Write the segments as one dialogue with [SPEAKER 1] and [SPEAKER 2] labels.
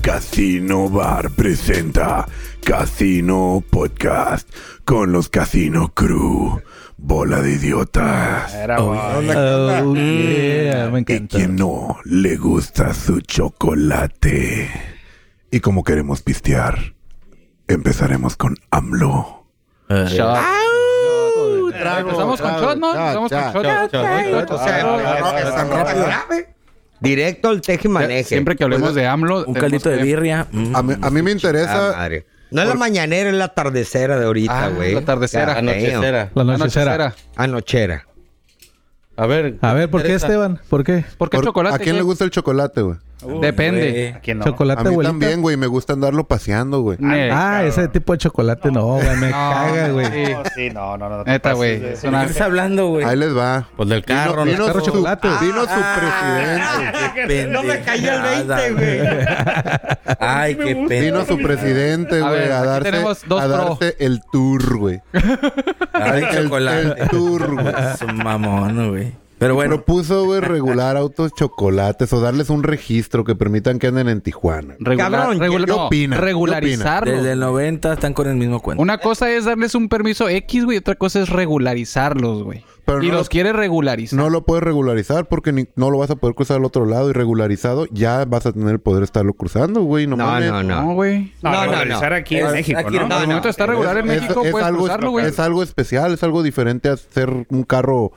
[SPEAKER 1] Casino Bar presenta Casino Podcast con los Casino Crew. Bola de idiotas.
[SPEAKER 2] Era bueno.
[SPEAKER 3] Oh, yeah, me
[SPEAKER 1] Y
[SPEAKER 3] encanta.
[SPEAKER 1] quien no le gusta su chocolate. Y como queremos pistear, empezaremos con AMLO.
[SPEAKER 2] Shot.
[SPEAKER 4] trago,
[SPEAKER 2] Empezamos con
[SPEAKER 4] trago,
[SPEAKER 2] shot, ¿no?
[SPEAKER 4] shot,
[SPEAKER 2] Empezamos con
[SPEAKER 4] shot,
[SPEAKER 2] shot.
[SPEAKER 4] shot,
[SPEAKER 2] Voy
[SPEAKER 4] shot,
[SPEAKER 2] con
[SPEAKER 4] shot,
[SPEAKER 2] shot.
[SPEAKER 4] shot,
[SPEAKER 2] Ah,
[SPEAKER 4] shot,
[SPEAKER 2] ah,
[SPEAKER 4] shot,
[SPEAKER 2] ah,
[SPEAKER 4] shot,
[SPEAKER 2] ah,
[SPEAKER 4] shot.
[SPEAKER 2] ah,
[SPEAKER 4] Directo al teje maneje.
[SPEAKER 2] Siempre que hablemos de AMLO.
[SPEAKER 5] Un caldito de birria. Mm.
[SPEAKER 6] A mí, a mí me
[SPEAKER 4] Ah,
[SPEAKER 6] interesa.
[SPEAKER 4] madre. No es la mañanera, es la tardecera de
[SPEAKER 2] Ah,
[SPEAKER 4] ahorita, güey.
[SPEAKER 2] la tardecera.
[SPEAKER 4] Ya, damn.
[SPEAKER 3] La
[SPEAKER 2] La
[SPEAKER 3] noche será.
[SPEAKER 2] nochecera.
[SPEAKER 4] Anochera.
[SPEAKER 5] A ver.
[SPEAKER 3] A ver, ¿por qué Esteban? ¿Por qué?
[SPEAKER 2] ¿Por qué
[SPEAKER 6] por-
[SPEAKER 2] chocolate?
[SPEAKER 6] ¿A quién le
[SPEAKER 2] güey?
[SPEAKER 6] gusta el chocolate, güey?
[SPEAKER 2] Depende.
[SPEAKER 3] ¿Chocolate,
[SPEAKER 6] A mí
[SPEAKER 3] abuelita?
[SPEAKER 6] también, güey. Me gusta andarlo paseando, güey.
[SPEAKER 2] Ne-
[SPEAKER 3] Ah, ese tipo de chocolate no, güey, me
[SPEAKER 2] No,
[SPEAKER 3] caga, güey.
[SPEAKER 2] sí.
[SPEAKER 7] No, sí, no, no, no. no te
[SPEAKER 2] Neta,
[SPEAKER 7] pases
[SPEAKER 2] güey.
[SPEAKER 7] de-
[SPEAKER 2] Es
[SPEAKER 5] ¿De qué
[SPEAKER 2] una-
[SPEAKER 5] estás hablando, güey?
[SPEAKER 6] Ahí les va.
[SPEAKER 5] Pues del carro,
[SPEAKER 6] vino, su,
[SPEAKER 3] carro
[SPEAKER 6] Ah,
[SPEAKER 3] chocolate.
[SPEAKER 6] vino su presidente.
[SPEAKER 4] No me cayó el 20,
[SPEAKER 5] Ay, qué
[SPEAKER 6] Vino
[SPEAKER 5] pena.
[SPEAKER 6] su presidente,
[SPEAKER 2] A
[SPEAKER 6] güey,
[SPEAKER 2] ver,
[SPEAKER 6] a
[SPEAKER 2] aquí
[SPEAKER 6] darse,
[SPEAKER 2] tenemos dos
[SPEAKER 6] a darse el tour, güey.
[SPEAKER 5] Ay,
[SPEAKER 6] El, el
[SPEAKER 5] chocolate.
[SPEAKER 6] tour, güey.
[SPEAKER 5] Su mamón, güey. Pero bueno,
[SPEAKER 6] Propuso, güey, regular autos chocolates o darles un registro que permitan que anden en Tijuana.
[SPEAKER 2] Regular,
[SPEAKER 4] Cabrón, ¿qué-
[SPEAKER 2] regular-
[SPEAKER 6] qué
[SPEAKER 2] no,
[SPEAKER 6] opina? ¿Qué
[SPEAKER 2] Regularizarlo.
[SPEAKER 5] desde el 90 están con el mismo cuento.
[SPEAKER 2] Una cosa es darles un permiso X, güey. Otra cosa es regularizarlos, güey.
[SPEAKER 6] Pero
[SPEAKER 2] Y
[SPEAKER 6] no-
[SPEAKER 2] los quiere regularizar.
[SPEAKER 6] No lo puedes regularizar porque ni- no lo vas a poder cruzar al otro lado y regularizado ya vas a tener el poder de estarlo cruzando, güey. No,
[SPEAKER 4] No,
[SPEAKER 6] mames.
[SPEAKER 4] no,
[SPEAKER 2] No,
[SPEAKER 4] no.
[SPEAKER 2] güey.
[SPEAKER 7] No,
[SPEAKER 4] No, no,
[SPEAKER 7] regularizar
[SPEAKER 4] no.
[SPEAKER 7] aquí en
[SPEAKER 5] Es-
[SPEAKER 7] México,
[SPEAKER 5] aquí
[SPEAKER 7] ¿no?
[SPEAKER 2] Al
[SPEAKER 5] no.
[SPEAKER 2] momento está regular en
[SPEAKER 6] Es-
[SPEAKER 2] México,
[SPEAKER 6] es
[SPEAKER 2] puedes
[SPEAKER 6] algo,
[SPEAKER 2] cruzarlo, güey.
[SPEAKER 6] Es algo especial, es algo diferente a ser un carro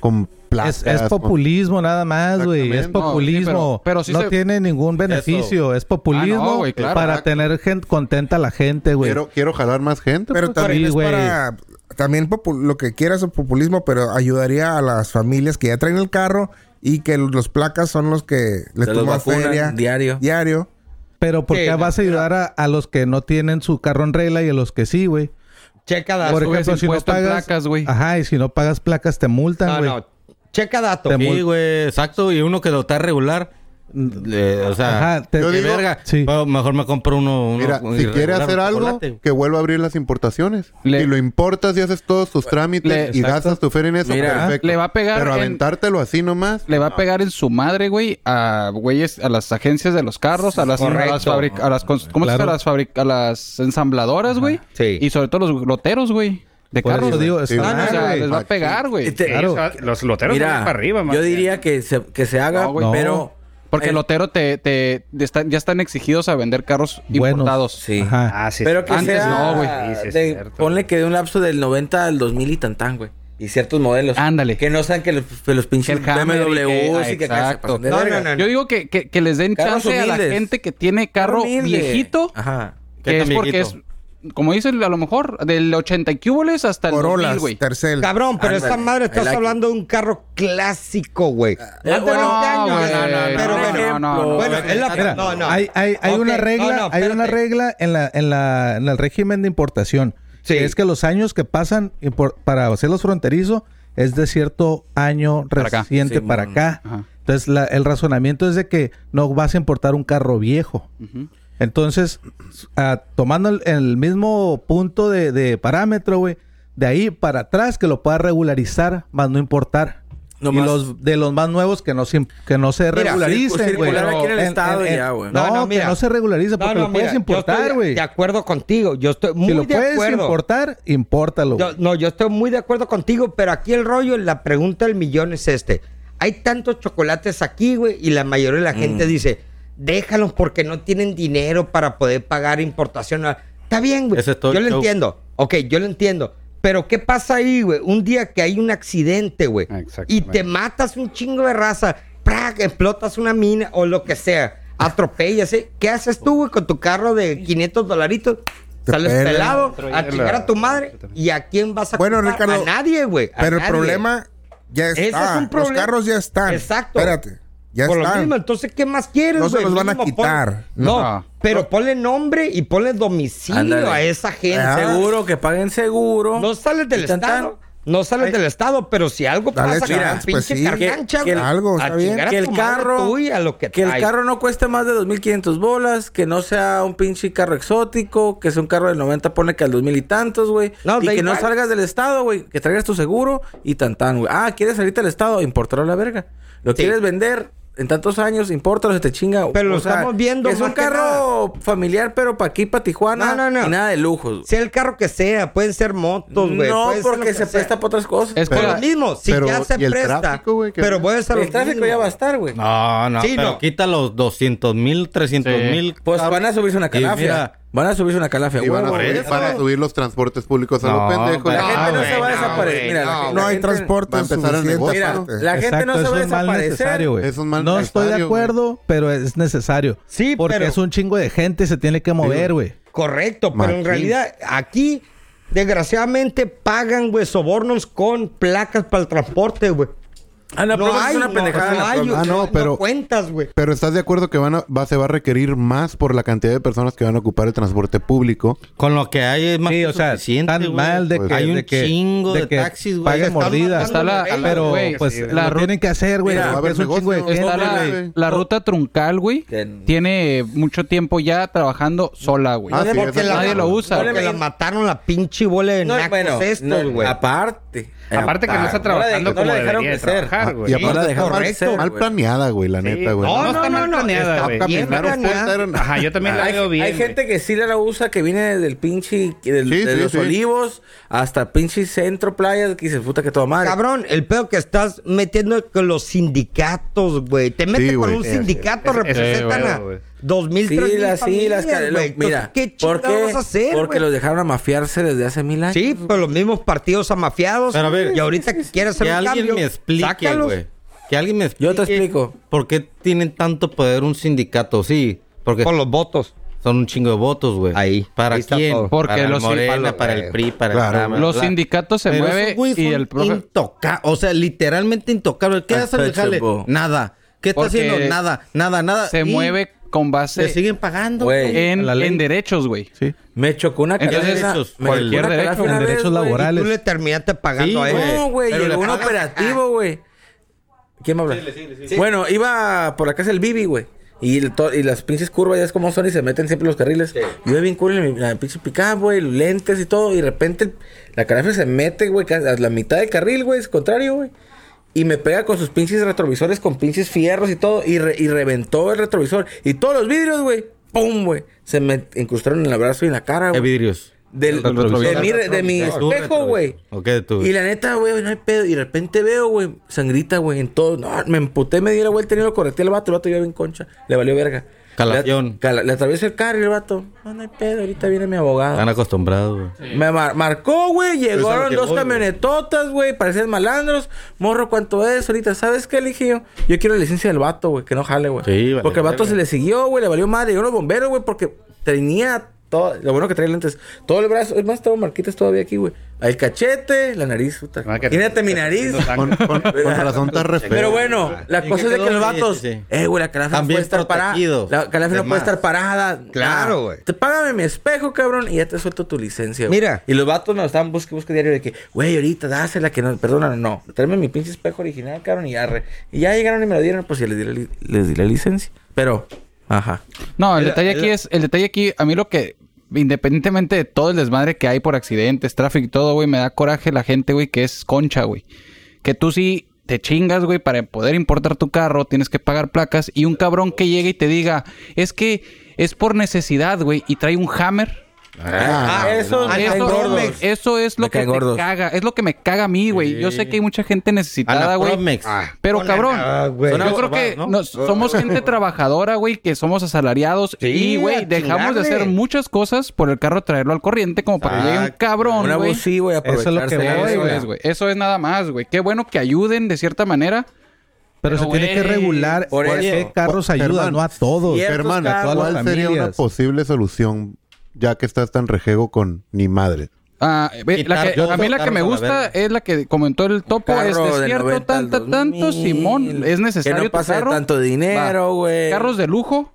[SPEAKER 6] con
[SPEAKER 3] Es,
[SPEAKER 6] placas.
[SPEAKER 3] es populismo nada más, güey. Es
[SPEAKER 6] Exactamente. No, sí,
[SPEAKER 3] populismo.
[SPEAKER 2] pero- pero sí
[SPEAKER 3] no
[SPEAKER 2] se-
[SPEAKER 3] tiene ningún beneficio. Es populismo
[SPEAKER 2] Ah, no, güey, claro.
[SPEAKER 3] para
[SPEAKER 6] Exacto.
[SPEAKER 3] tener gente contenta a la gente, güey.
[SPEAKER 6] Quiero, quiero jalar más gente.
[SPEAKER 8] Pero
[SPEAKER 3] pues,
[SPEAKER 8] también
[SPEAKER 3] sí,
[SPEAKER 8] es
[SPEAKER 3] güey.
[SPEAKER 8] para... También popu- lo que quieras es populismo, pero ayudaría a las familias que ya traen el carro y que los placas son los que les
[SPEAKER 5] Se los
[SPEAKER 8] toman
[SPEAKER 5] vacunan
[SPEAKER 8] feria.
[SPEAKER 5] diario.
[SPEAKER 8] Diario.
[SPEAKER 3] Pero ¿por
[SPEAKER 4] Sí,
[SPEAKER 3] qué
[SPEAKER 4] no,
[SPEAKER 3] vas a ayudar a, a los que no tienen su carro en regla y a los que sí, güey?
[SPEAKER 4] Checa
[SPEAKER 3] Por
[SPEAKER 4] dato.
[SPEAKER 2] subes
[SPEAKER 3] ejemplo, si no
[SPEAKER 2] impuesto en
[SPEAKER 3] pagas
[SPEAKER 2] placas, güey.
[SPEAKER 3] Ajá, y si no pagas placas te multan,
[SPEAKER 4] No,
[SPEAKER 3] güey.
[SPEAKER 4] no. Checa dato.
[SPEAKER 3] Te
[SPEAKER 4] Sí.
[SPEAKER 3] mul-
[SPEAKER 9] güey, exacto. Y uno que lo está regular. le- o sea,
[SPEAKER 3] Ajá, te-
[SPEAKER 6] Yo
[SPEAKER 9] qué
[SPEAKER 6] digo-
[SPEAKER 9] verga.
[SPEAKER 3] sí.
[SPEAKER 9] Pero mejor me compro uno. uno
[SPEAKER 6] Mira, si
[SPEAKER 9] irregular,
[SPEAKER 6] quiere hacer
[SPEAKER 9] un
[SPEAKER 6] algo,
[SPEAKER 9] chocolate.
[SPEAKER 6] que vuelva a abrir las importaciones.
[SPEAKER 2] Le-
[SPEAKER 6] y lo importas y haces todos tus trámites
[SPEAKER 2] le-
[SPEAKER 6] y
[SPEAKER 3] Exacto.
[SPEAKER 6] gastas tu feria en eso,
[SPEAKER 5] Mira,
[SPEAKER 6] perfecto.
[SPEAKER 2] le va a pegar
[SPEAKER 6] Pero
[SPEAKER 2] en-
[SPEAKER 6] aventártelo así nomás.
[SPEAKER 2] Le va a pegar en su madre, güey, a güeyes, a las agencias de los carros, a las, a las fabric- a las cons- ¿cómo se dice?
[SPEAKER 3] Claro.
[SPEAKER 2] A las fabric- a las ensambladoras, güey.
[SPEAKER 4] Sí.
[SPEAKER 2] Y sobre todo los loteros, güey. De
[SPEAKER 3] Por
[SPEAKER 2] carros.
[SPEAKER 3] eso digo,
[SPEAKER 2] güey.
[SPEAKER 3] está
[SPEAKER 6] Sí,
[SPEAKER 2] Ah,
[SPEAKER 3] mal,
[SPEAKER 2] no, o sea,
[SPEAKER 3] güey.
[SPEAKER 2] les va a pegar, güey.
[SPEAKER 5] Este-
[SPEAKER 7] Claro. Los loteros
[SPEAKER 5] Mira,
[SPEAKER 7] van para arriba, man.
[SPEAKER 5] yo diría que se, que se haga,
[SPEAKER 2] No, güey.
[SPEAKER 5] pero...
[SPEAKER 2] Porque
[SPEAKER 5] eh,
[SPEAKER 2] el lotero te, te, te está- ya están exigidos a vender carros
[SPEAKER 3] Buenos.
[SPEAKER 2] importados.
[SPEAKER 5] Sí.
[SPEAKER 3] Ajá.
[SPEAKER 7] Ah, sí.
[SPEAKER 5] Pero que
[SPEAKER 2] Antes
[SPEAKER 5] sea...
[SPEAKER 2] no, güey.
[SPEAKER 7] Sí, sí, es
[SPEAKER 5] de-
[SPEAKER 7] cierto.
[SPEAKER 5] ponle que de un lapso del 90 al 2000 y tantán, güey. Y ciertos modelos.
[SPEAKER 2] Ándale.
[SPEAKER 5] Que no sean que los, que los
[SPEAKER 2] Que
[SPEAKER 5] pinches
[SPEAKER 2] el Hammer y
[SPEAKER 5] BMWs
[SPEAKER 2] que-
[SPEAKER 5] y que...
[SPEAKER 2] ah, exacto.
[SPEAKER 5] exacto.
[SPEAKER 4] No, no, no, no.
[SPEAKER 2] Yo digo que, que, que les den
[SPEAKER 5] Carros
[SPEAKER 2] chance a la
[SPEAKER 5] humildes.
[SPEAKER 2] gente que tiene carro
[SPEAKER 5] Humilde.
[SPEAKER 2] viejito,
[SPEAKER 5] Ajá.
[SPEAKER 9] ¿Qué
[SPEAKER 2] que es
[SPEAKER 9] tan
[SPEAKER 2] porque es,
[SPEAKER 9] viejito?
[SPEAKER 2] como dicen, a lo mejor, del 80 y cúboles hasta el 2000,
[SPEAKER 8] Corolas,
[SPEAKER 2] güey.
[SPEAKER 8] Tercel.
[SPEAKER 4] Cabrón, pero
[SPEAKER 5] Ándale.
[SPEAKER 4] esta madre
[SPEAKER 5] I
[SPEAKER 4] estás
[SPEAKER 5] like it.
[SPEAKER 4] hablando de un carro clásico, güey.
[SPEAKER 5] Eh,
[SPEAKER 4] Hace
[SPEAKER 5] bueno,
[SPEAKER 4] 20 años.
[SPEAKER 2] güey, no,
[SPEAKER 4] pero bueno,
[SPEAKER 2] no, no, no.
[SPEAKER 4] bueno, es la
[SPEAKER 3] Mira,
[SPEAKER 4] no, no.
[SPEAKER 3] Hay, hay, hay
[SPEAKER 4] Ok,
[SPEAKER 3] una regla,
[SPEAKER 4] no, no,
[SPEAKER 3] hay una
[SPEAKER 4] espérate.
[SPEAKER 3] regla en la, en la, en el régimen de importación.
[SPEAKER 4] Sí.
[SPEAKER 3] Que Es que los años que pasan impor- para hacerlos fronterizo es de cierto año
[SPEAKER 2] acá.
[SPEAKER 3] reciente
[SPEAKER 5] Sí,
[SPEAKER 3] para
[SPEAKER 5] mon.
[SPEAKER 3] acá.
[SPEAKER 2] Ajá.
[SPEAKER 3] Entonces la- el razonamiento es de que no vas a importar un carro viejo.
[SPEAKER 2] Ujú.
[SPEAKER 3] Entonces, ah, tomando el, el mismo punto de, de parámetro, güey, de ahí para atrás que lo pueda regularizar, más no importar.
[SPEAKER 5] No
[SPEAKER 3] y
[SPEAKER 5] más.
[SPEAKER 3] los de los más nuevos que no se, que no se
[SPEAKER 4] Mira,
[SPEAKER 3] regularicen,
[SPEAKER 5] circu-
[SPEAKER 3] güey.
[SPEAKER 5] circular aquí en el
[SPEAKER 3] En-
[SPEAKER 5] estado
[SPEAKER 3] en- en-
[SPEAKER 5] ya, güey.
[SPEAKER 3] No,
[SPEAKER 4] No, no,
[SPEAKER 3] que
[SPEAKER 4] mira.
[SPEAKER 3] no se regulariza porque
[SPEAKER 4] no,
[SPEAKER 3] lo puedes
[SPEAKER 4] mira, yo
[SPEAKER 3] importar,
[SPEAKER 4] estoy
[SPEAKER 3] güey.
[SPEAKER 4] De acuerdo contigo. Yo estoy muy
[SPEAKER 3] Si lo
[SPEAKER 4] de
[SPEAKER 3] puedes
[SPEAKER 4] acuerdo.
[SPEAKER 3] importar, impórtalo.
[SPEAKER 4] Yo-
[SPEAKER 3] güey.
[SPEAKER 4] no, yo estoy muy de acuerdo contigo, pero aquí el rollo, la pregunta del millón es este. Hay tantos chocolates aquí, güey, y la mayoría de la
[SPEAKER 9] Mm.
[SPEAKER 4] gente dice, déjalos porque no tienen dinero para poder pagar importación. Está bien, güey.
[SPEAKER 9] Ese es todo
[SPEAKER 4] yo
[SPEAKER 9] el
[SPEAKER 4] lo
[SPEAKER 9] show.
[SPEAKER 4] entiendo. Ok, yo lo entiendo. Pero ¿qué pasa ahí, güey? Un día que hay un accidente, güey. Y
[SPEAKER 2] Exactamente.
[SPEAKER 4] te matas un chingo de raza, ¡prac! explotas una mina o lo que sea. Atropellas, ¿eh? ¿Qué haces tú, güey, con tu carro de 500 dolaritos?
[SPEAKER 8] Te
[SPEAKER 4] Sales
[SPEAKER 8] pelan.
[SPEAKER 4] pelado, a
[SPEAKER 7] Traía
[SPEAKER 4] chingar
[SPEAKER 7] la-
[SPEAKER 4] a tu madre y a quién vas a
[SPEAKER 8] Bueno,
[SPEAKER 4] culpar?
[SPEAKER 8] Ricardo,
[SPEAKER 4] a nadie, güey. a
[SPEAKER 8] Pero el
[SPEAKER 4] nadie.
[SPEAKER 8] problema ya
[SPEAKER 4] Ese
[SPEAKER 8] está.
[SPEAKER 4] es un problema.
[SPEAKER 8] Los carros ya están.
[SPEAKER 4] Exacto.
[SPEAKER 8] Espérate. Ya
[SPEAKER 4] Por lo
[SPEAKER 8] están.
[SPEAKER 4] mismo, entonces ¿qué más quieres,
[SPEAKER 8] No se
[SPEAKER 4] güey?
[SPEAKER 8] los van a
[SPEAKER 4] Mínimo
[SPEAKER 8] quitar.
[SPEAKER 4] pon- No,
[SPEAKER 2] No.
[SPEAKER 4] pero ponle nombre y ponle domicilio
[SPEAKER 5] Ándale.
[SPEAKER 4] a esa gente.
[SPEAKER 8] Ajá.
[SPEAKER 5] Seguro, que paguen seguro.
[SPEAKER 4] No sales del
[SPEAKER 5] Y tan, tan.
[SPEAKER 4] estado, no sales del estado, pero si algo
[SPEAKER 8] Dale
[SPEAKER 4] pasa,
[SPEAKER 8] chance,
[SPEAKER 4] gran
[SPEAKER 8] pues
[SPEAKER 4] pinche
[SPEAKER 8] sí.
[SPEAKER 4] cargancha,
[SPEAKER 5] Que- que
[SPEAKER 4] güey,
[SPEAKER 8] el- algo,
[SPEAKER 4] a
[SPEAKER 8] está bien.
[SPEAKER 4] chingar a
[SPEAKER 5] que el
[SPEAKER 4] tu madre
[SPEAKER 5] carro
[SPEAKER 4] tú y a lo que,
[SPEAKER 5] que el
[SPEAKER 4] traes.
[SPEAKER 5] carro no cueste más de 2500 bolas, que no sea un pinche carro exótico, que sea un carro del 90 pone que al 2000 y tantos, güey,
[SPEAKER 4] No,
[SPEAKER 5] y
[SPEAKER 4] da
[SPEAKER 5] que no
[SPEAKER 4] igual.
[SPEAKER 5] salgas del estado, güey, que traigas tu seguro y tan tan, güey. Ah, quieres salirte del estado, importarlo a la verga. Lo
[SPEAKER 4] Sí.
[SPEAKER 5] quieres vender, en tantos años, importa, se te chinga.
[SPEAKER 4] Pero lo estamos viendo
[SPEAKER 5] Es un
[SPEAKER 4] más que
[SPEAKER 5] carro familiar, pero para aquí, para Tijuana.
[SPEAKER 4] No, no, no.
[SPEAKER 5] Y nada de lujos.
[SPEAKER 4] Sea el carro que sea, pueden ser motos, güey.
[SPEAKER 5] no,
[SPEAKER 4] puede ser lo
[SPEAKER 5] porque
[SPEAKER 4] que
[SPEAKER 5] se
[SPEAKER 4] sea.
[SPEAKER 5] presta para otras cosas.
[SPEAKER 2] Es
[SPEAKER 4] Por
[SPEAKER 2] Pero-
[SPEAKER 4] lo mismo, si
[SPEAKER 6] pero,
[SPEAKER 4] ya se
[SPEAKER 6] ¿y el
[SPEAKER 4] presta.
[SPEAKER 6] tráfico, güey? ¿Qué-
[SPEAKER 4] pero vuelves a lo
[SPEAKER 5] el tráfico
[SPEAKER 4] mismo.
[SPEAKER 5] ya va a estar, güey.
[SPEAKER 9] No, no,
[SPEAKER 4] Sí,
[SPEAKER 9] pero
[SPEAKER 4] no.
[SPEAKER 9] quita los 200 mil, 300
[SPEAKER 2] Sí.
[SPEAKER 9] mil.
[SPEAKER 5] Pues van a subirse una
[SPEAKER 9] Y mira-
[SPEAKER 5] calafia. van a subirse una calafia.
[SPEAKER 6] Y van a,
[SPEAKER 5] huevo,
[SPEAKER 6] subir,
[SPEAKER 5] güey.
[SPEAKER 6] van a subir los transportes públicos a
[SPEAKER 3] Ah,
[SPEAKER 9] No,
[SPEAKER 6] los pendejos.
[SPEAKER 9] para-
[SPEAKER 5] La gente no
[SPEAKER 9] güey,
[SPEAKER 5] se va a
[SPEAKER 4] no,
[SPEAKER 5] desaparecer.
[SPEAKER 4] güey,
[SPEAKER 5] Mira, la
[SPEAKER 4] no,
[SPEAKER 5] gente-
[SPEAKER 8] No
[SPEAKER 5] la
[SPEAKER 8] hay
[SPEAKER 5] gente-
[SPEAKER 8] transporte
[SPEAKER 6] Va a empezar el
[SPEAKER 8] suficiente
[SPEAKER 6] negocio.
[SPEAKER 5] Mira,
[SPEAKER 8] aparte.
[SPEAKER 5] la gente no
[SPEAKER 3] Exacto,
[SPEAKER 5] se va a
[SPEAKER 3] es un mal
[SPEAKER 5] desaparecer.
[SPEAKER 3] necesario, güey.
[SPEAKER 6] Es un mal
[SPEAKER 3] no estoy de
[SPEAKER 6] necesario, güey.
[SPEAKER 3] acuerdo, pero es necesario.
[SPEAKER 4] Sí,
[SPEAKER 3] Porque
[SPEAKER 4] pero-
[SPEAKER 3] es un chingo de gente, se tiene que mover, güey.
[SPEAKER 4] Correcto, pero en
[SPEAKER 6] Machín.
[SPEAKER 4] realidad aquí, desgraciadamente, pagan, güey, sobornos con placas para el transporte, güey.
[SPEAKER 5] Ah, no, pero eso es una pendejada.
[SPEAKER 4] no
[SPEAKER 5] la
[SPEAKER 4] hay,
[SPEAKER 5] promo.
[SPEAKER 6] Ah,
[SPEAKER 4] güey,
[SPEAKER 6] no,
[SPEAKER 4] no
[SPEAKER 6] pero-
[SPEAKER 4] cuentas, güey.
[SPEAKER 6] Pero estás de acuerdo que van a- va, se va a requerir más por la cantidad de personas que van a ocupar el transporte público.
[SPEAKER 9] Con lo que hay es más
[SPEAKER 3] Sí,
[SPEAKER 9] que
[SPEAKER 3] o sea,
[SPEAKER 9] suficiente,
[SPEAKER 3] tan
[SPEAKER 9] güey.
[SPEAKER 3] mal de que
[SPEAKER 9] hay un
[SPEAKER 3] Pues de que-
[SPEAKER 9] chingo de,
[SPEAKER 3] que
[SPEAKER 9] taxis, güey.
[SPEAKER 3] Paguen
[SPEAKER 4] Están
[SPEAKER 3] mordidas.
[SPEAKER 4] matando
[SPEAKER 2] Está la-
[SPEAKER 4] bebés,
[SPEAKER 3] pero
[SPEAKER 2] güey.
[SPEAKER 3] pues
[SPEAKER 2] Sí,
[SPEAKER 3] la
[SPEAKER 2] la
[SPEAKER 3] lo
[SPEAKER 2] ru-
[SPEAKER 3] tienen que hacer, güey,
[SPEAKER 5] Mira,
[SPEAKER 6] va a
[SPEAKER 3] porque
[SPEAKER 6] haber
[SPEAKER 3] es un chingo de
[SPEAKER 6] negocio.
[SPEAKER 3] gente.
[SPEAKER 2] Está la,
[SPEAKER 6] güey.
[SPEAKER 2] la ruta truncal, güey.
[SPEAKER 5] Que-
[SPEAKER 2] Tiene mucho tiempo ya trabajando sola, güey.
[SPEAKER 6] Ah, sí,
[SPEAKER 4] porque
[SPEAKER 6] eso
[SPEAKER 4] la-
[SPEAKER 2] Nadie lo usa.
[SPEAKER 5] No le
[SPEAKER 4] Porque la mataron la pinche bola de
[SPEAKER 5] No,
[SPEAKER 4] nacos
[SPEAKER 5] bueno,
[SPEAKER 4] estos,
[SPEAKER 5] no,
[SPEAKER 4] güey.
[SPEAKER 5] aparte.
[SPEAKER 2] Aparte que no está
[SPEAKER 5] la de-
[SPEAKER 2] trabajando
[SPEAKER 5] no la
[SPEAKER 2] como
[SPEAKER 5] dejaron
[SPEAKER 7] debería de
[SPEAKER 5] crecer.
[SPEAKER 7] trabajar,
[SPEAKER 5] Ah,
[SPEAKER 7] güey.
[SPEAKER 5] Y aparte
[SPEAKER 6] Sí,
[SPEAKER 5] la dejaron
[SPEAKER 4] correcto.
[SPEAKER 5] crecer,
[SPEAKER 6] mal
[SPEAKER 5] güey.
[SPEAKER 6] planeada, güey, la
[SPEAKER 7] Sí.
[SPEAKER 6] neta, güey.
[SPEAKER 4] No,
[SPEAKER 7] No,
[SPEAKER 4] no,
[SPEAKER 7] está
[SPEAKER 4] no,
[SPEAKER 7] mal
[SPEAKER 4] no,
[SPEAKER 7] planeada,
[SPEAKER 4] está
[SPEAKER 7] güey.
[SPEAKER 4] bien
[SPEAKER 6] Caminaron,
[SPEAKER 4] planeada.
[SPEAKER 6] fueron-
[SPEAKER 7] Ajá, yo también la
[SPEAKER 5] Hay,
[SPEAKER 7] veo bien.
[SPEAKER 5] hay
[SPEAKER 7] güey.
[SPEAKER 5] gente que sí la usa, que viene del pinche, del-
[SPEAKER 6] Sí,
[SPEAKER 5] de
[SPEAKER 6] sí,
[SPEAKER 5] los
[SPEAKER 6] sí.
[SPEAKER 5] olivos hasta pinche centro, playa, que dice puta que toda madre.
[SPEAKER 4] Cabrón, el pedo que estás metiendo con los sindicatos, güey. Te metes
[SPEAKER 6] Sí,
[SPEAKER 4] con
[SPEAKER 6] güey.
[SPEAKER 4] un
[SPEAKER 6] Sí,
[SPEAKER 4] sindicato,
[SPEAKER 7] sí. Ese- ese es
[SPEAKER 4] representan
[SPEAKER 7] el
[SPEAKER 4] a
[SPEAKER 7] pedo, güey.
[SPEAKER 4] dos mil,
[SPEAKER 5] Sí,
[SPEAKER 4] tres mil
[SPEAKER 5] las, sí, las
[SPEAKER 4] familias,
[SPEAKER 5] cal-
[SPEAKER 4] güey.
[SPEAKER 5] lo- Mira,
[SPEAKER 4] Entonces, ¿qué
[SPEAKER 5] ¿por
[SPEAKER 4] chingados
[SPEAKER 5] qué?
[SPEAKER 4] vas a hacer,
[SPEAKER 5] Porque
[SPEAKER 4] güey?
[SPEAKER 5] los dejaron a mafiarse desde hace mil años.
[SPEAKER 4] Sí, pues los mismos partidos amafiados.
[SPEAKER 9] Pero a ver,
[SPEAKER 4] y ahorita que quieres hacer
[SPEAKER 9] Que
[SPEAKER 4] un
[SPEAKER 9] alguien
[SPEAKER 4] cambio,
[SPEAKER 9] me explique,
[SPEAKER 4] sácalos.
[SPEAKER 9] güey. Que alguien me explique.
[SPEAKER 5] Yo te explico.
[SPEAKER 9] ¿Por qué tienen tanto poder un sindicato? Sí, porque
[SPEAKER 4] Por los votos.
[SPEAKER 9] son un chingo de votos, güey.
[SPEAKER 4] Ahí,
[SPEAKER 9] ¿Para
[SPEAKER 4] ahí está
[SPEAKER 9] quién?
[SPEAKER 4] todo.
[SPEAKER 2] Porque
[SPEAKER 9] para el
[SPEAKER 2] los-
[SPEAKER 9] Morena,
[SPEAKER 4] para-
[SPEAKER 9] para el PRI, para
[SPEAKER 6] Claro.
[SPEAKER 9] el PAMA,
[SPEAKER 2] Los
[SPEAKER 9] bla.
[SPEAKER 2] sindicatos se
[SPEAKER 9] Pero esos
[SPEAKER 2] mueven
[SPEAKER 9] güeyes
[SPEAKER 2] y
[SPEAKER 9] son
[SPEAKER 2] el profe...
[SPEAKER 9] intoca- o sea, literalmente intocable. ¿Qué hace el jale?
[SPEAKER 5] Untouchable.
[SPEAKER 9] Nada. ¿Qué está
[SPEAKER 2] Porque
[SPEAKER 9] haciendo? Nada, nada, nada.
[SPEAKER 2] se
[SPEAKER 9] Y
[SPEAKER 2] mueve con
[SPEAKER 9] Le
[SPEAKER 2] base
[SPEAKER 9] siguen pagando.
[SPEAKER 5] Güey.
[SPEAKER 2] en,
[SPEAKER 3] la ley.
[SPEAKER 2] en derechos, güey.
[SPEAKER 5] Me chocó una
[SPEAKER 2] Entonces,
[SPEAKER 5] calafia-
[SPEAKER 9] esos-
[SPEAKER 5] me chocó
[SPEAKER 9] cualquier
[SPEAKER 5] una
[SPEAKER 2] derecho,
[SPEAKER 5] calafia
[SPEAKER 2] en
[SPEAKER 5] una vez,
[SPEAKER 3] derechos
[SPEAKER 5] güey.
[SPEAKER 3] laborales.
[SPEAKER 4] Tú le terminaste pagando a él. Ah.
[SPEAKER 5] No, güey,
[SPEAKER 4] Pero le
[SPEAKER 5] llegó un
[SPEAKER 4] pagas-
[SPEAKER 5] operativo, güey. ¿Quién me habla? Bueno, iba por la casa del Bibi, güey. Y, el to- y las pinches curvas ya es como son y se meten siempre los carriles. Yo iba bien cool en mi- la pinche picada, güey, los lentes y todo. Y de repente el- la carafia se mete, güey, ca- a la mitad del carril, güey, es contrario, güey. Y me pega con sus pinches retrovisores, con pinches fierros y todo. Y, re- y reventó el retrovisor. Y todos los vidrios, güey, ¡pum, güey! Se me incrustaron en el brazo y en la cara,
[SPEAKER 9] ¿Qué
[SPEAKER 5] güey.
[SPEAKER 9] vidrios?
[SPEAKER 5] Del,
[SPEAKER 9] Del retrovisor.
[SPEAKER 5] de mi, re- de mi
[SPEAKER 9] De tu
[SPEAKER 5] espejo,
[SPEAKER 9] retrovisor.
[SPEAKER 5] güey.
[SPEAKER 9] Ok, de tu-
[SPEAKER 5] Y la neta, güey, no hay pedo. Y de repente veo, güey, sangrita, güey, en todo. No, me emputé, me di la vuelta y lo correté al vato. El vato iba bien concha. Le valió verga.
[SPEAKER 9] Calación.
[SPEAKER 5] Le, cala- le atravieso el carro y el vato. No, no hay pedo. Ahorita viene mi abogado.
[SPEAKER 9] Están acostumbrados, güey.
[SPEAKER 5] Me mar- marcó, güey.
[SPEAKER 9] Eso es lo
[SPEAKER 5] Llegaron
[SPEAKER 9] que
[SPEAKER 5] dos
[SPEAKER 9] voy,
[SPEAKER 5] camionetotas, güey. Parecían malandros. Morro, ¿cuánto es? Ahorita, ¿sabes qué? Le dije yo. Yo quiero la licencia del vato, güey. Que no jale, güey.
[SPEAKER 9] Sí, vale,
[SPEAKER 5] porque el vato
[SPEAKER 9] verga.
[SPEAKER 5] se le siguió, güey. Le valió madre. Yo los bomberos, güey. Porque tenía todo. Lo bueno que traía lentes. Todo el brazo. Es más, tengo marquitas todavía aquí, güey. El cachete, la nariz. Puta.
[SPEAKER 7] Ah, que-
[SPEAKER 5] Imagínate mi nariz.
[SPEAKER 7] No sangre.
[SPEAKER 6] Con, con razón está re feo.
[SPEAKER 5] Pero bueno, la
[SPEAKER 9] ¿En qué
[SPEAKER 5] cosa es de que
[SPEAKER 9] quedó?
[SPEAKER 5] los vatos.
[SPEAKER 9] Sí, sí, sí.
[SPEAKER 5] Eh, güey, la calafia no
[SPEAKER 9] También
[SPEAKER 5] puede estar parada.
[SPEAKER 9] protegidos.
[SPEAKER 5] La calafia no puede
[SPEAKER 9] Demás.
[SPEAKER 5] estar parada.
[SPEAKER 4] Claro,
[SPEAKER 5] Nah.
[SPEAKER 4] güey.
[SPEAKER 5] Te págame mi espejo, cabrón, y ya te suelto tu licencia, güey.
[SPEAKER 4] Mira.
[SPEAKER 5] Y los vatos nos estaban busque, busque diario de que, güey, ahorita dásela, que no, perdona, no. Tráeme mi pinche espejo original, cabrón, y ya re. Y ya llegaron y me lo dieron, pues ya les di la, li- les di la licencia. Pero, ajá.
[SPEAKER 2] No, el detalle aquí es, el detalle aquí, a mí lo que, independientemente de todo el desmadre que hay por accidentes, tráfico y todo, güey, me da coraje la gente, güey, que es concha, güey. Que tú sí te chingas, güey, para poder importar tu carro, tienes que pagar placas y un cabrón que llegue y te diga, es que es por necesidad, güey, y trae un hammer.
[SPEAKER 6] Ah,
[SPEAKER 5] eso,
[SPEAKER 4] no.
[SPEAKER 5] eso-
[SPEAKER 2] Eso,
[SPEAKER 4] Anapromex.
[SPEAKER 2] eso es lo
[SPEAKER 9] Me
[SPEAKER 2] que
[SPEAKER 9] caen
[SPEAKER 2] me
[SPEAKER 9] gordos.
[SPEAKER 2] caga, es lo que me caga a mí, güey. Yo sé que hay mucha gente necesitada, güey.
[SPEAKER 9] Anapromex.
[SPEAKER 2] Pero
[SPEAKER 4] Con
[SPEAKER 2] cabrón,
[SPEAKER 4] la- ah, güey.
[SPEAKER 2] yo creo que nos- somos gente trabajadora, güey, que somos asalariados
[SPEAKER 4] Sí,
[SPEAKER 2] y,
[SPEAKER 4] a
[SPEAKER 2] güey, dejamos de
[SPEAKER 4] chingarle.
[SPEAKER 2] hacer muchas cosas por el carro traerlo al corriente como para que llegue un
[SPEAKER 9] Exacto.
[SPEAKER 5] Un
[SPEAKER 2] cabrón, güey.
[SPEAKER 5] abusivo, güey,
[SPEAKER 3] Eso es lo que
[SPEAKER 5] aprovecharse
[SPEAKER 3] voy,
[SPEAKER 5] de eso,
[SPEAKER 2] Eso
[SPEAKER 3] güey.
[SPEAKER 2] es, güey. Eso es nada más, güey. Qué bueno que ayuden de cierta manera.
[SPEAKER 3] Pero se
[SPEAKER 2] Pero,
[SPEAKER 3] tiene que
[SPEAKER 2] güey,
[SPEAKER 3] regular
[SPEAKER 5] por
[SPEAKER 3] por
[SPEAKER 5] eso.
[SPEAKER 3] qué carros
[SPEAKER 6] Por-
[SPEAKER 3] ayudan,
[SPEAKER 6] Germán,
[SPEAKER 3] no a todos.
[SPEAKER 5] ciertos
[SPEAKER 6] Germán,
[SPEAKER 5] carros,
[SPEAKER 6] ¿cuál
[SPEAKER 3] las
[SPEAKER 6] sería una
[SPEAKER 3] familias.
[SPEAKER 6] posible solución ya que estás tan rejego con ni madre?
[SPEAKER 2] Ah, ve,
[SPEAKER 9] Quitar
[SPEAKER 2] la que-
[SPEAKER 9] todos
[SPEAKER 2] a mí
[SPEAKER 9] los
[SPEAKER 2] la que me
[SPEAKER 9] carros a la
[SPEAKER 2] gusta
[SPEAKER 9] verga.
[SPEAKER 2] es la que comentó el topo.
[SPEAKER 5] carro
[SPEAKER 2] Es
[SPEAKER 5] del
[SPEAKER 2] desierto,
[SPEAKER 5] 90 al
[SPEAKER 2] tanto,
[SPEAKER 5] 2000,
[SPEAKER 2] tanto, Simón. Es necesario
[SPEAKER 5] que no
[SPEAKER 2] tu
[SPEAKER 5] pase de
[SPEAKER 2] carro.
[SPEAKER 5] tanto dinero,
[SPEAKER 2] Va.
[SPEAKER 5] güey.
[SPEAKER 2] Carros de lujo.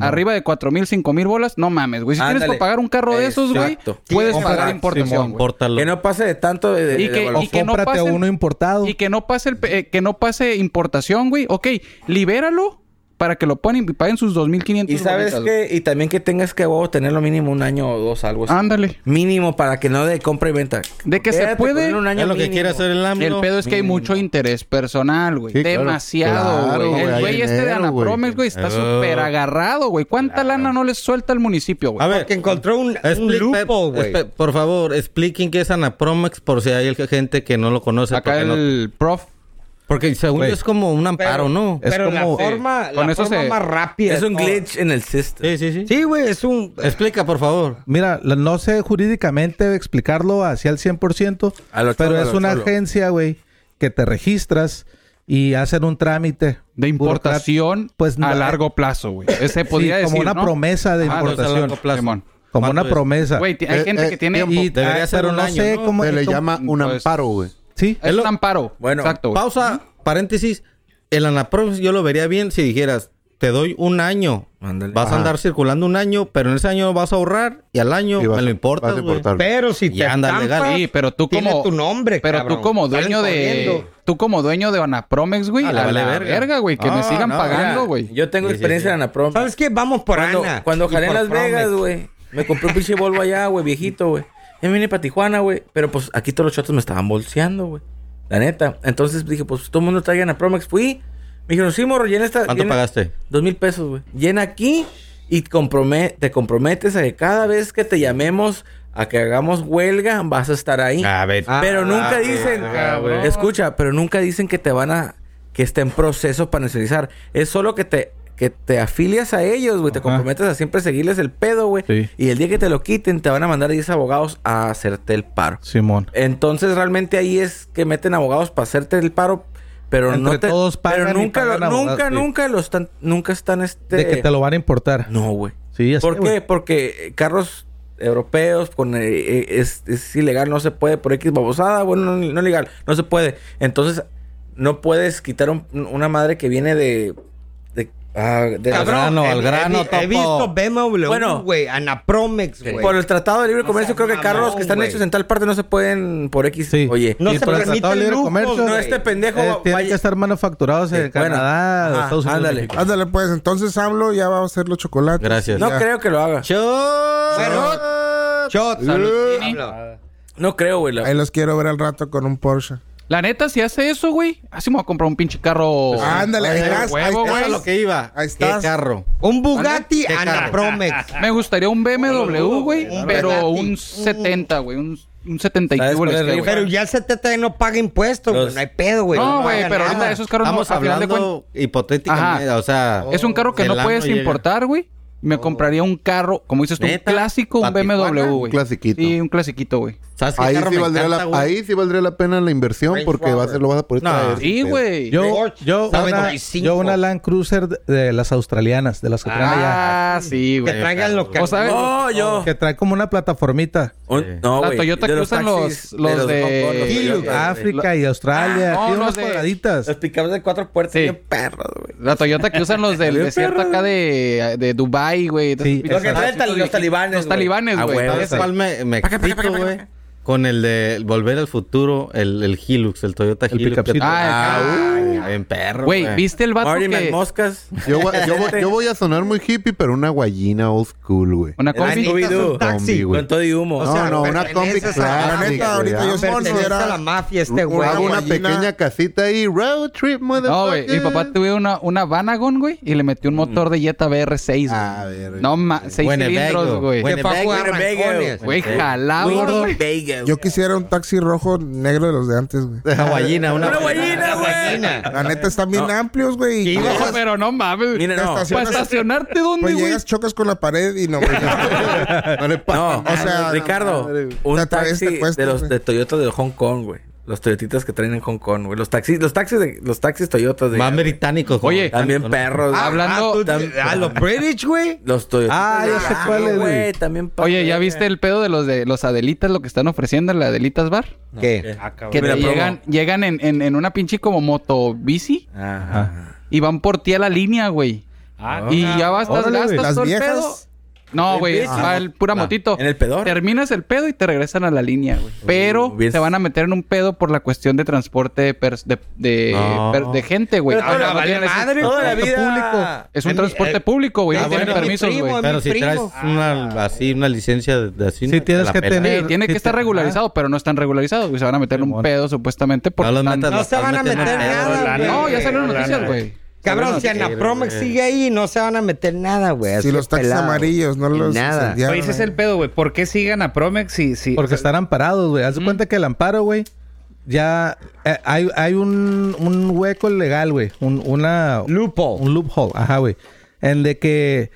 [SPEAKER 2] Arriba de cuatro mil, cinco mil bolas, no mames, güey. Si tienes
[SPEAKER 5] Ándale.
[SPEAKER 2] que pagar un carro de esos, güey,
[SPEAKER 5] Exacto.
[SPEAKER 2] puedes
[SPEAKER 5] Sí,
[SPEAKER 2] pagar
[SPEAKER 5] Simón,
[SPEAKER 2] importación. güey.
[SPEAKER 9] Impórtalo.
[SPEAKER 5] Que no pase de tanto de, de-
[SPEAKER 2] Y
[SPEAKER 5] de
[SPEAKER 2] que-
[SPEAKER 5] valor.
[SPEAKER 2] y que no
[SPEAKER 3] Cómprate
[SPEAKER 2] pasen-
[SPEAKER 3] uno importado.
[SPEAKER 2] Y que no pase el pe- eh, que no pase importación, güey. Ok, libéralo para que lo ponen y paguen sus 2.500
[SPEAKER 5] Y sabes
[SPEAKER 2] bolitas, güey.
[SPEAKER 5] que, y también que tengas que huevo, tenerlo mínimo un año o dos, algo así.
[SPEAKER 2] Ándale.
[SPEAKER 5] Mínimo para que no de compra y venta.
[SPEAKER 2] De que se
[SPEAKER 5] Quédate
[SPEAKER 2] puede,
[SPEAKER 5] con él Un año
[SPEAKER 9] Es lo que
[SPEAKER 5] mínimo.
[SPEAKER 9] quiere hacer el
[SPEAKER 2] El
[SPEAKER 9] AMLO.
[SPEAKER 2] pedo es que hay mucho interés personal, güey.
[SPEAKER 6] Sí, claro.
[SPEAKER 2] Demasiado,
[SPEAKER 6] Claro,
[SPEAKER 2] güey.
[SPEAKER 6] güey,
[SPEAKER 2] el
[SPEAKER 6] hay
[SPEAKER 2] güey este de
[SPEAKER 6] dinero, güey.
[SPEAKER 2] Anapromes, güey, está
[SPEAKER 9] Ah.
[SPEAKER 2] súper agarrado, güey. ¿Cuánta lana no les suelta el municipio, güey?
[SPEAKER 9] A ver,
[SPEAKER 4] Que encontró un, un
[SPEAKER 9] expli-
[SPEAKER 4] loophole,
[SPEAKER 9] pe-
[SPEAKER 4] güey.
[SPEAKER 9] espe- por favor, expliquen qué es Anapromex por si hay gente que no lo conoce.
[SPEAKER 2] Acá
[SPEAKER 9] porque, no-
[SPEAKER 2] el prof.
[SPEAKER 9] porque según
[SPEAKER 3] Güey.
[SPEAKER 9] yo es como un amparo, ¿no?
[SPEAKER 4] Pero
[SPEAKER 3] Es como-
[SPEAKER 4] la forma,
[SPEAKER 2] Con
[SPEAKER 4] la
[SPEAKER 2] eso
[SPEAKER 4] forma
[SPEAKER 2] se-
[SPEAKER 4] más rápida.
[SPEAKER 5] Es un
[SPEAKER 4] de todas.
[SPEAKER 5] glitch en el system.
[SPEAKER 9] Sí, sí, sí.
[SPEAKER 4] Sí, güey, es un...
[SPEAKER 9] Explica, por favor.
[SPEAKER 3] Mira, la- no sé jurídicamente explicarlo hacia el 100%,
[SPEAKER 5] A lo
[SPEAKER 3] pero
[SPEAKER 5] cholo, a
[SPEAKER 3] es
[SPEAKER 5] lo
[SPEAKER 3] una
[SPEAKER 5] cholo.
[SPEAKER 3] agencia, güey, que te registras y hacen un trámite.
[SPEAKER 2] De importación
[SPEAKER 3] burocrat- pues,
[SPEAKER 2] a
[SPEAKER 3] no,
[SPEAKER 2] largo plazo, güey. Ese
[SPEAKER 3] sí,
[SPEAKER 2] podría
[SPEAKER 3] como
[SPEAKER 2] decir,
[SPEAKER 3] una
[SPEAKER 2] ¿no?
[SPEAKER 3] promesa de
[SPEAKER 9] Ah, no, es a
[SPEAKER 3] importación.
[SPEAKER 9] largo plazo.
[SPEAKER 2] Simón.
[SPEAKER 3] como una
[SPEAKER 9] ¿Cuánto es?
[SPEAKER 3] promesa.
[SPEAKER 2] Güey, ti- hay
[SPEAKER 6] Eh,
[SPEAKER 2] gente
[SPEAKER 6] eh,
[SPEAKER 2] que tiene...
[SPEAKER 6] tiempo.
[SPEAKER 3] Y-
[SPEAKER 9] Debería
[SPEAKER 3] ah,
[SPEAKER 9] ser
[SPEAKER 3] pero
[SPEAKER 9] un
[SPEAKER 3] no
[SPEAKER 9] año,
[SPEAKER 3] sé
[SPEAKER 9] ¿no?
[SPEAKER 3] cómo.
[SPEAKER 6] Se le
[SPEAKER 3] cómo-
[SPEAKER 6] llama un
[SPEAKER 2] pues-
[SPEAKER 6] amparo, güey.
[SPEAKER 3] Sí.
[SPEAKER 2] Es un amparo.
[SPEAKER 5] Bueno,
[SPEAKER 2] Exacto, güey.
[SPEAKER 9] Pausa, paréntesis. El Anapromex yo lo vería bien si dijeras, te doy un año.
[SPEAKER 5] Ándale.
[SPEAKER 9] Vas a andar circulando un año, pero en ese año vas a ahorrar y al año
[SPEAKER 6] Y vas-
[SPEAKER 9] me lo importas,
[SPEAKER 6] vas a
[SPEAKER 9] güey.
[SPEAKER 6] importar.
[SPEAKER 4] Pero si te
[SPEAKER 9] Ya anda
[SPEAKER 4] estampas,
[SPEAKER 9] legal.
[SPEAKER 2] Sí, pero tú
[SPEAKER 4] tiene
[SPEAKER 2] como...
[SPEAKER 4] tu nombre,
[SPEAKER 2] Pero
[SPEAKER 4] cabrón.
[SPEAKER 2] tú como
[SPEAKER 4] Salen
[SPEAKER 2] dueño de...
[SPEAKER 4] corriendo.
[SPEAKER 2] Tú como dueño de Anapromex, güey.
[SPEAKER 9] Ah, le
[SPEAKER 2] a
[SPEAKER 9] vale
[SPEAKER 2] la
[SPEAKER 9] verga.
[SPEAKER 2] verga, güey. Que me
[SPEAKER 9] Ah,
[SPEAKER 2] sigan
[SPEAKER 9] no,
[SPEAKER 2] pagando,
[SPEAKER 5] Mira,
[SPEAKER 2] güey.
[SPEAKER 5] Yo tengo
[SPEAKER 9] Sí, sí,
[SPEAKER 5] experiencia
[SPEAKER 9] sí.
[SPEAKER 5] en Anapromex.
[SPEAKER 4] ¿Sabes qué? Vamos por
[SPEAKER 5] Cuando,
[SPEAKER 4] Ana.
[SPEAKER 5] cuando
[SPEAKER 4] y
[SPEAKER 5] jalé en
[SPEAKER 4] por
[SPEAKER 5] Las
[SPEAKER 4] Promex.
[SPEAKER 5] Vegas, güey, me compré un pinche Volvo allá, güey, viejito, güey. Me vine para Tijuana, güey. Pero pues aquí todos los chotos me estaban bolseando, güey. La neta. Entonces dije, pues todo el mundo traiga Anapromex. Fui. Me dijeron, sí, morro, llena esta.
[SPEAKER 9] ¿Cuánto
[SPEAKER 5] llena-
[SPEAKER 9] pagaste?
[SPEAKER 5] Dos mil pesos, güey. Llena aquí y comprome- te comprometes a que cada vez que te llamemos a que hagamos huelga, vas a estar ahí.
[SPEAKER 9] A ver.
[SPEAKER 3] Ah,
[SPEAKER 5] pero nunca dicen,
[SPEAKER 2] cabrón.
[SPEAKER 5] escucha, pero nunca dicen que te van a, que esté en proceso para nacionalizar. Es solo que te, que te afilias a ellos, güey. Te comprometes a siempre seguirles el pedo, güey.
[SPEAKER 3] Sí.
[SPEAKER 5] Y el día que te lo quiten, te van a mandar 10 abogados a hacerte el paro.
[SPEAKER 3] Simón.
[SPEAKER 5] Entonces realmente ahí es que meten abogados para hacerte el paro, pero
[SPEAKER 3] Entre
[SPEAKER 5] no te,
[SPEAKER 3] todos pagan
[SPEAKER 5] pero
[SPEAKER 3] y
[SPEAKER 5] nunca,
[SPEAKER 3] pagan
[SPEAKER 5] lo-
[SPEAKER 3] abogados,
[SPEAKER 5] nunca,
[SPEAKER 3] sí.
[SPEAKER 5] nunca lo están, nunca están este.
[SPEAKER 3] De que te lo van a importar.
[SPEAKER 5] No, güey.
[SPEAKER 3] Sí, ya sé,
[SPEAKER 5] ¿Por qué?
[SPEAKER 3] güey.
[SPEAKER 5] Porque eh, carros europeos con eh, eh, es, es ilegal, no se puede por X babosada, bueno, no, no legal, no se puede. Entonces no puedes quitar un- una madre que viene de, de, ah, de-
[SPEAKER 9] Cabrón, grano, al
[SPEAKER 4] he-
[SPEAKER 9] grano,
[SPEAKER 4] he, vi- he
[SPEAKER 9] topo.
[SPEAKER 4] visto BMW,
[SPEAKER 5] Bueno.
[SPEAKER 4] güey, Anapromex, güey.
[SPEAKER 5] por el Tratado de Libre
[SPEAKER 4] No
[SPEAKER 5] Comercio
[SPEAKER 4] seas
[SPEAKER 5] creo que carros
[SPEAKER 4] mamón,
[SPEAKER 5] que están
[SPEAKER 4] güey.
[SPEAKER 5] hechos en tal parte no se pueden por X.
[SPEAKER 3] Sí.
[SPEAKER 5] Oye,
[SPEAKER 4] No
[SPEAKER 3] Y
[SPEAKER 4] se
[SPEAKER 3] por el Tratado de
[SPEAKER 4] permiten
[SPEAKER 3] Libre
[SPEAKER 4] lujos,
[SPEAKER 3] Comercio,
[SPEAKER 4] güey.
[SPEAKER 5] no este pendejo
[SPEAKER 3] Eh, tienen
[SPEAKER 5] vaya-
[SPEAKER 3] que estar manufacturados en
[SPEAKER 5] Eh, bueno.
[SPEAKER 3] Canadá,
[SPEAKER 5] Ajá,
[SPEAKER 3] Estados Unidos.
[SPEAKER 5] ándale.
[SPEAKER 3] México.
[SPEAKER 8] Ándale, pues, entonces AMLO ya va a hacer los chocolates.
[SPEAKER 9] Gracias.
[SPEAKER 5] No
[SPEAKER 8] Ya.
[SPEAKER 5] creo que lo haga.
[SPEAKER 4] Shot.
[SPEAKER 2] Salud, Tini.
[SPEAKER 4] Habla.
[SPEAKER 5] No creo, güey. la-
[SPEAKER 8] Ahí los quiero ver al rato con un Porsche.
[SPEAKER 2] La neta, si hace eso, güey, así me voy a comprar un pinche carro.
[SPEAKER 8] Pues, Ándale, ahí
[SPEAKER 2] de
[SPEAKER 8] estás, ahí
[SPEAKER 2] huevo,
[SPEAKER 8] estás
[SPEAKER 9] A
[SPEAKER 2] güey.
[SPEAKER 9] Ah, lo que iba.
[SPEAKER 8] Ahí
[SPEAKER 9] ¿Qué
[SPEAKER 8] estás.
[SPEAKER 9] carro?
[SPEAKER 4] Un Bugatti
[SPEAKER 9] ¿Qué carro?
[SPEAKER 4] Anapromex.
[SPEAKER 2] Me gustaría un BMW, güey,
[SPEAKER 4] Un
[SPEAKER 2] pero
[SPEAKER 4] Bugatti.
[SPEAKER 2] un
[SPEAKER 4] Un-
[SPEAKER 2] 70, güey, un, un 70 y
[SPEAKER 5] ¿Sabes
[SPEAKER 2] cubo le
[SPEAKER 5] cuál es
[SPEAKER 2] esté,
[SPEAKER 5] el
[SPEAKER 2] güey.
[SPEAKER 4] Pero ya el CTT no paga impuestos, güey.
[SPEAKER 5] Los-
[SPEAKER 4] Pues No hay pedo, güey.
[SPEAKER 2] No, güey,
[SPEAKER 4] paga
[SPEAKER 2] pero
[SPEAKER 4] nada.
[SPEAKER 2] ahorita esos carros no,
[SPEAKER 9] Estamos
[SPEAKER 2] a final de
[SPEAKER 9] hablando hipotéticamente,
[SPEAKER 2] Ajá.
[SPEAKER 9] o sea...
[SPEAKER 2] cuentas, es un carro que
[SPEAKER 9] del
[SPEAKER 2] no
[SPEAKER 9] ano
[SPEAKER 2] puedes
[SPEAKER 9] llega. Oh.
[SPEAKER 2] importar, güey. Me compraría un carro, como dices tú, un
[SPEAKER 9] ¿Neta?
[SPEAKER 2] clásico, un
[SPEAKER 9] ¿Pa'
[SPEAKER 2] BMW,
[SPEAKER 9] Tijuana?
[SPEAKER 2] güey.
[SPEAKER 6] Un clasiquito.
[SPEAKER 2] Sí, un clasiquito, güey.
[SPEAKER 9] ¿Sabes qué
[SPEAKER 6] Ahí
[SPEAKER 9] carro
[SPEAKER 6] sí,
[SPEAKER 9] me
[SPEAKER 6] valdría la,
[SPEAKER 9] encanta, güey?
[SPEAKER 6] ahí sí valdría la pena la inversión
[SPEAKER 4] Range
[SPEAKER 6] porque vas a, lo vas a este, poder
[SPEAKER 9] No.
[SPEAKER 6] traer.
[SPEAKER 2] Sí, güey.
[SPEAKER 3] Yo, yo,
[SPEAKER 4] Saben
[SPEAKER 3] una,
[SPEAKER 4] veinticinco.
[SPEAKER 3] yo una Land Cruiser de, de las australianas, de las que traen allá.
[SPEAKER 2] Ah, sí,
[SPEAKER 4] Que
[SPEAKER 2] güey.
[SPEAKER 4] traigan lo que...
[SPEAKER 2] O sabes,
[SPEAKER 5] No, yo.
[SPEAKER 3] Que trae como una plataformita.
[SPEAKER 5] Un- No,
[SPEAKER 2] La
[SPEAKER 5] güey.
[SPEAKER 2] Toyota
[SPEAKER 5] de
[SPEAKER 2] que usan
[SPEAKER 5] taxis,
[SPEAKER 2] los- los de-
[SPEAKER 5] Hong Kong, los
[SPEAKER 2] Sí,
[SPEAKER 5] Toyotas, güey.
[SPEAKER 3] África y Australia.
[SPEAKER 2] Ah, no,
[SPEAKER 3] tiene
[SPEAKER 2] no
[SPEAKER 3] unas
[SPEAKER 2] sé.
[SPEAKER 3] cuadraditas.
[SPEAKER 5] Los pickups de cuatro puertas,
[SPEAKER 2] Sí.
[SPEAKER 5] bien perros, güey.
[SPEAKER 2] la Toyota que usan los del
[SPEAKER 5] Bien,
[SPEAKER 2] desierto
[SPEAKER 5] perro.
[SPEAKER 2] acá de, de Dubai, güey.
[SPEAKER 3] Sí,
[SPEAKER 2] Esos
[SPEAKER 5] Lo que
[SPEAKER 2] pinches
[SPEAKER 5] traen
[SPEAKER 2] carros,
[SPEAKER 5] los talibanes,
[SPEAKER 2] Ah, Los
[SPEAKER 5] güey.
[SPEAKER 2] talibanes,
[SPEAKER 5] A
[SPEAKER 2] güey.
[SPEAKER 5] huevo.
[SPEAKER 9] ¿Sabes
[SPEAKER 5] Sí.
[SPEAKER 9] cuál me, me
[SPEAKER 5] Paca, paca,
[SPEAKER 9] excito,
[SPEAKER 5] paca,
[SPEAKER 9] güey?
[SPEAKER 5] paca.
[SPEAKER 9] Con el de Volver al Futuro, el, el Hilux, el Toyota
[SPEAKER 3] El
[SPEAKER 9] Hilux. que-
[SPEAKER 3] pickupcito.
[SPEAKER 2] Ah,
[SPEAKER 9] Ah, bien perro,
[SPEAKER 2] Güey, ¿viste el vato
[SPEAKER 5] Marty
[SPEAKER 2] que...?
[SPEAKER 5] Moscas.
[SPEAKER 6] Yo, voy- yo voy- yo voy a sonar muy hippie, pero una guayina old school, güey.
[SPEAKER 2] Una
[SPEAKER 5] El
[SPEAKER 2] combi.
[SPEAKER 4] Necesitas
[SPEAKER 5] Scooby-Doo.
[SPEAKER 4] un taxi.
[SPEAKER 6] Combi, güey.
[SPEAKER 5] Con todo y humo.
[SPEAKER 6] No, no, una combi
[SPEAKER 4] perteneces a la
[SPEAKER 6] clásica.
[SPEAKER 4] mafia,
[SPEAKER 8] La neta, ahorita
[SPEAKER 6] güey, ah.
[SPEAKER 8] yo soy
[SPEAKER 4] Pertenece a la
[SPEAKER 8] considera...
[SPEAKER 4] mafia este
[SPEAKER 6] Hago
[SPEAKER 4] güey.
[SPEAKER 6] una
[SPEAKER 4] güey.
[SPEAKER 8] guayina.
[SPEAKER 6] pequeña casita ahí, road trip, motherfucker.
[SPEAKER 2] No, güey. Mi papá tuvo una, una Vanagon, güey, y le metió un motor de Jetta BR6.
[SPEAKER 6] Ah, A
[SPEAKER 2] güey.
[SPEAKER 6] ver.
[SPEAKER 2] No, ma seis
[SPEAKER 9] Winnebago.
[SPEAKER 2] cilindros, güey.
[SPEAKER 9] Winnebago.
[SPEAKER 4] Que fue a jugar
[SPEAKER 5] Winnebago.
[SPEAKER 4] arrancones.
[SPEAKER 2] Güey, jalado, güey.
[SPEAKER 5] Vegas.
[SPEAKER 8] Yo quisiera un taxi rojo negro de los de antes, güey.
[SPEAKER 9] Una guayina, una,
[SPEAKER 5] Una guayina, güey.
[SPEAKER 4] Guayina.
[SPEAKER 8] La neta, están bien amplios, güey. y
[SPEAKER 2] No,
[SPEAKER 8] llegas-
[SPEAKER 2] pero no mames.
[SPEAKER 5] Mira,
[SPEAKER 8] te
[SPEAKER 5] no.
[SPEAKER 2] ¿Para
[SPEAKER 8] estacionas-
[SPEAKER 2] estacionarte dónde,
[SPEAKER 8] Pues
[SPEAKER 2] güey?
[SPEAKER 8] llegas, chocas con la pared y no...
[SPEAKER 6] No le pasa nada.
[SPEAKER 5] No, o sea, Ricardo,
[SPEAKER 6] madre, güey.
[SPEAKER 5] un
[SPEAKER 8] Te atraviesa,
[SPEAKER 5] taxi
[SPEAKER 8] te cuesta,
[SPEAKER 5] de los
[SPEAKER 8] güey.
[SPEAKER 5] de Toyota de Hong Kong, güey. Los Toyotitas que traen en Hong Kong, güey. Los taxis, los taxis de, los taxis Toyotas de
[SPEAKER 9] Más británicos. como
[SPEAKER 2] Oye,
[SPEAKER 5] también
[SPEAKER 9] británicos, ¿no?
[SPEAKER 5] perros. güey.
[SPEAKER 2] Hablando-
[SPEAKER 4] Ah, tú- A los British, güey.
[SPEAKER 5] los Toyotitas.
[SPEAKER 3] Ah,
[SPEAKER 5] de
[SPEAKER 3] ya sé
[SPEAKER 5] Hong
[SPEAKER 3] cuál
[SPEAKER 5] Kong,
[SPEAKER 3] es, güey.
[SPEAKER 5] güey. También pa-
[SPEAKER 2] Oye, ¿ya viste el pedo de los de los Adelitas, lo que están ofreciendo en la Adelitas Bar?
[SPEAKER 4] ¿Qué?
[SPEAKER 7] Ah, cabrón.
[SPEAKER 2] Que
[SPEAKER 5] Mira,
[SPEAKER 2] te
[SPEAKER 5] promo.
[SPEAKER 2] llegan, llegan en, en, en una pinche como moto bici
[SPEAKER 5] Ajá. Ah,
[SPEAKER 2] y van por ti a la línea, güey.
[SPEAKER 7] Ah,
[SPEAKER 2] ah, Y ya vas, estás
[SPEAKER 3] Órale, güey.
[SPEAKER 2] gastas
[SPEAKER 8] Las
[SPEAKER 2] todo el
[SPEAKER 8] viejas.
[SPEAKER 2] pedo. No, güey,
[SPEAKER 5] pitch,
[SPEAKER 2] va
[SPEAKER 5] ¿no?
[SPEAKER 2] el pura
[SPEAKER 5] Ah,
[SPEAKER 2] motito.
[SPEAKER 5] ¿en el pedor?
[SPEAKER 2] Terminas el pedo y te regresan a la línea, güey. Pero
[SPEAKER 5] bien.
[SPEAKER 2] te van a meter en un pedo por la cuestión de transporte de, pers- de, de,
[SPEAKER 5] No.
[SPEAKER 2] per- de gente, güey.
[SPEAKER 5] Pero
[SPEAKER 2] Ah,
[SPEAKER 5] toda la-
[SPEAKER 2] no
[SPEAKER 5] vale
[SPEAKER 2] tienen ese-
[SPEAKER 5] madre, toda la
[SPEAKER 2] transporte
[SPEAKER 5] vida.
[SPEAKER 2] público. Es un
[SPEAKER 5] En-
[SPEAKER 2] transporte
[SPEAKER 5] eh,
[SPEAKER 2] público, güey.
[SPEAKER 4] ah,
[SPEAKER 2] No tienen
[SPEAKER 4] bueno.
[SPEAKER 2] permisos,
[SPEAKER 4] Mi primo,
[SPEAKER 2] güey.
[SPEAKER 4] mi
[SPEAKER 9] Pero si
[SPEAKER 4] primo.
[SPEAKER 9] traes una, así una licencia de, de así,
[SPEAKER 3] Sí,
[SPEAKER 9] te
[SPEAKER 3] tienes
[SPEAKER 9] la
[SPEAKER 3] que
[SPEAKER 9] pela.
[SPEAKER 3] tener-
[SPEAKER 2] Sí, tiene
[SPEAKER 3] sí,
[SPEAKER 2] que estar
[SPEAKER 3] te-
[SPEAKER 2] regularizado, pero no están regularizados, güey. Se van a meter en un pedo supuestamente por
[SPEAKER 9] No los
[SPEAKER 2] tan-
[SPEAKER 9] metas,
[SPEAKER 4] No
[SPEAKER 9] los
[SPEAKER 4] se
[SPEAKER 9] estás
[SPEAKER 4] van a
[SPEAKER 9] metiendo
[SPEAKER 4] meter
[SPEAKER 9] en pedos,
[SPEAKER 4] nada,
[SPEAKER 9] lana.
[SPEAKER 4] güey.
[SPEAKER 2] No, ya salieron
[SPEAKER 7] Eh,
[SPEAKER 2] noticias,
[SPEAKER 7] lana.
[SPEAKER 2] güey.
[SPEAKER 4] Cabrón,
[SPEAKER 9] Bueno, sí,
[SPEAKER 4] si Anapromex
[SPEAKER 9] güey.
[SPEAKER 4] sigue ahí, no se van a meter nada, güey. así
[SPEAKER 8] Si los taxis
[SPEAKER 4] pelado.
[SPEAKER 8] amarillos no los
[SPEAKER 4] Nada.
[SPEAKER 8] incendiaron,
[SPEAKER 7] Oye, ese es
[SPEAKER 8] güey.
[SPEAKER 7] el pedo, güey. ¿Por qué sigan a Promex si... si
[SPEAKER 3] Porque están amparados, güey. Haz de cuenta que el amparo, güey, ya eh, hay, hay un, un hueco legal, güey. Un, una,
[SPEAKER 4] Loophole.
[SPEAKER 3] un loophole, ajá, güey. En de que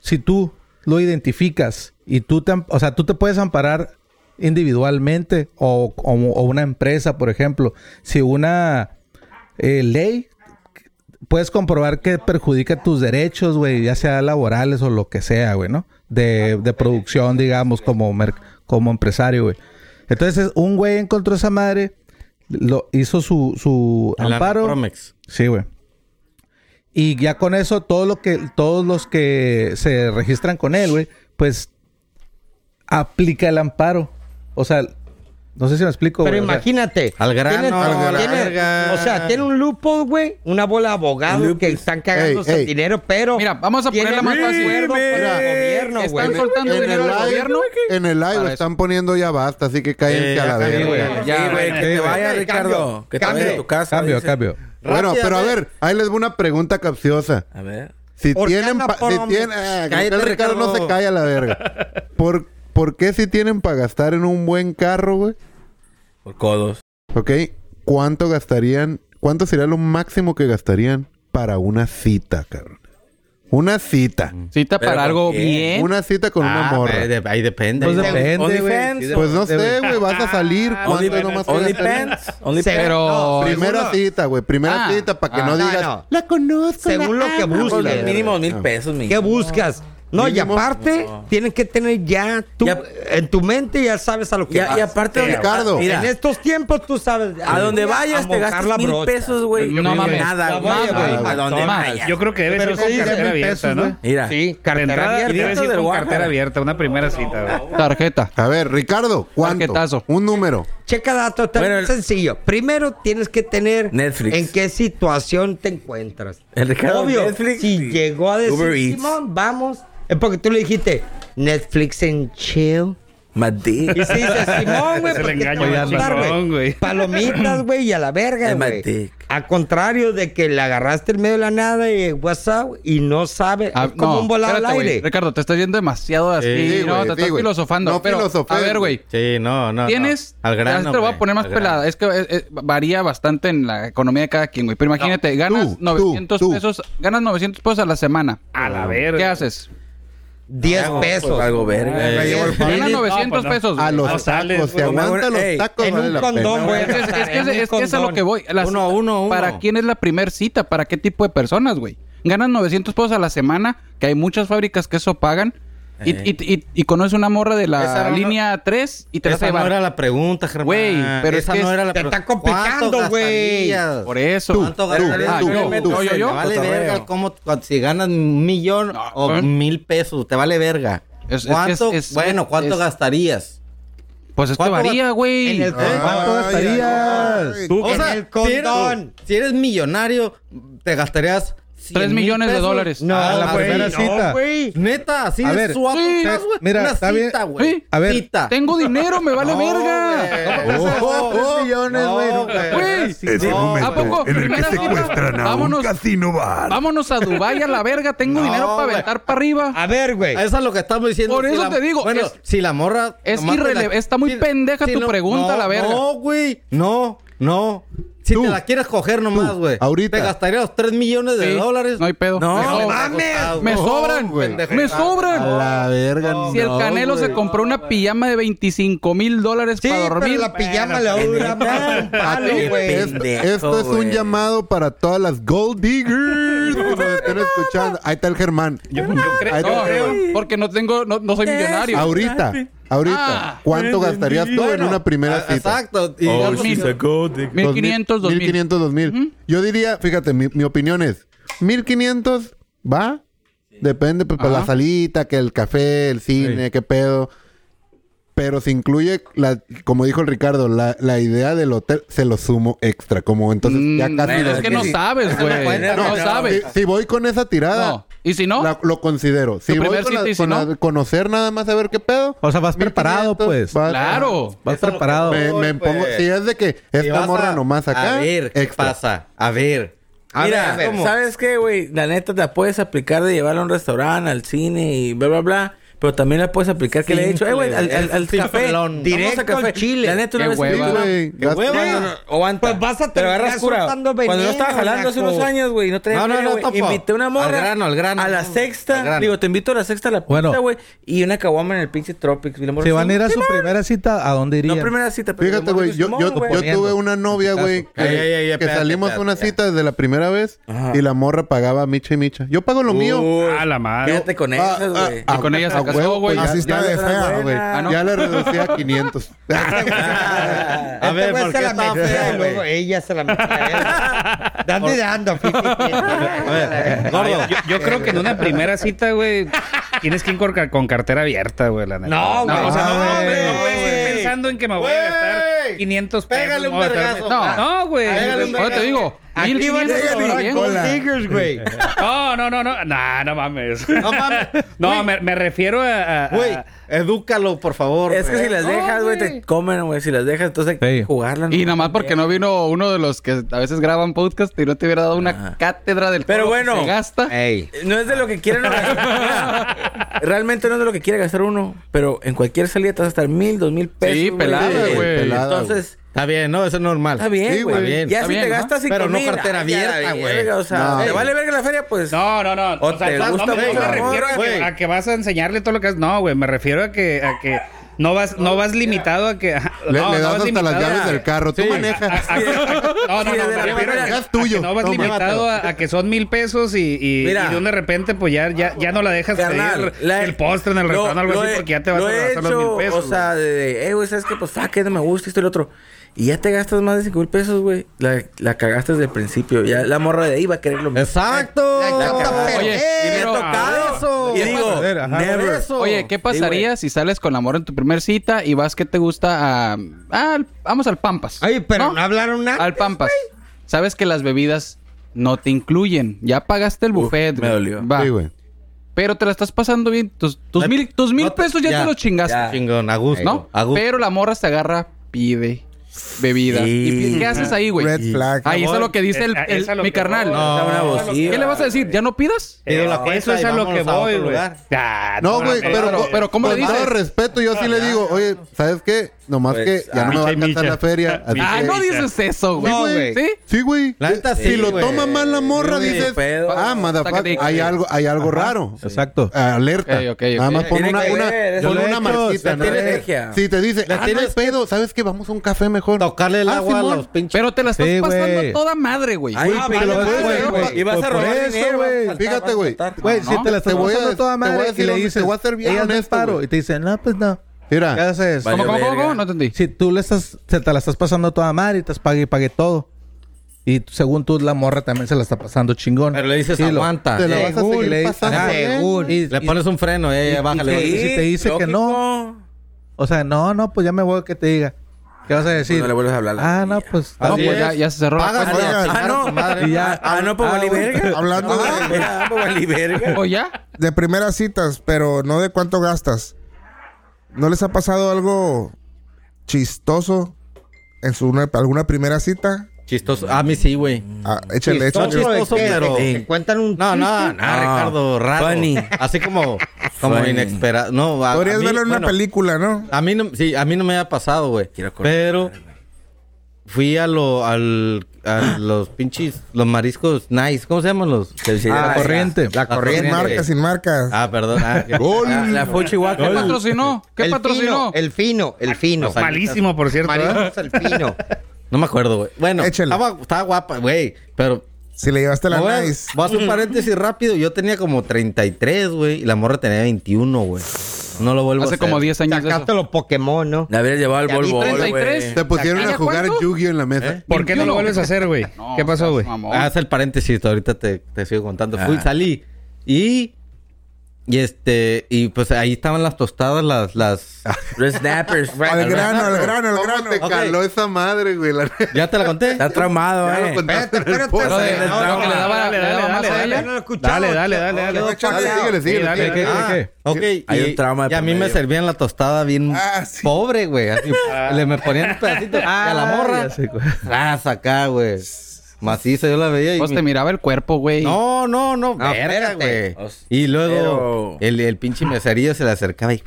[SPEAKER 3] si tú lo identificas y tú te, am- o sea, tú te puedes amparar individualmente o, o- o una empresa, por ejemplo. Si una eh, ley puedes comprobar que perjudica tus derechos, güey, ya sea laborales o lo que sea, güey, ¿no? De, de producción, digamos, como, mer- como empresario, güey. Entonces, un güey encontró esa madre, lo hizo su, su
[SPEAKER 9] El
[SPEAKER 3] amparo.
[SPEAKER 9] Anapromex.
[SPEAKER 3] Sí, güey. Y ya con eso, todo lo que, todos los que se registran con él, güey, pues aplica el amparo. O sea, no sé si me explico,
[SPEAKER 4] Pero
[SPEAKER 3] güey, o sea,
[SPEAKER 4] imagínate.
[SPEAKER 9] al grano,
[SPEAKER 4] tiene-
[SPEAKER 9] al grano.
[SPEAKER 4] tiene- o sea, tiene un lupo, güey. Una bola de abogados que están cagándose
[SPEAKER 6] Ey,
[SPEAKER 4] el
[SPEAKER 6] ey.
[SPEAKER 4] dinero, pero.
[SPEAKER 2] Mira, vamos a
[SPEAKER 4] tienen
[SPEAKER 2] ponerla más
[SPEAKER 4] un
[SPEAKER 2] fácil.
[SPEAKER 4] acuerdo con el gobierno,
[SPEAKER 2] Están
[SPEAKER 4] güey.
[SPEAKER 2] soltando- ¿Dando
[SPEAKER 6] En
[SPEAKER 2] dinero
[SPEAKER 6] el
[SPEAKER 2] al
[SPEAKER 6] live,
[SPEAKER 2] gobierno?
[SPEAKER 6] en el live
[SPEAKER 2] Para
[SPEAKER 6] lo están poniendo ya basta, así que cállense
[SPEAKER 9] Eh,
[SPEAKER 6] a la
[SPEAKER 9] ya,
[SPEAKER 6] verga.
[SPEAKER 9] güey.
[SPEAKER 5] Sí,
[SPEAKER 9] Ya,
[SPEAKER 5] güey, que te
[SPEAKER 9] güey.
[SPEAKER 5] vaya,
[SPEAKER 4] Cambio,
[SPEAKER 5] Ricardo. Que te
[SPEAKER 4] cambio.
[SPEAKER 5] vaya a tu casa.
[SPEAKER 3] Cambio,
[SPEAKER 5] dice.
[SPEAKER 3] cambio.
[SPEAKER 6] Bueno, pero a ver, ahí les voy una pregunta capciosa.
[SPEAKER 5] A ver.
[SPEAKER 6] Si
[SPEAKER 4] ¿Por qué
[SPEAKER 6] tienen,
[SPEAKER 4] no
[SPEAKER 6] pa- si
[SPEAKER 4] promes?
[SPEAKER 6] tienen- ah,
[SPEAKER 9] Cállate,
[SPEAKER 6] el Ricardo no se
[SPEAKER 9] Ricardo.
[SPEAKER 6] calla la verga. ¿Por, por qué si tienen para gastar en un buen carro, güey?
[SPEAKER 5] Por codos.
[SPEAKER 6] ¿Ok? ¿Cuánto gastarían? ¿Cuánto sería lo máximo que gastarían para una cita, cabrón? Una cita.
[SPEAKER 2] Cita
[SPEAKER 5] Mm. Pero
[SPEAKER 2] para algo
[SPEAKER 5] ¿por qué?
[SPEAKER 2] bien.
[SPEAKER 6] Una cita con una
[SPEAKER 9] Ah,
[SPEAKER 6] morra.
[SPEAKER 9] ahí de- Ahí depende.
[SPEAKER 3] Pues
[SPEAKER 9] ¿no?
[SPEAKER 3] depende, güey.
[SPEAKER 9] OnlyFans.
[SPEAKER 3] Sí,
[SPEAKER 6] Pues no
[SPEAKER 3] de-
[SPEAKER 6] sé, güey, vas a salir.
[SPEAKER 4] Ah,
[SPEAKER 5] Only-
[SPEAKER 6] ¿Cuánto nomás
[SPEAKER 5] OnlyFans. OnlyFans.
[SPEAKER 2] Pero.
[SPEAKER 6] Primera cita, güey. Primera
[SPEAKER 2] Ah.
[SPEAKER 6] cita para que
[SPEAKER 2] Ah.
[SPEAKER 6] no
[SPEAKER 4] No,
[SPEAKER 6] digas.
[SPEAKER 4] no.
[SPEAKER 6] La conozco.
[SPEAKER 4] Según
[SPEAKER 6] la
[SPEAKER 4] lo que
[SPEAKER 6] amo".
[SPEAKER 4] busques.
[SPEAKER 6] Pues,
[SPEAKER 5] Mínimo dos mil
[SPEAKER 6] Ah.
[SPEAKER 5] pesos, mi.
[SPEAKER 4] ¿Qué buscas? No,
[SPEAKER 6] Mínimo.
[SPEAKER 4] y aparte, tienes que tener ya, tú,
[SPEAKER 5] Ya-
[SPEAKER 4] en tu mente ya sabes a lo que
[SPEAKER 5] Ya,
[SPEAKER 4] vas.
[SPEAKER 5] y aparte,
[SPEAKER 6] Sí, Ricardo.
[SPEAKER 5] Mira,
[SPEAKER 4] en estos tiempos tú sabes.
[SPEAKER 5] a donde
[SPEAKER 4] voy
[SPEAKER 5] vayas te
[SPEAKER 4] mojar la
[SPEAKER 5] gastas mil
[SPEAKER 4] brocha.
[SPEAKER 5] pesos, güey.
[SPEAKER 2] Yo creo que sí.
[SPEAKER 5] nada,
[SPEAKER 4] La
[SPEAKER 5] güey.
[SPEAKER 4] voy a
[SPEAKER 5] Ah,
[SPEAKER 4] llevar
[SPEAKER 5] A
[SPEAKER 4] al
[SPEAKER 5] donde
[SPEAKER 2] McDonald's.
[SPEAKER 5] vayas.
[SPEAKER 7] Yo creo que debe ser
[SPEAKER 4] Pero
[SPEAKER 7] con
[SPEAKER 4] sí,
[SPEAKER 7] cartera
[SPEAKER 4] mil
[SPEAKER 7] abierta,
[SPEAKER 3] pesos, güey.
[SPEAKER 7] ¿no?
[SPEAKER 5] Mira.
[SPEAKER 4] Sí, cartera
[SPEAKER 7] Entrada,
[SPEAKER 4] abierta.
[SPEAKER 7] debe ser
[SPEAKER 5] del
[SPEAKER 7] con
[SPEAKER 5] Guadalajara.
[SPEAKER 7] cartera abierta, una primera cita, güey.
[SPEAKER 2] Tarjeta.
[SPEAKER 6] A ver, Ricardo, ¿cuánto?
[SPEAKER 2] Tarjetazo.
[SPEAKER 6] Un número.
[SPEAKER 4] Checa datos tan
[SPEAKER 5] Bueno, el-
[SPEAKER 4] sencillo. Primero tienes que tener
[SPEAKER 5] Netflix.
[SPEAKER 4] en qué situación te encuentras.
[SPEAKER 5] El Ricardo,
[SPEAKER 4] Obvio,
[SPEAKER 5] Netflix
[SPEAKER 4] si
[SPEAKER 5] y
[SPEAKER 4] llegó a
[SPEAKER 5] Uber
[SPEAKER 4] decir,
[SPEAKER 5] Eats.
[SPEAKER 4] Simón, vamos, es porque tú le dijiste Netflix en chill.
[SPEAKER 5] Madrid.
[SPEAKER 4] Y si dices, Simón, güey,
[SPEAKER 7] Es el
[SPEAKER 4] ¿por qué te
[SPEAKER 7] engaño
[SPEAKER 4] voy a
[SPEAKER 7] más
[SPEAKER 4] mandar, güey?
[SPEAKER 7] chingón, güey.
[SPEAKER 4] Palomitas, güey, y a la verga,
[SPEAKER 5] El
[SPEAKER 4] güey.
[SPEAKER 5] Matic.
[SPEAKER 4] Al contrario de que le agarraste en medio de la nada y WhatsApp y no sabe,
[SPEAKER 2] Ah,
[SPEAKER 4] es como
[SPEAKER 2] no,
[SPEAKER 4] un volado
[SPEAKER 2] espérate,
[SPEAKER 4] al
[SPEAKER 2] güey.
[SPEAKER 4] aire.
[SPEAKER 2] Ricardo, te estás yendo demasiado así.
[SPEAKER 9] Sí,
[SPEAKER 2] no,
[SPEAKER 6] güey,
[SPEAKER 2] te
[SPEAKER 6] sí,
[SPEAKER 2] estás
[SPEAKER 6] güey.
[SPEAKER 2] filosofando.
[SPEAKER 6] No
[SPEAKER 2] pero,
[SPEAKER 6] filosofes,
[SPEAKER 2] a ver, güey.
[SPEAKER 9] Sí, no, no. no.
[SPEAKER 2] Tienes.
[SPEAKER 9] Al
[SPEAKER 2] Ya
[SPEAKER 9] grano.
[SPEAKER 2] te lo voy
[SPEAKER 9] güey,
[SPEAKER 2] a poner más
[SPEAKER 9] al grano.
[SPEAKER 2] pelada. Es que eh, eh, varía bastante en la economía de cada quien, güey. Pero imagínate,
[SPEAKER 6] tú,
[SPEAKER 2] ganas 900
[SPEAKER 6] tú.
[SPEAKER 2] pesos. Ganas 900 pesos a la semana.
[SPEAKER 7] A la verga.
[SPEAKER 2] ¿Qué haces?
[SPEAKER 4] 10 pesos.
[SPEAKER 5] Algo verga.
[SPEAKER 8] Me llevo el pan.
[SPEAKER 2] Ganas
[SPEAKER 7] no, pues
[SPEAKER 2] 900
[SPEAKER 7] no.
[SPEAKER 2] pesos.
[SPEAKER 6] A
[SPEAKER 2] güey.
[SPEAKER 6] los
[SPEAKER 7] No
[SPEAKER 6] tacos.
[SPEAKER 7] sales,
[SPEAKER 6] si
[SPEAKER 7] güey.
[SPEAKER 6] aguanta los
[SPEAKER 5] Ey,
[SPEAKER 6] tacos,
[SPEAKER 4] en
[SPEAKER 6] vale
[SPEAKER 4] un
[SPEAKER 6] la
[SPEAKER 4] condón,
[SPEAKER 6] pena.
[SPEAKER 4] güey.
[SPEAKER 2] Es, es- es que
[SPEAKER 4] En
[SPEAKER 2] es,
[SPEAKER 4] un
[SPEAKER 2] es que es a lo
[SPEAKER 4] condón.
[SPEAKER 2] que voy. Las-
[SPEAKER 9] Uno, uno, uno.
[SPEAKER 2] ¿Para quién es la primer cita? ¿Para qué tipo de personas, güey? Ganas 900 pesos a la semana, que hay muchas fábricas que eso pagan. Y,
[SPEAKER 5] Eh.
[SPEAKER 2] y, y, y conoces una morra de
[SPEAKER 9] Esa
[SPEAKER 2] la
[SPEAKER 9] no-
[SPEAKER 2] línea 3 y te la vas a
[SPEAKER 9] Esa no
[SPEAKER 2] llevar.
[SPEAKER 9] era la pregunta, Germán.
[SPEAKER 2] Güey, pero es
[SPEAKER 9] esa
[SPEAKER 2] que
[SPEAKER 9] no
[SPEAKER 2] es-
[SPEAKER 9] era la
[SPEAKER 4] te
[SPEAKER 9] pregunta.
[SPEAKER 4] está complicando,
[SPEAKER 9] ¿Cuánto
[SPEAKER 4] güey.
[SPEAKER 9] gastarías?
[SPEAKER 2] Por eso. Ah,
[SPEAKER 9] ¿Cuánto gastarías?
[SPEAKER 6] tú,
[SPEAKER 9] Vale
[SPEAKER 6] tú,
[SPEAKER 9] verga,
[SPEAKER 2] yo, yo.
[SPEAKER 9] te vale
[SPEAKER 5] Cotorreo.
[SPEAKER 9] verga cómo- cuánto- si ganas un millón
[SPEAKER 2] No,
[SPEAKER 9] o
[SPEAKER 2] ¿eh?
[SPEAKER 9] mil pesos, te vale verga.
[SPEAKER 2] Es- es que
[SPEAKER 9] ¿Cuánto,
[SPEAKER 2] es- es-
[SPEAKER 9] bueno, ¿cuánto
[SPEAKER 2] es-
[SPEAKER 9] gastarías?
[SPEAKER 2] Pues es que
[SPEAKER 9] ¿Cuánto va-
[SPEAKER 2] varía, güey. Ah,
[SPEAKER 4] En el
[SPEAKER 8] Ay,
[SPEAKER 3] ¿Cuánto
[SPEAKER 8] ay,
[SPEAKER 3] gastarías?
[SPEAKER 8] ay.
[SPEAKER 4] Tú en el
[SPEAKER 9] si eres-
[SPEAKER 4] condón.
[SPEAKER 9] Si eres millonario, te gastarías... 100
[SPEAKER 2] Tres
[SPEAKER 9] mil
[SPEAKER 2] millones de
[SPEAKER 9] pesos. Ah,
[SPEAKER 2] dólares. Ah,
[SPEAKER 4] No,
[SPEAKER 3] a la
[SPEAKER 9] güey,
[SPEAKER 3] primera
[SPEAKER 9] no,
[SPEAKER 3] cita.
[SPEAKER 4] güey.
[SPEAKER 9] Neta, así
[SPEAKER 3] A
[SPEAKER 9] de
[SPEAKER 3] ver,
[SPEAKER 9] suave
[SPEAKER 2] sí.
[SPEAKER 9] estás, güey.
[SPEAKER 3] Mira,
[SPEAKER 9] Una
[SPEAKER 3] está bien.
[SPEAKER 9] cita, güey.
[SPEAKER 2] Sí.
[SPEAKER 3] A ver.
[SPEAKER 9] Cita.
[SPEAKER 2] Tengo dinero, me vale verga.
[SPEAKER 9] güey.
[SPEAKER 6] Oh,
[SPEAKER 9] Tres
[SPEAKER 6] oh,
[SPEAKER 9] millones, güey. No,
[SPEAKER 2] Güey.
[SPEAKER 1] Ese momento
[SPEAKER 2] ¿A poco?
[SPEAKER 1] en el que
[SPEAKER 2] Primera cita.
[SPEAKER 1] secuestran a
[SPEAKER 2] Vámonos.
[SPEAKER 1] un casino bar.
[SPEAKER 2] Vámonos a Dubái a la verga. Tengo dinero para
[SPEAKER 9] güey.
[SPEAKER 2] aventar para arriba.
[SPEAKER 4] A ver, güey.
[SPEAKER 9] Eso es lo que estamos diciendo.
[SPEAKER 2] Por eso
[SPEAKER 9] la-
[SPEAKER 2] te digo,
[SPEAKER 9] Bueno,
[SPEAKER 2] es-
[SPEAKER 9] si la morra.
[SPEAKER 2] es
[SPEAKER 9] nomás te la-
[SPEAKER 2] irrele- está muy pendeja tu pregunta,
[SPEAKER 9] no,
[SPEAKER 2] la verga.
[SPEAKER 9] No, güey. No, no. Si
[SPEAKER 6] Tú,
[SPEAKER 9] te la quieres coger nomás,
[SPEAKER 6] tú,
[SPEAKER 9] güey.
[SPEAKER 6] ahorita.
[SPEAKER 9] Te gastarías los 3 millones de
[SPEAKER 2] Sí,
[SPEAKER 9] dólares.
[SPEAKER 2] no hay pedo.
[SPEAKER 9] No,
[SPEAKER 2] Me sobra.
[SPEAKER 9] mames.
[SPEAKER 2] Me sobran, me sobran.
[SPEAKER 9] la verga.
[SPEAKER 2] Si el Canelo se compró una pillama de 25 mil dólares
[SPEAKER 4] Sí,
[SPEAKER 2] para
[SPEAKER 4] pero
[SPEAKER 2] dormir.
[SPEAKER 4] la pijama le va a durar más que un palo, güey.
[SPEAKER 6] pues, Esto, esto es un
[SPEAKER 5] güey.
[SPEAKER 6] llamado para todas las gold diggers que nos estén escuchando. Ahí está el Germán. Ahí está
[SPEAKER 2] No,
[SPEAKER 6] el Germán.
[SPEAKER 2] porque no tengo, no, no soy millonario.
[SPEAKER 9] Ah,
[SPEAKER 6] Ahorita, ahorita,
[SPEAKER 2] Ah.
[SPEAKER 6] ¿cuánto gastarías tú en una primera cita?
[SPEAKER 9] ah, Exacto. Y
[SPEAKER 2] Oh,
[SPEAKER 9] ya-
[SPEAKER 2] sí. she's a 1500, 2000.
[SPEAKER 6] 1500, 2000. Yo diría, fíjate, mi, mi opinión es: 1500 va Depende, pues, para
[SPEAKER 2] Ajá.
[SPEAKER 6] la salita, que el café, el cine, qué pedo. Pero se incluye, la, como dijo el Ricardo, la, la idea del hotel se lo sumo extra. Como entonces ya
[SPEAKER 2] Mm,
[SPEAKER 6] casi...
[SPEAKER 2] pero
[SPEAKER 6] lo-
[SPEAKER 2] es que no
[SPEAKER 5] sí.
[SPEAKER 2] sabes, güey.
[SPEAKER 5] cuenta,
[SPEAKER 2] No
[SPEAKER 5] no,
[SPEAKER 2] sabes.
[SPEAKER 6] Si, si voy con esa tirada,
[SPEAKER 2] No. ¿Y si no?
[SPEAKER 6] la- lo considero. Si voy
[SPEAKER 2] primer
[SPEAKER 6] con, la-
[SPEAKER 2] cita y si
[SPEAKER 6] con la-
[SPEAKER 2] no.
[SPEAKER 6] conocer nada más a ver qué pedo.
[SPEAKER 3] O sea,
[SPEAKER 6] 1500,
[SPEAKER 3] vas preparado, pues.
[SPEAKER 6] vas-
[SPEAKER 2] Claro.
[SPEAKER 3] Vas preparado.
[SPEAKER 6] Me, me
[SPEAKER 9] Pues.
[SPEAKER 6] pongo... Si es de que esta morra nomás acá,
[SPEAKER 9] A ver, ¿qué
[SPEAKER 6] extra.
[SPEAKER 9] pasa? A ver.
[SPEAKER 5] Mira,
[SPEAKER 9] Mira, ¿cómo?
[SPEAKER 5] ¿sabes qué, güey? La neta te la puedes aplicar de llevarla a un restaurante, al cine y bla, bla, bla. Pero también la puedes aplicar, que le he dicho, eh, güey, al, al- al
[SPEAKER 9] Simple,
[SPEAKER 5] café.
[SPEAKER 9] simple.
[SPEAKER 5] Vamos a
[SPEAKER 4] Directo al
[SPEAKER 5] café.
[SPEAKER 4] chile.
[SPEAKER 5] La neta, una
[SPEAKER 2] Qué
[SPEAKER 5] vez
[SPEAKER 2] hueva.
[SPEAKER 5] fui, güey,
[SPEAKER 6] güey,
[SPEAKER 9] ¿Qué
[SPEAKER 6] gasta-
[SPEAKER 9] hueva?
[SPEAKER 4] Ya.
[SPEAKER 9] No, no, no, aguanta.
[SPEAKER 4] Pues vas a
[SPEAKER 5] Te lo
[SPEAKER 4] terminar
[SPEAKER 5] agarras cura.
[SPEAKER 4] soltando veneno,
[SPEAKER 5] Cuando yo estaba jalando hace
[SPEAKER 4] naco.
[SPEAKER 5] unos años, güey, no traía
[SPEAKER 9] No, no,
[SPEAKER 5] feria,
[SPEAKER 9] no,
[SPEAKER 5] güey.
[SPEAKER 9] topo.
[SPEAKER 5] Invité una morra.
[SPEAKER 9] Al grano, al grano.
[SPEAKER 5] A la
[SPEAKER 9] Al grano.
[SPEAKER 5] sexta. Digo, te invito a la sexta a la
[SPEAKER 3] Bueno.
[SPEAKER 5] pista, güey. Y una caguama en el pinche Tropics. Y la morra,
[SPEAKER 3] Si van a ir a
[SPEAKER 5] "Sí,
[SPEAKER 3] su
[SPEAKER 5] ma".
[SPEAKER 3] primera cita, ¿a dónde
[SPEAKER 5] No
[SPEAKER 3] irían?
[SPEAKER 5] primera cita, pero
[SPEAKER 6] Fíjate,
[SPEAKER 5] la morra
[SPEAKER 6] güey,
[SPEAKER 5] dice,
[SPEAKER 6] yo,
[SPEAKER 5] "Simón,
[SPEAKER 6] yo,
[SPEAKER 5] "Pues, güey".
[SPEAKER 6] yo tuve una novia, güey, que,
[SPEAKER 9] Ey, ey, ey,
[SPEAKER 6] que
[SPEAKER 9] espérate,
[SPEAKER 6] salimos a una
[SPEAKER 9] espérate,
[SPEAKER 6] cita desde la primera vez
[SPEAKER 5] Ajá.
[SPEAKER 6] y la morra pagaba micha y micha. Yo pago lo mío. Ah,
[SPEAKER 5] Uy,
[SPEAKER 7] A la madre.
[SPEAKER 5] Quédate con esas, güey.
[SPEAKER 2] Ah, Y con ella se casó, güey.
[SPEAKER 6] Así
[SPEAKER 8] Así
[SPEAKER 6] está
[SPEAKER 8] está de
[SPEAKER 5] buena.
[SPEAKER 6] fea, güey.
[SPEAKER 5] Ah,
[SPEAKER 2] ¿no?
[SPEAKER 6] Ya le reducí a 500.
[SPEAKER 9] A ver,
[SPEAKER 4] güey
[SPEAKER 9] ¿por
[SPEAKER 4] se
[SPEAKER 9] qué
[SPEAKER 4] la
[SPEAKER 9] está
[SPEAKER 4] metía
[SPEAKER 9] fea,
[SPEAKER 4] y luego
[SPEAKER 9] güey?
[SPEAKER 4] ella se la metía. Dando y dando.
[SPEAKER 9] A ver, gordo.
[SPEAKER 7] Yo, yo creo que en una primera cita, güey, tienes que ir con, car- con cartera abierta, güey, la neta.
[SPEAKER 4] No, güey.
[SPEAKER 7] o sea, no,
[SPEAKER 4] No,
[SPEAKER 7] güey, no puedes
[SPEAKER 9] güey.
[SPEAKER 7] ir pensando en que me voy a gastar
[SPEAKER 9] Güey.
[SPEAKER 7] 500 pesos.
[SPEAKER 9] Pégale un
[SPEAKER 7] me voy a gastar-
[SPEAKER 9] vergazo,
[SPEAKER 7] No,
[SPEAKER 9] pa.
[SPEAKER 7] no, güey.
[SPEAKER 9] Pégale un
[SPEAKER 2] Ahora te digo.
[SPEAKER 4] Aquí van
[SPEAKER 2] 1500
[SPEAKER 4] a
[SPEAKER 2] está
[SPEAKER 4] llevar
[SPEAKER 2] bien,
[SPEAKER 4] con
[SPEAKER 2] güey.
[SPEAKER 4] Tigers, güey.
[SPEAKER 7] No, no, no, no. Nah, no mames.
[SPEAKER 9] No mames.
[SPEAKER 7] No,
[SPEAKER 9] Güey.
[SPEAKER 7] me, me refiero a- a- a-
[SPEAKER 9] Güey, edúcalo, por favor.
[SPEAKER 5] Es que
[SPEAKER 9] güey.
[SPEAKER 5] si las dejas, güey,
[SPEAKER 2] güey.
[SPEAKER 5] te comen, güey. Si las dejas, entonces hay
[SPEAKER 3] Sí.
[SPEAKER 5] que jugarla.
[SPEAKER 2] Y nada más porque no vino uno de los que a veces graban podcast y no te hubiera dado una cátedra del
[SPEAKER 5] Pero
[SPEAKER 2] juego que
[SPEAKER 5] bueno.
[SPEAKER 2] se gasta.
[SPEAKER 4] Ey.
[SPEAKER 5] No es de lo que quieren. Realmente no es de lo que quiere gastar uno. Pero en cualquier salida te vas a estar mil, dos mil pesos.
[SPEAKER 2] Sí,
[SPEAKER 5] güey.
[SPEAKER 2] pelada,
[SPEAKER 5] Sí,
[SPEAKER 2] güey.
[SPEAKER 6] Pelada,
[SPEAKER 5] Entonces,
[SPEAKER 9] Está bien, no, eso es normal.
[SPEAKER 5] está bien,
[SPEAKER 6] Sí,
[SPEAKER 5] güey.
[SPEAKER 6] güey.
[SPEAKER 2] Está
[SPEAKER 5] ya si
[SPEAKER 2] bien,
[SPEAKER 5] te
[SPEAKER 2] ¿no?
[SPEAKER 5] gastas cinco
[SPEAKER 9] Pero no
[SPEAKER 5] mil,
[SPEAKER 9] cartera
[SPEAKER 5] ay, ya la
[SPEAKER 9] abierta, güey.
[SPEAKER 5] verga, O sea,
[SPEAKER 6] No,
[SPEAKER 5] ¿te
[SPEAKER 6] güey.
[SPEAKER 5] vale verga la feria? Pues.
[SPEAKER 7] No, no, no.
[SPEAKER 5] O te
[SPEAKER 7] no,
[SPEAKER 5] gusta
[SPEAKER 7] no me
[SPEAKER 5] mucho,
[SPEAKER 7] refiero a
[SPEAKER 9] güey.
[SPEAKER 7] que, a que vas a enseñarle todo lo que es. No, güey, me refiero a que, a que no vas, no vas limitado a que.
[SPEAKER 6] Le,
[SPEAKER 7] no,
[SPEAKER 6] le
[SPEAKER 7] no
[SPEAKER 6] das
[SPEAKER 7] vas
[SPEAKER 6] hasta las
[SPEAKER 7] limitado
[SPEAKER 6] llaves
[SPEAKER 7] a-
[SPEAKER 6] del carro. Tú
[SPEAKER 2] Ah,
[SPEAKER 6] manejas.
[SPEAKER 7] a- a- No, no, no,
[SPEAKER 5] Sí, de
[SPEAKER 7] me
[SPEAKER 5] la
[SPEAKER 7] refiero a-
[SPEAKER 5] primera.
[SPEAKER 7] a
[SPEAKER 6] Es
[SPEAKER 7] que
[SPEAKER 6] tuyo.
[SPEAKER 7] No vas
[SPEAKER 6] Toma.
[SPEAKER 7] limitado a, a que son mil pesos y, y,
[SPEAKER 5] Mira.
[SPEAKER 7] y de un de repente, pues ya, ya, ya no la dejas
[SPEAKER 5] Carnal,
[SPEAKER 7] pedir
[SPEAKER 5] la-
[SPEAKER 7] el postre en el
[SPEAKER 5] lo-
[SPEAKER 7] restaurante o algo
[SPEAKER 5] lo
[SPEAKER 7] así
[SPEAKER 5] he-
[SPEAKER 7] porque ya te vas
[SPEAKER 5] lo
[SPEAKER 7] a
[SPEAKER 5] he
[SPEAKER 7] gastar los
[SPEAKER 5] hecho,
[SPEAKER 7] mil pesos.
[SPEAKER 5] O sea, de, de, eh, güey, ¿sabes qué? Pues, fuck, que no me gusta esto y lo otro. Y ya te gastas más de cinco mil pesos, güey. La, la cagaste desde el principio. Ya la morra de ahí va a querer lo mismo.
[SPEAKER 9] Exacto.
[SPEAKER 4] La chapa
[SPEAKER 2] Oye,
[SPEAKER 4] perder.
[SPEAKER 2] y
[SPEAKER 5] me ha
[SPEAKER 2] pero-
[SPEAKER 5] tocado eso. Y digo,
[SPEAKER 3] Ver, ajá.
[SPEAKER 5] never. eh,
[SPEAKER 9] Eso.
[SPEAKER 2] Oye, ¿qué pasaría si sales con la amor en tu primer cita y vas que te gusta a... ah, al- vamos al Pampas.
[SPEAKER 4] Oye, pero no hablaron nada.
[SPEAKER 2] Al Pampas. Sabes que las bebidas no te incluyen. Ya pagaste el buffet.
[SPEAKER 5] me
[SPEAKER 2] güey.
[SPEAKER 5] dolió.
[SPEAKER 2] Va.
[SPEAKER 6] Sí, güey.
[SPEAKER 2] Pero te la estás pasando bien. Tus, tus
[SPEAKER 9] No-
[SPEAKER 2] mil, tus mil
[SPEAKER 9] no te-
[SPEAKER 2] pesos ya,
[SPEAKER 9] ya,
[SPEAKER 2] te los chingaste.
[SPEAKER 5] ya.
[SPEAKER 9] Chingón, a gusto.
[SPEAKER 2] ¿No?
[SPEAKER 9] A gusto.
[SPEAKER 2] Pero la morra se agarra, pide bebida.
[SPEAKER 5] Sí.
[SPEAKER 2] ¿Y pi- qué haces ahí, güey?
[SPEAKER 8] Red flag.
[SPEAKER 2] Ahí es a lo que dice el,
[SPEAKER 7] Es-
[SPEAKER 2] el-
[SPEAKER 7] es a lo
[SPEAKER 2] mi
[SPEAKER 7] que
[SPEAKER 2] carnal.
[SPEAKER 7] voy,
[SPEAKER 5] No, una bocina.
[SPEAKER 2] ¿Qué le vas a decir? ¿Ya no pidas?
[SPEAKER 9] Pido la
[SPEAKER 7] Eso
[SPEAKER 9] cuenta
[SPEAKER 7] es
[SPEAKER 9] y
[SPEAKER 7] a lo que
[SPEAKER 9] vámonos a
[SPEAKER 7] voy,
[SPEAKER 9] otro
[SPEAKER 7] güey.
[SPEAKER 9] lugar.
[SPEAKER 7] Ah,
[SPEAKER 6] No, güey,
[SPEAKER 7] no,
[SPEAKER 6] pero, pues
[SPEAKER 7] no,
[SPEAKER 2] co- pero ¿cómo
[SPEAKER 6] con
[SPEAKER 2] le dices?
[SPEAKER 6] todo respeto, yo sí le digo, oye, ¿sabes qué? Nomás
[SPEAKER 5] Pues,
[SPEAKER 6] que ya no me va a
[SPEAKER 7] micha y
[SPEAKER 6] alcanzar
[SPEAKER 7] micha.
[SPEAKER 6] la feria. así
[SPEAKER 7] Micha
[SPEAKER 2] Ah,
[SPEAKER 7] y
[SPEAKER 6] que-
[SPEAKER 2] no dices eso, güey.
[SPEAKER 9] No, güey.
[SPEAKER 2] ¿Sí?
[SPEAKER 6] Sí, güey.
[SPEAKER 9] La neta
[SPEAKER 6] si
[SPEAKER 9] sí,
[SPEAKER 6] lo
[SPEAKER 9] güey.
[SPEAKER 6] toma mal la morra,
[SPEAKER 5] Sí,
[SPEAKER 6] dices,
[SPEAKER 5] pedo.
[SPEAKER 6] ah, motherfucker,
[SPEAKER 2] Sácate.
[SPEAKER 6] hay algo, hay algo raro.
[SPEAKER 3] Exacto.
[SPEAKER 6] Alerta.
[SPEAKER 2] Ok, ok,
[SPEAKER 6] Nada
[SPEAKER 2] ok.
[SPEAKER 6] más pon
[SPEAKER 5] Tiene
[SPEAKER 6] una,
[SPEAKER 5] que
[SPEAKER 6] una,
[SPEAKER 5] ver, eso
[SPEAKER 6] pon
[SPEAKER 9] lo he
[SPEAKER 6] una
[SPEAKER 9] hecho,
[SPEAKER 6] marquita.
[SPEAKER 9] la
[SPEAKER 6] ¿no?
[SPEAKER 9] tienes-
[SPEAKER 5] estrategia.
[SPEAKER 6] Si te dice,
[SPEAKER 9] la
[SPEAKER 6] ah, no
[SPEAKER 9] tienes
[SPEAKER 6] hay
[SPEAKER 9] que-
[SPEAKER 6] pedo, ¿sabes qué? Vamos a un café mejor.
[SPEAKER 9] Tocarle el
[SPEAKER 6] Ah,
[SPEAKER 9] agua a
[SPEAKER 6] Simón.
[SPEAKER 9] los pinches.
[SPEAKER 2] Pero te la estás
[SPEAKER 3] Sí,
[SPEAKER 2] pasando
[SPEAKER 3] güey.
[SPEAKER 2] toda madre, güey.
[SPEAKER 5] Ay,
[SPEAKER 6] Ah, vale,
[SPEAKER 5] puedes,
[SPEAKER 6] vale,
[SPEAKER 5] güey.
[SPEAKER 6] vale.
[SPEAKER 5] Y vas
[SPEAKER 3] Pues
[SPEAKER 5] a
[SPEAKER 3] por
[SPEAKER 5] robar
[SPEAKER 3] eso,
[SPEAKER 5] dinero, vas a
[SPEAKER 3] güey.
[SPEAKER 5] saltar,
[SPEAKER 6] Fíjate,
[SPEAKER 5] vas a
[SPEAKER 6] güey.
[SPEAKER 5] saltar.
[SPEAKER 3] Güey,
[SPEAKER 2] No,
[SPEAKER 3] si te la estás
[SPEAKER 6] te voy a-
[SPEAKER 3] pasando toda
[SPEAKER 6] te voy a
[SPEAKER 3] madre
[SPEAKER 6] decir
[SPEAKER 3] y le
[SPEAKER 6] dónde-
[SPEAKER 3] dices,
[SPEAKER 6] te voy a hacer bien
[SPEAKER 3] "Ella no es
[SPEAKER 6] honesto,
[SPEAKER 3] paro",
[SPEAKER 6] güey.
[SPEAKER 3] Y te dicen, no, pues no. ¿Qué
[SPEAKER 6] Mira,
[SPEAKER 3] haces?
[SPEAKER 5] Vale.
[SPEAKER 2] ¿Cómo, cómo,
[SPEAKER 5] verga.
[SPEAKER 2] cómo? No entendí.
[SPEAKER 3] Si tú le estás, se te la estás pasando toda madre y te pague y pague todo. Y tú- según tú, la morra también se la está pasando chingón.
[SPEAKER 9] Pero le dices,
[SPEAKER 3] Sí, lo-
[SPEAKER 9] aguanta.
[SPEAKER 6] te la vas a
[SPEAKER 3] Según,
[SPEAKER 6] seguir
[SPEAKER 3] le dices,
[SPEAKER 6] pasando
[SPEAKER 2] "Ah,
[SPEAKER 9] ajá,
[SPEAKER 6] bien.
[SPEAKER 9] según.
[SPEAKER 3] Y-
[SPEAKER 9] Le
[SPEAKER 3] y-
[SPEAKER 9] pones un freno, eh, ya, bájale.
[SPEAKER 3] y-
[SPEAKER 9] güey.
[SPEAKER 3] si te dice que no.
[SPEAKER 5] lógico.
[SPEAKER 3] O sea, no, no, pues ya me voy a que te diga. ¿Qué vas a decir?
[SPEAKER 5] No le vuelves a hablar.
[SPEAKER 3] Ah, no, pues.
[SPEAKER 2] Ah, no,
[SPEAKER 3] está
[SPEAKER 2] pues
[SPEAKER 3] bien.
[SPEAKER 2] ya, ya se cerró la
[SPEAKER 8] Pagas,
[SPEAKER 2] cuenta.
[SPEAKER 8] pagas.
[SPEAKER 5] Ah, no.
[SPEAKER 3] Y ya-
[SPEAKER 5] Ah, no, pues
[SPEAKER 3] Ah,
[SPEAKER 5] vale
[SPEAKER 3] güey.
[SPEAKER 5] verga.
[SPEAKER 8] Hablando de,
[SPEAKER 5] Ah, pues vale verga.
[SPEAKER 2] ¿O ya?
[SPEAKER 8] de primeras citas, pero no de cuánto gastas. ¿No les ha pasado algo chistoso en su una- alguna primera cita?
[SPEAKER 9] Ah, Chistoso. A mí sí, güey.
[SPEAKER 8] Ah, échale,
[SPEAKER 9] Chistoso,
[SPEAKER 8] échale.
[SPEAKER 9] chistoso,
[SPEAKER 4] ¿De qué?
[SPEAKER 9] pero-
[SPEAKER 4] ¿De que cuentan un
[SPEAKER 9] No, no, no, Ricardo, raro.
[SPEAKER 5] Funny.
[SPEAKER 9] Así como, como
[SPEAKER 5] Funny.
[SPEAKER 9] inesperado. No, a, a
[SPEAKER 8] Podrías
[SPEAKER 9] mí-
[SPEAKER 8] verlo en
[SPEAKER 9] bueno,
[SPEAKER 8] una película, ¿no?
[SPEAKER 9] A mí no, sí, a mí no me ha pasado, güey.
[SPEAKER 5] Quiero cortar,
[SPEAKER 9] Pero fui a lo, al, a los pinches, los mariscos nice, ¿cómo se llaman los?
[SPEAKER 5] Ah,
[SPEAKER 3] La corriente.
[SPEAKER 9] La
[SPEAKER 8] Sin
[SPEAKER 9] corriente.
[SPEAKER 8] marcas, sin marcas.
[SPEAKER 9] Ah, perdón. ah, que-
[SPEAKER 6] Gol.
[SPEAKER 9] ah,
[SPEAKER 5] La fuchi guaca.
[SPEAKER 2] ¿Qué patrocinó? ¿Qué
[SPEAKER 4] el
[SPEAKER 2] patrocinó?
[SPEAKER 4] Fino, el fino, el fino.
[SPEAKER 7] Malísimo, por cierto. ¿eh?
[SPEAKER 4] Mariscos, el fino.
[SPEAKER 9] Eh, no me acuerdo, güey. Bueno,
[SPEAKER 8] Échale.
[SPEAKER 9] estaba, estaba guapa, güey. Pero
[SPEAKER 8] Si le llevaste la
[SPEAKER 9] voy, a-
[SPEAKER 8] nice.
[SPEAKER 9] voy a hacer un paréntesis rápido. Yo tenía como 33, güey. Y la morra tenía 21, güey. No lo vuelvo a
[SPEAKER 2] Hace
[SPEAKER 9] hacer.
[SPEAKER 2] como 10 años de eso.
[SPEAKER 4] Sacaste los Pokémon, ¿no?
[SPEAKER 5] La habría llevado al
[SPEAKER 4] Ya vi
[SPEAKER 5] Volvo, güey.
[SPEAKER 2] 33.
[SPEAKER 6] te pusieron a
[SPEAKER 2] ¿Caña
[SPEAKER 6] jugar
[SPEAKER 2] cuánto?
[SPEAKER 6] Yu-Gi-Oh en la
[SPEAKER 9] ¿Eh?
[SPEAKER 6] mesa.
[SPEAKER 7] ¿Por qué no lo vuelves a hacer, güey?
[SPEAKER 2] No,
[SPEAKER 7] ¿Qué pasó,
[SPEAKER 2] seas
[SPEAKER 7] güey? Ah.
[SPEAKER 2] mamón.
[SPEAKER 9] Haz el paréntesis, ahorita te, te sigo contando. Fui,
[SPEAKER 5] Ah.
[SPEAKER 9] salí. Y Y este, y pues ahí estaban las tostadas, las, las.
[SPEAKER 5] Red snappers.
[SPEAKER 8] Al grano, al grano, al grano.
[SPEAKER 6] te caló esa madre, güey? La...
[SPEAKER 9] ¿Ya te la conté?
[SPEAKER 5] Está tramado,
[SPEAKER 6] Ya lo
[SPEAKER 5] eh.
[SPEAKER 6] contaste en el
[SPEAKER 4] Pues, espérate.
[SPEAKER 6] podcast.
[SPEAKER 2] Pero de-
[SPEAKER 4] no,
[SPEAKER 2] creo
[SPEAKER 4] no,
[SPEAKER 2] que le daba-
[SPEAKER 7] dale,
[SPEAKER 2] le daba
[SPEAKER 7] dale,
[SPEAKER 2] más a
[SPEAKER 7] dale,
[SPEAKER 2] ella.
[SPEAKER 4] No lo escuchamos.
[SPEAKER 7] Dale, dale, dale, dale.
[SPEAKER 6] No, chale, síguele, síguele,
[SPEAKER 7] dale,
[SPEAKER 6] síguele.
[SPEAKER 7] dale.
[SPEAKER 6] Ah,
[SPEAKER 3] ¿Qué?
[SPEAKER 9] Ok,
[SPEAKER 5] Hay
[SPEAKER 9] y,
[SPEAKER 5] un trauma
[SPEAKER 9] y
[SPEAKER 5] de
[SPEAKER 9] a
[SPEAKER 5] por
[SPEAKER 9] mí me
[SPEAKER 5] medio.
[SPEAKER 9] servían la tostada bien
[SPEAKER 8] Ah, sí.
[SPEAKER 9] pobre, güey. así,
[SPEAKER 7] Ah.
[SPEAKER 9] le me ponían un pedacito y a la morra.
[SPEAKER 3] ya sé cuál.
[SPEAKER 9] Tras acá, güey. Maciza, yo la veía y.
[SPEAKER 2] Pues
[SPEAKER 9] mi-
[SPEAKER 2] te miraba el cuerpo, güey.
[SPEAKER 9] No, no, no,
[SPEAKER 4] Ah,
[SPEAKER 9] verga,
[SPEAKER 4] espérate.
[SPEAKER 9] güey. Y
[SPEAKER 5] Pero-
[SPEAKER 9] luego el, el pinche meserillo se le acercaba y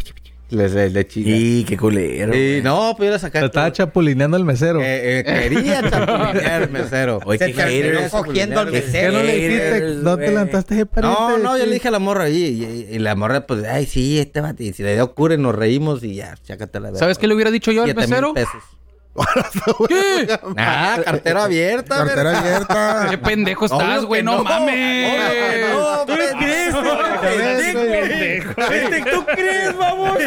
[SPEAKER 9] le, le, le chingaba.
[SPEAKER 5] Y qué culero.
[SPEAKER 9] Y no, pues yo le sacaba
[SPEAKER 3] Lo estaba chapulineando el mesero.
[SPEAKER 9] Eh, eh, quería chapulinear el mesero.
[SPEAKER 5] Oye,
[SPEAKER 4] Se
[SPEAKER 5] qué haters.
[SPEAKER 4] terminó cogiendo al
[SPEAKER 5] Qué
[SPEAKER 4] mesero.
[SPEAKER 5] haters,
[SPEAKER 3] no te
[SPEAKER 5] güey.
[SPEAKER 3] levantaste de pariente.
[SPEAKER 9] No, no, yo
[SPEAKER 3] sí.
[SPEAKER 9] le dije a la morra ahí. Y, y la morra, pues, ay, sí, este bate. Y si le dio cura, y nos reímos y ya, chácate la verga.
[SPEAKER 2] ¿Sabes qué le hubiera dicho yo al
[SPEAKER 9] Siete mil
[SPEAKER 2] mesero?
[SPEAKER 9] pesos.
[SPEAKER 2] ¿Qué?
[SPEAKER 9] Ah, cartera abierta.
[SPEAKER 8] Cartera
[SPEAKER 9] verga.
[SPEAKER 8] abierta.
[SPEAKER 2] Qué pendejo estás,
[SPEAKER 9] Obvio
[SPEAKER 2] güey.
[SPEAKER 9] que
[SPEAKER 2] No, mames.
[SPEAKER 9] Obvio que no,
[SPEAKER 7] Pendejo, pendejo.
[SPEAKER 5] ¿Tú crees, baboso?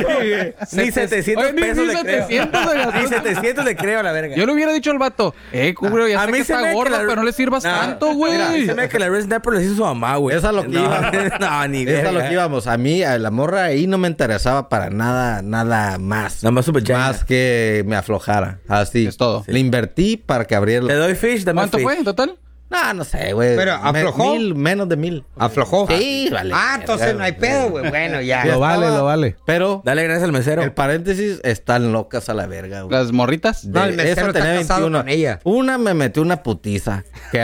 [SPEAKER 5] Ni 700
[SPEAKER 2] Oye, ni- ni
[SPEAKER 5] pesos le creo.
[SPEAKER 2] 700, oiga.
[SPEAKER 5] Ni 700 le creo a la verga.
[SPEAKER 2] Yo le hubiera dicho al vato, eh, cubro, ya
[SPEAKER 5] A
[SPEAKER 2] sé
[SPEAKER 5] mí
[SPEAKER 2] que
[SPEAKER 5] se
[SPEAKER 2] está
[SPEAKER 5] me hace que
[SPEAKER 2] gorda,
[SPEAKER 5] la-
[SPEAKER 2] pero no le sirvas
[SPEAKER 5] Nah,
[SPEAKER 2] tanto,
[SPEAKER 5] mira,
[SPEAKER 2] güey.
[SPEAKER 5] Se me hace que la Red Snapper les hizo su mamá, güey.
[SPEAKER 9] Esa es lo que
[SPEAKER 5] No,
[SPEAKER 9] iba.
[SPEAKER 5] No, ni
[SPEAKER 9] Esa
[SPEAKER 2] eh,
[SPEAKER 9] es lo
[SPEAKER 5] verga.
[SPEAKER 9] que íbamos. A mí, a la morra ahí no me interesaba para nada, nada más.
[SPEAKER 5] Nada más su vagina.
[SPEAKER 9] Más que me aflojara. Así.
[SPEAKER 2] Es todo.
[SPEAKER 9] Le invertí para que abriera.
[SPEAKER 5] Te doy fish, dame
[SPEAKER 2] ¿Cuánto
[SPEAKER 5] fish.
[SPEAKER 2] fue en total?
[SPEAKER 9] No, no sé, güey.
[SPEAKER 4] Pero,
[SPEAKER 9] Me-
[SPEAKER 4] ¿aflojó?
[SPEAKER 9] mil, menos de mil.
[SPEAKER 4] Aflojó.
[SPEAKER 9] Sí, vale.
[SPEAKER 4] Ah, entonces no hay pedo, güey. Bueno,
[SPEAKER 3] Lo
[SPEAKER 4] ya.
[SPEAKER 3] vale, lo vale.
[SPEAKER 9] Pero,
[SPEAKER 5] Dale gracias al mesero.
[SPEAKER 9] el paréntesis, están locas a la verga, güey.
[SPEAKER 2] Las morritas.
[SPEAKER 9] De-
[SPEAKER 4] No, el mesero está casado con ella.
[SPEAKER 9] Una me metió una putiza. Que-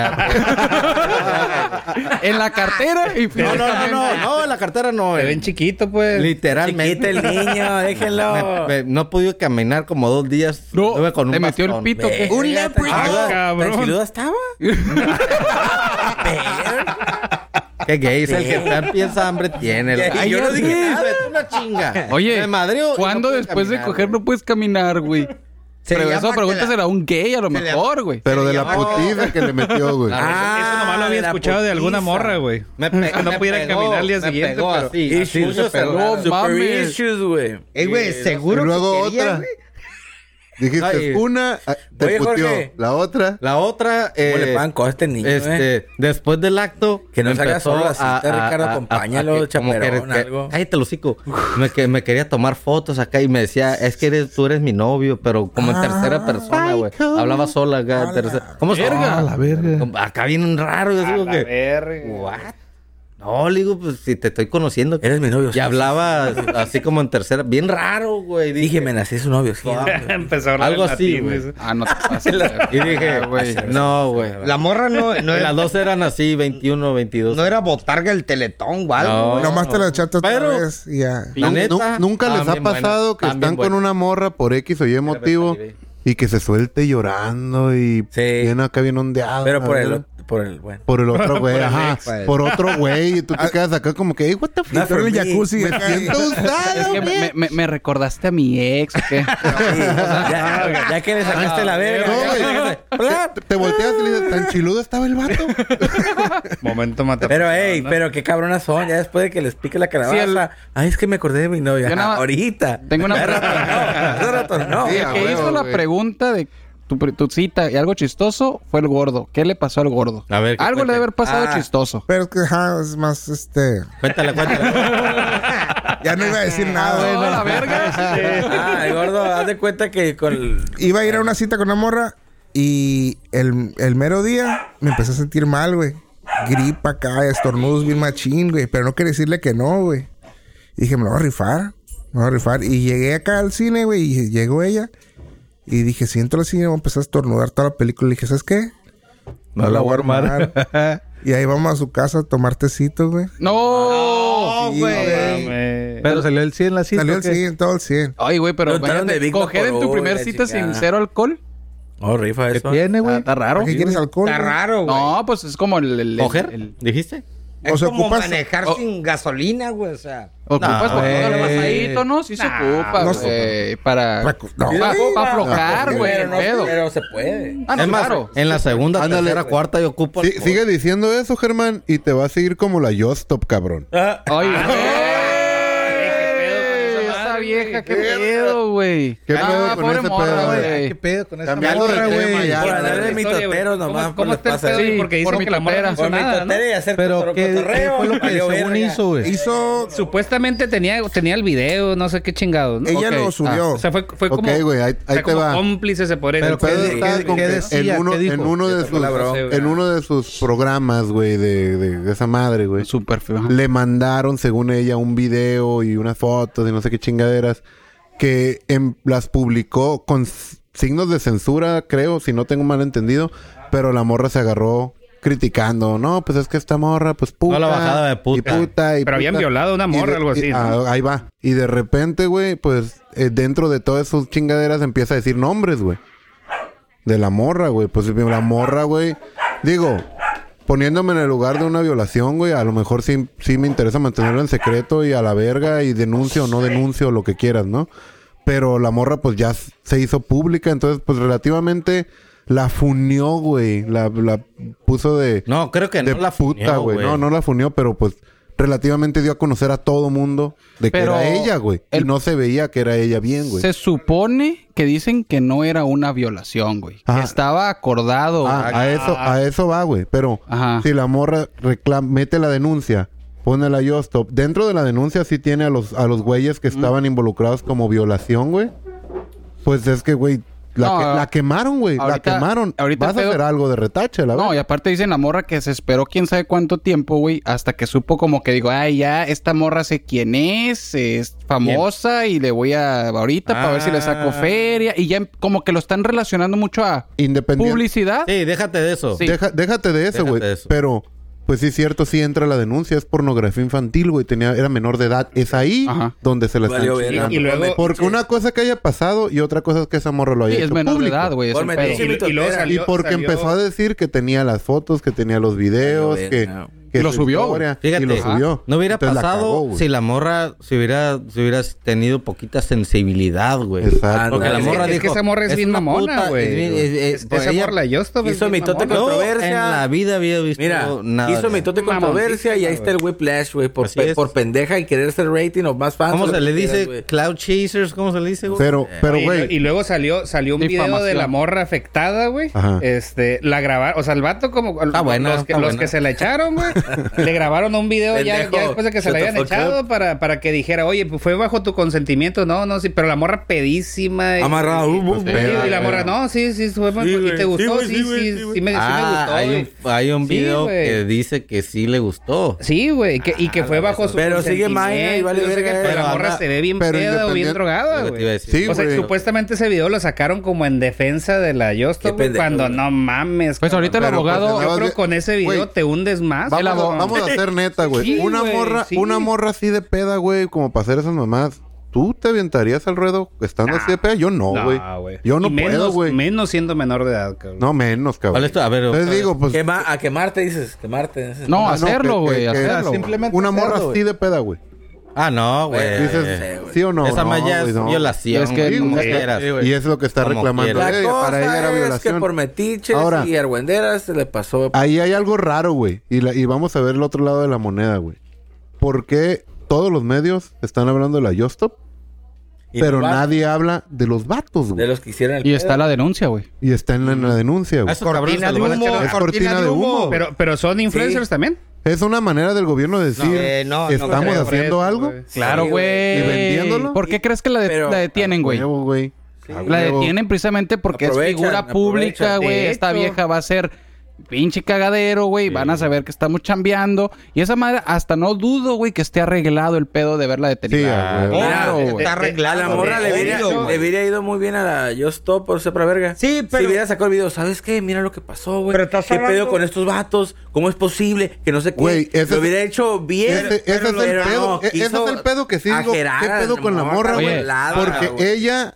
[SPEAKER 2] En la cartera y
[SPEAKER 9] no, no, no, no, no, en la cartera no.
[SPEAKER 7] Te
[SPEAKER 9] en-
[SPEAKER 7] ven chiquito, pues.
[SPEAKER 9] Literalmente.
[SPEAKER 5] Chiquito el niño, déjenlo.
[SPEAKER 9] Me- me- no pude caminar como dos días.
[SPEAKER 2] No,
[SPEAKER 9] Estuve con un
[SPEAKER 2] te metió el
[SPEAKER 9] bastón.
[SPEAKER 2] pito, ¿qué?
[SPEAKER 9] Un
[SPEAKER 7] Ah,
[SPEAKER 9] leprechaun.
[SPEAKER 7] cabrón.
[SPEAKER 5] ¿Tranquiluda estaba?
[SPEAKER 9] Qué gay es el que tan piensa hambre tiene. la-
[SPEAKER 5] Ay, yo no dije nada.
[SPEAKER 9] vete una chinga.
[SPEAKER 2] Oye,
[SPEAKER 9] Me madreó y no
[SPEAKER 2] ¿cuándo
[SPEAKER 9] pude
[SPEAKER 2] después
[SPEAKER 9] caminar,
[SPEAKER 2] de coger
[SPEAKER 9] güey.
[SPEAKER 2] no puedes caminar, güey?
[SPEAKER 4] Se
[SPEAKER 2] Pero
[SPEAKER 4] llama
[SPEAKER 2] eso
[SPEAKER 4] que
[SPEAKER 2] pregúntaselo
[SPEAKER 4] la-
[SPEAKER 2] a un gay a lo
[SPEAKER 4] se le-
[SPEAKER 2] mejor, güey.
[SPEAKER 6] Pero de la putiza que le metió, güey.
[SPEAKER 7] Eso nomás lo
[SPEAKER 2] Ah,
[SPEAKER 7] había
[SPEAKER 5] Ah, la
[SPEAKER 7] escuchado de alguna
[SPEAKER 5] putiza.
[SPEAKER 7] morra, güey.
[SPEAKER 9] Me
[SPEAKER 7] Que
[SPEAKER 9] pe-
[SPEAKER 7] no
[SPEAKER 9] me
[SPEAKER 7] pudiera
[SPEAKER 9] pegó,
[SPEAKER 7] caminar al día
[SPEAKER 9] me
[SPEAKER 7] siguiente,
[SPEAKER 9] pegó
[SPEAKER 7] pero-
[SPEAKER 9] así, así,
[SPEAKER 5] Issues,
[SPEAKER 9] se
[SPEAKER 5] se
[SPEAKER 9] pegó.
[SPEAKER 5] pegó.
[SPEAKER 2] No
[SPEAKER 5] Super
[SPEAKER 2] mames.
[SPEAKER 5] issues, güey.
[SPEAKER 4] Eh, güey, seguro
[SPEAKER 6] Y luego
[SPEAKER 4] que quería,
[SPEAKER 6] otra.
[SPEAKER 4] güey.
[SPEAKER 6] Dijiste
[SPEAKER 9] Ay.
[SPEAKER 6] una, ah, te
[SPEAKER 5] Oye,
[SPEAKER 6] puteó.
[SPEAKER 5] Jorge.
[SPEAKER 6] La otra,
[SPEAKER 9] La otra, eh,
[SPEAKER 5] ¿Cómo le pagan cosas a este niño,
[SPEAKER 9] este,
[SPEAKER 5] eh?
[SPEAKER 9] después del acto,
[SPEAKER 5] Que no se haga solo la cita, Ricardo, acompáñalo,
[SPEAKER 9] que- como que-
[SPEAKER 5] chaperón,
[SPEAKER 9] que-
[SPEAKER 5] algo.
[SPEAKER 9] Cállate, el hocico. Me, que, me quería tomar fotos acá y me decía, es que eres, tú eres mi novio, pero como
[SPEAKER 5] Ah,
[SPEAKER 9] en tercera persona, güey. Hablaba sola acá, en tercera. ¿Cómo se
[SPEAKER 3] A la verga.
[SPEAKER 9] Como- Acá viene un raro, yo digo
[SPEAKER 7] A
[SPEAKER 9] que,
[SPEAKER 7] ver.
[SPEAKER 9] "What?" No, le digo, pues si te estoy conociendo.
[SPEAKER 5] Eres mi novio.
[SPEAKER 9] Y hablaba así como en tercera, bien raro, güey.
[SPEAKER 5] Dije,
[SPEAKER 9] Dije,
[SPEAKER 5] me nací su novio. sí.
[SPEAKER 7] Empezó a hablar
[SPEAKER 9] Algo
[SPEAKER 7] en
[SPEAKER 9] así,
[SPEAKER 7] latín,
[SPEAKER 9] güey.
[SPEAKER 2] Ah, no te pases.
[SPEAKER 9] y
[SPEAKER 7] Ah,
[SPEAKER 9] dije, no, güey.
[SPEAKER 4] La morra no, no,
[SPEAKER 9] Las
[SPEAKER 4] era,
[SPEAKER 9] dos eran así, 21, 22.
[SPEAKER 4] no era botarga el teletón o algo.
[SPEAKER 9] No.
[SPEAKER 8] Nomás te la echaste otra
[SPEAKER 9] Pero-
[SPEAKER 8] vez y ya.
[SPEAKER 9] La
[SPEAKER 6] nu-
[SPEAKER 9] neta,
[SPEAKER 6] nu- nunca les
[SPEAKER 9] estaban
[SPEAKER 6] ha
[SPEAKER 9] bien buenas,
[SPEAKER 6] pasado que
[SPEAKER 9] estaban
[SPEAKER 6] están
[SPEAKER 9] bien
[SPEAKER 6] con
[SPEAKER 9] buenas.
[SPEAKER 6] una morra por X o Y motivo
[SPEAKER 9] saliré.
[SPEAKER 6] y que se suelte llorando y
[SPEAKER 5] Sí.
[SPEAKER 6] bien acá bien ondeado.
[SPEAKER 5] Pero por
[SPEAKER 6] la
[SPEAKER 5] el,
[SPEAKER 6] verga.
[SPEAKER 5] por el, bueno.
[SPEAKER 6] Por el otro güey, ajá.
[SPEAKER 4] pues.
[SPEAKER 6] Por otro güey. Y tú te quedas acá como que, "Ey, what the fuck.
[SPEAKER 5] Not for
[SPEAKER 8] Pero el
[SPEAKER 5] me.
[SPEAKER 8] jacuzzi.
[SPEAKER 6] Me
[SPEAKER 8] acá y-
[SPEAKER 6] siento
[SPEAKER 2] Es
[SPEAKER 6] usado,
[SPEAKER 2] que me,
[SPEAKER 6] güey.
[SPEAKER 2] me- me recordaste a mi ex, ¿o qué?
[SPEAKER 7] Ah,
[SPEAKER 5] Ya, ya que le sacaste la verga.
[SPEAKER 6] No,
[SPEAKER 5] ya que le sacaste-
[SPEAKER 6] güey. Te- Te volteas y le dices, tan chiludo estaba el vato.
[SPEAKER 7] Momento mata.
[SPEAKER 5] Pero, ey, pero qué cabronas son. Ya después de que les pique la calabaza.
[SPEAKER 2] Sí, el-
[SPEAKER 5] Ay, es que me acordé de mi novia.
[SPEAKER 2] Yo nada-
[SPEAKER 5] Ahorita.
[SPEAKER 2] Tengo una
[SPEAKER 5] Hace
[SPEAKER 2] pregunta.
[SPEAKER 5] rato no. Hace rato no.
[SPEAKER 6] Sí,
[SPEAKER 2] El
[SPEAKER 6] a
[SPEAKER 2] que
[SPEAKER 6] huevo,
[SPEAKER 2] hizo la
[SPEAKER 6] güey.
[SPEAKER 2] pregunta de tu, pri- tu cita y algo chistoso fue el gordo. ¿Qué le pasó al gordo?
[SPEAKER 9] A ver, ¿qué
[SPEAKER 2] algo le
[SPEAKER 9] cuente?
[SPEAKER 2] debe haber pasado
[SPEAKER 5] Ah.
[SPEAKER 2] chistoso.
[SPEAKER 8] Pero es que, ajá, es más, este...
[SPEAKER 9] Cuéntale, cuéntale.
[SPEAKER 8] Ya no iba a
[SPEAKER 7] Ah,
[SPEAKER 8] decir nada.
[SPEAKER 2] No, Ah, la verga.
[SPEAKER 5] Ah, el gordo, haz de cuenta que con el-
[SPEAKER 8] Iba a ir a una cita con una morra y el, el mero día me empecé a sentir mal, güey. Gripa acá, estornudos bien machín, güey. Pero no quería decirle que no, güey. Y dije, me lo voy a rifar. Me lo voy a rifar. Y llegué acá al cine, güey. Y llegó ella. Y dije, siento al cine, voy a empezar a estornudar toda la película. Y dije, ¿sabes qué?
[SPEAKER 3] No la voy a armar.
[SPEAKER 8] Y ahí vamos a su casa a tomar tecito, güey.
[SPEAKER 2] No.
[SPEAKER 8] Sí, güey.
[SPEAKER 3] Pero salió el 100 la cita.
[SPEAKER 8] Salió
[SPEAKER 3] ¿o
[SPEAKER 8] el
[SPEAKER 3] qué?
[SPEAKER 8] 100, todo el 100.
[SPEAKER 2] Ay, güey, pero
[SPEAKER 5] Lo untaron
[SPEAKER 2] imagínate,
[SPEAKER 5] de Big Mac
[SPEAKER 2] coger en tu
[SPEAKER 5] por
[SPEAKER 2] primer
[SPEAKER 5] hoy, la
[SPEAKER 2] cita sin
[SPEAKER 5] chingada.
[SPEAKER 2] cero alcohol.
[SPEAKER 5] Oh, rifa
[SPEAKER 3] ¿Qué
[SPEAKER 5] eso.
[SPEAKER 3] tiene, güey?
[SPEAKER 2] Ah, Está raro.
[SPEAKER 8] ¿Para qué quieres alcohol?
[SPEAKER 4] Está
[SPEAKER 8] güey?
[SPEAKER 4] raro, güey.
[SPEAKER 2] No, pues es como el... el- el-
[SPEAKER 9] ¿Coger?
[SPEAKER 2] el-
[SPEAKER 9] ¿Dijiste?
[SPEAKER 4] es
[SPEAKER 8] o sea,
[SPEAKER 4] como
[SPEAKER 8] ocupas-
[SPEAKER 4] manejar
[SPEAKER 2] o-
[SPEAKER 4] sin gasolina, güey. O sea,
[SPEAKER 2] Ocupas porque
[SPEAKER 3] güey.
[SPEAKER 2] no lo vas ahí, ¿no? Sí se ocupa,
[SPEAKER 8] no
[SPEAKER 2] güey. Para...
[SPEAKER 8] Para- no.
[SPEAKER 2] Para aflojar,
[SPEAKER 5] Pero
[SPEAKER 2] güey, el
[SPEAKER 5] no,
[SPEAKER 2] pedo.
[SPEAKER 5] pero se puede.
[SPEAKER 2] Ah, no,
[SPEAKER 9] es más,
[SPEAKER 2] claro.
[SPEAKER 9] en la segunda,
[SPEAKER 6] Ándale,
[SPEAKER 9] tercera,
[SPEAKER 6] güey.
[SPEAKER 9] cuarta yo ocupo.
[SPEAKER 6] Sí,
[SPEAKER 9] alcohol.
[SPEAKER 6] sigue diciendo eso, Germán, y te va
[SPEAKER 2] Ah.
[SPEAKER 6] a seguir como la Yostop, cabrón.
[SPEAKER 2] Ay, güey.
[SPEAKER 7] pedo con esa
[SPEAKER 2] Esa esa vieja, qué pedo, güey.
[SPEAKER 6] ¿Qué pedo
[SPEAKER 2] Ah,
[SPEAKER 6] con
[SPEAKER 2] pobre
[SPEAKER 6] ese
[SPEAKER 2] morra,
[SPEAKER 6] pedo,
[SPEAKER 2] güey.
[SPEAKER 3] ¿Qué pedo con esa
[SPEAKER 6] Cambiando de
[SPEAKER 3] morra,
[SPEAKER 6] tema
[SPEAKER 3] güey?
[SPEAKER 6] ya,
[SPEAKER 5] Por
[SPEAKER 6] la
[SPEAKER 5] andar
[SPEAKER 6] verdad.
[SPEAKER 5] de mitoteros
[SPEAKER 7] ¿Cómo-
[SPEAKER 5] nomás.
[SPEAKER 7] cómo
[SPEAKER 5] pues,
[SPEAKER 7] está el
[SPEAKER 5] pasa
[SPEAKER 7] pedo?
[SPEAKER 5] ahí.
[SPEAKER 2] Sí,
[SPEAKER 7] porque
[SPEAKER 2] por
[SPEAKER 7] dicen
[SPEAKER 2] mi
[SPEAKER 7] que la morra
[SPEAKER 2] topera.
[SPEAKER 7] no hizo
[SPEAKER 5] Por
[SPEAKER 7] nada, ¿no?
[SPEAKER 5] mitotero y hacer
[SPEAKER 3] Pero,
[SPEAKER 5] cotor-
[SPEAKER 3] ¿qué qué
[SPEAKER 5] cotorreo.
[SPEAKER 3] fue lo que
[SPEAKER 5] Valió
[SPEAKER 3] según
[SPEAKER 5] verga.
[SPEAKER 3] hizo, güey?
[SPEAKER 8] Hizo.
[SPEAKER 7] Supuestamente tenía, tenía el video, no sé qué chingados. ¿no?
[SPEAKER 8] Ella
[SPEAKER 2] Ok,
[SPEAKER 8] lo
[SPEAKER 2] ah,
[SPEAKER 8] subió.
[SPEAKER 7] O sea, fue, fue como,
[SPEAKER 6] Ok, güey, ahí,
[SPEAKER 7] o sea,
[SPEAKER 6] ahí te
[SPEAKER 7] como
[SPEAKER 6] va.
[SPEAKER 7] cómplice se podría
[SPEAKER 3] Pero
[SPEAKER 6] El pedo
[SPEAKER 3] ¿qué-
[SPEAKER 6] está
[SPEAKER 3] qué-
[SPEAKER 6] con
[SPEAKER 3] qué
[SPEAKER 6] que
[SPEAKER 3] decía?
[SPEAKER 6] en uno,
[SPEAKER 3] ¿Qué dijo?
[SPEAKER 6] en uno de
[SPEAKER 5] Esa fue
[SPEAKER 6] sus,
[SPEAKER 5] la bronca,
[SPEAKER 7] güey.
[SPEAKER 6] en uno de sus programas, güey, de, de- de esa madre, güey.
[SPEAKER 2] Súper feo.
[SPEAKER 6] Le mandaron, según ella, un video y unas fotos y no sé qué chingaderas que en- las publicó con s- signos de censura, creo, si no tengo mal entendido, pero la morra se agarró criticando, no, pues es que esta morra, pues puta,
[SPEAKER 9] No, la bajada de puta.
[SPEAKER 6] y puta, y
[SPEAKER 7] Pero habían
[SPEAKER 6] puta".
[SPEAKER 7] violado a una
[SPEAKER 6] Y
[SPEAKER 7] morra, algo así,
[SPEAKER 6] y-
[SPEAKER 7] ¿no?
[SPEAKER 6] ah, ahí va. Y de repente, güey, pues eh, dentro de todas sus chingaderas empieza a decir nombres, güey. De la morra, güey. Pues la morra, güey. Digo, poniéndome en el lugar de una violación, güey, a lo mejor sí, sí me interesa mantenerlo en secreto y a la verga y denuncio o no denuncio, lo que quieras, ¿no? Pero la morra, pues ya s- se hizo pública, entonces, pues relativamente la funió, güey. La, la puso de.
[SPEAKER 9] No, creo que
[SPEAKER 6] de
[SPEAKER 9] no la
[SPEAKER 6] puta,
[SPEAKER 9] funió,
[SPEAKER 6] güey. No, no la funió, pero pues relativamente dio a conocer a todo mundo de que
[SPEAKER 2] Pero
[SPEAKER 6] era ella, güey. Y
[SPEAKER 2] el-
[SPEAKER 6] no se veía que era ella bien, güey.
[SPEAKER 2] Se supone que dicen que no era una violación, güey. Que
[SPEAKER 6] Ajá.
[SPEAKER 2] estaba acordado.
[SPEAKER 6] Ah, a eso, a eso va, güey. Pero
[SPEAKER 2] Ajá.
[SPEAKER 6] si la morra reclam- mete la denuncia, pone la Yostop, dentro de la denuncia sí tiene a los, a los güeyes
[SPEAKER 2] Mm.
[SPEAKER 6] que estaban involucrados como violación, güey. Pues es que, güey, la,
[SPEAKER 2] No,
[SPEAKER 6] que- la quemaron, güey. La
[SPEAKER 2] ahorita-
[SPEAKER 6] quemaron.
[SPEAKER 2] ahorita
[SPEAKER 6] Vas a
[SPEAKER 2] el pedo-
[SPEAKER 6] hacer algo de retache, la
[SPEAKER 2] No,
[SPEAKER 6] verdad.
[SPEAKER 2] y aparte dicen la morra que se esperó quién sabe cuánto tiempo, güey, hasta que supo como que digo, ay, ya, esta morra sé quién es, es famosa y le voy a ahorita para ver si le
[SPEAKER 6] Ah.
[SPEAKER 2] saco feria. Y ya em- como que lo están relacionando mucho a
[SPEAKER 6] Independiente.
[SPEAKER 2] publicidad.
[SPEAKER 9] Sí, déjate de eso.
[SPEAKER 2] Sí.
[SPEAKER 6] Deja- déjate de eso,
[SPEAKER 9] Déjate
[SPEAKER 6] güey.
[SPEAKER 9] de eso.
[SPEAKER 6] Pero, pues sí es cierto, sí entra la denuncia. Es pornografía infantil, güey. Tenía, era menor de edad. Es ahí
[SPEAKER 2] Ajá.
[SPEAKER 6] donde se la están
[SPEAKER 5] Valió verga.
[SPEAKER 6] chingando.
[SPEAKER 7] Y luego-
[SPEAKER 6] Porque una cosa que haya pasado y otra cosa es que esa morra lo
[SPEAKER 2] Sí,
[SPEAKER 6] haya
[SPEAKER 2] es
[SPEAKER 6] hecho
[SPEAKER 2] menor
[SPEAKER 6] público.
[SPEAKER 2] de edad, güey. es
[SPEAKER 5] Por
[SPEAKER 2] el pedo.
[SPEAKER 5] meterse en
[SPEAKER 7] Y- y luego
[SPEAKER 5] mitotera.
[SPEAKER 7] salió-
[SPEAKER 6] Y porque
[SPEAKER 7] salió-
[SPEAKER 6] empezó a decir que tenía las fotos, que tenía los videos,
[SPEAKER 5] Valió
[SPEAKER 6] que,
[SPEAKER 5] verga.
[SPEAKER 6] que
[SPEAKER 2] Y lo
[SPEAKER 6] su
[SPEAKER 2] subió,
[SPEAKER 6] historia,
[SPEAKER 9] Fíjate,
[SPEAKER 6] y lo subió.
[SPEAKER 9] no hubiera
[SPEAKER 6] Entonces la
[SPEAKER 9] pasado
[SPEAKER 6] cagó, güey.
[SPEAKER 9] si la morra se hubiera, si hubieras tenido poquita sensibilidad, güey.
[SPEAKER 6] Exacto.
[SPEAKER 9] Porque la
[SPEAKER 7] Es que-
[SPEAKER 9] morra
[SPEAKER 7] es que
[SPEAKER 9] dijo,
[SPEAKER 7] esa morra es bien
[SPEAKER 9] una
[SPEAKER 7] mamona,
[SPEAKER 9] puta,
[SPEAKER 7] güey.
[SPEAKER 9] es bien- es- es-
[SPEAKER 7] Es-
[SPEAKER 9] pues
[SPEAKER 7] esa
[SPEAKER 9] ella-
[SPEAKER 7] morra Yostov es
[SPEAKER 5] hizo
[SPEAKER 7] bien
[SPEAKER 5] mitote
[SPEAKER 7] mamona.
[SPEAKER 9] No,
[SPEAKER 5] controversia.
[SPEAKER 9] en la vida había visto
[SPEAKER 5] Mira,
[SPEAKER 9] nada.
[SPEAKER 5] hizo
[SPEAKER 9] de-
[SPEAKER 5] mitote controversia y ahí está el whiplash, güey, por,
[SPEAKER 9] Así es.
[SPEAKER 5] por pendeja y querer ser rating o más fans.
[SPEAKER 9] ¿Cómo
[SPEAKER 5] o lo
[SPEAKER 9] se
[SPEAKER 5] que
[SPEAKER 9] le
[SPEAKER 5] quieras,
[SPEAKER 9] dice?
[SPEAKER 5] güey.
[SPEAKER 9] Cloud Chasers, ¿cómo se le dice, güey?
[SPEAKER 6] Pero, pero,
[SPEAKER 7] Eh, Y-
[SPEAKER 6] güey.
[SPEAKER 7] Y, luego salió, salió un video de
[SPEAKER 2] Difamación.
[SPEAKER 7] la morra afectada, güey.
[SPEAKER 6] Ajá.
[SPEAKER 7] Este, la grabaron, o sea, el vato como
[SPEAKER 9] Está buena,
[SPEAKER 7] los, que,
[SPEAKER 9] está
[SPEAKER 7] los
[SPEAKER 9] buena.
[SPEAKER 7] que se la echaron, güey. le grabaron un video ya,
[SPEAKER 5] Pendejo,
[SPEAKER 7] ya después de que se la
[SPEAKER 5] shut
[SPEAKER 7] habían
[SPEAKER 5] the fuck
[SPEAKER 7] echado para, para que dijera, oye, pues fue bajo tu consentimiento, no, no, sí, pero la morra pedísima. y-
[SPEAKER 5] Amarrado.
[SPEAKER 7] Sí,
[SPEAKER 6] Peda,
[SPEAKER 7] y la morra, no, sí, sí, fue
[SPEAKER 5] Sí,
[SPEAKER 7] ¿Y
[SPEAKER 5] güey,
[SPEAKER 7] te gustó?
[SPEAKER 5] sí,
[SPEAKER 7] Sí,
[SPEAKER 5] güey, sí,
[SPEAKER 7] sí,
[SPEAKER 5] güey,
[SPEAKER 7] sí,
[SPEAKER 5] sí, güey.
[SPEAKER 7] me, sí me
[SPEAKER 9] ah,
[SPEAKER 7] gustó.
[SPEAKER 9] hay
[SPEAKER 7] güey.
[SPEAKER 9] un, hay
[SPEAKER 7] Sí,
[SPEAKER 9] un video
[SPEAKER 7] güey.
[SPEAKER 9] que dice que sí le gustó.
[SPEAKER 7] Sí, güey, que- y que fue bajo su
[SPEAKER 5] Pero sigue
[SPEAKER 7] consentimiento,
[SPEAKER 5] Maya y vale
[SPEAKER 7] no sé qué,
[SPEAKER 5] verga,
[SPEAKER 7] pero
[SPEAKER 9] pero
[SPEAKER 7] la morra
[SPEAKER 9] anda-
[SPEAKER 7] se ve bien
[SPEAKER 6] pero
[SPEAKER 7] peda o
[SPEAKER 6] independiente-
[SPEAKER 7] bien
[SPEAKER 9] Lo
[SPEAKER 7] drogada,
[SPEAKER 9] que te iba a
[SPEAKER 7] güey.
[SPEAKER 9] decir.
[SPEAKER 6] Sí,
[SPEAKER 7] o sea,
[SPEAKER 6] güey.
[SPEAKER 7] supuestamente ese video lo sacaron como en defensa de la
[SPEAKER 5] Qué
[SPEAKER 7] Yostop, güey,
[SPEAKER 5] pendejo,
[SPEAKER 7] cuando
[SPEAKER 5] güey.
[SPEAKER 7] no mames.
[SPEAKER 2] Pues
[SPEAKER 7] cabrón.
[SPEAKER 2] ahorita el
[SPEAKER 6] Pero, pues,
[SPEAKER 2] abogado...
[SPEAKER 6] andaba
[SPEAKER 7] Yo creo
[SPEAKER 6] Güey,
[SPEAKER 7] que con ese video
[SPEAKER 6] güey,
[SPEAKER 7] te hundes más.
[SPEAKER 6] Vamos, a,
[SPEAKER 2] abogado.
[SPEAKER 6] vamos a ser neta, güey.
[SPEAKER 7] Sí,
[SPEAKER 6] una
[SPEAKER 7] güey,
[SPEAKER 6] morra,
[SPEAKER 7] sí.
[SPEAKER 6] una morra así de peda, güey, como para hacer esas mamás. ¿Tú te aventarías al ruedo estando así de peda? Yo no,
[SPEAKER 7] No,
[SPEAKER 6] güey.
[SPEAKER 7] güey.
[SPEAKER 6] Yo no
[SPEAKER 7] Y menos-
[SPEAKER 6] puedo, güey.
[SPEAKER 7] Menos siendo menor de edad, cabrón.
[SPEAKER 6] No menos, cabrón.
[SPEAKER 9] ¿Cuál es tu- A ver,
[SPEAKER 6] Entonces
[SPEAKER 9] otra vez.
[SPEAKER 6] digo, pues.
[SPEAKER 5] Quema- a quemarte dices, quemarte. dices.
[SPEAKER 2] No,
[SPEAKER 6] ah,
[SPEAKER 2] hacerlo,
[SPEAKER 6] que-
[SPEAKER 2] güey,
[SPEAKER 6] que- que
[SPEAKER 2] hacerlo.
[SPEAKER 3] simplemente
[SPEAKER 6] Una morra
[SPEAKER 3] hacerlo,
[SPEAKER 6] así de peda, güey.
[SPEAKER 9] Ah, no, güey.
[SPEAKER 6] Dices, ¿sí o no?
[SPEAKER 9] Esa
[SPEAKER 6] No,
[SPEAKER 9] más ya
[SPEAKER 6] güey,
[SPEAKER 9] es
[SPEAKER 6] no.
[SPEAKER 9] violación.
[SPEAKER 2] Es que-
[SPEAKER 9] güey, como
[SPEAKER 2] es que-
[SPEAKER 9] quieras.
[SPEAKER 5] sí, güey. Eh,
[SPEAKER 6] Y es lo que está
[SPEAKER 9] Como
[SPEAKER 6] reclamando.
[SPEAKER 9] quieras.
[SPEAKER 5] La
[SPEAKER 6] ella,
[SPEAKER 5] cosa
[SPEAKER 6] para ella era
[SPEAKER 5] es
[SPEAKER 6] violación.
[SPEAKER 5] que por metiches
[SPEAKER 6] Ahora-
[SPEAKER 5] y argüenderas se le pasó.
[SPEAKER 6] Ahí hay algo raro, güey. Y, la- y vamos a ver el otro lado de la moneda, güey. ¿Por qué todos los medios están hablando de la Yostop?
[SPEAKER 5] Y
[SPEAKER 6] Pero
[SPEAKER 5] los vatos,
[SPEAKER 6] nadie habla de los vatos,
[SPEAKER 5] De
[SPEAKER 6] güey.
[SPEAKER 5] los que hicieron el
[SPEAKER 2] Y
[SPEAKER 5] pedo.
[SPEAKER 2] está la denuncia, güey.
[SPEAKER 6] Y está en la, en la denuncia,
[SPEAKER 9] A
[SPEAKER 6] güey.
[SPEAKER 9] esos cabrones se
[SPEAKER 7] Cortina
[SPEAKER 9] lo
[SPEAKER 7] de
[SPEAKER 9] van a
[SPEAKER 7] humo.
[SPEAKER 9] echar
[SPEAKER 6] Es cortina de humo.
[SPEAKER 7] Pero, pero son influencers también.
[SPEAKER 6] Es una manera del gobierno de decir,
[SPEAKER 4] eh, no, no
[SPEAKER 6] estamos
[SPEAKER 4] creo,
[SPEAKER 6] haciendo
[SPEAKER 7] Fresco,
[SPEAKER 6] algo.
[SPEAKER 7] güey.
[SPEAKER 2] Claro,
[SPEAKER 5] Sí,
[SPEAKER 2] güey.
[SPEAKER 6] ¿Y vendiéndolo?
[SPEAKER 2] ¿Por qué crees que la, de-
[SPEAKER 5] Pero-
[SPEAKER 2] la detienen, güey?
[SPEAKER 6] Huevo, güey. A
[SPEAKER 2] La
[SPEAKER 6] huevo.
[SPEAKER 2] detienen precisamente porque es
[SPEAKER 5] Aprovechan,
[SPEAKER 2] figura
[SPEAKER 5] aprovechan.
[SPEAKER 2] pública, güey.
[SPEAKER 7] De
[SPEAKER 2] Esta
[SPEAKER 7] hecho.
[SPEAKER 2] vieja va a ser pinche cagadero, güey. Van a saber que estamos chambeando. Y esa madre, hasta no dudo, güey, que esté arreglado el pedo de verla
[SPEAKER 6] Sí,
[SPEAKER 2] detenida.
[SPEAKER 6] a huevo.
[SPEAKER 2] Claro,
[SPEAKER 7] Mira,
[SPEAKER 2] güey.
[SPEAKER 4] Está
[SPEAKER 5] A
[SPEAKER 4] arreglado.
[SPEAKER 5] Eh, la morra le
[SPEAKER 4] güey.
[SPEAKER 5] hubiera,
[SPEAKER 4] Obvio,
[SPEAKER 5] le
[SPEAKER 4] güey.
[SPEAKER 5] hubiera ido muy bien a la Yo Stop por ser para verga.
[SPEAKER 4] Sí, pero-
[SPEAKER 5] Si hubiera sacado el video, ¿sabes qué? Mira lo que pasó, güey.
[SPEAKER 4] Pero estás
[SPEAKER 5] ¿Qué
[SPEAKER 4] hablando-
[SPEAKER 5] pedo con estos vatos? ¿Cómo es posible? Que no sé qué.
[SPEAKER 6] Güey, ese
[SPEAKER 5] lo
[SPEAKER 6] es-
[SPEAKER 5] hubiera hecho bien.
[SPEAKER 6] Ese, ese es el
[SPEAKER 5] lo- pero
[SPEAKER 6] pedo.
[SPEAKER 5] no,
[SPEAKER 6] E- ese
[SPEAKER 5] quiso
[SPEAKER 6] es el pedo que sí digo. ¿Qué
[SPEAKER 5] ajerar a
[SPEAKER 6] pedo con la morra,
[SPEAKER 2] Oye,
[SPEAKER 6] güey?
[SPEAKER 5] violada,
[SPEAKER 6] Porque
[SPEAKER 5] güey.
[SPEAKER 6] ella,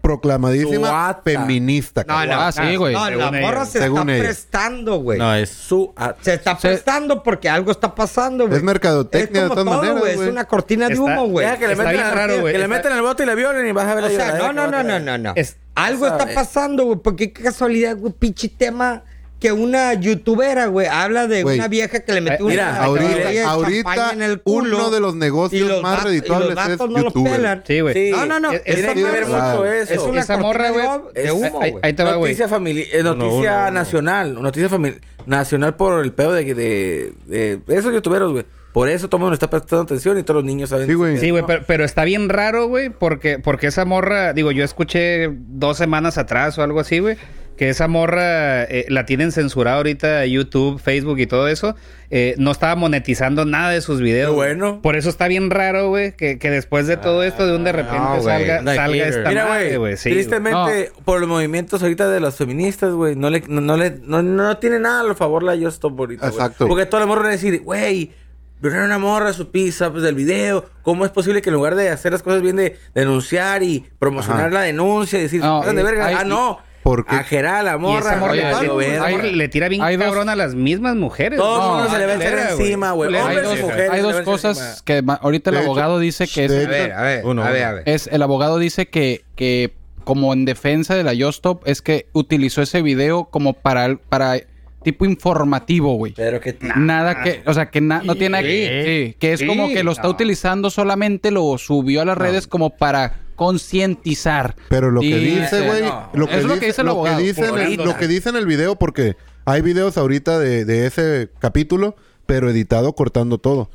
[SPEAKER 6] proclamadísima
[SPEAKER 5] Su ata.
[SPEAKER 6] feminista.
[SPEAKER 4] No,
[SPEAKER 6] cabrón.
[SPEAKER 4] no,
[SPEAKER 2] Ah, sí, güey.
[SPEAKER 4] No, la
[SPEAKER 7] Según
[SPEAKER 4] morra
[SPEAKER 7] ellos.
[SPEAKER 4] se está
[SPEAKER 6] Según ellos.
[SPEAKER 4] prestando, güey.
[SPEAKER 9] No, es
[SPEAKER 5] Su a-
[SPEAKER 4] Se está
[SPEAKER 2] Se-
[SPEAKER 4] prestando porque algo está pasando, güey.
[SPEAKER 6] ah, Es mercadotecnia
[SPEAKER 4] Es como
[SPEAKER 6] de todas
[SPEAKER 4] todo,
[SPEAKER 6] maneras,
[SPEAKER 4] güey.
[SPEAKER 6] güey.
[SPEAKER 4] Es una cortina de
[SPEAKER 7] Está-
[SPEAKER 4] humo, güey.
[SPEAKER 5] Deja que le
[SPEAKER 7] Está
[SPEAKER 5] metan
[SPEAKER 7] bien
[SPEAKER 5] al-
[SPEAKER 7] raro, güey.
[SPEAKER 5] Que le
[SPEAKER 7] Está-
[SPEAKER 5] metan el bote y la violen y vas a ver
[SPEAKER 4] O
[SPEAKER 5] la
[SPEAKER 4] sea,
[SPEAKER 5] lloradera eh,
[SPEAKER 4] no,
[SPEAKER 5] que
[SPEAKER 4] no,
[SPEAKER 5] va a
[SPEAKER 4] no, no,
[SPEAKER 5] traer.
[SPEAKER 4] no, no.
[SPEAKER 7] Es-
[SPEAKER 4] Algo está
[SPEAKER 5] ¿sabes?
[SPEAKER 4] pasando, güey. Porque qué casualidad, güey. Pinche tema que una youtubera, güey, habla de
[SPEAKER 6] Güey.
[SPEAKER 4] una vieja que le metió
[SPEAKER 5] Eh, mira,
[SPEAKER 4] una
[SPEAKER 6] Ahorita,
[SPEAKER 4] botella de
[SPEAKER 6] ahorita
[SPEAKER 4] champaña en el culo
[SPEAKER 6] uno de los
[SPEAKER 4] y
[SPEAKER 6] negocios
[SPEAKER 4] los
[SPEAKER 6] más
[SPEAKER 4] vatos- y los
[SPEAKER 6] redituables es
[SPEAKER 4] vatos no los
[SPEAKER 6] youtuber.
[SPEAKER 4] pelan.
[SPEAKER 7] Sí, güey.
[SPEAKER 5] Sí.
[SPEAKER 4] No, no, no,
[SPEAKER 7] Es-
[SPEAKER 5] Es, tiene
[SPEAKER 4] esa
[SPEAKER 5] que
[SPEAKER 4] madre-
[SPEAKER 5] ver mucho
[SPEAKER 4] Es
[SPEAKER 5] eso.
[SPEAKER 4] una
[SPEAKER 7] Esa morra,
[SPEAKER 4] cortina
[SPEAKER 7] güey,
[SPEAKER 4] de humo,
[SPEAKER 7] es- ahí-
[SPEAKER 4] güey.
[SPEAKER 7] ahí te va, güey.
[SPEAKER 5] noticia familiar, noticia nacional, noticia familiar, nacional por el pedo de, de, de esos youtuberos, güey. Por eso todo el mundo está prestando atención y todos los niños saben.
[SPEAKER 6] Sí, güey.
[SPEAKER 7] Sí, güey, pero, pero está bien raro, güey, porque, porque esa morra, digo, yo escuché dos semanas atrás o algo así, güey, que esa morra eh, la tienen censurada ahorita YouTube, Facebook y todo eso. Eh, no estaba monetizando nada de sus videos.
[SPEAKER 5] Qué
[SPEAKER 7] güey.
[SPEAKER 5] bueno.
[SPEAKER 7] Por eso está bien raro, güey, que, que después de todo esto, de un de repente
[SPEAKER 6] Ah,
[SPEAKER 9] no, güey.
[SPEAKER 7] salga,
[SPEAKER 9] Like
[SPEAKER 7] salga
[SPEAKER 9] here.
[SPEAKER 7] esta madre,
[SPEAKER 5] Mira,
[SPEAKER 7] güey.
[SPEAKER 5] güey,
[SPEAKER 7] Sí,
[SPEAKER 5] tristemente, por los movimientos ahorita de las feministas, güey, no le, no, no le, no, no tiene nada a lo favor la Just Stop ahorita, güey.
[SPEAKER 6] Exacto.
[SPEAKER 5] Porque todas las morras van a decir, güey, violaron a una morra su pizza, pues, del video, ¿cómo es posible que en lugar de hacer las cosas bien de denunciar y promocionar
[SPEAKER 6] Ajá.
[SPEAKER 5] la denuncia y decir,
[SPEAKER 2] No,
[SPEAKER 5] "Pasan de
[SPEAKER 2] eh,
[SPEAKER 5] verga,
[SPEAKER 2] hay-
[SPEAKER 5] ah, no,
[SPEAKER 6] ¿Por qué?
[SPEAKER 5] a Gerard, la
[SPEAKER 7] güey. Y esa
[SPEAKER 5] morra,
[SPEAKER 7] morra,
[SPEAKER 2] Oye,
[SPEAKER 7] le-
[SPEAKER 5] vale,
[SPEAKER 2] hay-
[SPEAKER 7] le,
[SPEAKER 5] verga.
[SPEAKER 7] esa morra
[SPEAKER 2] hay-
[SPEAKER 7] le tira bien
[SPEAKER 2] hay dos-
[SPEAKER 7] cabrón a las mismas mujeres.
[SPEAKER 5] Todo el mundo
[SPEAKER 7] güey.
[SPEAKER 5] se le va a
[SPEAKER 7] Culera,
[SPEAKER 5] echar encima, güey.
[SPEAKER 7] Culera,
[SPEAKER 2] Hay
[SPEAKER 5] Hombres,
[SPEAKER 2] dos,
[SPEAKER 7] vieja.
[SPEAKER 5] mujeres.
[SPEAKER 2] hay dos
[SPEAKER 5] Hombres,
[SPEAKER 2] cosas
[SPEAKER 5] mujeres.
[SPEAKER 2] que ma- ahorita el
[SPEAKER 6] De hecho,
[SPEAKER 2] abogado dice que es
[SPEAKER 6] de
[SPEAKER 4] A ver, a ver,
[SPEAKER 9] Uno,
[SPEAKER 4] a ver, a ver.
[SPEAKER 2] es el abogado dice que, que como en defensa de la Yostop es que utilizó ese video como para para tipo informativo, güey.
[SPEAKER 5] Pero que...
[SPEAKER 2] Nada que, o sea, que na- no tiene nada que, sí, que es
[SPEAKER 7] Sí,
[SPEAKER 2] como que lo está
[SPEAKER 7] no.
[SPEAKER 2] utilizando solamente lo subió a las redes como para concientizar.
[SPEAKER 6] Pero lo que
[SPEAKER 2] Y-
[SPEAKER 6] dice, güey,
[SPEAKER 5] no.
[SPEAKER 6] lo que
[SPEAKER 2] Es
[SPEAKER 6] dice,
[SPEAKER 2] lo que dice el
[SPEAKER 6] lo que
[SPEAKER 2] abogado,
[SPEAKER 6] dice en el-
[SPEAKER 7] ahorita.
[SPEAKER 6] lo que dice en el video, porque hay videos ahorita de, de ese capítulo, pero editado cortando todo.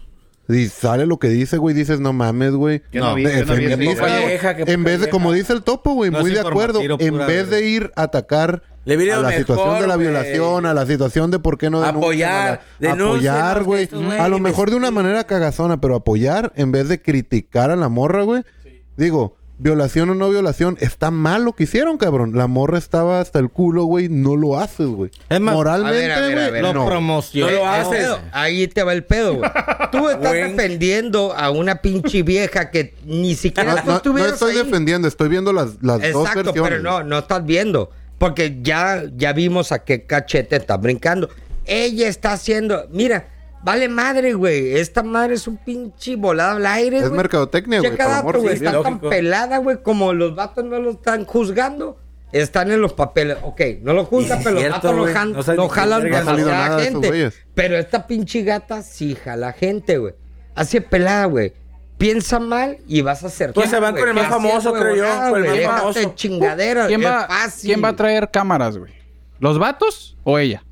[SPEAKER 6] Y sale lo que dice, güey, dices, no mames, güey.
[SPEAKER 7] Yo no vi-
[SPEAKER 6] de-
[SPEAKER 7] yo no vi ese
[SPEAKER 6] feminista,
[SPEAKER 5] video.
[SPEAKER 6] güey.
[SPEAKER 5] Vieja, qué
[SPEAKER 6] En vez de,
[SPEAKER 5] vieja.
[SPEAKER 6] como dice el topo, güey,
[SPEAKER 9] No
[SPEAKER 6] muy
[SPEAKER 9] es
[SPEAKER 6] de acuerdo,
[SPEAKER 9] informativo,
[SPEAKER 6] en
[SPEAKER 9] pura
[SPEAKER 6] vez de
[SPEAKER 9] verga.
[SPEAKER 6] ir a atacar
[SPEAKER 5] Le hubiera
[SPEAKER 6] a la
[SPEAKER 5] mejor,
[SPEAKER 6] situación de la
[SPEAKER 5] güey.
[SPEAKER 6] violación, a la situación de por qué no denuncian,
[SPEAKER 5] Apoyar,
[SPEAKER 6] a la-
[SPEAKER 5] denuncien a
[SPEAKER 6] apoyar,
[SPEAKER 5] los
[SPEAKER 6] güey.
[SPEAKER 5] que estos
[SPEAKER 6] A lo
[SPEAKER 5] güeyes-
[SPEAKER 6] mejor de una manera cagazona, pero apoyar en vez de criticar a la morra, güey. Digo, violación o no violación, está mal lo que hicieron, cabrón. La morra estaba hasta el culo, güey, no lo haces, güey.
[SPEAKER 9] Es más,
[SPEAKER 4] a ver, a
[SPEAKER 6] Moralmente,
[SPEAKER 4] ver, a
[SPEAKER 6] güey,
[SPEAKER 4] ver,
[SPEAKER 9] Lo
[SPEAKER 6] no.
[SPEAKER 9] promocionó.
[SPEAKER 5] No lo
[SPEAKER 4] Eh,
[SPEAKER 5] haces.
[SPEAKER 4] eh, Ahí te va el pedo, güey. Tú estás
[SPEAKER 5] Buen-
[SPEAKER 4] defendiendo a una pinche vieja que ni siquiera
[SPEAKER 6] Ah, No,
[SPEAKER 4] tú
[SPEAKER 6] no- no
[SPEAKER 4] estuvieras
[SPEAKER 6] estoy
[SPEAKER 4] ahí.
[SPEAKER 6] defendiendo, estoy viendo las, las dos
[SPEAKER 4] Exacto,
[SPEAKER 6] versiones.
[SPEAKER 4] pero no, no estás viendo. Porque ya, ya vimos a qué cachete está brincando. Ella está haciendo. Mira, vale madre, güey. Esta madre es un pinche volado al aire.
[SPEAKER 6] Es
[SPEAKER 4] güey.
[SPEAKER 6] mercadotecnia, güey,
[SPEAKER 4] Checa
[SPEAKER 6] por
[SPEAKER 4] dato,
[SPEAKER 6] amor,
[SPEAKER 4] güey.
[SPEAKER 6] sí,
[SPEAKER 4] Está tan
[SPEAKER 5] lógico.
[SPEAKER 4] pelada, güey, como los vatos no lo están juzgando. Están en los papeles. Ok, no lo juzgan,
[SPEAKER 5] Y es
[SPEAKER 4] pero los
[SPEAKER 5] cierto,
[SPEAKER 4] vatos lo,
[SPEAKER 5] güey.
[SPEAKER 4] jan-
[SPEAKER 5] No sabes
[SPEAKER 4] lo
[SPEAKER 5] ni qué
[SPEAKER 4] jalan
[SPEAKER 5] verga.
[SPEAKER 6] No ha salido nada
[SPEAKER 4] demasiada
[SPEAKER 6] de esos
[SPEAKER 4] gente.
[SPEAKER 6] güeyes.
[SPEAKER 4] Pero esta pinche gata sí jala gente, güey. Así es pelada, güey. Piensa mal y vas a ser
[SPEAKER 5] Pues se van con el más famoso, creo yo,
[SPEAKER 4] Ah,
[SPEAKER 5] con el más famoso.
[SPEAKER 4] chingadera.
[SPEAKER 2] ¿Quién
[SPEAKER 4] es
[SPEAKER 2] va,
[SPEAKER 4] fácil.
[SPEAKER 2] ¿Quién va a traer cámaras, güey? ¿Los vatos o ella?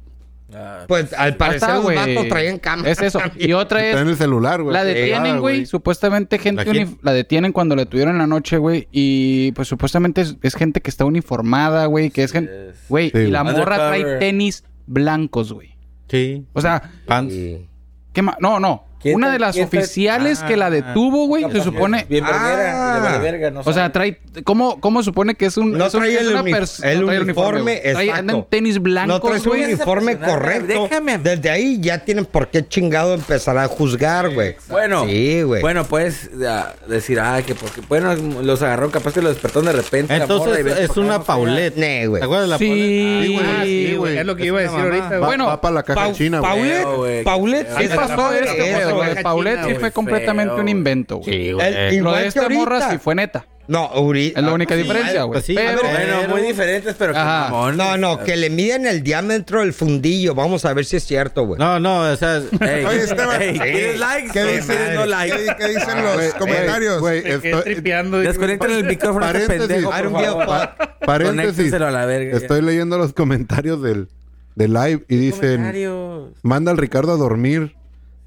[SPEAKER 4] Pues al parecer
[SPEAKER 2] Hasta,
[SPEAKER 4] los
[SPEAKER 2] güey.
[SPEAKER 4] vatos traían cámaras.
[SPEAKER 2] Es eso. Y
[SPEAKER 4] también.
[SPEAKER 2] otra
[SPEAKER 6] Está en
[SPEAKER 2] es
[SPEAKER 6] el celular, güey.
[SPEAKER 2] La
[SPEAKER 6] Pegada,
[SPEAKER 2] detienen, güey. Supuestamente gente
[SPEAKER 9] ¿La quién?
[SPEAKER 2] uni- la detienen cuando la tuvieron en la noche, güey. Y pues supuestamente es, es gente que está uniformada, güey. Que es gente. Güey,
[SPEAKER 6] Sí,
[SPEAKER 2] y la
[SPEAKER 5] güey.
[SPEAKER 2] morra trae
[SPEAKER 5] Undercover.
[SPEAKER 2] tenis blancos, güey.
[SPEAKER 9] Sí.
[SPEAKER 2] O sea,
[SPEAKER 9] Pants.
[SPEAKER 4] Sí.
[SPEAKER 2] ¿qué ma- No, no.
[SPEAKER 5] ¿Quién
[SPEAKER 2] Una
[SPEAKER 5] tra-
[SPEAKER 2] de las
[SPEAKER 5] quién tra-
[SPEAKER 2] oficiales que la detuvo, güey, se supone.
[SPEAKER 5] Bien verguera,
[SPEAKER 4] Ah.
[SPEAKER 5] le vale verga, no
[SPEAKER 2] O
[SPEAKER 5] sabe.
[SPEAKER 2] sea, trae. ¿Cómo, cómo supone que es un.
[SPEAKER 4] No
[SPEAKER 2] es un-
[SPEAKER 4] trae
[SPEAKER 2] es
[SPEAKER 4] el,
[SPEAKER 2] una
[SPEAKER 4] uni-
[SPEAKER 2] pers-
[SPEAKER 4] el
[SPEAKER 2] no trae
[SPEAKER 4] uniforme,
[SPEAKER 2] güey. Trae-
[SPEAKER 4] exacto.
[SPEAKER 2] andan tenis
[SPEAKER 4] No
[SPEAKER 2] blancos,
[SPEAKER 4] traes un
[SPEAKER 2] güey.
[SPEAKER 4] uniforme
[SPEAKER 5] Decepcionante,
[SPEAKER 4] correcto.
[SPEAKER 5] déjame.
[SPEAKER 4] Desde ahí ya tienen por qué chingado empezar a juzgar, güey.
[SPEAKER 5] Bueno,
[SPEAKER 4] Sí, güey.
[SPEAKER 5] bueno, puedes ya, decir, ah, que porque, bueno, los agarró, capaz que los despertaron de repente. la morra, y
[SPEAKER 9] Entonces
[SPEAKER 5] ves,
[SPEAKER 9] es
[SPEAKER 5] ¿por qué
[SPEAKER 9] una
[SPEAKER 5] no Pues fue?
[SPEAKER 9] paulette.
[SPEAKER 4] Nee, güey.
[SPEAKER 9] ¿Te acuerdas de la
[SPEAKER 2] Sí,
[SPEAKER 6] Sí, güey.
[SPEAKER 7] Ah, sí,
[SPEAKER 6] Sí,
[SPEAKER 7] güey.
[SPEAKER 6] güey.
[SPEAKER 7] Es lo que iba a decir ahorita, güey.
[SPEAKER 6] Va,
[SPEAKER 2] Bueno,
[SPEAKER 6] va para la caja
[SPEAKER 4] Pau-
[SPEAKER 6] china, güey.
[SPEAKER 4] Paulette,
[SPEAKER 5] Feo, güey.
[SPEAKER 4] Paulette,
[SPEAKER 5] Feo.
[SPEAKER 2] Sí
[SPEAKER 5] Esa
[SPEAKER 2] pasó
[SPEAKER 4] madre,
[SPEAKER 2] esto, güey.
[SPEAKER 4] esa
[SPEAKER 2] Lo de
[SPEAKER 4] caja
[SPEAKER 2] Paulette
[SPEAKER 4] china,
[SPEAKER 2] sí
[SPEAKER 5] güey,
[SPEAKER 2] fue completamente
[SPEAKER 5] feo,
[SPEAKER 2] un
[SPEAKER 5] güey.
[SPEAKER 2] invento, güey.
[SPEAKER 9] Sí,
[SPEAKER 4] El-
[SPEAKER 9] güey.
[SPEAKER 4] y-
[SPEAKER 2] Lo
[SPEAKER 4] Igual
[SPEAKER 2] de
[SPEAKER 4] que
[SPEAKER 2] esta morra
[SPEAKER 4] ahorita.
[SPEAKER 2] sí fue neta.
[SPEAKER 4] No, ahorita.
[SPEAKER 2] Es la única diferencia,
[SPEAKER 9] ah,
[SPEAKER 2] güey.
[SPEAKER 9] pues sí,
[SPEAKER 2] Pero-
[SPEAKER 9] a ver.
[SPEAKER 5] Bueno, muy
[SPEAKER 9] Pero-
[SPEAKER 5] diferentes, pero.
[SPEAKER 2] Ajá.
[SPEAKER 5] mamón.
[SPEAKER 4] No, no, que le miden el diámetro del fundillo. Vamos a ver si es cierto, güey.
[SPEAKER 9] No, no, o sea,
[SPEAKER 5] Ey,
[SPEAKER 8] Oye, Esteban,
[SPEAKER 5] ey,
[SPEAKER 8] sí.
[SPEAKER 5] ¿quieres likes?
[SPEAKER 8] ¿Qué
[SPEAKER 5] No,
[SPEAKER 8] dicen,
[SPEAKER 5] madre.
[SPEAKER 8] no like? ¿Qué dicen los
[SPEAKER 6] Güey,
[SPEAKER 8] comentarios?
[SPEAKER 6] Güey,
[SPEAKER 7] Me quedé
[SPEAKER 6] estoy,
[SPEAKER 7] tripeando, güey.
[SPEAKER 5] Desconecten el micrófono a este
[SPEAKER 6] Paréntesis.
[SPEAKER 5] pendejo.
[SPEAKER 6] I
[SPEAKER 5] por
[SPEAKER 6] don't give a
[SPEAKER 5] favor.
[SPEAKER 6] Paréntesis.
[SPEAKER 5] Conéctenselo a la verga. ya.
[SPEAKER 6] Estoy leyendo los comentarios del, del live y dicen:
[SPEAKER 5] Comentarios.
[SPEAKER 6] Manda al Ricardo a dormir.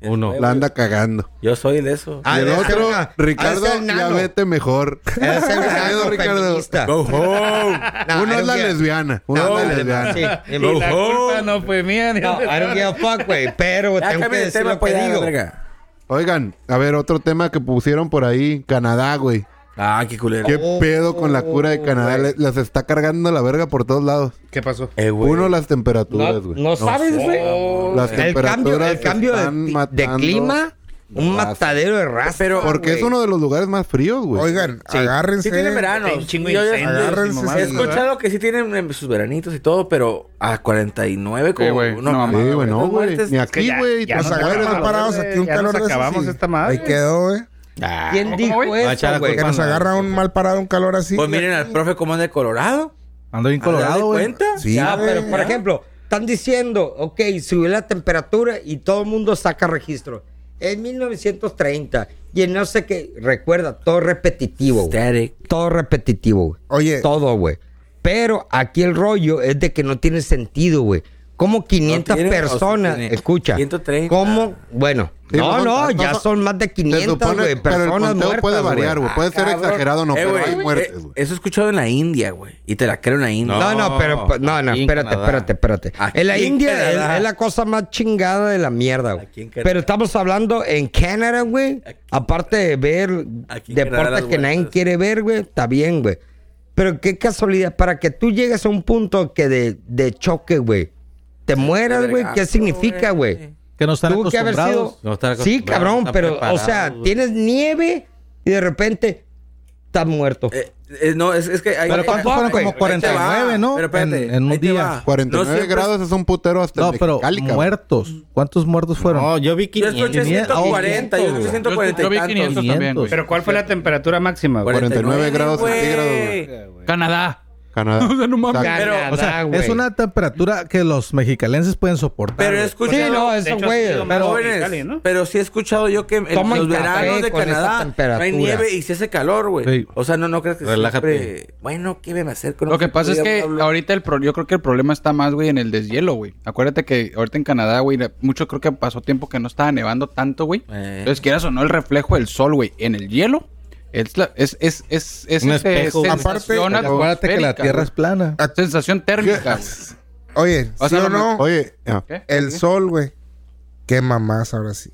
[SPEAKER 9] uno.
[SPEAKER 6] La anda cagando.
[SPEAKER 5] Yo soy de eso.
[SPEAKER 4] Ah,
[SPEAKER 6] y el
[SPEAKER 4] de-
[SPEAKER 6] otro,
[SPEAKER 4] ah,
[SPEAKER 6] Ricardo,
[SPEAKER 4] ah, es el
[SPEAKER 6] ya
[SPEAKER 4] nano.
[SPEAKER 6] vete mejor.
[SPEAKER 4] Es el
[SPEAKER 6] Cuidado,
[SPEAKER 4] nano
[SPEAKER 6] Ricardo.
[SPEAKER 4] feminista.
[SPEAKER 5] Go home.
[SPEAKER 4] Nah,
[SPEAKER 6] Uno
[SPEAKER 4] I
[SPEAKER 6] es
[SPEAKER 4] don't
[SPEAKER 6] la
[SPEAKER 4] give a-
[SPEAKER 6] lesbiana. Uno
[SPEAKER 4] No,
[SPEAKER 6] es la
[SPEAKER 4] vale,
[SPEAKER 6] lesbiana.
[SPEAKER 4] sí.
[SPEAKER 7] Y la culpa no fue mía. ni-
[SPEAKER 4] No, I don't give a fuck, güey. Pero
[SPEAKER 5] Ya
[SPEAKER 4] tengo que
[SPEAKER 5] cambia el
[SPEAKER 4] decir
[SPEAKER 5] tema,
[SPEAKER 4] lo que
[SPEAKER 5] pues, ya, la
[SPEAKER 4] digo.
[SPEAKER 5] verga.
[SPEAKER 6] Oigan, a ver, otro tema que pusieron por ahí: Canadá, güey.
[SPEAKER 5] Ah, qué culero.
[SPEAKER 6] ¿Qué
[SPEAKER 4] Oh,
[SPEAKER 6] pedo con la cura de Canadá? Le- las está cargando la verga por todos lados.
[SPEAKER 7] ¿Qué pasó?
[SPEAKER 5] Eh, güey.
[SPEAKER 6] Uno, las temperaturas,
[SPEAKER 4] No,
[SPEAKER 6] güey.
[SPEAKER 4] no sabes, güey.
[SPEAKER 6] Las
[SPEAKER 4] el cambio,
[SPEAKER 6] temperaturas
[SPEAKER 4] el cambio de,
[SPEAKER 6] están
[SPEAKER 4] ti- de
[SPEAKER 6] matando
[SPEAKER 4] clima, un
[SPEAKER 6] raza.
[SPEAKER 4] matadero de raza.
[SPEAKER 5] Pero-
[SPEAKER 6] Porque es
[SPEAKER 4] güey.
[SPEAKER 6] uno de los lugares más fríos, güey.
[SPEAKER 8] Oigan, agárrense.
[SPEAKER 5] Sí tiene verano.
[SPEAKER 7] Pues, Un chingo de
[SPEAKER 5] Yo ya-
[SPEAKER 7] incendios,
[SPEAKER 8] agárrense
[SPEAKER 7] mamá.
[SPEAKER 5] He
[SPEAKER 8] Sí, ¿verdad?
[SPEAKER 5] escuchado que sí tienen em, sus veranitos y todo, pero a 49 como
[SPEAKER 2] Sí, güey. No,
[SPEAKER 5] mames,
[SPEAKER 6] Sí, güey, no,
[SPEAKER 5] Esas
[SPEAKER 6] güey.
[SPEAKER 5] muertes-
[SPEAKER 6] Ni
[SPEAKER 7] que
[SPEAKER 6] aquí,
[SPEAKER 7] ya-
[SPEAKER 6] güey.
[SPEAKER 7] ya
[SPEAKER 6] Pues
[SPEAKER 8] Nos
[SPEAKER 7] nos
[SPEAKER 6] agarra-
[SPEAKER 8] agarran
[SPEAKER 7] acabamos,
[SPEAKER 8] mal parados
[SPEAKER 7] güey.
[SPEAKER 8] aquí un
[SPEAKER 7] Ya
[SPEAKER 8] calor
[SPEAKER 7] nos
[SPEAKER 8] de esos
[SPEAKER 7] acabamos
[SPEAKER 8] y-
[SPEAKER 7] esta madre.
[SPEAKER 8] Ahí quedó, güey.
[SPEAKER 4] ¿Quién dijo
[SPEAKER 2] ¿Cómo, güey?
[SPEAKER 9] Ah,
[SPEAKER 4] eso,
[SPEAKER 9] chala,
[SPEAKER 4] güey?
[SPEAKER 8] Que nos agarra un mal parado un calor así.
[SPEAKER 5] Pues miren al Pues profe como es de Colorado.
[SPEAKER 9] Ando bien
[SPEAKER 5] ¿Colorado
[SPEAKER 9] colorado, güey.
[SPEAKER 5] cuenta?
[SPEAKER 8] Sí,
[SPEAKER 5] Ya,
[SPEAKER 4] Ah, pero, por ejemplo, están diciendo, ok, subió la temperatura y todo el mundo saca registro. En 1930, y en no sé qué, recuerda, todo repetitivo. güey.
[SPEAKER 5] Static.
[SPEAKER 4] Todo repetitivo, güey.
[SPEAKER 8] Oye.
[SPEAKER 4] Todo, güey. Pero aquí el rollo es de que no tiene sentido, güey. ¿Cómo 500
[SPEAKER 5] No tiene, o sea,
[SPEAKER 4] personas?
[SPEAKER 5] tiene
[SPEAKER 4] escucha.
[SPEAKER 5] 130.
[SPEAKER 4] ¿Cómo? Bueno.
[SPEAKER 6] Sí,
[SPEAKER 4] no,
[SPEAKER 6] no,
[SPEAKER 4] no,
[SPEAKER 6] no,
[SPEAKER 4] ya
[SPEAKER 6] no,
[SPEAKER 4] son más de
[SPEAKER 6] Se
[SPEAKER 4] 500,
[SPEAKER 6] supone-
[SPEAKER 4] güey.
[SPEAKER 6] pero el
[SPEAKER 4] Personas
[SPEAKER 6] conteo
[SPEAKER 4] muertas,
[SPEAKER 6] puede variar, güey. Puede ser
[SPEAKER 5] Cabrón.
[SPEAKER 6] exagerado o no,
[SPEAKER 5] Eh,
[SPEAKER 6] pero
[SPEAKER 5] güey,
[SPEAKER 6] hay muertes,
[SPEAKER 5] eh,
[SPEAKER 6] güey.
[SPEAKER 5] Eso he escuchado en la India, güey. Y te la creo en la India.
[SPEAKER 4] No, no, pero
[SPEAKER 9] No,
[SPEAKER 4] no, no,
[SPEAKER 9] aquí en
[SPEAKER 4] espérate,
[SPEAKER 9] Canadá.
[SPEAKER 4] espérate, espérate.
[SPEAKER 5] Aquí
[SPEAKER 4] en la
[SPEAKER 5] en
[SPEAKER 4] India es-
[SPEAKER 5] Canadá.
[SPEAKER 4] es, la cosa más chingada de la mierda, güey.
[SPEAKER 5] Aquí en Canadá.
[SPEAKER 4] Pero estamos hablando en Canadá, güey.
[SPEAKER 5] Aquí-
[SPEAKER 4] Aparte de ver
[SPEAKER 5] Aquí en Canadá
[SPEAKER 4] deportes
[SPEAKER 5] las
[SPEAKER 4] que nadie
[SPEAKER 5] vueltas.
[SPEAKER 4] quiere ver, güey, está bien, güey. Pero qué casualidad, para que tú llegues a un punto que de, de choque, güey, te mueras, güey, ¿qué
[SPEAKER 5] vergazo,
[SPEAKER 4] significa,
[SPEAKER 5] güey.
[SPEAKER 4] güey?
[SPEAKER 3] Que no están
[SPEAKER 4] Tuvo que haber
[SPEAKER 3] acostumbrados.
[SPEAKER 4] sido.
[SPEAKER 9] No están
[SPEAKER 4] sí,
[SPEAKER 9] acostumbrados,
[SPEAKER 4] cabrón,
[SPEAKER 9] están
[SPEAKER 4] pero, o
[SPEAKER 9] preparados,
[SPEAKER 4] sea,
[SPEAKER 9] güey.
[SPEAKER 4] tienes nieve y de repente estás muerto.
[SPEAKER 5] Eh, eh, no, es, es que hay.
[SPEAKER 3] Pero
[SPEAKER 5] hay-
[SPEAKER 3] ¿cuántos
[SPEAKER 5] hay-
[SPEAKER 3] fueron? Como
[SPEAKER 5] ahí te
[SPEAKER 3] 49,
[SPEAKER 5] va.
[SPEAKER 3] ¿no?
[SPEAKER 5] Pero espérate,
[SPEAKER 3] En- en un
[SPEAKER 5] ahí te
[SPEAKER 3] día.
[SPEAKER 5] va.
[SPEAKER 6] 49
[SPEAKER 5] No pues, siempre-
[SPEAKER 6] grados es un putero hasta
[SPEAKER 3] No, pero
[SPEAKER 6] Mexicali, cabrón.
[SPEAKER 3] muertos. ¿Cuántos muertos fueron?
[SPEAKER 9] No, yo vi
[SPEAKER 5] Yo
[SPEAKER 9] 500.
[SPEAKER 5] escuché 140, yo escuché
[SPEAKER 3] güey.
[SPEAKER 5] 140
[SPEAKER 2] Yo vi
[SPEAKER 5] y
[SPEAKER 2] 500
[SPEAKER 5] tantos.
[SPEAKER 2] también,
[SPEAKER 3] 500.
[SPEAKER 2] güey.
[SPEAKER 7] Pero ¿cuál fue la temperatura máxima, güey?
[SPEAKER 6] 49 grados
[SPEAKER 5] güey.
[SPEAKER 6] centígrados,
[SPEAKER 2] Canadá.
[SPEAKER 6] Canadá.
[SPEAKER 2] O sea, no mames.
[SPEAKER 6] Exacto.
[SPEAKER 5] Pero,
[SPEAKER 3] Ah. O sea,
[SPEAKER 4] güey.
[SPEAKER 3] es una temperatura que los mexicalenses pueden soportar.
[SPEAKER 5] Pero he
[SPEAKER 3] güey.
[SPEAKER 5] escuchado.
[SPEAKER 4] Sí, no,
[SPEAKER 7] De
[SPEAKER 4] eso,
[SPEAKER 7] hecho,
[SPEAKER 4] güey.
[SPEAKER 7] sí, lo más
[SPEAKER 5] Pero,
[SPEAKER 7] Jóvenes,
[SPEAKER 5] jóvenes,
[SPEAKER 7] ¿no?
[SPEAKER 5] pero sí he escuchado yo que en
[SPEAKER 4] Toman
[SPEAKER 5] los
[SPEAKER 4] café
[SPEAKER 5] veranos de
[SPEAKER 4] con esa
[SPEAKER 5] Canadá no
[SPEAKER 4] temperatura.
[SPEAKER 5] hay nieve y se hace calor, güey.
[SPEAKER 3] Sí.
[SPEAKER 5] O sea, no, no crees que
[SPEAKER 9] Relájate.
[SPEAKER 5] siempre... Bueno, ¿qué me acerco? No
[SPEAKER 2] Lo que
[SPEAKER 5] sé,
[SPEAKER 2] pasa es que
[SPEAKER 5] hablo-
[SPEAKER 2] ahorita el pro- yo creo que el problema está más, güey, en el deshielo, güey. Acuérdate que ahorita en Canadá, güey, la- mucho creo que pasó tiempo que no estaba nevando tanto, güey.
[SPEAKER 5] Eh.
[SPEAKER 2] Entonces, quieras o no, el reflejo del sol, güey, en el hielo. Es, la- es, es, es, es
[SPEAKER 9] Un
[SPEAKER 2] este,
[SPEAKER 9] espejo, güey.
[SPEAKER 2] sensación
[SPEAKER 3] Acuérdate que la
[SPEAKER 2] atmosférica,
[SPEAKER 3] Tierra es plana.
[SPEAKER 2] güey. Sensación térmica, güey.
[SPEAKER 8] Oye,
[SPEAKER 2] O
[SPEAKER 8] ¿sí
[SPEAKER 2] sea,
[SPEAKER 8] o
[SPEAKER 2] no-
[SPEAKER 8] no?
[SPEAKER 6] Oye, ah,
[SPEAKER 2] ¿Qué?
[SPEAKER 8] El sol, güey. Qué mamás ahora sí.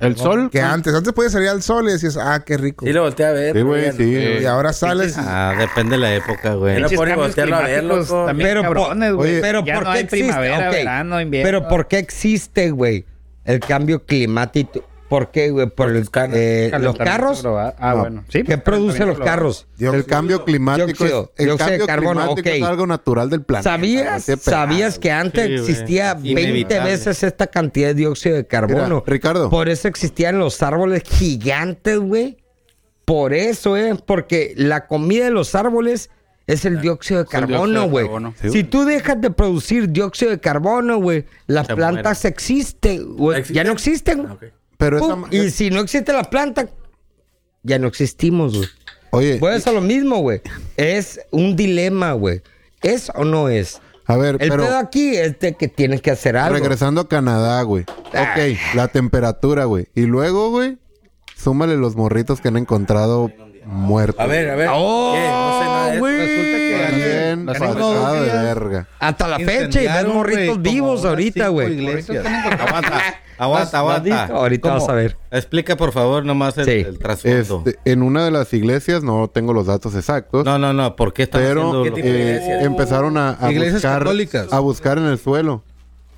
[SPEAKER 2] El sol.
[SPEAKER 8] Que
[SPEAKER 2] güey.
[SPEAKER 8] antes, antes podías salir al sol y decías, ah, qué rico.
[SPEAKER 5] Sí, lo volteé a ver.
[SPEAKER 6] sí,
[SPEAKER 5] pero
[SPEAKER 6] güey,
[SPEAKER 5] ya no.
[SPEAKER 6] sí.
[SPEAKER 2] Eh,
[SPEAKER 8] Y ahora sales. y-
[SPEAKER 9] Ah, depende de la época, güey.
[SPEAKER 5] Era-
[SPEAKER 7] Pinches
[SPEAKER 5] ponen
[SPEAKER 7] cambios
[SPEAKER 5] voltearlo a ver,
[SPEAKER 4] Pues,
[SPEAKER 7] climáticos
[SPEAKER 5] loco.
[SPEAKER 7] también
[SPEAKER 4] Pero,
[SPEAKER 7] cabrones,
[SPEAKER 6] po-
[SPEAKER 7] güey.
[SPEAKER 6] oye,
[SPEAKER 4] Pero
[SPEAKER 7] Ya
[SPEAKER 4] ¿por
[SPEAKER 7] no
[SPEAKER 4] qué
[SPEAKER 7] hay
[SPEAKER 4] existe?
[SPEAKER 7] primavera,
[SPEAKER 4] Ok.
[SPEAKER 7] verano, invierno.
[SPEAKER 4] Pero ¿por qué existe, güey, el cambio climático? ¿Por qué, güey? Por el- eh, los
[SPEAKER 7] Calentamiento
[SPEAKER 4] carros.
[SPEAKER 7] global. Ah,
[SPEAKER 6] No.
[SPEAKER 7] bueno. Sí,
[SPEAKER 4] ¿Qué producen los carros?
[SPEAKER 6] el cambio climático, es,
[SPEAKER 4] dióxido,
[SPEAKER 6] el
[SPEAKER 4] dióxido
[SPEAKER 6] cambio
[SPEAKER 4] de carbono,
[SPEAKER 6] climático
[SPEAKER 4] ok.
[SPEAKER 6] es algo natural del planeta.
[SPEAKER 4] ¿Sabías,
[SPEAKER 6] güey, qué pelada,
[SPEAKER 4] ¿Sabías que antes
[SPEAKER 9] Sí, güey.
[SPEAKER 4] existía 20
[SPEAKER 9] Inevitable.
[SPEAKER 4] veces esta cantidad de dióxido de carbono?
[SPEAKER 6] Mira, Ricardo.
[SPEAKER 4] Por eso existían los árboles gigantes, güey. Por eso es, porque la comida de los árboles es el dióxido de
[SPEAKER 2] el dióxido
[SPEAKER 4] carbono,
[SPEAKER 2] de
[SPEAKER 4] güey.
[SPEAKER 2] carbono.
[SPEAKER 6] Sí,
[SPEAKER 4] si
[SPEAKER 6] güey.
[SPEAKER 4] tú dejas de producir dióxido de carbono, güey, las
[SPEAKER 9] Se
[SPEAKER 4] plantas existen, güey.
[SPEAKER 5] ¿Existen?
[SPEAKER 4] Ya no existen.
[SPEAKER 5] Ah, ok.
[SPEAKER 6] Pero esa
[SPEAKER 4] Pum,
[SPEAKER 6] ma-
[SPEAKER 4] y si no existe la planta, ya no existimos, güey.
[SPEAKER 6] Oye,
[SPEAKER 4] Pues a lo mismo, güey. Es un dilema, güey. ¿Es o no es?
[SPEAKER 6] a ver,
[SPEAKER 4] El
[SPEAKER 6] pero
[SPEAKER 4] pedo aquí es de que tienes que hacer algo. Ah.
[SPEAKER 6] regresando a Canadá, güey. Ok, la temperatura, güey. Y luego, güey, súmale los morritos que han encontrado muertos.
[SPEAKER 5] A ver, a ver.
[SPEAKER 4] Oh,
[SPEAKER 5] ¿Qué? No sé nada de eso.
[SPEAKER 3] Resulta que
[SPEAKER 6] Bien
[SPEAKER 3] las
[SPEAKER 6] pasado de
[SPEAKER 3] tecnologías
[SPEAKER 6] verga.
[SPEAKER 4] Hasta la fecha y ves
[SPEAKER 3] incendiaron, güey,
[SPEAKER 4] morritos
[SPEAKER 3] como
[SPEAKER 4] vivos
[SPEAKER 3] unas
[SPEAKER 4] ahorita,
[SPEAKER 3] cinco
[SPEAKER 4] güey.
[SPEAKER 3] iglesias.
[SPEAKER 9] Aguanta, aguanta, aguanta.
[SPEAKER 4] Ahorita vas a ver.
[SPEAKER 9] Explica, por favor, nomás el,
[SPEAKER 4] Sí.
[SPEAKER 9] el trasfondo.
[SPEAKER 6] Este, en una de las iglesias, no tengo los datos exactos,
[SPEAKER 9] No, no, no. ¿Por qué están
[SPEAKER 6] pero
[SPEAKER 9] haciendo lo que-
[SPEAKER 6] eh, empezaron a, a
[SPEAKER 3] Iglesias
[SPEAKER 6] buscar,
[SPEAKER 3] católicas.
[SPEAKER 6] a buscar en el suelo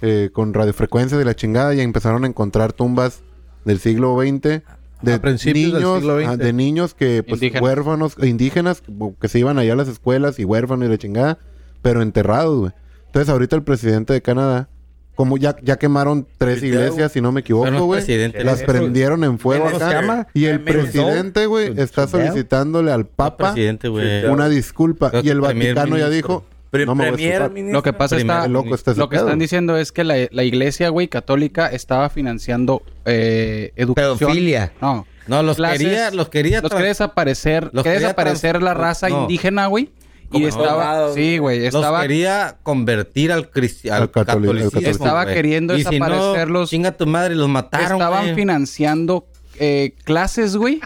[SPEAKER 6] eh, con radiofrecuencias y la chingada y empezaron a encontrar tumbas del siglo XX de
[SPEAKER 3] A principios del
[SPEAKER 6] niños,
[SPEAKER 3] siglo XX.
[SPEAKER 6] ah, de niños que pues,
[SPEAKER 2] Indígenas.
[SPEAKER 6] huérfanos indígenas que se iban allá a las escuelas y huérfanos y la chingada, pero enterrados, güey. Entonces ahorita el presidente de Canadá como ya, ya quemaron tres iglesias, si no me
[SPEAKER 9] Fueron
[SPEAKER 6] equivoco,
[SPEAKER 9] los
[SPEAKER 6] güey.
[SPEAKER 9] presidentes.
[SPEAKER 6] Las prendieron en fuego
[SPEAKER 5] ¿Cómo se
[SPEAKER 6] acá.
[SPEAKER 5] llama?
[SPEAKER 6] Y el presidente, güey, está solicitándole al Papa
[SPEAKER 9] presidente, güey.
[SPEAKER 6] una disculpa.
[SPEAKER 9] Creo que
[SPEAKER 6] Y el
[SPEAKER 9] Premier
[SPEAKER 6] Vaticano ya
[SPEAKER 9] Ministro.
[SPEAKER 6] dijo,
[SPEAKER 5] Pre-
[SPEAKER 6] no me voy a
[SPEAKER 5] Premier
[SPEAKER 6] disculpar.
[SPEAKER 5] Ministro.
[SPEAKER 2] Lo que pasa
[SPEAKER 9] Primer
[SPEAKER 2] está,
[SPEAKER 6] loco está ese
[SPEAKER 2] lo que
[SPEAKER 6] pedo.
[SPEAKER 2] están diciendo es que la, la iglesia, güey, católica estaba financiando eh, educación.
[SPEAKER 4] Pedofilia.
[SPEAKER 2] No.
[SPEAKER 9] No, los
[SPEAKER 2] Clases-
[SPEAKER 9] quería, los quería.
[SPEAKER 2] Los
[SPEAKER 9] tra-
[SPEAKER 2] quería desaparecer.
[SPEAKER 9] los
[SPEAKER 2] quería
[SPEAKER 9] quería
[SPEAKER 2] desaparecer
[SPEAKER 9] trans-
[SPEAKER 2] la raza
[SPEAKER 9] no.
[SPEAKER 2] indígena, güey. Y
[SPEAKER 5] Como
[SPEAKER 2] estaba.
[SPEAKER 5] soldados,
[SPEAKER 2] sí, güey.
[SPEAKER 9] los
[SPEAKER 2] Estaba,
[SPEAKER 9] quería convertir al, cristi- al
[SPEAKER 6] Al catoli- al
[SPEAKER 9] catolicismo.
[SPEAKER 6] catolicismo.
[SPEAKER 2] Estaba
[SPEAKER 9] güey.
[SPEAKER 2] queriendo
[SPEAKER 9] y si no,
[SPEAKER 2] desaparecerlos.
[SPEAKER 9] Chinga tu madre, los mataron.
[SPEAKER 2] estaban
[SPEAKER 9] güey.
[SPEAKER 2] financiando eh, clases, güey.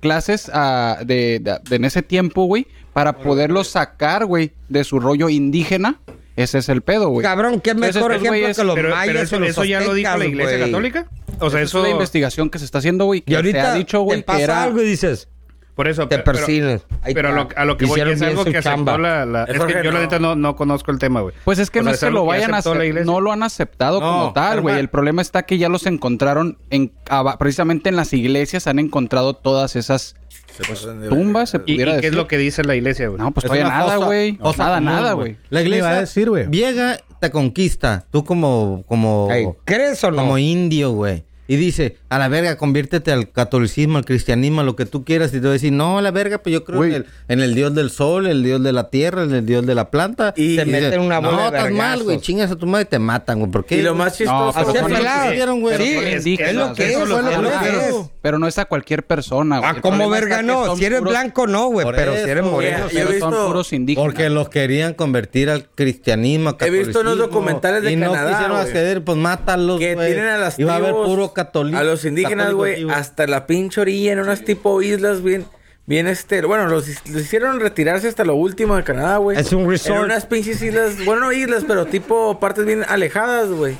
[SPEAKER 2] clases ah, de, de- de en ese tiempo, güey. Para poderlos sacar, güey, de su rollo indígena. Ese es el pedo, güey.
[SPEAKER 4] Cabrón, qué
[SPEAKER 2] Entonces,
[SPEAKER 4] mejor
[SPEAKER 2] estos
[SPEAKER 4] ejemplo
[SPEAKER 2] güeyes-
[SPEAKER 4] que los
[SPEAKER 7] Pero,
[SPEAKER 4] mayas
[SPEAKER 7] pero
[SPEAKER 4] o
[SPEAKER 7] eso,
[SPEAKER 4] los
[SPEAKER 7] eso ya lo dijo la
[SPEAKER 4] aztecas,
[SPEAKER 7] Iglesia
[SPEAKER 4] güey.
[SPEAKER 7] Católica. O sea,
[SPEAKER 2] Es una
[SPEAKER 7] eso.
[SPEAKER 2] investigación que se está haciendo, güey.
[SPEAKER 4] Y
[SPEAKER 2] Que se
[SPEAKER 4] ahorita
[SPEAKER 2] ha dicho, güey,
[SPEAKER 4] te
[SPEAKER 2] que
[SPEAKER 4] pasa
[SPEAKER 2] era...
[SPEAKER 4] algo y dices,
[SPEAKER 7] Por eso.
[SPEAKER 4] te
[SPEAKER 7] pe- pero-
[SPEAKER 4] persigues. Ahí
[SPEAKER 7] Pero a
[SPEAKER 4] está.
[SPEAKER 7] lo, a lo que voy
[SPEAKER 4] Hicieron
[SPEAKER 7] es
[SPEAKER 4] bien
[SPEAKER 7] algo
[SPEAKER 4] su
[SPEAKER 7] que aceptó
[SPEAKER 4] chamba.
[SPEAKER 7] la... la-
[SPEAKER 5] Es
[SPEAKER 7] es que
[SPEAKER 5] porque
[SPEAKER 7] yo la
[SPEAKER 5] no.
[SPEAKER 7] neta no, no conozco el tema, güey.
[SPEAKER 2] Pues es que
[SPEAKER 7] O
[SPEAKER 2] no
[SPEAKER 7] sea,
[SPEAKER 2] es que
[SPEAKER 7] algo
[SPEAKER 2] lo
[SPEAKER 7] ya
[SPEAKER 2] vayan a
[SPEAKER 7] aceptó la
[SPEAKER 2] aceptar,
[SPEAKER 7] iglesia.
[SPEAKER 2] no lo han aceptado
[SPEAKER 9] No,
[SPEAKER 2] como tal, güey.
[SPEAKER 9] hermano.
[SPEAKER 2] El problema está que ya los encontraron en aba- precisamente en las iglesias han encontrado todas esas
[SPEAKER 3] Eh,
[SPEAKER 2] tumbas, se
[SPEAKER 7] ¿Y, y
[SPEAKER 2] pudiera
[SPEAKER 7] qué es
[SPEAKER 2] decir.
[SPEAKER 7] lo que dice la iglesia, güey?
[SPEAKER 2] No, pues
[SPEAKER 9] Es
[SPEAKER 2] todavía
[SPEAKER 9] una
[SPEAKER 2] nada,
[SPEAKER 9] cosa-
[SPEAKER 2] güey.
[SPEAKER 9] cosa
[SPEAKER 2] Nada,
[SPEAKER 9] común,
[SPEAKER 2] nada, güey.
[SPEAKER 9] La iglesia
[SPEAKER 3] Ni va a decir, güey.
[SPEAKER 9] llega, te conquista. Tú como, como,
[SPEAKER 4] Ey, ¿Crees o no?
[SPEAKER 9] como indio, güey. Y dice, a la verga, conviértete al catolicismo, al cristianismo, a lo que tú quieras. Y te voy a decir, no, a la verga, pues yo creo
[SPEAKER 6] Güey.
[SPEAKER 9] en el, en el dios del sol, el dios de la tierra, en el dios de la planta.
[SPEAKER 5] Y-
[SPEAKER 9] te
[SPEAKER 5] y
[SPEAKER 9] meten una bola No,
[SPEAKER 4] de
[SPEAKER 9] estás mal,
[SPEAKER 4] vergazos.
[SPEAKER 9] güey, chingas a tu madre y te matan, güey. ¿Por qué?
[SPEAKER 5] Y lo más chistoso...
[SPEAKER 2] No, pero son
[SPEAKER 9] Así es, pelado.
[SPEAKER 2] indígenas,
[SPEAKER 9] hicieron, güey.
[SPEAKER 4] Sí,
[SPEAKER 2] Pero son
[SPEAKER 4] es-
[SPEAKER 2] indígenas,
[SPEAKER 4] es lo que
[SPEAKER 2] eso
[SPEAKER 4] es,
[SPEAKER 2] fue lo
[SPEAKER 4] es lo
[SPEAKER 2] que
[SPEAKER 4] que
[SPEAKER 2] es.
[SPEAKER 4] es.
[SPEAKER 2] Pero no es a cualquier persona, güey.
[SPEAKER 4] Ah,
[SPEAKER 2] El
[SPEAKER 4] como
[SPEAKER 2] problema
[SPEAKER 4] verga
[SPEAKER 2] es que
[SPEAKER 4] no.
[SPEAKER 2] son
[SPEAKER 4] Si eres
[SPEAKER 2] puros-
[SPEAKER 4] blanco, no, güey.
[SPEAKER 9] Por
[SPEAKER 4] Pero si eres
[SPEAKER 9] eso,
[SPEAKER 4] moreno.
[SPEAKER 5] güey.
[SPEAKER 4] sí.
[SPEAKER 5] Yo he
[SPEAKER 2] Pero son
[SPEAKER 5] visto-
[SPEAKER 2] puros indígenas.
[SPEAKER 9] Porque los querían convertir al cristianismo, al
[SPEAKER 5] He visto unos
[SPEAKER 9] catolicismo,
[SPEAKER 5] documentales de
[SPEAKER 9] y no
[SPEAKER 5] Canadá,
[SPEAKER 9] quisieron
[SPEAKER 5] güey.
[SPEAKER 9] acceder, pues mátalos,
[SPEAKER 5] Que
[SPEAKER 9] güey.
[SPEAKER 5] tienen a las
[SPEAKER 9] Y va a haber
[SPEAKER 5] tribus,
[SPEAKER 9] puro católico.
[SPEAKER 5] A los indígenas,
[SPEAKER 9] católico
[SPEAKER 5] güey,
[SPEAKER 9] aquí,
[SPEAKER 5] hasta la pinche orilla, en unas tipo islas bien... Bien este, bueno, los, los hicieron retirarse hasta lo último de Canadá, güey.
[SPEAKER 4] Es un resort.
[SPEAKER 5] En unas pinches islas, bueno, no islas, pero tipo partes bien alejadas, güey.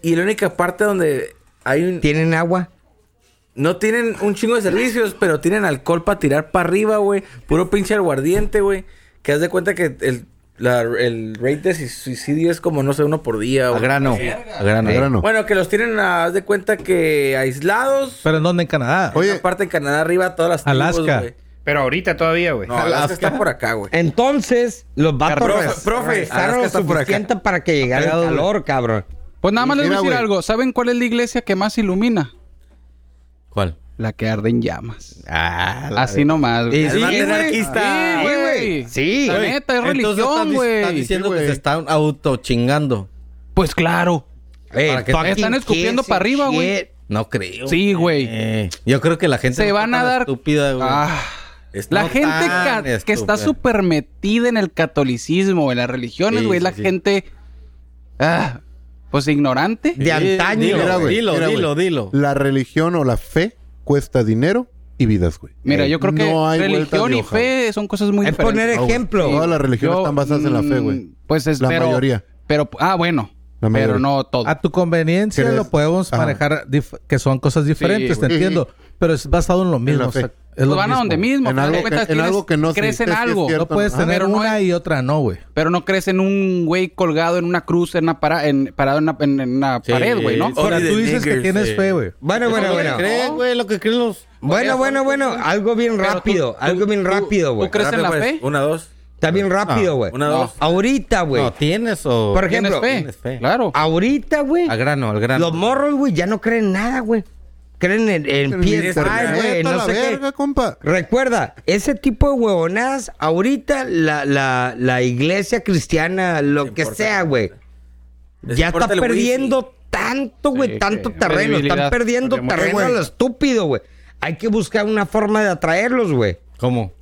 [SPEAKER 5] Y la única parte donde hay un...
[SPEAKER 4] ¿Tienen agua?
[SPEAKER 5] No tienen un chingo de servicios, pero tienen alcohol para tirar para arriba, güey. Puro pinche aguardiente, güey. Que haz de cuenta que el, la- el rate de si- suicidio es como, no sé, uno por día,
[SPEAKER 9] A
[SPEAKER 5] güey.
[SPEAKER 9] grano. A grano.
[SPEAKER 6] A grano.
[SPEAKER 5] Bueno, que los tienen, ah, haz de cuenta que aislados.
[SPEAKER 3] Pero en dónde en Canadá.
[SPEAKER 6] Oye.
[SPEAKER 5] aparte en Canadá arriba, todas las
[SPEAKER 3] Alaska.
[SPEAKER 5] güey.
[SPEAKER 7] Pero ahorita todavía, güey.
[SPEAKER 5] No, Alaska, está por acá, güey.
[SPEAKER 4] Entonces, los vatos
[SPEAKER 5] Profe,
[SPEAKER 4] res-
[SPEAKER 5] profe,
[SPEAKER 4] rezaron
[SPEAKER 5] Alaska
[SPEAKER 4] lo
[SPEAKER 5] está por acá.
[SPEAKER 4] suficiente para que llegara el calor, cabrón.
[SPEAKER 2] Pues nada más les voy a
[SPEAKER 6] Mira,
[SPEAKER 2] decir
[SPEAKER 6] güey.
[SPEAKER 2] algo. ¿Saben cuál es la iglesia que más ilumina?
[SPEAKER 9] ¿Cuál?
[SPEAKER 2] La que arde en llamas.
[SPEAKER 9] Ah, la
[SPEAKER 2] Así nomás, güey.
[SPEAKER 9] Y sí,
[SPEAKER 5] más
[SPEAKER 9] güey.
[SPEAKER 5] anarquista.
[SPEAKER 2] Sí, güey.
[SPEAKER 7] Sí.
[SPEAKER 2] La
[SPEAKER 9] Güey,
[SPEAKER 2] neta, es
[SPEAKER 9] entonces estás
[SPEAKER 2] religión,
[SPEAKER 9] dic- Estás
[SPEAKER 2] güey.
[SPEAKER 9] diciendo
[SPEAKER 6] Sí,
[SPEAKER 9] que
[SPEAKER 6] güey.
[SPEAKER 9] se están autochingando.
[SPEAKER 2] Pues claro.
[SPEAKER 4] Eh,
[SPEAKER 9] Para que
[SPEAKER 4] fucking
[SPEAKER 2] están escupiendo
[SPEAKER 4] kiss
[SPEAKER 2] para arriba,
[SPEAKER 4] and
[SPEAKER 2] güey.
[SPEAKER 4] shit.
[SPEAKER 9] No creo.
[SPEAKER 2] Sí, güey.
[SPEAKER 9] Eh, yo creo que la gente
[SPEAKER 2] Se
[SPEAKER 9] no
[SPEAKER 2] van
[SPEAKER 9] está
[SPEAKER 2] a
[SPEAKER 9] tan
[SPEAKER 2] dar...
[SPEAKER 9] estúpida, güey.
[SPEAKER 2] Ah,
[SPEAKER 9] Es-
[SPEAKER 2] la
[SPEAKER 9] no
[SPEAKER 2] gente
[SPEAKER 9] tan
[SPEAKER 2] ca- que está
[SPEAKER 9] estúpida.
[SPEAKER 2] súper metida en el catolicismo, en las religiones,
[SPEAKER 9] Sí,
[SPEAKER 2] güey.
[SPEAKER 9] sí,
[SPEAKER 2] la
[SPEAKER 9] sí.
[SPEAKER 2] gente... Ah, pues ignorante.
[SPEAKER 4] De antaño.
[SPEAKER 9] Dilo,
[SPEAKER 6] Mira, güey,
[SPEAKER 9] dilo,
[SPEAKER 6] mira, güey.
[SPEAKER 9] dilo, dilo.
[SPEAKER 6] La religión o la fe cuesta dinero y vidas, güey.
[SPEAKER 2] Mira, yo creo que
[SPEAKER 6] Eh, No hay vueltas
[SPEAKER 2] religión
[SPEAKER 6] de
[SPEAKER 2] y
[SPEAKER 6] hoja,
[SPEAKER 2] fe son cosas muy
[SPEAKER 4] Es
[SPEAKER 2] diferentes.
[SPEAKER 4] poner
[SPEAKER 6] güey.
[SPEAKER 4] ejemplo.
[SPEAKER 6] Todas las religiones
[SPEAKER 2] Yo,
[SPEAKER 6] están basadas en la fe, güey.
[SPEAKER 2] mm, Pues es
[SPEAKER 6] La
[SPEAKER 2] pero-
[SPEAKER 6] mayoría.
[SPEAKER 2] Pero, ah, bueno.
[SPEAKER 6] La mayoría.
[SPEAKER 2] Pero no todo.
[SPEAKER 3] A tu conveniencia
[SPEAKER 6] ¿Crees?
[SPEAKER 3] lo podemos
[SPEAKER 6] Ajá.
[SPEAKER 3] manejar dif- que son cosas diferentes,
[SPEAKER 2] Sí,
[SPEAKER 3] te
[SPEAKER 6] güey.
[SPEAKER 3] entiendo. Pero es basado en lo mismo.
[SPEAKER 6] la
[SPEAKER 3] o sea,
[SPEAKER 6] fe.
[SPEAKER 3] es lo
[SPEAKER 2] Pues van a
[SPEAKER 3] mismo.
[SPEAKER 2] donde mismo.
[SPEAKER 6] En
[SPEAKER 2] a fin de
[SPEAKER 6] algo
[SPEAKER 2] cuentas
[SPEAKER 6] que- en algo que no se dice,
[SPEAKER 2] Crecen
[SPEAKER 6] sí es
[SPEAKER 2] algo.
[SPEAKER 6] cierto.
[SPEAKER 3] No puedes
[SPEAKER 6] Ajá.
[SPEAKER 3] tener
[SPEAKER 2] Pero no
[SPEAKER 3] una
[SPEAKER 2] hay-
[SPEAKER 3] y otra no, güey.
[SPEAKER 2] Pero no crecen un güey colgado en una cruz, en una para, en, parado en una, en- en una pared, güey, ¿no?
[SPEAKER 5] O
[SPEAKER 3] Ahora
[SPEAKER 5] de
[SPEAKER 3] tú dices que
[SPEAKER 5] niggers,
[SPEAKER 3] tienes
[SPEAKER 5] eh.
[SPEAKER 3] fe, güey.
[SPEAKER 4] Bueno, bueno, bueno.
[SPEAKER 9] ¿Crees, güey, lo que creen los...
[SPEAKER 4] Bueno, bueno, bueno. Algo bien
[SPEAKER 2] Pero tú-
[SPEAKER 4] rápido.
[SPEAKER 2] tú-
[SPEAKER 4] Algo bien
[SPEAKER 2] tú-
[SPEAKER 4] rápido, güey.
[SPEAKER 2] ¿Tú crees en la
[SPEAKER 5] Rápido,
[SPEAKER 2] fe?
[SPEAKER 5] pues, Una, dos. Ah,
[SPEAKER 4] Está bien rápido, güey.
[SPEAKER 5] Una, dos.
[SPEAKER 4] Ahorita, güey.
[SPEAKER 9] No, tienes o...
[SPEAKER 4] Por
[SPEAKER 2] ¿Tienes
[SPEAKER 4] ejemplo,
[SPEAKER 2] fe?
[SPEAKER 9] tienes fe.
[SPEAKER 2] Claro.
[SPEAKER 4] ahorita, güey.
[SPEAKER 9] Al grano, al grano.
[SPEAKER 4] Los morros, güey, ya no creen nada, güey. Creen en, en
[SPEAKER 6] En
[SPEAKER 4] PSI,
[SPEAKER 6] internet,
[SPEAKER 4] güey,
[SPEAKER 6] a
[SPEAKER 4] no
[SPEAKER 6] la
[SPEAKER 4] sé qué.
[SPEAKER 6] verga, compa.
[SPEAKER 4] Recuerda, ese tipo de huevonadas, ahorita la, la, la iglesia cristiana, lo que sea, güey,
[SPEAKER 5] Les
[SPEAKER 4] ya
[SPEAKER 5] importa
[SPEAKER 4] está
[SPEAKER 5] el wifi.
[SPEAKER 4] perdiendo tanto, güey,
[SPEAKER 2] Sí,
[SPEAKER 4] tanto
[SPEAKER 2] sí.
[SPEAKER 4] terreno. Están
[SPEAKER 2] Credibilidad.
[SPEAKER 4] perdiendo
[SPEAKER 7] Porque,
[SPEAKER 4] terreno a
[SPEAKER 8] güey.
[SPEAKER 4] lo estúpido, güey. Hay que buscar una forma de atraerlos, güey.
[SPEAKER 9] ¿Cómo?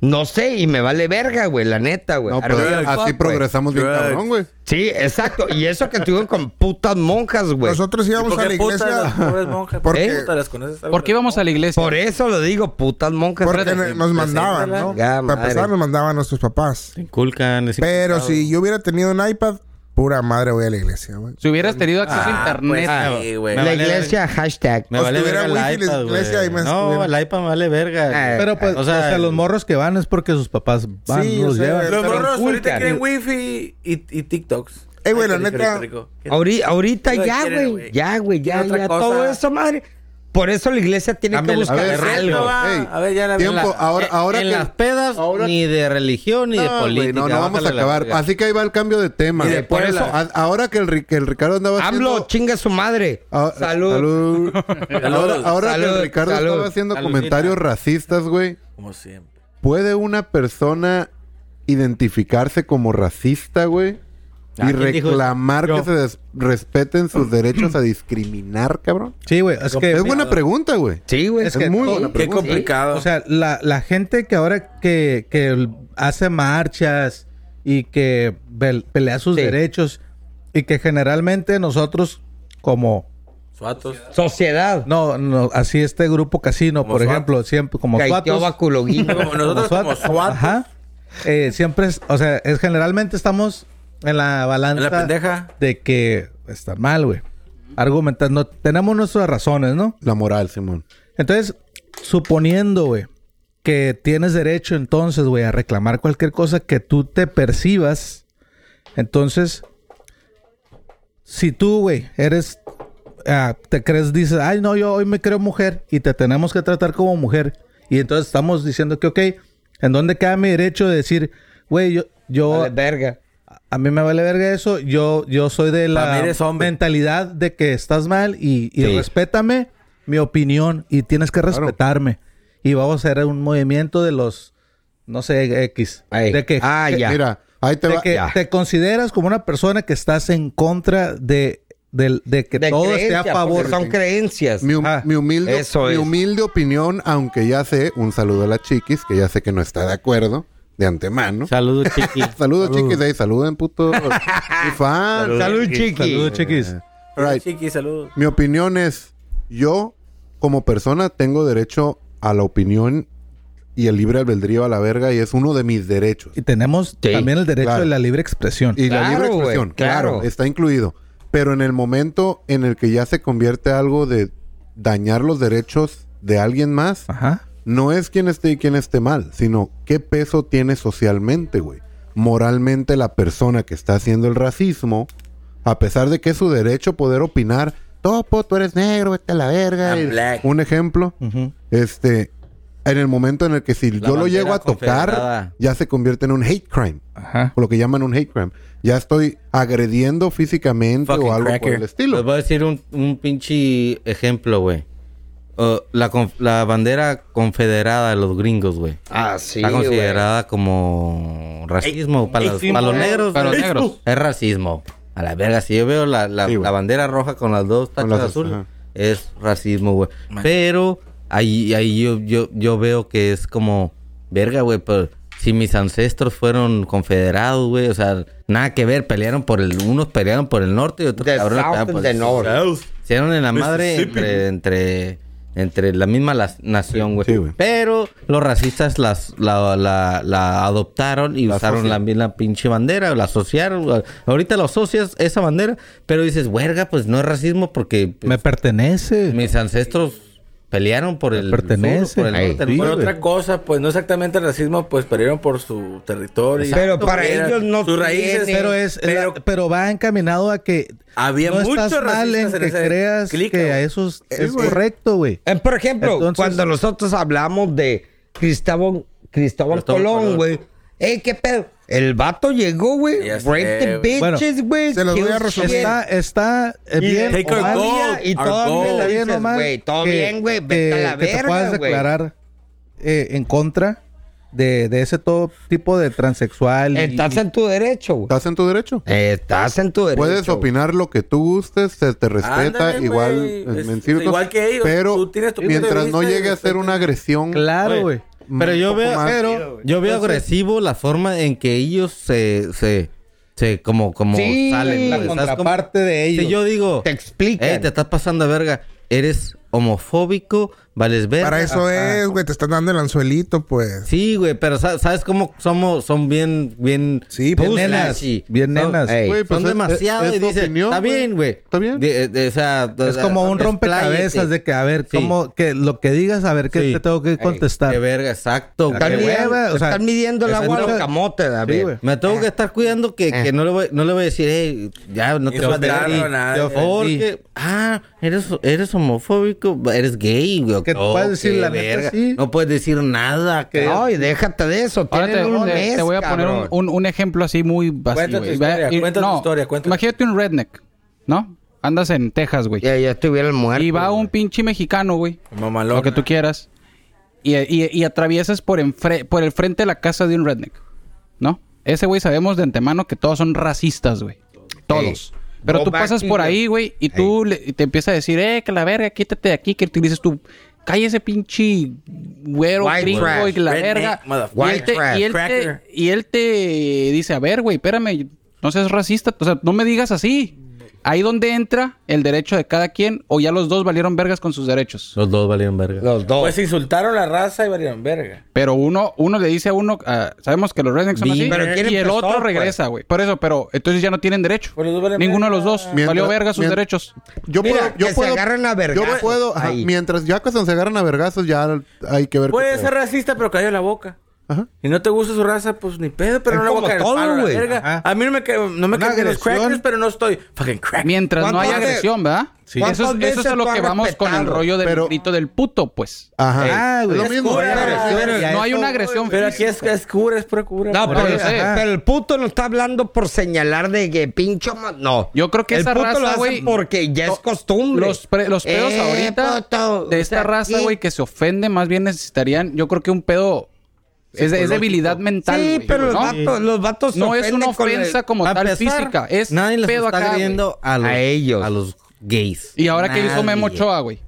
[SPEAKER 4] No sé, y me vale verga, güey, la neta, güey.
[SPEAKER 6] No, pero
[SPEAKER 4] Arriba el fuck,
[SPEAKER 6] así
[SPEAKER 4] güey.
[SPEAKER 6] progresamos bien
[SPEAKER 5] Drugs.
[SPEAKER 6] cabrón, güey.
[SPEAKER 4] Sí, exacto. Y eso que estuvieron con putas monjas, güey.
[SPEAKER 8] Nosotros
[SPEAKER 5] ¿Y
[SPEAKER 8] íbamos
[SPEAKER 5] por
[SPEAKER 8] a la
[SPEAKER 5] qué putas las
[SPEAKER 8] iglesia
[SPEAKER 5] pobres monjas?
[SPEAKER 8] ¿Por
[SPEAKER 5] qué
[SPEAKER 4] qué?
[SPEAKER 5] putas las conoces?
[SPEAKER 2] ¿Por qué íbamos a la iglesia?
[SPEAKER 4] Por eso lo digo, putas monjas.
[SPEAKER 8] porque
[SPEAKER 4] Espérate.
[SPEAKER 8] nos mandaban, ¿no?
[SPEAKER 4] Ya, madre.
[SPEAKER 8] Para empezar, nos mandaban nuestros papás.
[SPEAKER 9] Te inculcan. les inculcan.
[SPEAKER 8] Pero si yo hubiera tenido un iPad, pura madre voy a la iglesia, güey.
[SPEAKER 2] Si hubieras tenido acceso a
[SPEAKER 3] pues,
[SPEAKER 2] internet.
[SPEAKER 5] Ah, sí, güey.
[SPEAKER 9] Me
[SPEAKER 4] la
[SPEAKER 9] vale
[SPEAKER 4] iglesia, hashtag.
[SPEAKER 9] Me
[SPEAKER 8] O
[SPEAKER 9] vale
[SPEAKER 8] estuviera
[SPEAKER 9] verga el
[SPEAKER 8] wifi en la
[SPEAKER 9] iPad, güey.
[SPEAKER 8] iglesia y me
[SPEAKER 9] No,
[SPEAKER 8] estuviera-
[SPEAKER 9] el iPad me vale verga.
[SPEAKER 4] Eh,
[SPEAKER 9] güey.
[SPEAKER 3] Pero pues, o sea, los morros que van es porque sus papás van,
[SPEAKER 8] Sí,
[SPEAKER 3] no
[SPEAKER 8] o
[SPEAKER 3] los
[SPEAKER 8] sea,
[SPEAKER 3] llevan.
[SPEAKER 5] Los
[SPEAKER 8] Pero
[SPEAKER 5] morros ahorita
[SPEAKER 4] inculcan.
[SPEAKER 5] quieren wifi y, y TikToks.
[SPEAKER 8] Eh, güey, la
[SPEAKER 5] Ay, qué rico,
[SPEAKER 8] neta-
[SPEAKER 5] qué rico, qué rico.
[SPEAKER 4] Ahorita, ahorita
[SPEAKER 5] No
[SPEAKER 4] ya,
[SPEAKER 5] quieren,
[SPEAKER 4] güey.
[SPEAKER 5] güey.
[SPEAKER 4] Ya, güey, ya,
[SPEAKER 5] Quieren otra
[SPEAKER 4] ya.
[SPEAKER 5] cosa.
[SPEAKER 4] Todo eso, madre. Por eso la iglesia tiene que
[SPEAKER 9] Cámbiale,
[SPEAKER 4] buscar
[SPEAKER 9] a ver,
[SPEAKER 5] Reto,
[SPEAKER 4] algo.
[SPEAKER 5] va.
[SPEAKER 6] Ey,
[SPEAKER 5] a ver, ya la
[SPEAKER 6] tiempo,
[SPEAKER 9] En la-
[SPEAKER 6] ahora-
[SPEAKER 9] eh,
[SPEAKER 6] ahora
[SPEAKER 9] en
[SPEAKER 6] que-
[SPEAKER 9] las pedas,
[SPEAKER 6] ahora-
[SPEAKER 9] ni de religión, ni de
[SPEAKER 6] No, güey,
[SPEAKER 9] política.
[SPEAKER 6] no, no vamos a
[SPEAKER 9] Bájale la
[SPEAKER 6] acabar.
[SPEAKER 9] verga.
[SPEAKER 6] Así que ahí va el cambio de tema.
[SPEAKER 5] Y de
[SPEAKER 6] Por
[SPEAKER 5] Puebla.
[SPEAKER 6] eso, a- ahora que el, Ri- que el Ricardo andaba
[SPEAKER 4] AMLO,
[SPEAKER 6] haciendo...
[SPEAKER 4] chinga su madre.
[SPEAKER 6] Ah,
[SPEAKER 4] Salud.
[SPEAKER 6] salud. Ahora, ahora que
[SPEAKER 4] Salud,
[SPEAKER 6] el Ricardo
[SPEAKER 4] salud.
[SPEAKER 6] estaba haciendo
[SPEAKER 9] Saludcita.
[SPEAKER 6] comentarios racistas, güey.
[SPEAKER 5] Como siempre.
[SPEAKER 6] ¿Puede una persona identificarse como racista, güey?
[SPEAKER 9] Ah,
[SPEAKER 6] Y
[SPEAKER 9] ¿quién dijo eso?
[SPEAKER 6] reclamar que
[SPEAKER 9] Yo.
[SPEAKER 6] se des- respeten sus derechos a discriminar, cabrón.
[SPEAKER 3] Sí, güey, es que...
[SPEAKER 6] Es buena pregunta, güey.
[SPEAKER 4] Sí, güey.
[SPEAKER 3] Es que
[SPEAKER 6] muy
[SPEAKER 3] todo-
[SPEAKER 6] buena
[SPEAKER 5] Qué
[SPEAKER 6] pregunta.
[SPEAKER 5] complicado.
[SPEAKER 3] O sea, la, la gente que ahora que, que hace marchas y que bel- pelea sus
[SPEAKER 4] Sí.
[SPEAKER 3] derechos y que generalmente nosotros como
[SPEAKER 5] Suatos.
[SPEAKER 4] Sociedad.
[SPEAKER 3] no, no así este grupo casino,
[SPEAKER 5] Como
[SPEAKER 3] por
[SPEAKER 5] SWAT.
[SPEAKER 3] ejemplo, siempre como
[SPEAKER 4] Caiteó
[SPEAKER 3] suatos,
[SPEAKER 4] Baculoguino.
[SPEAKER 5] Como nosotros como
[SPEAKER 3] SWAT,
[SPEAKER 5] suatos.
[SPEAKER 3] ajá, eh, siempre es, o sea, es generalmente estamos en la balanza
[SPEAKER 5] En la pendeja.
[SPEAKER 3] de que están mal, güey. Argumentando, tenemos nuestras razones, ¿no?
[SPEAKER 6] La moral, Simón.
[SPEAKER 3] Entonces, suponiendo, güey, que tienes derecho entonces, güey, a reclamar cualquier cosa que tú te percibas, entonces, si tú, güey, eres, ah, te crees, dices, ay, no, yo hoy me creo mujer y te tenemos que tratar como mujer, y entonces estamos diciendo que, ok, ¿en dónde queda mi derecho de decir, güey, yo, yo
[SPEAKER 4] Vale, verga.
[SPEAKER 3] A mí me vale verga eso. Yo, yo soy de
[SPEAKER 5] Para
[SPEAKER 3] la
[SPEAKER 5] mí eres hombre.
[SPEAKER 3] mentalidad de que estás mal y, y
[SPEAKER 9] Sí.
[SPEAKER 3] respétame mi opinión y tienes que respetarme. Y vamos a hacer un movimiento de los, no sé, X.
[SPEAKER 4] Ey.
[SPEAKER 3] De que,
[SPEAKER 4] Ah,
[SPEAKER 3] que-
[SPEAKER 4] ya.
[SPEAKER 6] Mira, ahí te
[SPEAKER 3] de
[SPEAKER 6] va.
[SPEAKER 3] que
[SPEAKER 4] ya.
[SPEAKER 3] te consideras como una persona que estás en contra de, del- de que
[SPEAKER 4] De
[SPEAKER 3] todo esté
[SPEAKER 4] creencia,
[SPEAKER 3] a favor.
[SPEAKER 4] porque Son creencias.
[SPEAKER 6] Mi, hum-
[SPEAKER 3] Ah,
[SPEAKER 6] mi humilde,
[SPEAKER 4] eso
[SPEAKER 6] mi
[SPEAKER 4] es.
[SPEAKER 6] humilde opinión, aunque ya sé, un saludo a la chiquis, que ya sé que no está de acuerdo de antemano.
[SPEAKER 9] Saludos, chiqui.
[SPEAKER 6] Saludos, chiquis, ahí saluden, puto. Mi
[SPEAKER 2] Ah,
[SPEAKER 6] fan.
[SPEAKER 4] Salud, chiqui.
[SPEAKER 3] Saludos, chiquis.
[SPEAKER 6] Right.
[SPEAKER 5] Chiqui, saludos.
[SPEAKER 6] Mi opinión es, yo como persona tengo derecho a la opinión y el libre albedrío a la verga y es uno de mis derechos.
[SPEAKER 3] Y tenemos
[SPEAKER 4] Sí,
[SPEAKER 3] también el derecho
[SPEAKER 6] claro.
[SPEAKER 3] de la libre expresión.
[SPEAKER 6] Y la
[SPEAKER 4] Claro,
[SPEAKER 6] libre
[SPEAKER 4] güey,
[SPEAKER 6] expresión, claro.
[SPEAKER 4] claro.
[SPEAKER 6] está incluido. Pero en el momento en el que ya se convierte algo de dañar los derechos de alguien más,
[SPEAKER 3] Ajá.
[SPEAKER 6] no es quién esté y quién esté mal, sino qué peso tiene socialmente, güey. Moralmente la persona que está haciendo el racismo, a pesar de que es su derecho poder opinar, topo, tú eres negro, vete a la verga.
[SPEAKER 5] I'm
[SPEAKER 6] y-
[SPEAKER 5] black.
[SPEAKER 6] Un ejemplo,
[SPEAKER 3] Ujú.
[SPEAKER 6] este, en el momento en el que si yo lo
[SPEAKER 9] bandera
[SPEAKER 6] llego a tocar,
[SPEAKER 9] confederada.
[SPEAKER 6] ya se convierte en un hate crime,
[SPEAKER 3] Ajá.
[SPEAKER 6] o lo que llaman un hate crime. Ya estoy agrediendo físicamente
[SPEAKER 5] Fucking
[SPEAKER 6] o algo por
[SPEAKER 5] cracker.
[SPEAKER 6] el
[SPEAKER 9] Les
[SPEAKER 6] estilo.
[SPEAKER 9] voy a decir un, un pinche ejemplo, güey. Uh, la, conf- la bandera confederada de los gringos, güey.
[SPEAKER 4] Ah, sí,
[SPEAKER 9] Está
[SPEAKER 4] güey.
[SPEAKER 9] considerada como racismo para, los- para los negros.
[SPEAKER 2] Para los
[SPEAKER 9] güey.
[SPEAKER 2] negros.
[SPEAKER 9] Es racismo. A la verga, si yo veo la, la-
[SPEAKER 6] Sí, güey.
[SPEAKER 9] la bandera roja con las dos
[SPEAKER 6] Con
[SPEAKER 9] tachas
[SPEAKER 6] las dos,
[SPEAKER 9] azules,
[SPEAKER 6] ajá.
[SPEAKER 9] es racismo, güey. Pero ahí, ahí yo, yo, yo veo que es como, verga, güey, pero si mis ancestros fueron confederados, güey, o sea, nada que ver, pelearon por el, unos pelearon por el norte y otros
[SPEAKER 4] The
[SPEAKER 9] cabrones
[SPEAKER 4] South
[SPEAKER 9] pelearon
[SPEAKER 4] and
[SPEAKER 9] por
[SPEAKER 4] the
[SPEAKER 9] el sur.
[SPEAKER 4] North.
[SPEAKER 9] Se dieron en la madre
[SPEAKER 5] Mississippi.
[SPEAKER 9] entre, entre, entre la misma las- nación, güey.
[SPEAKER 6] Sí, güey.
[SPEAKER 9] Pero los racistas las, la, la- la adoptaron y usaron la, la pinche bandera, la asociaron. güey. Ahorita la asocias esa bandera, pero dices, huerga, pues no es racismo porque pues,
[SPEAKER 3] Me pertenece.
[SPEAKER 9] mis ancestros pelearon por el
[SPEAKER 3] Pertenece.
[SPEAKER 9] sur, por el
[SPEAKER 4] Ahí.
[SPEAKER 9] norte,
[SPEAKER 5] Por
[SPEAKER 9] por el-
[SPEAKER 5] otra cosa, pues no exactamente el racismo, pues perdieron por su territorio.
[SPEAKER 4] Pero para
[SPEAKER 5] Era-
[SPEAKER 4] ellos no
[SPEAKER 5] Sus raíces.
[SPEAKER 4] tiene-
[SPEAKER 3] Pero es, pero,
[SPEAKER 5] Pero-
[SPEAKER 3] pero va encaminado a que
[SPEAKER 5] Había
[SPEAKER 3] no
[SPEAKER 5] muchos
[SPEAKER 3] estás mal en
[SPEAKER 5] racistas en
[SPEAKER 3] que
[SPEAKER 5] ese
[SPEAKER 3] creas
[SPEAKER 5] clique,
[SPEAKER 3] que
[SPEAKER 5] güey.
[SPEAKER 3] a eso es,
[SPEAKER 6] Sí,
[SPEAKER 3] es
[SPEAKER 6] güey.
[SPEAKER 3] correcto, güey.
[SPEAKER 4] Eh, por ejemplo,
[SPEAKER 3] Entonces-
[SPEAKER 4] cuando nosotros hablamos de Cristóbal, Cristóbal,
[SPEAKER 9] Cristóbal
[SPEAKER 4] Colón,
[SPEAKER 9] Colón.
[SPEAKER 4] güey. Ey, qué pedo. El vato llegó, güey.
[SPEAKER 5] Ya sé,
[SPEAKER 4] Break
[SPEAKER 9] Eh,
[SPEAKER 4] the
[SPEAKER 5] güey.
[SPEAKER 4] bitches, güey.
[SPEAKER 8] se los voy a
[SPEAKER 4] kills
[SPEAKER 8] resumir.
[SPEAKER 4] shit.
[SPEAKER 3] Está, está eh,
[SPEAKER 4] Y
[SPEAKER 3] bien
[SPEAKER 5] Take
[SPEAKER 3] o
[SPEAKER 5] our
[SPEAKER 3] mal,
[SPEAKER 5] gold,
[SPEAKER 4] y
[SPEAKER 5] our
[SPEAKER 4] todavía
[SPEAKER 5] gold.
[SPEAKER 4] la
[SPEAKER 3] está bien
[SPEAKER 4] dices,
[SPEAKER 3] o mal
[SPEAKER 4] güey, todo
[SPEAKER 3] que-
[SPEAKER 4] bien, güey, vete a
[SPEAKER 3] que-
[SPEAKER 4] la
[SPEAKER 3] que te puedas
[SPEAKER 4] verga, güey.
[SPEAKER 3] declarar eh, en contra de, de ese todo tipo de transexual. y-
[SPEAKER 4] Estás en tu derecho, güey.
[SPEAKER 6] ¿Estás en tu derecho?
[SPEAKER 4] Estás en tu derecho.
[SPEAKER 6] Puedes
[SPEAKER 4] güey.
[SPEAKER 6] opinar lo que tú gustes, se te respeta
[SPEAKER 5] Ándale,
[SPEAKER 6] igual
[SPEAKER 5] güey.
[SPEAKER 6] en-
[SPEAKER 5] Es-
[SPEAKER 6] en círculos,
[SPEAKER 5] igual que ellos,
[SPEAKER 6] pero
[SPEAKER 5] tú tienes tu punto de
[SPEAKER 6] mientras no
[SPEAKER 5] vista y
[SPEAKER 6] llegue a ser
[SPEAKER 5] respeto.
[SPEAKER 6] una agresión, pues,
[SPEAKER 3] claro, güey.
[SPEAKER 9] Pero yo
[SPEAKER 6] Un poco
[SPEAKER 9] veo,
[SPEAKER 6] más.
[SPEAKER 9] pero yo veo
[SPEAKER 3] Entonces-
[SPEAKER 9] agresivo la forma en que ellos se, se, se como, como
[SPEAKER 4] Sí,
[SPEAKER 9] salen.
[SPEAKER 4] la
[SPEAKER 9] güey. ¿Sabes cómo?
[SPEAKER 3] Contraparte de ellos.
[SPEAKER 9] Si yo digo,
[SPEAKER 4] Te explican.
[SPEAKER 9] "Ey, te estás pasando de verga, eres homofóbico, vales verga.
[SPEAKER 8] Para eso
[SPEAKER 9] Ajá.
[SPEAKER 8] es, güey. Te están dando el anzuelito, pues.
[SPEAKER 9] Sí, güey, pero sa- ¿sabes cómo somos? Son bien, bien...
[SPEAKER 8] Sí, bien
[SPEAKER 9] pussy.
[SPEAKER 3] nenas, bien
[SPEAKER 9] Son-
[SPEAKER 3] nenas.
[SPEAKER 9] ey,
[SPEAKER 6] Güey, pues
[SPEAKER 9] son
[SPEAKER 6] es-
[SPEAKER 9] demasiado
[SPEAKER 6] es-
[SPEAKER 9] y
[SPEAKER 6] es tu
[SPEAKER 9] dicen,
[SPEAKER 6] opinión,
[SPEAKER 9] está
[SPEAKER 6] güey.
[SPEAKER 9] bien, güey.
[SPEAKER 6] Está bien.
[SPEAKER 9] De- de- o sea,
[SPEAKER 3] es como un rompecabezas de que, a ver,
[SPEAKER 9] Sí.
[SPEAKER 3] ¿cómo, que lo que digas, a ver, ¿qué
[SPEAKER 9] Sí.
[SPEAKER 3] te tengo que contestar?
[SPEAKER 9] De verga, exacto. güey.
[SPEAKER 4] Están
[SPEAKER 3] Qué
[SPEAKER 4] midiendo,
[SPEAKER 3] hueva, o sea,
[SPEAKER 4] están midiendo el
[SPEAKER 3] es
[SPEAKER 4] agua
[SPEAKER 3] mucho-
[SPEAKER 4] al camote, David.
[SPEAKER 3] güey.
[SPEAKER 9] Me
[SPEAKER 4] Eh.
[SPEAKER 9] tengo que estar cuidando que, que no, le voy, no le voy a decir, hey, ya no te vas a
[SPEAKER 5] Insultarlo,
[SPEAKER 9] dejar.
[SPEAKER 5] nada.
[SPEAKER 9] Yo- Porque, ah, eres, eres homofóbico, eres gay, güey.
[SPEAKER 3] Que puedes decir
[SPEAKER 9] qué
[SPEAKER 3] la neta,
[SPEAKER 9] verga.
[SPEAKER 3] sí.
[SPEAKER 9] No puedes decir nada, cabrón.
[SPEAKER 4] No, y déjate de eso.
[SPEAKER 2] Ahora te,
[SPEAKER 4] Tienen un
[SPEAKER 2] te-
[SPEAKER 4] mes,
[SPEAKER 2] te voy a poner un,
[SPEAKER 4] cabrón.
[SPEAKER 2] un- un ejemplo así muy
[SPEAKER 5] Cuenta
[SPEAKER 2] básico.
[SPEAKER 5] tu historia, cuenta tu historia, cuenta.
[SPEAKER 2] Imagínate un redneck, ¿no? Andas en Texas, güey.
[SPEAKER 4] Ya, ya estuviera el muerto.
[SPEAKER 2] Y va
[SPEAKER 4] güey.
[SPEAKER 2] un pinche mexicano, güey.
[SPEAKER 5] Mamalona.
[SPEAKER 2] Lo que tú quieras. Y, y- y atraviesas por, enfre- por el frente de la casa de un redneck. ¿No? Ese güey sabemos de antemano que todos son racistas, güey. Todos. Pero
[SPEAKER 4] Go
[SPEAKER 2] tú
[SPEAKER 4] back
[SPEAKER 2] pasas
[SPEAKER 4] to
[SPEAKER 2] por
[SPEAKER 4] the-
[SPEAKER 2] ahí, güey, y tú le- y te empiezas a decir, eh, que la verga, quítate de aquí, que tú dices tú, cállese pinche güero,
[SPEAKER 4] White
[SPEAKER 2] gringo,
[SPEAKER 4] trash.
[SPEAKER 2] y la
[SPEAKER 5] Redneck,
[SPEAKER 2] verga. Y
[SPEAKER 5] motherfucker.
[SPEAKER 2] él, te, y, él te,
[SPEAKER 5] Cracker.
[SPEAKER 2] y él te dice, a ver, güey, espérame, no seas racista, o sea, no me digas así. Ahí donde entra el derecho de cada quien, o ya los dos valieron vergas con sus derechos.
[SPEAKER 9] Los dos valieron verga.
[SPEAKER 4] Los dos.
[SPEAKER 5] Pues insultaron la raza y valieron verga.
[SPEAKER 2] Pero uno, uno le dice a uno, ah, sabemos que los rednecks son así,
[SPEAKER 4] Pero ¿quién
[SPEAKER 2] y el
[SPEAKER 4] empezó,
[SPEAKER 2] otro
[SPEAKER 4] pues?
[SPEAKER 2] regresa, güey. Por eso, pero entonces ya no tienen derecho.
[SPEAKER 5] Pues los dos valen
[SPEAKER 2] Ninguno de
[SPEAKER 5] verga.
[SPEAKER 2] los dos
[SPEAKER 6] Mientras-
[SPEAKER 2] valió verga sus
[SPEAKER 6] mien-
[SPEAKER 2] derechos.
[SPEAKER 6] yo
[SPEAKER 4] Mira,
[SPEAKER 6] puedo, yo
[SPEAKER 4] que se
[SPEAKER 6] puedo-
[SPEAKER 4] agarren a
[SPEAKER 6] yo
[SPEAKER 4] vergazos,
[SPEAKER 6] puedo, ajá,
[SPEAKER 4] ahí.
[SPEAKER 6] mientras ya cuando se agarran a vergazos ya hay que ver. qué
[SPEAKER 5] Puede
[SPEAKER 6] pedo.
[SPEAKER 5] ser racista, pero cayó en la boca.
[SPEAKER 6] Ajá.
[SPEAKER 5] Y no te gusta su raza, pues ni pedo, pero
[SPEAKER 4] Es
[SPEAKER 5] no le voy a
[SPEAKER 4] como
[SPEAKER 5] caer
[SPEAKER 4] todo,
[SPEAKER 5] palo a la
[SPEAKER 4] güey.
[SPEAKER 5] verga.
[SPEAKER 3] Ajá.
[SPEAKER 5] A mí no me, ca- no me
[SPEAKER 3] Una
[SPEAKER 5] caen bien los
[SPEAKER 3] agresión.
[SPEAKER 5] crackers, pero no estoy fucking crack.
[SPEAKER 2] Mientras no haya
[SPEAKER 4] ¿Cuántas
[SPEAKER 2] agresión, ¿verdad?
[SPEAKER 3] Sí.
[SPEAKER 2] Eso, es- eso
[SPEAKER 4] ¿Cuántas
[SPEAKER 2] es a lo
[SPEAKER 4] veces
[SPEAKER 2] que
[SPEAKER 4] tú has
[SPEAKER 2] vamos con el
[SPEAKER 4] respetado?
[SPEAKER 2] rollo del
[SPEAKER 6] Pero-
[SPEAKER 2] grito del puto, pues.
[SPEAKER 6] Ajá.
[SPEAKER 3] Ah, güey.
[SPEAKER 6] Lo
[SPEAKER 3] es
[SPEAKER 6] mismo.
[SPEAKER 3] pura agresión,
[SPEAKER 4] Pero
[SPEAKER 3] y a
[SPEAKER 2] no hay
[SPEAKER 3] eso-
[SPEAKER 2] una agresión
[SPEAKER 5] Pero aquí es, es cura, es pura cura.
[SPEAKER 4] No,
[SPEAKER 2] Por
[SPEAKER 4] pero,
[SPEAKER 2] eso sé.
[SPEAKER 4] ajá. pero el puto no está hablando por señalar de que pincho. ma- No.
[SPEAKER 2] Yo creo que
[SPEAKER 4] el
[SPEAKER 2] esa
[SPEAKER 4] puto
[SPEAKER 2] raza,
[SPEAKER 4] lo hace
[SPEAKER 2] güey,
[SPEAKER 4] Porque ya es
[SPEAKER 2] no-
[SPEAKER 4] costumbre.
[SPEAKER 2] Los, pre- los pedos
[SPEAKER 4] Eh,
[SPEAKER 2] ahorita
[SPEAKER 5] pues,
[SPEAKER 4] puto,
[SPEAKER 2] de esta
[SPEAKER 4] usted
[SPEAKER 2] raza,
[SPEAKER 4] aquí-
[SPEAKER 2] güey, que se ofende, más bien necesitarían, yo creo que un pedo es, de- es debilidad mental.
[SPEAKER 4] Sí,
[SPEAKER 2] güey,
[SPEAKER 4] pero los,
[SPEAKER 2] ¿no?
[SPEAKER 4] vatos, los vatos se
[SPEAKER 2] No es una
[SPEAKER 4] ofenden con el-
[SPEAKER 2] ofensa como
[SPEAKER 9] A
[SPEAKER 2] tal
[SPEAKER 9] pesar,
[SPEAKER 2] física, es
[SPEAKER 9] nadie les
[SPEAKER 2] pedo
[SPEAKER 9] está
[SPEAKER 2] acá,
[SPEAKER 9] agrediendo a, los,
[SPEAKER 4] A ellos.
[SPEAKER 9] a los gays.
[SPEAKER 2] Y ahora que hizo
[SPEAKER 9] Nadie.
[SPEAKER 2] Memo Ochoa, güey,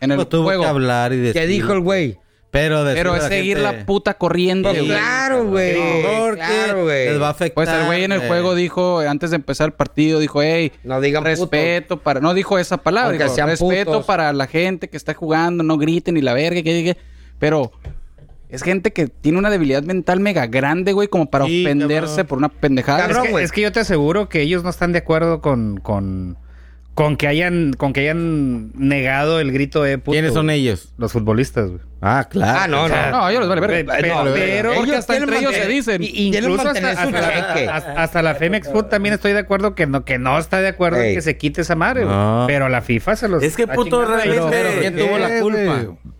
[SPEAKER 2] en el
[SPEAKER 9] Pues tuvo
[SPEAKER 2] juego.
[SPEAKER 9] que hablar y decir.
[SPEAKER 4] ¿Qué dijo el güey?
[SPEAKER 9] Pero, decirle
[SPEAKER 2] Pero
[SPEAKER 9] a
[SPEAKER 2] es
[SPEAKER 9] la
[SPEAKER 2] seguir
[SPEAKER 9] gente-
[SPEAKER 2] la puta corriente,
[SPEAKER 4] Pues
[SPEAKER 2] güey.
[SPEAKER 4] claro, güey.
[SPEAKER 9] Porque
[SPEAKER 4] Claro, güey.
[SPEAKER 9] les va a afectar.
[SPEAKER 2] Pues el güey en el juego dijo, eh, antes de empezar el partido, dijo, hey,
[SPEAKER 4] No digan
[SPEAKER 2] respeto para... No dijo esa palabra,
[SPEAKER 4] Aunque
[SPEAKER 2] dijo,
[SPEAKER 4] sean
[SPEAKER 2] respeto
[SPEAKER 4] putos.
[SPEAKER 2] para la gente que está jugando, no griten y la verga, que diga. Pero es gente que tiene una debilidad mental mega grande, güey, como para
[SPEAKER 9] Sí,
[SPEAKER 2] ofenderse
[SPEAKER 9] cabrón.
[SPEAKER 2] por una pendejada.
[SPEAKER 7] Ah, Es
[SPEAKER 4] Cabrón,
[SPEAKER 7] que-
[SPEAKER 4] güey.
[SPEAKER 7] Es que yo te aseguro que ellos no están de acuerdo con, con, con que hayan con que hayan negado el grito de puto.
[SPEAKER 9] ¿Quiénes son
[SPEAKER 7] güey.
[SPEAKER 9] ellos?
[SPEAKER 7] Los futbolistas, güey.
[SPEAKER 9] Ah, claro.
[SPEAKER 4] Ah, no, no.
[SPEAKER 2] No, a ellos les vale
[SPEAKER 7] Pe-
[SPEAKER 2] verga.
[SPEAKER 7] pe-
[SPEAKER 4] no, vale verga.
[SPEAKER 7] pero
[SPEAKER 2] Porque
[SPEAKER 4] ellos
[SPEAKER 2] hasta entre
[SPEAKER 4] quieren
[SPEAKER 2] ellos se
[SPEAKER 4] mantener-
[SPEAKER 2] dicen.
[SPEAKER 4] y- Quieren
[SPEAKER 7] Incluso hasta,
[SPEAKER 4] mantener su
[SPEAKER 7] hasta-
[SPEAKER 4] cheque.
[SPEAKER 7] hasta- hasta la Femex Food también estoy de acuerdo que no, que no está de acuerdo en
[SPEAKER 4] Ey.
[SPEAKER 7] que se quite esa madre, güey.
[SPEAKER 9] No.
[SPEAKER 7] Pero la FIFA se los
[SPEAKER 5] Es que
[SPEAKER 7] está
[SPEAKER 5] Este puto
[SPEAKER 7] chingando ahí.
[SPEAKER 5] realmente-
[SPEAKER 9] Pero, ¿quién tuvo la
[SPEAKER 3] Eh,
[SPEAKER 9] culpa?
[SPEAKER 3] güey.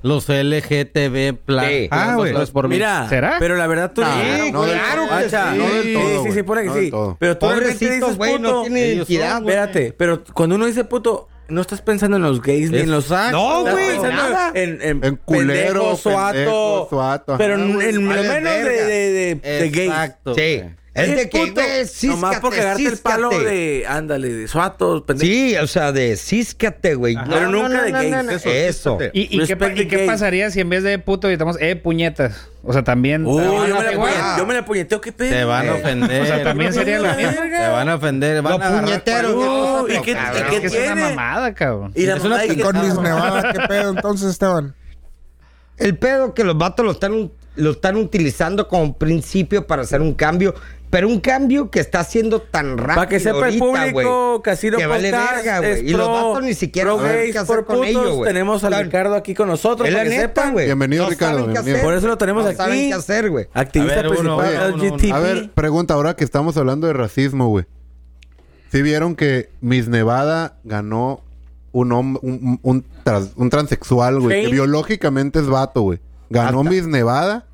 [SPEAKER 9] Los LGTB plus.
[SPEAKER 4] Sí.
[SPEAKER 3] Ah, güey.
[SPEAKER 9] los por mí.
[SPEAKER 5] Mira,
[SPEAKER 7] ¿Será?
[SPEAKER 5] pero la verdad tú...
[SPEAKER 4] Sí,
[SPEAKER 6] no del-
[SPEAKER 4] claro que
[SPEAKER 5] Guacha,
[SPEAKER 6] sí.
[SPEAKER 5] no del todo,
[SPEAKER 6] Sí, sí,
[SPEAKER 5] güey.
[SPEAKER 6] sí, pone que
[SPEAKER 5] No
[SPEAKER 6] sí.
[SPEAKER 5] del todo. Pero tú realmente
[SPEAKER 4] Pobrecitos,
[SPEAKER 5] dices
[SPEAKER 4] güey, no
[SPEAKER 5] puto.
[SPEAKER 4] tiene
[SPEAKER 5] Ellos
[SPEAKER 4] identidad,
[SPEAKER 5] son,
[SPEAKER 4] güey.
[SPEAKER 5] Espérate, pero cuando uno dice puto, no estás pensando en los gays ni en los actos.
[SPEAKER 4] No,
[SPEAKER 5] Estás
[SPEAKER 4] güey,
[SPEAKER 5] pensando
[SPEAKER 4] nada.
[SPEAKER 5] En, en,
[SPEAKER 6] En culero,
[SPEAKER 5] pendejo,
[SPEAKER 6] pendejo,
[SPEAKER 5] suato.
[SPEAKER 6] suato, ajá,
[SPEAKER 5] Pero en,
[SPEAKER 6] güey.
[SPEAKER 5] en lo
[SPEAKER 4] Vale
[SPEAKER 5] menos de,
[SPEAKER 4] verga.
[SPEAKER 5] de, de, de gays.
[SPEAKER 9] Exacto.
[SPEAKER 4] Sí.
[SPEAKER 9] güey.
[SPEAKER 4] Es de que,
[SPEAKER 5] puto.
[SPEAKER 4] güey,
[SPEAKER 5] Nomás por
[SPEAKER 4] císcate,
[SPEAKER 5] cagarte el palo
[SPEAKER 4] císcate.
[SPEAKER 5] de, ándale, de suatos, pendejo.
[SPEAKER 4] Sí, o sea, de císcate, güey. No,
[SPEAKER 5] Pero nunca de gays,
[SPEAKER 4] Eso.
[SPEAKER 5] eso,
[SPEAKER 4] eso.
[SPEAKER 7] ¿Y, y qué,
[SPEAKER 5] Respect
[SPEAKER 7] pa- y
[SPEAKER 5] the
[SPEAKER 7] qué
[SPEAKER 5] game.
[SPEAKER 7] pasaría si en vez de puto gritamos, eh, puñetas? O sea, también.
[SPEAKER 5] Uy,
[SPEAKER 7] también
[SPEAKER 5] yo, me la
[SPEAKER 7] hace-
[SPEAKER 4] güey.
[SPEAKER 5] puñe- yo me la puñeteo, qué pedo.
[SPEAKER 9] Te van a
[SPEAKER 5] güey?
[SPEAKER 9] ofender.
[SPEAKER 7] O sea, también sería lo mismo.
[SPEAKER 9] Te van a ofender. Van
[SPEAKER 4] Los
[SPEAKER 9] a agarrar
[SPEAKER 4] puñeteros,
[SPEAKER 9] cualquier-
[SPEAKER 4] ¿no?
[SPEAKER 5] Uy, ¿y qué,
[SPEAKER 4] Cabrón,
[SPEAKER 5] y
[SPEAKER 7] Es
[SPEAKER 5] qué
[SPEAKER 7] que es una
[SPEAKER 5] tiene?
[SPEAKER 7] mamada, cabrón.
[SPEAKER 5] Y la
[SPEAKER 9] Es una
[SPEAKER 5] mamá, "Ah, ¿y qué
[SPEAKER 8] Con
[SPEAKER 5] tal?
[SPEAKER 8] mis nevadas, ¿qué pedo entonces, Esteban?
[SPEAKER 4] El pedo que los vatos lo están, lo están utilizando como principio para hacer un cambio, pero un cambio que está haciendo tan rápido.
[SPEAKER 5] Para que sepa el
[SPEAKER 4] ahorita,
[SPEAKER 5] público,
[SPEAKER 4] güey,
[SPEAKER 5] Casino
[SPEAKER 4] que vale
[SPEAKER 5] Podcast
[SPEAKER 4] verga,
[SPEAKER 5] es
[SPEAKER 4] güey. Y los
[SPEAKER 5] pro-
[SPEAKER 4] vatos ni siquiera
[SPEAKER 5] pro
[SPEAKER 4] saben
[SPEAKER 5] gays
[SPEAKER 4] qué hacer
[SPEAKER 5] por
[SPEAKER 4] con
[SPEAKER 5] putos.
[SPEAKER 4] ellos, güey.
[SPEAKER 5] Tenemos al
[SPEAKER 4] Claro.
[SPEAKER 5] Ricardo aquí con nosotros,
[SPEAKER 4] Es
[SPEAKER 5] para
[SPEAKER 4] la
[SPEAKER 5] que
[SPEAKER 4] neta,
[SPEAKER 5] sepan.
[SPEAKER 4] güey.
[SPEAKER 6] Bienvenido, Ricardo,
[SPEAKER 4] saben qué
[SPEAKER 6] bienvenido.
[SPEAKER 4] hacer.
[SPEAKER 5] Por eso lo tenemos
[SPEAKER 4] No
[SPEAKER 5] aquí.
[SPEAKER 4] saben qué hacer, güey.
[SPEAKER 5] Activista
[SPEAKER 9] A ver, uno,
[SPEAKER 5] principal
[SPEAKER 9] oye, uno, uno.
[SPEAKER 5] LGBT.
[SPEAKER 6] A ver, pregunta ahora que estamos hablando de racismo, güey. ¿Sí vieron que Miss Nevada ganó un hom- un, un- un trans- un transexual, güey? Que
[SPEAKER 5] Sí.
[SPEAKER 6] biológicamente es vato, güey. Ganó
[SPEAKER 4] Hasta-
[SPEAKER 6] Miss Nevada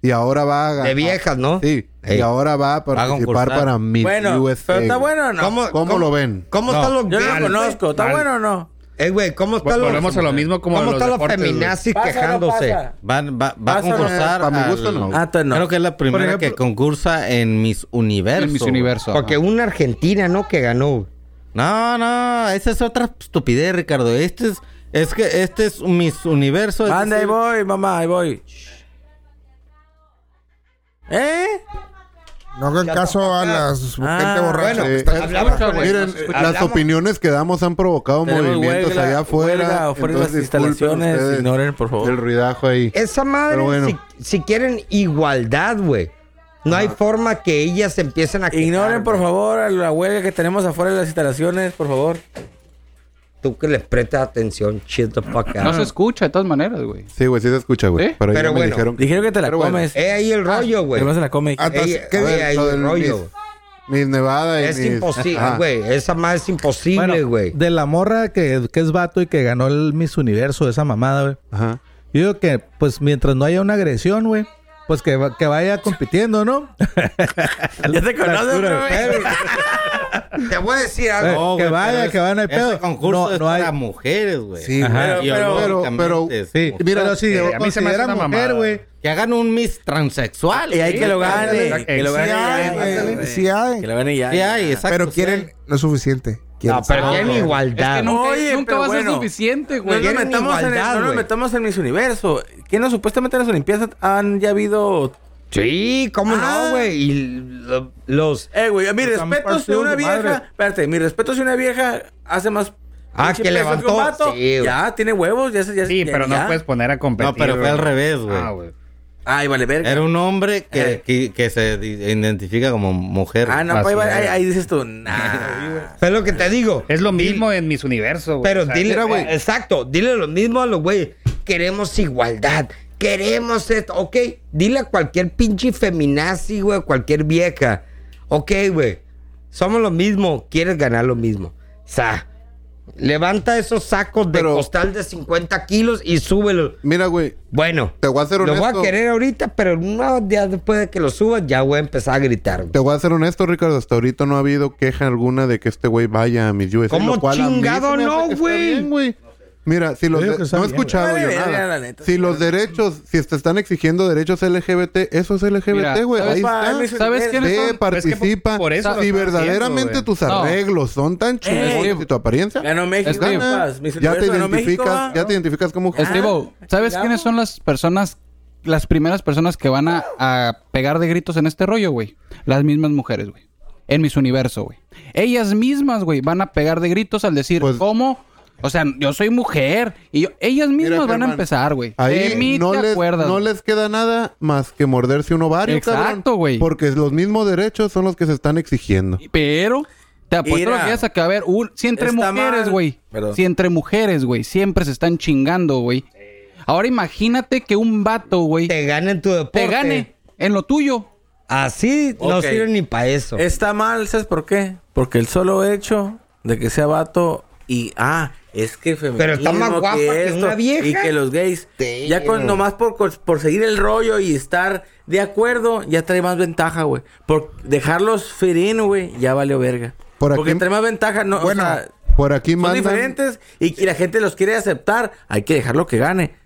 [SPEAKER 6] y ahora va a ganar.
[SPEAKER 4] De viejas, ¿no?
[SPEAKER 6] Sí.
[SPEAKER 4] Ey.
[SPEAKER 6] Y ahora va a participar
[SPEAKER 9] concursar.
[SPEAKER 6] para Miss
[SPEAKER 5] bueno,
[SPEAKER 6] USA.
[SPEAKER 5] pero está
[SPEAKER 6] güey.
[SPEAKER 5] bueno o no.
[SPEAKER 4] ¿Cómo,
[SPEAKER 6] ¿Cómo lo ven?
[SPEAKER 4] ¿Cómo
[SPEAKER 7] No,
[SPEAKER 4] están los
[SPEAKER 5] Yo no
[SPEAKER 4] gays,
[SPEAKER 5] lo conozco. ¿Está
[SPEAKER 7] Mal.
[SPEAKER 5] bueno o no?
[SPEAKER 4] güey? Eh, güey, ¿cómo están los
[SPEAKER 7] Volvemos a lo mismo como
[SPEAKER 4] ¿Cómo
[SPEAKER 7] los
[SPEAKER 4] están los
[SPEAKER 7] deportes, güey.
[SPEAKER 4] feminazis
[SPEAKER 5] ¿Pasa o no
[SPEAKER 4] quejándose?
[SPEAKER 5] pasa?
[SPEAKER 9] Van, va, va a
[SPEAKER 5] Pásalo,
[SPEAKER 9] concursar.
[SPEAKER 6] para mi gusto,
[SPEAKER 9] al-
[SPEAKER 6] no.
[SPEAKER 5] Ah, entonces no.
[SPEAKER 9] Creo que es la primera
[SPEAKER 3] ejemplo-
[SPEAKER 9] que concursa en Miss Universo.
[SPEAKER 2] En mis universo.
[SPEAKER 4] Porque una argentina, ¿no? Que ganó.
[SPEAKER 9] No, no, esa es otra estupidez, Ricardo. Este es, es que este es Miss Universo. es
[SPEAKER 5] Anda, ahí
[SPEAKER 9] decir,
[SPEAKER 5] voy, mamá, ahí voy. ¿Eh?
[SPEAKER 8] No hagan caso a las
[SPEAKER 5] Ah,
[SPEAKER 8] gente borracha.
[SPEAKER 6] Sí,
[SPEAKER 8] que está-
[SPEAKER 6] es-
[SPEAKER 4] hablamos con
[SPEAKER 6] miren,
[SPEAKER 4] ellos, escucha.
[SPEAKER 6] las
[SPEAKER 4] Hablamos.
[SPEAKER 6] opiniones que damos han provocado
[SPEAKER 5] Tenemos
[SPEAKER 6] movimientos allá
[SPEAKER 5] huelga- huelga
[SPEAKER 6] afuera.
[SPEAKER 5] afuera de
[SPEAKER 6] Entonces,
[SPEAKER 5] las
[SPEAKER 6] disculpen
[SPEAKER 5] instalaciones,
[SPEAKER 6] ustedes
[SPEAKER 5] ignoren, por favor.
[SPEAKER 6] El ruidajo ahí.
[SPEAKER 4] Esa madre,
[SPEAKER 6] Pero bueno.
[SPEAKER 4] si, si quieren igualdad, güey. No hay forma que ellas empiecen a quejar,
[SPEAKER 5] Ignoren, por
[SPEAKER 4] güey.
[SPEAKER 5] favor, a la huelga que tenemos afuera de las instalaciones, por favor.
[SPEAKER 4] Tú que les prestas atención, shit the fuck out.
[SPEAKER 2] No se escucha de todas maneras, güey.
[SPEAKER 6] Sí, güey, sí se escucha, güey.
[SPEAKER 2] ¿Sí? Ah.
[SPEAKER 6] Pero, ya
[SPEAKER 4] Pero
[SPEAKER 6] me
[SPEAKER 4] bueno.
[SPEAKER 6] dijeron
[SPEAKER 5] Dijeron que te la
[SPEAKER 6] Pero bueno.
[SPEAKER 5] comes.
[SPEAKER 4] Es ahí el rollo, güey.
[SPEAKER 5] Además se la come.
[SPEAKER 8] Ah, entonces,
[SPEAKER 4] Ey,
[SPEAKER 8] ¿qué
[SPEAKER 4] a
[SPEAKER 8] di-
[SPEAKER 4] ver,
[SPEAKER 6] Bueno,
[SPEAKER 4] ahí
[SPEAKER 6] lo
[SPEAKER 4] el
[SPEAKER 6] del
[SPEAKER 4] rollo.
[SPEAKER 6] Miss- Miss Nevada y
[SPEAKER 4] es
[SPEAKER 6] Miss-
[SPEAKER 4] imposible,
[SPEAKER 6] Ajá.
[SPEAKER 4] güey. Esa madre es imposible,
[SPEAKER 3] Bueno,
[SPEAKER 4] güey.
[SPEAKER 3] de la morra que, que es vato y que ganó el Miss Universo, esa mamada, güey.
[SPEAKER 6] Ajá.
[SPEAKER 3] Yo digo que, pues, mientras no haya una agresión, güey, pues que, va- que vaya compitiendo, ¿no?
[SPEAKER 5] Ya te conoces,
[SPEAKER 3] Factura,
[SPEAKER 5] bro.
[SPEAKER 4] Te voy a decir
[SPEAKER 3] Eh,
[SPEAKER 4] algo.
[SPEAKER 9] No,
[SPEAKER 3] que
[SPEAKER 9] güey,
[SPEAKER 3] vaya,
[SPEAKER 9] pero es-
[SPEAKER 3] que vaya, no hay pedo.
[SPEAKER 9] Ese concurso
[SPEAKER 3] No,
[SPEAKER 9] es
[SPEAKER 3] no hay-
[SPEAKER 9] para mujeres, güey.
[SPEAKER 8] Sí, güey.
[SPEAKER 5] Pero- pero-
[SPEAKER 9] Biológicamente
[SPEAKER 6] pero-
[SPEAKER 9] es
[SPEAKER 3] Sí,
[SPEAKER 9] mujer.
[SPEAKER 3] mira, pero si
[SPEAKER 7] eh, a mí se me hace
[SPEAKER 3] considera
[SPEAKER 7] una
[SPEAKER 3] mujer,
[SPEAKER 7] mamada.
[SPEAKER 3] güey.
[SPEAKER 9] Que hagan un Miss transexual.
[SPEAKER 5] Y hay
[SPEAKER 9] güey.
[SPEAKER 5] que lo gane.
[SPEAKER 7] ándale.
[SPEAKER 5] Que lo
[SPEAKER 7] Sí
[SPEAKER 5] gane.
[SPEAKER 8] hay,
[SPEAKER 5] ya,
[SPEAKER 8] güey,
[SPEAKER 5] ándale.
[SPEAKER 8] sí hay.
[SPEAKER 5] Que lo gane ya.
[SPEAKER 9] Sí hay,
[SPEAKER 5] ya.
[SPEAKER 9] exacto.
[SPEAKER 8] Pero quieren, no es suficiente. Quieren
[SPEAKER 4] No, pero
[SPEAKER 8] saber.
[SPEAKER 4] quieren
[SPEAKER 2] Es
[SPEAKER 4] igualdad.
[SPEAKER 2] que nunca,
[SPEAKER 5] Oye,
[SPEAKER 2] nunca
[SPEAKER 5] pero
[SPEAKER 2] va a ser
[SPEAKER 5] bueno.
[SPEAKER 2] suficiente,
[SPEAKER 5] No
[SPEAKER 2] güey.
[SPEAKER 5] nos,
[SPEAKER 4] Quieren
[SPEAKER 5] metamos en el-
[SPEAKER 4] igualdad,
[SPEAKER 5] no nos
[SPEAKER 4] güey.
[SPEAKER 5] metamos en mis universo. Que no supuestamente en las Olimpiadas han ya habido.
[SPEAKER 4] Sí, ¿cómo
[SPEAKER 5] Ah.
[SPEAKER 4] no, güey? Y lo- los...
[SPEAKER 5] Eh, güey, mi
[SPEAKER 8] Están
[SPEAKER 5] respeto si
[SPEAKER 8] partidos
[SPEAKER 5] una
[SPEAKER 8] de
[SPEAKER 5] vieja.
[SPEAKER 8] madre.
[SPEAKER 5] Espérate, mi respeto si una vieja hace más.
[SPEAKER 4] Ah,
[SPEAKER 5] pinche
[SPEAKER 4] que
[SPEAKER 5] peso
[SPEAKER 4] levantó.
[SPEAKER 5] un vato,
[SPEAKER 4] Sí, güey.
[SPEAKER 5] ya, tiene huevos. Ya, se- ya,
[SPEAKER 7] Sí,
[SPEAKER 5] ya-
[SPEAKER 7] pero no
[SPEAKER 5] ya.
[SPEAKER 4] pues,
[SPEAKER 7] puedes poner a competir.
[SPEAKER 9] No, pero fue al revés, güey.
[SPEAKER 7] Ah, güey.
[SPEAKER 5] Ay, vale, verga.
[SPEAKER 9] Era un hombre
[SPEAKER 5] Eh.
[SPEAKER 9] que, que, que se di- identifica como mujer.
[SPEAKER 5] Ah, no,
[SPEAKER 7] Así
[SPEAKER 5] pues, ahí,
[SPEAKER 7] es.
[SPEAKER 5] ahí- ahí dices tú, nah.
[SPEAKER 4] Es lo que te digo.
[SPEAKER 7] Es lo mismo en mis universos, güey.
[SPEAKER 4] Pero
[SPEAKER 7] O sea,
[SPEAKER 4] dile, exacto, dile lo mismo a los güeyes. Queremos igualdad, queremos esto. Ok, dile a cualquier pinche feminazi, güey, cualquier vieja. Ok, güey, somos lo mismo, quieres ganar lo mismo. Sa, levanta esos sacos de
[SPEAKER 6] Pero-
[SPEAKER 4] costal de 50 kilos y súbelos.
[SPEAKER 6] Mira, güey,
[SPEAKER 4] Bueno,
[SPEAKER 6] Te voy a ser
[SPEAKER 4] lo voy a
[SPEAKER 6] honesto.
[SPEAKER 4] querer ahorita, pero unos días después de que lo subas ya voy a empezar a gritar. güey.
[SPEAKER 6] te voy a ser honesto, Ricardo. Hasta ahorita no ha habido queja alguna de que este güey vaya a mis USA.
[SPEAKER 4] ¿Cómo
[SPEAKER 6] lo cual a mí
[SPEAKER 4] chingado
[SPEAKER 6] se me hace
[SPEAKER 4] no,
[SPEAKER 6] que está
[SPEAKER 4] güey?
[SPEAKER 6] bien, güey? Mira, si los
[SPEAKER 3] digo
[SPEAKER 6] de-
[SPEAKER 3] que
[SPEAKER 6] no
[SPEAKER 3] está
[SPEAKER 6] he
[SPEAKER 3] bien,
[SPEAKER 6] escuchado
[SPEAKER 5] güey.
[SPEAKER 6] yo
[SPEAKER 5] Vale,
[SPEAKER 6] nada.
[SPEAKER 5] verga, la neta,
[SPEAKER 6] si los derechos, si te están exigiendo derechos LGBT, eso es LGBT,
[SPEAKER 2] Mira,
[SPEAKER 6] güey.
[SPEAKER 2] ¿sabes
[SPEAKER 6] Ahí
[SPEAKER 5] pa-
[SPEAKER 6] está.
[SPEAKER 5] ahí se-
[SPEAKER 2] ¿Sabes quiénes
[SPEAKER 6] Ve,
[SPEAKER 2] son?
[SPEAKER 7] Pero es que
[SPEAKER 6] participa.
[SPEAKER 7] por- por eso lo
[SPEAKER 6] si
[SPEAKER 7] están
[SPEAKER 6] verdaderamente
[SPEAKER 7] haciendo,
[SPEAKER 6] tus
[SPEAKER 2] No.
[SPEAKER 6] arreglos son tan chingones
[SPEAKER 2] Ey.
[SPEAKER 6] y tu apariencia, pues
[SPEAKER 5] Ganó México,
[SPEAKER 2] Steve.
[SPEAKER 5] compas. Mis
[SPEAKER 6] ya te
[SPEAKER 5] universo ganó México,
[SPEAKER 6] identificas,
[SPEAKER 5] ¿va? Ah.
[SPEAKER 6] ya te identificas como
[SPEAKER 2] Estevo, ¿sabes
[SPEAKER 5] ya,
[SPEAKER 2] quiénes
[SPEAKER 5] güey.
[SPEAKER 2] son las personas, las primeras personas que van a, a pegar de gritos en este rollo, güey? Las mismas mujeres, güey. En mis universo, güey. Ellas mismas, güey, van a pegar de gritos al decir,
[SPEAKER 6] Pues-
[SPEAKER 2] ¿cómo? O sea, yo soy mujer. Y yo- ellas mismas
[SPEAKER 6] Mira,
[SPEAKER 2] van
[SPEAKER 6] Germán,
[SPEAKER 2] a empezar, güey. De
[SPEAKER 6] Ahí
[SPEAKER 2] mí
[SPEAKER 6] no
[SPEAKER 2] te
[SPEAKER 6] les,
[SPEAKER 2] acuerdas,
[SPEAKER 6] no
[SPEAKER 2] güey.
[SPEAKER 6] les queda nada más que morderse un ovario,
[SPEAKER 2] Exacto,
[SPEAKER 6] cabrón,
[SPEAKER 2] güey.
[SPEAKER 6] Porque los mismos derechos son los que se están exigiendo.
[SPEAKER 2] Pero te apuesto
[SPEAKER 5] Mira.
[SPEAKER 2] lo que vas a que, a ver, un- si entre
[SPEAKER 5] Está
[SPEAKER 2] mujeres,
[SPEAKER 5] mal.
[SPEAKER 2] güey.
[SPEAKER 5] Perdón.
[SPEAKER 2] Si entre mujeres, güey, siempre se están chingando, güey. Ahora imagínate que un vato, güey, te,
[SPEAKER 4] Te ganen tu deporte.
[SPEAKER 2] gane en lo tuyo.
[SPEAKER 4] Así no
[SPEAKER 5] Ok.
[SPEAKER 4] sirve ni para eso.
[SPEAKER 5] Está mal, ¿sabes por qué? Porque el solo hecho de que sea vato y ah, es que feminismo,
[SPEAKER 4] Pero está más guapa que
[SPEAKER 5] esto,
[SPEAKER 4] una vieja.
[SPEAKER 5] y que los gays.
[SPEAKER 4] Damn.
[SPEAKER 5] Ya con nomás por, cos- por seguir el rollo y estar de acuerdo, ya trae más ventaja, güey. Por dejarlos fit in, güey, ya valió verga.
[SPEAKER 6] Por aquí-
[SPEAKER 5] Porque trae más ventaja, no, o
[SPEAKER 8] Bueno,
[SPEAKER 5] sea,
[SPEAKER 6] Por aquí
[SPEAKER 5] son
[SPEAKER 6] mandan...
[SPEAKER 5] diferentes y que la gente los quiere aceptar, hay que dejarlo que gane.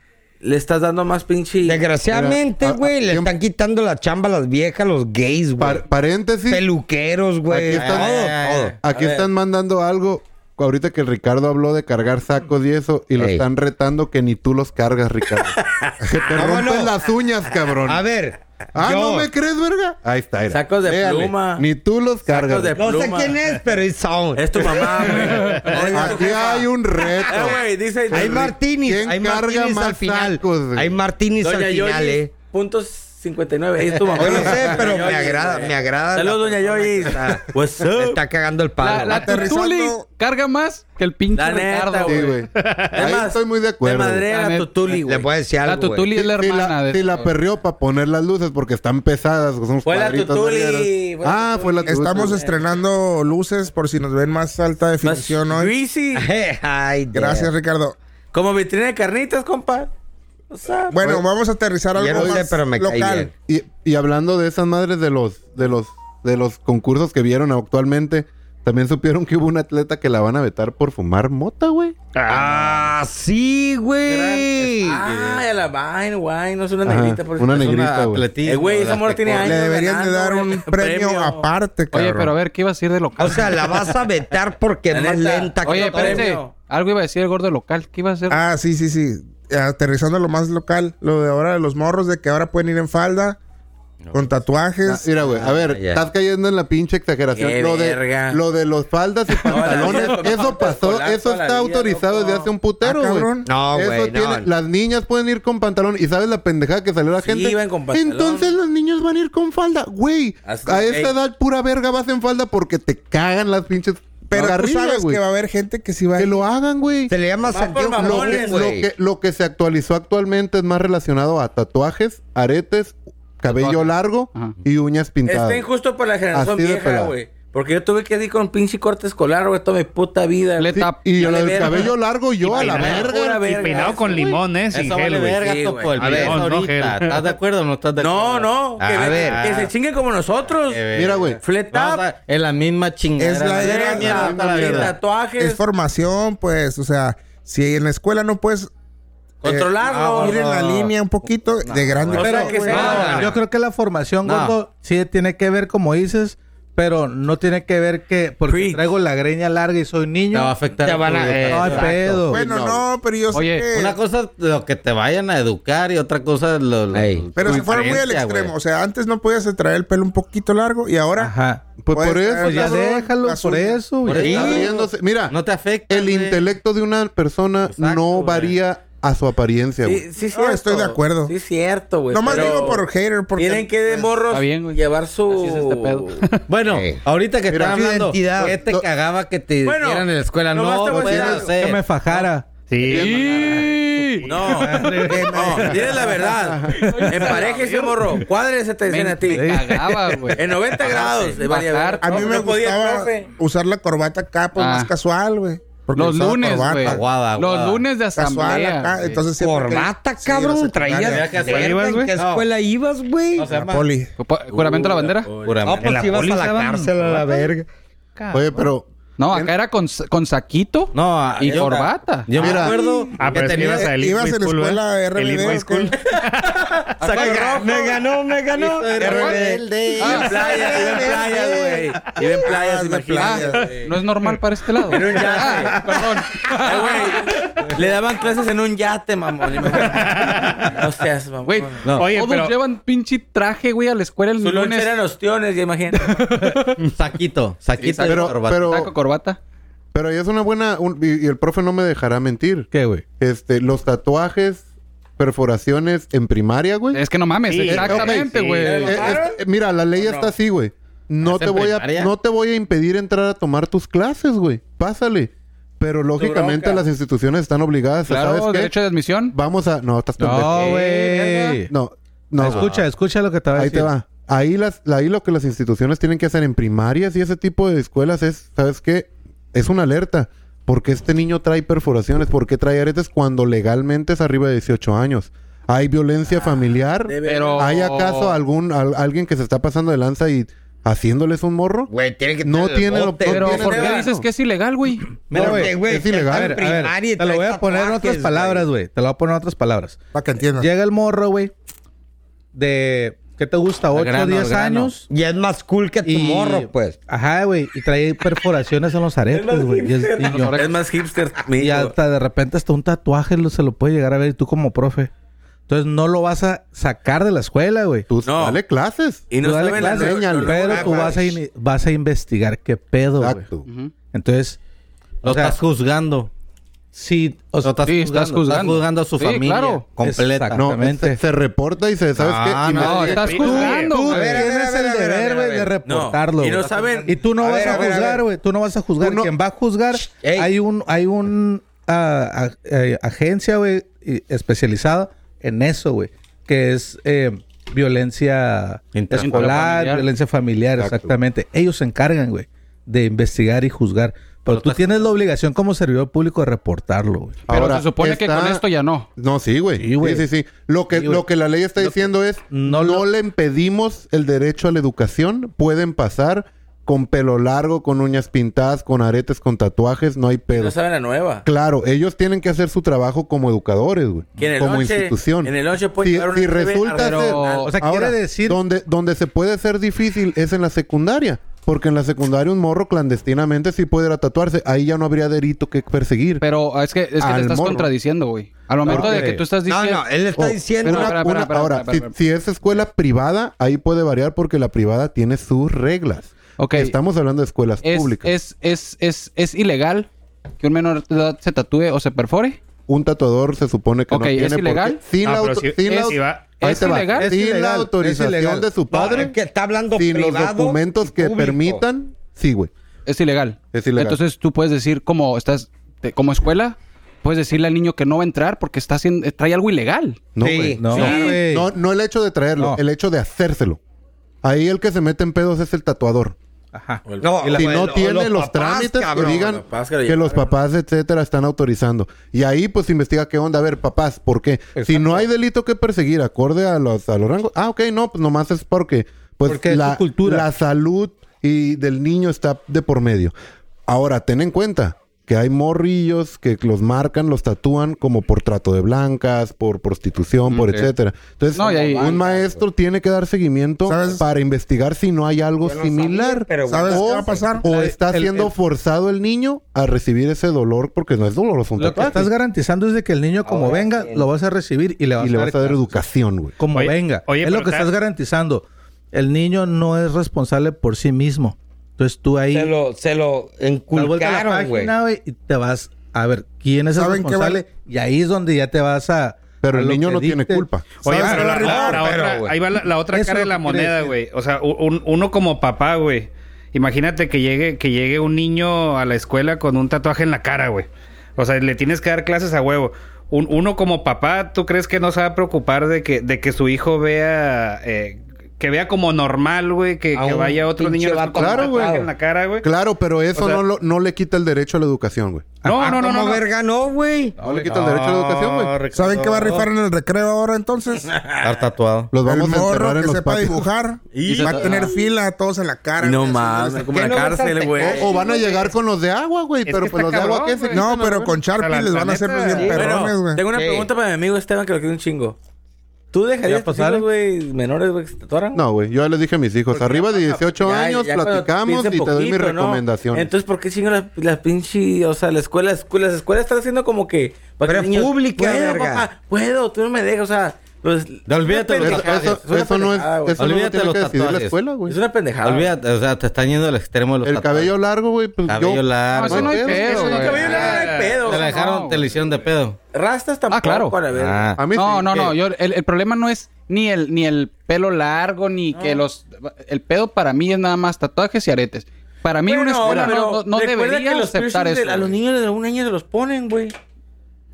[SPEAKER 5] Le estás dando más pinche
[SPEAKER 4] Desgraciadamente,
[SPEAKER 6] Mira, a- a-
[SPEAKER 4] güey, le
[SPEAKER 6] tiemp-
[SPEAKER 4] están quitando la chamba a las viejas, los gays, güey.
[SPEAKER 6] par- paréntesis.
[SPEAKER 4] Peluqueros, güey.
[SPEAKER 6] Aquí están-
[SPEAKER 5] Eh,
[SPEAKER 4] todo,
[SPEAKER 6] Ay,
[SPEAKER 4] todo.
[SPEAKER 6] Aquí están mandando algo. Ahorita que el Ricardo habló de cargar sacos y eso, y lo
[SPEAKER 4] Ey.
[SPEAKER 6] están retando que ni tú los cargas, Ricardo. que te
[SPEAKER 4] No,
[SPEAKER 6] rompen
[SPEAKER 4] no.
[SPEAKER 6] las uñas, cabrón.
[SPEAKER 4] A ver.
[SPEAKER 6] ah,
[SPEAKER 4] yo
[SPEAKER 6] ¿no me crees, verga? Ahí está, era.
[SPEAKER 5] Sacos de pluma.
[SPEAKER 6] Ni tú los cargas.
[SPEAKER 5] de
[SPEAKER 4] no sé
[SPEAKER 5] pluma.
[SPEAKER 4] quién es, pero es ah, sound.
[SPEAKER 5] Es tu mamá, güey. Oye,
[SPEAKER 6] Aquí hay un reto.
[SPEAKER 5] Eh, güey, dice
[SPEAKER 4] Hay Martínez,
[SPEAKER 6] ¿Quién
[SPEAKER 4] hay
[SPEAKER 6] carga
[SPEAKER 4] Martínez
[SPEAKER 6] más
[SPEAKER 4] al final.
[SPEAKER 6] sacos, güey?
[SPEAKER 4] hay Martínez al
[SPEAKER 5] Doña
[SPEAKER 4] final,
[SPEAKER 5] Yoyi,
[SPEAKER 4] eh.
[SPEAKER 5] punto 59. Ahí es tu mamá.
[SPEAKER 4] Yo no sé, pero
[SPEAKER 5] Doña
[SPEAKER 4] me
[SPEAKER 5] Yoyi,
[SPEAKER 4] agrada,
[SPEAKER 5] güey.
[SPEAKER 4] me agrada.
[SPEAKER 5] Saludos,
[SPEAKER 4] la
[SPEAKER 5] doña Yoyi.
[SPEAKER 4] persona que está-
[SPEAKER 5] What's
[SPEAKER 4] Me
[SPEAKER 5] up?
[SPEAKER 4] está cagando el
[SPEAKER 2] La,
[SPEAKER 4] palo.
[SPEAKER 2] la
[SPEAKER 8] Aterrizando-
[SPEAKER 2] tutuli carga más que el pinche
[SPEAKER 5] La neta,
[SPEAKER 2] Ricardo,
[SPEAKER 6] Sí,
[SPEAKER 2] güey.
[SPEAKER 6] güey. Ahí
[SPEAKER 5] Además,
[SPEAKER 6] estoy muy de acuerdo.
[SPEAKER 5] De madre
[SPEAKER 2] La
[SPEAKER 5] a
[SPEAKER 2] neta.
[SPEAKER 5] Tutuli,
[SPEAKER 4] Le
[SPEAKER 5] güey.
[SPEAKER 4] puedo decir
[SPEAKER 2] La
[SPEAKER 4] algo, güey.
[SPEAKER 2] tutuli es la
[SPEAKER 6] Si
[SPEAKER 2] hermana
[SPEAKER 6] la,
[SPEAKER 2] de...
[SPEAKER 6] si la perrió para poner las luces porque están pesadas. Son
[SPEAKER 5] Fue la
[SPEAKER 6] cuadritos,
[SPEAKER 5] tutuli,
[SPEAKER 6] ¿no?
[SPEAKER 5] fue la
[SPEAKER 6] Ah, fue la tutuli.
[SPEAKER 8] Estamos estrenando luces por si nos ven más alta
[SPEAKER 5] Más
[SPEAKER 8] definición hoy.
[SPEAKER 5] greasy.
[SPEAKER 4] Ay,
[SPEAKER 8] Gracias,
[SPEAKER 4] damn.
[SPEAKER 8] Ricardo.
[SPEAKER 5] Como vitrina de carnitas, compa. O sea,
[SPEAKER 8] Bueno, vamos a aterrizar
[SPEAKER 4] ya
[SPEAKER 8] algo
[SPEAKER 4] no sé,
[SPEAKER 8] más
[SPEAKER 4] pero me caí
[SPEAKER 8] local.
[SPEAKER 4] bien.
[SPEAKER 6] Y, y hablando de esas madres de los, de los, de los concursos que vieron actualmente, también supieron que hubo una atleta que la van a vetar por fumar mota, güey.
[SPEAKER 4] Ah, sí, güey.
[SPEAKER 5] Ay, a la Vine, guay. No es una
[SPEAKER 6] Ajá,
[SPEAKER 5] negrita. por-
[SPEAKER 6] una
[SPEAKER 5] es
[SPEAKER 6] negrita, güey.
[SPEAKER 5] Eh, güey, esa morra tiene años.
[SPEAKER 8] Le deberían de dar
[SPEAKER 5] ganando,
[SPEAKER 8] un
[SPEAKER 5] güey,
[SPEAKER 8] premio, aparte,
[SPEAKER 2] Oye,
[SPEAKER 8] cabrón.
[SPEAKER 2] pero a ver, ¿qué iba a decir de local?
[SPEAKER 4] O sea, la vas a vetar porque
[SPEAKER 5] La
[SPEAKER 4] es más
[SPEAKER 5] neta.
[SPEAKER 4] lenta que
[SPEAKER 2] Oye,
[SPEAKER 4] la otra.
[SPEAKER 5] espérate.
[SPEAKER 2] espérense.
[SPEAKER 5] premio.
[SPEAKER 2] Algo iba a decir el gordo local. ¿Qué iba a decir?
[SPEAKER 8] Ah, sí, sí, sí. Aterrizando a lo más local, lo de ahora de los morros, de que ahora pueden ir en falda, con
[SPEAKER 6] Ah,
[SPEAKER 8] tatuajes.
[SPEAKER 6] Mira, güey, a ver,
[SPEAKER 4] ya.
[SPEAKER 6] estás cayendo en la pinche exageración.
[SPEAKER 5] Ah, Qué
[SPEAKER 6] Lo de,
[SPEAKER 5] verga.
[SPEAKER 6] lo de los faldas y pantalones,
[SPEAKER 5] vida, papá,
[SPEAKER 6] eso pasó,
[SPEAKER 5] escolar
[SPEAKER 6] eso
[SPEAKER 5] toda la
[SPEAKER 6] está
[SPEAKER 5] vida,
[SPEAKER 6] autorizado
[SPEAKER 5] loco.
[SPEAKER 6] desde hace un putero,
[SPEAKER 8] Ah,
[SPEAKER 6] güey.
[SPEAKER 8] cabrón.
[SPEAKER 4] No,
[SPEAKER 6] Eso
[SPEAKER 4] güey, no.
[SPEAKER 6] tiene- Las niñas pueden ir con pantalón. ¿Y sabes la pendejada que salió la
[SPEAKER 5] Sí,
[SPEAKER 6] gente?
[SPEAKER 5] iban con pantalón.
[SPEAKER 6] Entonces los niños van a ir con falda. Güey,
[SPEAKER 5] Así-
[SPEAKER 6] a esta
[SPEAKER 5] ey.
[SPEAKER 6] edad pura verga vas en falda porque te cagan las pinches
[SPEAKER 8] Pero tú
[SPEAKER 6] carrillas,
[SPEAKER 8] sabes
[SPEAKER 6] güey.
[SPEAKER 8] que va a haber gente que sí va a
[SPEAKER 6] Que
[SPEAKER 8] ir.
[SPEAKER 6] lo hagan, güey.
[SPEAKER 4] Se le llama
[SPEAKER 5] por
[SPEAKER 4] sentido
[SPEAKER 6] Lo que,
[SPEAKER 5] mamones,
[SPEAKER 4] común,
[SPEAKER 6] lo,
[SPEAKER 4] güey.
[SPEAKER 6] que, lo que se actualizó actualmente es más relacionado a tatuajes, aretes, cabello
[SPEAKER 2] Tatuajes.
[SPEAKER 6] largo
[SPEAKER 2] Ajá.
[SPEAKER 6] y uñas pintadas.
[SPEAKER 5] Está injusto para la generación
[SPEAKER 6] Así de
[SPEAKER 5] vieja,
[SPEAKER 6] pelada.
[SPEAKER 5] güey. Porque yo tuve que ir con pinche corte escolar, güey, toda mi puta vida.
[SPEAKER 2] Le
[SPEAKER 5] güey.
[SPEAKER 6] Sí,
[SPEAKER 2] tap-
[SPEAKER 6] y
[SPEAKER 5] Yo
[SPEAKER 6] lo
[SPEAKER 5] le
[SPEAKER 6] del
[SPEAKER 5] verga.
[SPEAKER 6] cabello largo yo a la
[SPEAKER 7] Peinado.
[SPEAKER 6] verga.
[SPEAKER 5] Pura
[SPEAKER 7] Y
[SPEAKER 5] verga.
[SPEAKER 7] peinado con limón, ¿eh? Sin
[SPEAKER 9] Eso
[SPEAKER 7] gel,
[SPEAKER 9] vale
[SPEAKER 7] güey.
[SPEAKER 9] verga,
[SPEAKER 5] Sí,
[SPEAKER 9] Topo,
[SPEAKER 5] güey.
[SPEAKER 9] el
[SPEAKER 7] A ver,
[SPEAKER 9] video
[SPEAKER 7] no, no,
[SPEAKER 9] ahorita.
[SPEAKER 7] Ger.
[SPEAKER 9] ¿Estás de acuerdo o no estás de
[SPEAKER 5] No,
[SPEAKER 9] acuerdo?
[SPEAKER 5] no. Que,
[SPEAKER 9] Ah,
[SPEAKER 5] ve-
[SPEAKER 9] ver.
[SPEAKER 5] que se chinguen como nosotros.
[SPEAKER 9] Qué verga.
[SPEAKER 6] Mira, güey.
[SPEAKER 5] Flat
[SPEAKER 9] Vamos
[SPEAKER 5] up.
[SPEAKER 9] a- Es la misma chingadera.
[SPEAKER 8] Es la
[SPEAKER 9] de
[SPEAKER 8] era,
[SPEAKER 9] mierda,
[SPEAKER 8] la
[SPEAKER 9] hasta la
[SPEAKER 5] Y
[SPEAKER 9] vida.
[SPEAKER 8] Es
[SPEAKER 5] tatuajes.
[SPEAKER 8] formación, pues, o sea, si en la escuela no puedes eh, ah,
[SPEAKER 5] Controlarlo.
[SPEAKER 8] ir en la línea un poquito de grande.
[SPEAKER 5] O sea,
[SPEAKER 8] pero,
[SPEAKER 5] que sea-
[SPEAKER 3] No, yo creo que la formación,
[SPEAKER 9] No.
[SPEAKER 3] gordo, sí tiene que ver, como dices, pero no tiene que ver que porque
[SPEAKER 5] Preach.
[SPEAKER 3] traigo la greña larga y soy
[SPEAKER 9] Te
[SPEAKER 3] niño.
[SPEAKER 9] va a afectar.
[SPEAKER 7] Te van a-
[SPEAKER 9] tu-
[SPEAKER 7] eh,
[SPEAKER 3] no hay
[SPEAKER 9] Exacto.
[SPEAKER 3] pedo.
[SPEAKER 8] bueno, no, pero yo sé
[SPEAKER 2] Oye,
[SPEAKER 8] que-
[SPEAKER 9] Una cosa es lo que te vayan a educar y otra cosa es lo, lo-
[SPEAKER 4] Ey.
[SPEAKER 8] pero
[SPEAKER 9] tu
[SPEAKER 8] se fueron muy al
[SPEAKER 9] creencia,
[SPEAKER 8] extremo.
[SPEAKER 9] güey.
[SPEAKER 8] O sea, antes no podías traer el pelo un poquito largo y ahora.
[SPEAKER 3] Ajá.
[SPEAKER 6] Pues
[SPEAKER 8] puedes
[SPEAKER 6] por eso,
[SPEAKER 8] traer
[SPEAKER 3] Pues ya
[SPEAKER 8] las-
[SPEAKER 3] déjalo,
[SPEAKER 8] las
[SPEAKER 3] por
[SPEAKER 8] uñas.
[SPEAKER 3] eso.
[SPEAKER 9] Por
[SPEAKER 3] ya.
[SPEAKER 9] eso.
[SPEAKER 6] Está
[SPEAKER 9] Sí.
[SPEAKER 6] abriéndose. Mira,
[SPEAKER 9] No te afecta.
[SPEAKER 6] el
[SPEAKER 9] güey.
[SPEAKER 6] intelecto de una persona
[SPEAKER 9] Exacto,
[SPEAKER 6] no
[SPEAKER 9] güey.
[SPEAKER 6] varía a su apariencia, güey.
[SPEAKER 5] Sí, sí,
[SPEAKER 8] No,
[SPEAKER 5] cierto.
[SPEAKER 8] estoy de acuerdo.
[SPEAKER 5] Sí, cierto, güey.
[SPEAKER 8] Nomás
[SPEAKER 5] pero
[SPEAKER 8] digo por hater, porque. Ah,
[SPEAKER 5] Tienen que de morros
[SPEAKER 2] Está bien, güey.
[SPEAKER 5] llevar su.
[SPEAKER 2] Así es este pedo.
[SPEAKER 9] Bueno,
[SPEAKER 4] Ey.
[SPEAKER 9] ahorita que
[SPEAKER 6] Mira,
[SPEAKER 9] estás
[SPEAKER 6] tu
[SPEAKER 9] hablando,
[SPEAKER 6] identidad.
[SPEAKER 9] ¿qué te
[SPEAKER 6] No-
[SPEAKER 9] cagaba que te
[SPEAKER 5] Bueno,
[SPEAKER 9] dieran en la escuela?
[SPEAKER 5] nomás
[SPEAKER 9] No,
[SPEAKER 5] te voy a
[SPEAKER 9] puedes
[SPEAKER 5] decir algo.
[SPEAKER 3] Que me
[SPEAKER 9] hacer.
[SPEAKER 3] fajara.
[SPEAKER 7] Sí.
[SPEAKER 2] güey.
[SPEAKER 5] No, no, diles la verdad. Emparejese, morro. Cuádrese, te dicen
[SPEAKER 2] Me,
[SPEAKER 5] a ti.
[SPEAKER 2] me cagaba, güey.
[SPEAKER 5] En 90 grados. pues, de
[SPEAKER 2] bajar
[SPEAKER 5] variedad.
[SPEAKER 8] A mí
[SPEAKER 5] No,
[SPEAKER 8] me
[SPEAKER 5] no podía,
[SPEAKER 8] gustaba
[SPEAKER 5] profe.
[SPEAKER 8] usar la corbata acá, pues
[SPEAKER 2] Ah.
[SPEAKER 8] más casual, güey. Porque
[SPEAKER 2] Los
[SPEAKER 8] usaba
[SPEAKER 2] lunes,
[SPEAKER 8] corbata.
[SPEAKER 2] güey.
[SPEAKER 9] Aguada, aguada.
[SPEAKER 2] Los lunes de
[SPEAKER 8] Casual
[SPEAKER 2] asamblea.
[SPEAKER 8] acá.
[SPEAKER 2] güey.
[SPEAKER 8] Entonces siempre que-
[SPEAKER 4] Corbata,
[SPEAKER 8] Sí, la
[SPEAKER 4] cabrón.
[SPEAKER 8] secundaria.
[SPEAKER 4] Traías.
[SPEAKER 5] ¿A qué
[SPEAKER 4] Verga,
[SPEAKER 7] ibas,
[SPEAKER 4] ¿En
[SPEAKER 7] güey?
[SPEAKER 4] qué
[SPEAKER 5] No.
[SPEAKER 4] escuela ibas, güey?
[SPEAKER 5] se
[SPEAKER 8] La
[SPEAKER 5] llama?
[SPEAKER 8] poli.
[SPEAKER 2] Ju- ¿Juramento a la bandera?
[SPEAKER 9] Puramente.
[SPEAKER 4] No, pues ibas a la cárcel a la verga.
[SPEAKER 6] Oye, pero
[SPEAKER 2] No, acá era con, sa- con saquito
[SPEAKER 9] No, a-
[SPEAKER 2] y
[SPEAKER 9] yo-
[SPEAKER 2] corbata.
[SPEAKER 9] Yo me
[SPEAKER 6] Mira.
[SPEAKER 9] acuerdo.
[SPEAKER 7] Ah, pero
[SPEAKER 9] que
[SPEAKER 7] es que
[SPEAKER 9] tenía-
[SPEAKER 7] ibas a Elite
[SPEAKER 8] ibas
[SPEAKER 7] High
[SPEAKER 8] en la
[SPEAKER 7] School, ¿verdad?
[SPEAKER 8] escuela de RBD,
[SPEAKER 7] Elite High
[SPEAKER 8] ¿o qué?
[SPEAKER 7] School.
[SPEAKER 5] Saco rojo.
[SPEAKER 4] Me ganó, me ganó. Ah,
[SPEAKER 9] Rebelde.
[SPEAKER 5] Iba en playa, iba en playa, güey. Iba en playa,
[SPEAKER 8] Ah,
[SPEAKER 5] iba en playa.
[SPEAKER 8] playa.
[SPEAKER 2] No es normal para este lado.
[SPEAKER 5] Era un yate.
[SPEAKER 2] Ah, perdón.
[SPEAKER 5] Ay, güey. Le daban clases en un yate, mamón. Y me- No seas, mamón.
[SPEAKER 2] Güey,
[SPEAKER 9] No.
[SPEAKER 7] Oye,
[SPEAKER 2] todos
[SPEAKER 7] pero-
[SPEAKER 2] llevan pinche traje, güey, a la escuela el
[SPEAKER 5] Su lonche
[SPEAKER 2] lunes.
[SPEAKER 5] eran ostiones, ya imagínate.
[SPEAKER 9] Saquito. Saquito. y
[SPEAKER 6] pero,
[SPEAKER 9] corbata.
[SPEAKER 6] pero,
[SPEAKER 2] Saco, corbata.
[SPEAKER 6] pero ahí es una buena. un- y, y el profe no me dejará mentir.
[SPEAKER 3] ¿Qué, güey?
[SPEAKER 6] Este, los tatuajes, perforaciones en primaria, güey.
[SPEAKER 2] Es que no mames,
[SPEAKER 7] Sí,
[SPEAKER 2] exactamente,
[SPEAKER 7] ok, sí.
[SPEAKER 2] güey.
[SPEAKER 6] Eh, eh, es- mira, la ley está así, güey. No
[SPEAKER 9] ¿Es en
[SPEAKER 6] te voy a,
[SPEAKER 9] primaria?
[SPEAKER 6] no te voy a impedir entrar a tomar tus clases, güey. Pásale. Pero lógicamente las instituciones están obligadas. a, ¿sabes
[SPEAKER 2] claro,
[SPEAKER 6] qué?
[SPEAKER 2] derecho de admisión.
[SPEAKER 6] Vamos a. No, estás pendejo.
[SPEAKER 3] No,
[SPEAKER 2] Eh,
[SPEAKER 3] güey.
[SPEAKER 6] No, no.
[SPEAKER 3] Escucha, escucha lo que te va a
[SPEAKER 6] Ahí
[SPEAKER 3] decir.
[SPEAKER 6] te va. Ahí, las, ahí lo que las instituciones tienen que hacer en primarias y ese tipo de escuelas es, ¿sabes qué? Es una alerta. Porque este niño trae perforaciones, porque trae aretes cuando legalmente es arriba de 18 años. Hay violencia familiar.
[SPEAKER 5] debe-
[SPEAKER 2] Pero.
[SPEAKER 6] ¿Hay acaso algún al- alguien que se está pasando de lanza y haciéndoles un morro?
[SPEAKER 4] Güey, tiene que
[SPEAKER 6] No
[SPEAKER 4] tener el
[SPEAKER 6] tiene lo-
[SPEAKER 4] bote,
[SPEAKER 6] no
[SPEAKER 4] güey.
[SPEAKER 2] Pero,
[SPEAKER 6] tiene
[SPEAKER 2] ¿por qué
[SPEAKER 6] nada.
[SPEAKER 2] dices que es ilegal, güey?
[SPEAKER 3] Mira,
[SPEAKER 4] Porque,
[SPEAKER 3] güey.
[SPEAKER 4] güey,
[SPEAKER 6] es ilegal.
[SPEAKER 3] A
[SPEAKER 4] está en
[SPEAKER 3] ver, a ver,
[SPEAKER 4] primaria y
[SPEAKER 3] te lo
[SPEAKER 4] trae
[SPEAKER 3] voy a poner en
[SPEAKER 4] tatuajes,
[SPEAKER 3] otras palabras,
[SPEAKER 4] güey.
[SPEAKER 3] güey. Te lo voy a poner en otras palabras.
[SPEAKER 8] Para que entiendas.
[SPEAKER 3] Llega el morro, güey, de, ¿qué te gusta? ¿8
[SPEAKER 9] grano,
[SPEAKER 3] o 10
[SPEAKER 9] al grano.
[SPEAKER 3] años?
[SPEAKER 4] Y es más cool que tu
[SPEAKER 3] Y-
[SPEAKER 4] morro, pues.
[SPEAKER 3] Ajá, güey. Y trae perforaciones en los aretes, güey. Y es niño.
[SPEAKER 5] Es más hipster. mi
[SPEAKER 3] Y
[SPEAKER 5] hijo.
[SPEAKER 3] hasta de repente hasta un tatuaje lo- se lo puede llegar a ver y tú como profe. Entonces no lo vas a sacar de la escuela, güey.
[SPEAKER 6] Tú
[SPEAKER 5] No.
[SPEAKER 6] dale clases.
[SPEAKER 5] Y no
[SPEAKER 3] Tú dale
[SPEAKER 5] saben la
[SPEAKER 3] clase,
[SPEAKER 5] señal.
[SPEAKER 3] pero tú vas a, ini- vas a investigar qué pedo, güey.
[SPEAKER 6] Exacto.
[SPEAKER 3] Entonces,
[SPEAKER 9] Lo
[SPEAKER 3] o sea,
[SPEAKER 9] estás juzgando.
[SPEAKER 3] sí, o sea,
[SPEAKER 9] Lo estás
[SPEAKER 2] sí,
[SPEAKER 9] juzgando.
[SPEAKER 2] estás juzgando.
[SPEAKER 9] a su
[SPEAKER 2] Sí,
[SPEAKER 9] familia.
[SPEAKER 2] claro.
[SPEAKER 9] Completa.
[SPEAKER 3] Exacto.
[SPEAKER 6] No,
[SPEAKER 3] Exactamente.
[SPEAKER 6] se, se reporta y se ¿sabes
[SPEAKER 9] Ah,
[SPEAKER 6] qué? Y
[SPEAKER 9] no,
[SPEAKER 2] No,
[SPEAKER 6] nadie-
[SPEAKER 2] estás
[SPEAKER 7] Tú-
[SPEAKER 2] juzgando,
[SPEAKER 3] tú
[SPEAKER 2] güey.
[SPEAKER 3] tienes
[SPEAKER 4] a ver,
[SPEAKER 3] el
[SPEAKER 4] a ver, a
[SPEAKER 3] deber,
[SPEAKER 4] ver,
[SPEAKER 3] güey,
[SPEAKER 4] a
[SPEAKER 3] de
[SPEAKER 4] ver.
[SPEAKER 3] reportarlo.
[SPEAKER 5] No, y no
[SPEAKER 3] güey.
[SPEAKER 5] saben-
[SPEAKER 3] Y tú no
[SPEAKER 4] A
[SPEAKER 3] vas
[SPEAKER 4] ver,
[SPEAKER 3] a
[SPEAKER 4] a ver, a
[SPEAKER 3] juzgar,
[SPEAKER 4] ver.
[SPEAKER 3] güey. Tú no vas a juzgar.
[SPEAKER 6] Tú no-
[SPEAKER 3] Quien va a juzgar,
[SPEAKER 4] Ey.
[SPEAKER 3] hay un, hay un ah, ah, eh, agencia, güey, y- especializada en eso, güey. Que es eh, violencia
[SPEAKER 9] Intra-
[SPEAKER 3] escolar,
[SPEAKER 2] intrafamiliar.
[SPEAKER 3] violencia familiar,
[SPEAKER 6] Exacto.
[SPEAKER 3] exactamente. Ellos se encargan, güey, de investigar y juzgar. Pero tú tienes la obligación como servidor público de reportarlo, güey.
[SPEAKER 2] Pero
[SPEAKER 6] Ahora,
[SPEAKER 2] se supone que
[SPEAKER 6] está-
[SPEAKER 2] con esto ya no.
[SPEAKER 6] No, sí, güey.
[SPEAKER 3] Sí, güey.
[SPEAKER 6] Sí, sí, sí. Lo que,
[SPEAKER 3] Sí, güey.
[SPEAKER 6] lo que la ley está diciendo es,
[SPEAKER 3] no
[SPEAKER 6] no,
[SPEAKER 3] lo-
[SPEAKER 6] le impedimos el derecho a la educación. Pueden pasar con pelo largo, con uñas pintadas, con aretes, con tatuajes. No hay
[SPEAKER 5] No
[SPEAKER 6] pedo.
[SPEAKER 5] saben la nueva.
[SPEAKER 6] Claro, ellos tienen que hacer su trabajo como educadores, güey.
[SPEAKER 5] Que en el
[SPEAKER 6] Como
[SPEAKER 5] lonche-
[SPEAKER 6] institución.
[SPEAKER 5] en el lonche pueden
[SPEAKER 6] Si-
[SPEAKER 5] llevar una
[SPEAKER 6] si
[SPEAKER 5] nieve
[SPEAKER 6] resulta
[SPEAKER 5] artesanal.
[SPEAKER 6] ser-
[SPEAKER 2] Pero-
[SPEAKER 3] O sea,
[SPEAKER 6] Ahora,
[SPEAKER 3] quiere decir...
[SPEAKER 6] Donde, donde se puede ser difícil es en la secundaria. Porque en la secundaria un morro clandestinamente sí pudiera tatuarse. Ahí ya no habría delito que perseguir.
[SPEAKER 2] Pero es que, es que te
[SPEAKER 6] Al
[SPEAKER 2] estás
[SPEAKER 6] morro.
[SPEAKER 2] contradiciendo, güey. Al momento de que
[SPEAKER 3] güey.
[SPEAKER 2] tú estás
[SPEAKER 4] No,
[SPEAKER 2] diciendo.
[SPEAKER 4] no, él está
[SPEAKER 6] Oh,
[SPEAKER 4] diciendo...
[SPEAKER 2] pero-
[SPEAKER 6] Una-
[SPEAKER 2] espera,
[SPEAKER 6] una-
[SPEAKER 2] espera,
[SPEAKER 6] ahora,
[SPEAKER 2] espera,
[SPEAKER 6] si,
[SPEAKER 2] espera.
[SPEAKER 6] si es escuela privada, ahí puede variar porque la privada tiene sus reglas.
[SPEAKER 2] Ok.
[SPEAKER 6] Estamos hablando de escuelas
[SPEAKER 2] es,
[SPEAKER 6] públicas.
[SPEAKER 2] es, es, es, es ilegal que un menor de edad se tatúe o se perfore.
[SPEAKER 6] Un tatuador se supone que
[SPEAKER 2] Ok,
[SPEAKER 6] no
[SPEAKER 2] ¿es
[SPEAKER 6] tiene por qué-
[SPEAKER 2] ilegal?
[SPEAKER 6] Sin
[SPEAKER 7] No,
[SPEAKER 6] la,
[SPEAKER 7] pero
[SPEAKER 6] auto-
[SPEAKER 7] si-
[SPEAKER 6] sin la
[SPEAKER 7] es-
[SPEAKER 6] au-
[SPEAKER 7] si va-
[SPEAKER 6] Ahí
[SPEAKER 2] es
[SPEAKER 6] te va.
[SPEAKER 2] ilegal.
[SPEAKER 3] Es
[SPEAKER 6] Sin la
[SPEAKER 3] ilegal, es
[SPEAKER 6] autorización
[SPEAKER 3] ilegal.
[SPEAKER 6] de su padre,
[SPEAKER 4] es que está hablando
[SPEAKER 6] sin los
[SPEAKER 4] privado
[SPEAKER 6] documentos
[SPEAKER 4] y
[SPEAKER 6] que
[SPEAKER 4] público.
[SPEAKER 6] permitan, sí, güey.
[SPEAKER 2] Es ilegal.
[SPEAKER 6] Es ilegal.
[SPEAKER 2] Entonces tú puedes decir, como estás, te- como escuela, puedes decirle al niño que no va a entrar porque está haciendo, eh, trae algo ilegal.
[SPEAKER 6] No,
[SPEAKER 4] Sí.
[SPEAKER 6] güey.
[SPEAKER 3] No,
[SPEAKER 2] Sí.
[SPEAKER 3] güey.
[SPEAKER 6] No, no el hecho de traerlo,
[SPEAKER 3] No.
[SPEAKER 6] el hecho de hacérselo. Ahí el que se mete en pedos es el tatuador.
[SPEAKER 3] Ajá.
[SPEAKER 4] No,
[SPEAKER 6] si
[SPEAKER 4] pues,
[SPEAKER 6] no
[SPEAKER 4] lo-
[SPEAKER 6] tiene los,
[SPEAKER 4] papás,
[SPEAKER 6] trámites
[SPEAKER 4] cabrón.
[SPEAKER 6] que digan
[SPEAKER 5] los papás que lo
[SPEAKER 6] que los
[SPEAKER 5] llevaron.
[SPEAKER 6] papás, etcétera, están autorizando. Y ahí pues investiga qué onda. A ver, papás, ¿por qué? Si no hay delito que perseguir acorde a los, a los rangos. Ah, ok, no, pues nomás es porque pues
[SPEAKER 3] Porque es
[SPEAKER 6] la,
[SPEAKER 3] su cultura.
[SPEAKER 6] la salud y del niño está de por medio. Ahora, ten en cuenta que hay morrillos que los marcan, los tatúan como por trato de blancas, por prostitución, por etcétera. Entonces,
[SPEAKER 2] No, y ahí-
[SPEAKER 6] un maestro tiene que dar seguimiento
[SPEAKER 8] ¿Sabes?
[SPEAKER 6] para investigar si no hay algo
[SPEAKER 4] no
[SPEAKER 6] similar.
[SPEAKER 4] sabía, pero
[SPEAKER 8] ¿Sabes
[SPEAKER 6] O-
[SPEAKER 8] qué va a pasar?
[SPEAKER 6] o está
[SPEAKER 3] el-
[SPEAKER 6] siendo
[SPEAKER 3] el-
[SPEAKER 6] forzado el niño a recibir ese dolor porque no es doloroso un
[SPEAKER 3] Lo que
[SPEAKER 6] tatuaje.
[SPEAKER 3] estás garantizando es de que el niño como venga lo vas a recibir y le vas,
[SPEAKER 6] Y le vas a dar
[SPEAKER 3] clases.
[SPEAKER 6] educación, güey.
[SPEAKER 3] como
[SPEAKER 7] Oye,
[SPEAKER 3] venga.
[SPEAKER 7] oye,
[SPEAKER 3] es lo
[SPEAKER 7] pero
[SPEAKER 3] que
[SPEAKER 7] ta-
[SPEAKER 3] estás garantizando. El niño no es responsable por sí mismo. Entonces tú ahí
[SPEAKER 4] Se lo, se lo
[SPEAKER 3] das vuelta a la
[SPEAKER 4] inculcaron, güey.
[SPEAKER 3] página, güey, y te vas a ver quién es el
[SPEAKER 8] ¿Saben qué
[SPEAKER 3] responsable y ahí es donde ya te vas a
[SPEAKER 6] Pero
[SPEAKER 3] a
[SPEAKER 6] el
[SPEAKER 3] lo
[SPEAKER 6] niño
[SPEAKER 3] que
[SPEAKER 6] no tiene
[SPEAKER 3] dicte.
[SPEAKER 6] culpa.
[SPEAKER 7] Oye,
[SPEAKER 8] ¿Sabes qué
[SPEAKER 7] pero
[SPEAKER 8] va
[SPEAKER 7] la,
[SPEAKER 8] a
[SPEAKER 7] la-
[SPEAKER 8] rifar?
[SPEAKER 7] la
[SPEAKER 8] Pero,
[SPEAKER 7] otra,
[SPEAKER 8] güey.
[SPEAKER 7] ahí va la, la otra
[SPEAKER 3] Eso
[SPEAKER 7] cara de
[SPEAKER 3] es lo
[SPEAKER 7] la
[SPEAKER 3] que quiere
[SPEAKER 7] moneda,
[SPEAKER 3] decir.
[SPEAKER 7] güey. O sea, u- un- uno como papá, güey. Imagínate que llegue, que llegue un niño a la escuela con un tatuaje en la cara, güey. O sea, le tienes que dar clases a huevo. un- uno como papá, ¿tú crees que no se va a preocupar de que, de que su hijo vea... eh, que vea como normal, güey, que,
[SPEAKER 4] A
[SPEAKER 7] que
[SPEAKER 4] un
[SPEAKER 7] vaya otro
[SPEAKER 4] pinche
[SPEAKER 7] niño
[SPEAKER 4] vato
[SPEAKER 7] con un
[SPEAKER 4] Claro,
[SPEAKER 7] tatuaje
[SPEAKER 4] güey.
[SPEAKER 7] en la cara, güey.
[SPEAKER 6] Claro, pero eso
[SPEAKER 7] O sea-
[SPEAKER 6] no, lo- no le quita el derecho a la educación, güey.
[SPEAKER 8] Ah,
[SPEAKER 7] No, no, no, no,
[SPEAKER 4] ¿Cómo
[SPEAKER 7] no.
[SPEAKER 4] verga no, güey?
[SPEAKER 6] No le quita el derecho a la educación, güey.
[SPEAKER 8] ¿Saben qué va a rifar en el recreo ahora entonces?
[SPEAKER 9] Estar tatuado.
[SPEAKER 6] Los
[SPEAKER 8] el
[SPEAKER 6] vamos a
[SPEAKER 8] morro
[SPEAKER 6] enterrar en
[SPEAKER 8] que
[SPEAKER 6] los
[SPEAKER 8] sepa
[SPEAKER 6] patios.
[SPEAKER 8] dibujar
[SPEAKER 5] Y-
[SPEAKER 8] va a
[SPEAKER 9] Ah.
[SPEAKER 8] tener fila a todos en la cara.
[SPEAKER 5] No
[SPEAKER 8] güey, así,
[SPEAKER 5] mames,
[SPEAKER 8] güey.
[SPEAKER 5] como en la
[SPEAKER 4] ¿Qué no ves al
[SPEAKER 5] cárcel, güey.
[SPEAKER 4] tecón?
[SPEAKER 6] O van a llegar con los de agua, güey.
[SPEAKER 7] que
[SPEAKER 6] Pero pues
[SPEAKER 7] está
[SPEAKER 6] los de agua,
[SPEAKER 7] cabrón,
[SPEAKER 6] ¿qué se
[SPEAKER 7] güey.
[SPEAKER 6] quitan,
[SPEAKER 8] No, pero
[SPEAKER 6] güey?
[SPEAKER 8] con
[SPEAKER 7] O sea,
[SPEAKER 8] Sharpie
[SPEAKER 7] la
[SPEAKER 8] les van a
[SPEAKER 7] neta,
[SPEAKER 8] hacer los bien
[SPEAKER 7] sí.
[SPEAKER 8] perrones,
[SPEAKER 5] Bueno,
[SPEAKER 8] güey.
[SPEAKER 5] tengo una
[SPEAKER 4] Sí.
[SPEAKER 5] pregunta para mi amigo Esteban que lo quiere un chingo. ¿Tú dejarías
[SPEAKER 9] ¿Ya
[SPEAKER 5] tus
[SPEAKER 9] pasaron?
[SPEAKER 5] hijos, güey, menores, güey, que se tatuaran?
[SPEAKER 6] No, güey. Yo ya les dije a mis hijos. Arriba de 18
[SPEAKER 5] Ya-
[SPEAKER 6] años
[SPEAKER 5] ya cuando
[SPEAKER 6] platicamos y
[SPEAKER 5] piensen
[SPEAKER 6] te doy mis
[SPEAKER 5] poquito, ¿no?
[SPEAKER 6] recomendaciones.
[SPEAKER 5] Entonces, ¿por qué chingo la, la pinche... O sea, la escuela, las escuelas, las escuelas están haciendo como que... para
[SPEAKER 4] Pero
[SPEAKER 5] que
[SPEAKER 4] es pública,
[SPEAKER 5] Puedo,
[SPEAKER 4] verga.
[SPEAKER 5] papá, puedo. Tú no me dejas, o sea... Pues,
[SPEAKER 9] olvídate
[SPEAKER 5] es una
[SPEAKER 9] los
[SPEAKER 6] eso,
[SPEAKER 5] pendejada,
[SPEAKER 6] eso-
[SPEAKER 5] es una
[SPEAKER 6] eso no es...
[SPEAKER 5] pendejada, güey.
[SPEAKER 6] Eso no lo
[SPEAKER 9] Olvídate
[SPEAKER 6] tiene
[SPEAKER 9] los
[SPEAKER 6] que decidir la
[SPEAKER 9] tatuajes.
[SPEAKER 6] escuela, güey.
[SPEAKER 5] Es una pendejada.
[SPEAKER 9] Olvídate, o sea, te están yendo al extremo de los
[SPEAKER 6] El
[SPEAKER 9] tatuajes.
[SPEAKER 6] cabello largo, güey. Pues
[SPEAKER 9] Cabello
[SPEAKER 6] yo...
[SPEAKER 9] largo.
[SPEAKER 2] eso no hay
[SPEAKER 6] Eso-
[SPEAKER 2] pedo,
[SPEAKER 5] Eso
[SPEAKER 2] güey. Ah,
[SPEAKER 5] no cabello largo de
[SPEAKER 9] Te
[SPEAKER 5] pedo.
[SPEAKER 9] la
[SPEAKER 5] o sea,
[SPEAKER 9] dejaron,
[SPEAKER 2] no,
[SPEAKER 9] te la hicieron de pedo.
[SPEAKER 5] Rastas tampoco.
[SPEAKER 2] Ah, claro.
[SPEAKER 5] a la verga.
[SPEAKER 9] Ah.
[SPEAKER 6] A mí
[SPEAKER 2] No,
[SPEAKER 6] sí,
[SPEAKER 2] no,
[SPEAKER 6] que-
[SPEAKER 2] no. Yo, el, el problema no es ni el, ni el pelo largo, ni que los... El pedo para mí es nada más tatuajes y aretes. Para mí una
[SPEAKER 5] Bueno,
[SPEAKER 2] escuela
[SPEAKER 5] pero
[SPEAKER 2] no, no- no
[SPEAKER 5] recuerda
[SPEAKER 2] debería
[SPEAKER 5] que los
[SPEAKER 2] aceptar
[SPEAKER 5] piercings de-
[SPEAKER 2] eso.
[SPEAKER 5] A los
[SPEAKER 2] güey.
[SPEAKER 5] niños de un año se los ponen, güey.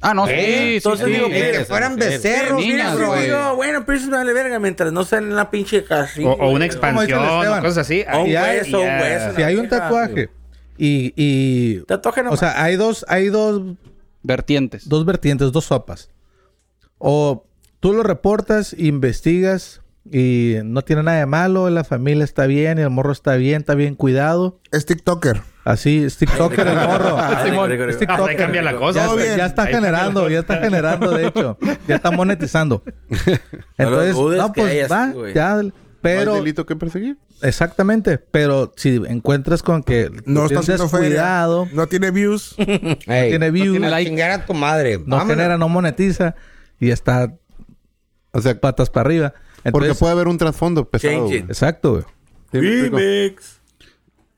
[SPEAKER 2] Ah, no, sí,
[SPEAKER 4] ¿Eh?
[SPEAKER 2] sí,
[SPEAKER 5] Entonces
[SPEAKER 2] sí.
[SPEAKER 5] digo,
[SPEAKER 4] Ni que
[SPEAKER 9] Eres,
[SPEAKER 4] fueran
[SPEAKER 9] eres.
[SPEAKER 4] becerros,
[SPEAKER 2] Niñas,
[SPEAKER 4] mira,
[SPEAKER 5] Pero
[SPEAKER 2] güey.
[SPEAKER 5] digo, bueno, piercing vale verga mientras no sean en la pinche casilla.
[SPEAKER 7] O, o una expansión,
[SPEAKER 3] Como dice el
[SPEAKER 7] o
[SPEAKER 3] Esteban.
[SPEAKER 7] cosas así.
[SPEAKER 5] O un
[SPEAKER 7] Ahí-
[SPEAKER 5] hueso, un
[SPEAKER 7] ya.
[SPEAKER 5] hueso.
[SPEAKER 3] Si hay un tatuaje y... y
[SPEAKER 5] Tatuaje no.
[SPEAKER 3] o sea, hay dos, hay dos
[SPEAKER 2] Vertientes.
[SPEAKER 3] dos vertientes, dos sopas. O tú lo reportas, investigas y no tiene nada de malo, la familia está bien, el morro está bien, está bien cuidado.
[SPEAKER 8] Es TikToker.
[SPEAKER 3] Así, es TikToker el morro.
[SPEAKER 5] Simón.
[SPEAKER 3] Es
[SPEAKER 7] Ah,
[SPEAKER 3] TikToker.
[SPEAKER 7] ahí cambia la cosa.
[SPEAKER 3] Ya,
[SPEAKER 8] Todo
[SPEAKER 7] güey.
[SPEAKER 8] bien.
[SPEAKER 3] ya está
[SPEAKER 7] Ahí cambia la
[SPEAKER 3] generando, ya está generando, de hecho. Ya está monetizando. Entonces,
[SPEAKER 5] dudes
[SPEAKER 3] no,
[SPEAKER 5] que haya
[SPEAKER 3] pues
[SPEAKER 5] así,
[SPEAKER 3] va,
[SPEAKER 5] güey.
[SPEAKER 3] ya,
[SPEAKER 6] ¿No hay
[SPEAKER 3] pero...
[SPEAKER 6] delito que perseguir?
[SPEAKER 3] Exactamente, pero si encuentras con que
[SPEAKER 8] No está
[SPEAKER 3] tienes
[SPEAKER 8] haciendo feria.
[SPEAKER 3] descuidado,
[SPEAKER 8] No tiene views.
[SPEAKER 4] Ey,
[SPEAKER 3] tiene views.
[SPEAKER 4] no
[SPEAKER 3] No
[SPEAKER 4] like. Chingar a tu madre.
[SPEAKER 3] no
[SPEAKER 4] vámonos.
[SPEAKER 3] genera, no monetiza y está
[SPEAKER 6] O sea,
[SPEAKER 3] patas para arriba.
[SPEAKER 6] porque
[SPEAKER 3] Entonces,
[SPEAKER 6] puede haber un trasfondo pesado.
[SPEAKER 5] Change
[SPEAKER 6] güey.
[SPEAKER 5] it.
[SPEAKER 3] Exacto, güey.
[SPEAKER 6] Sí, me explico.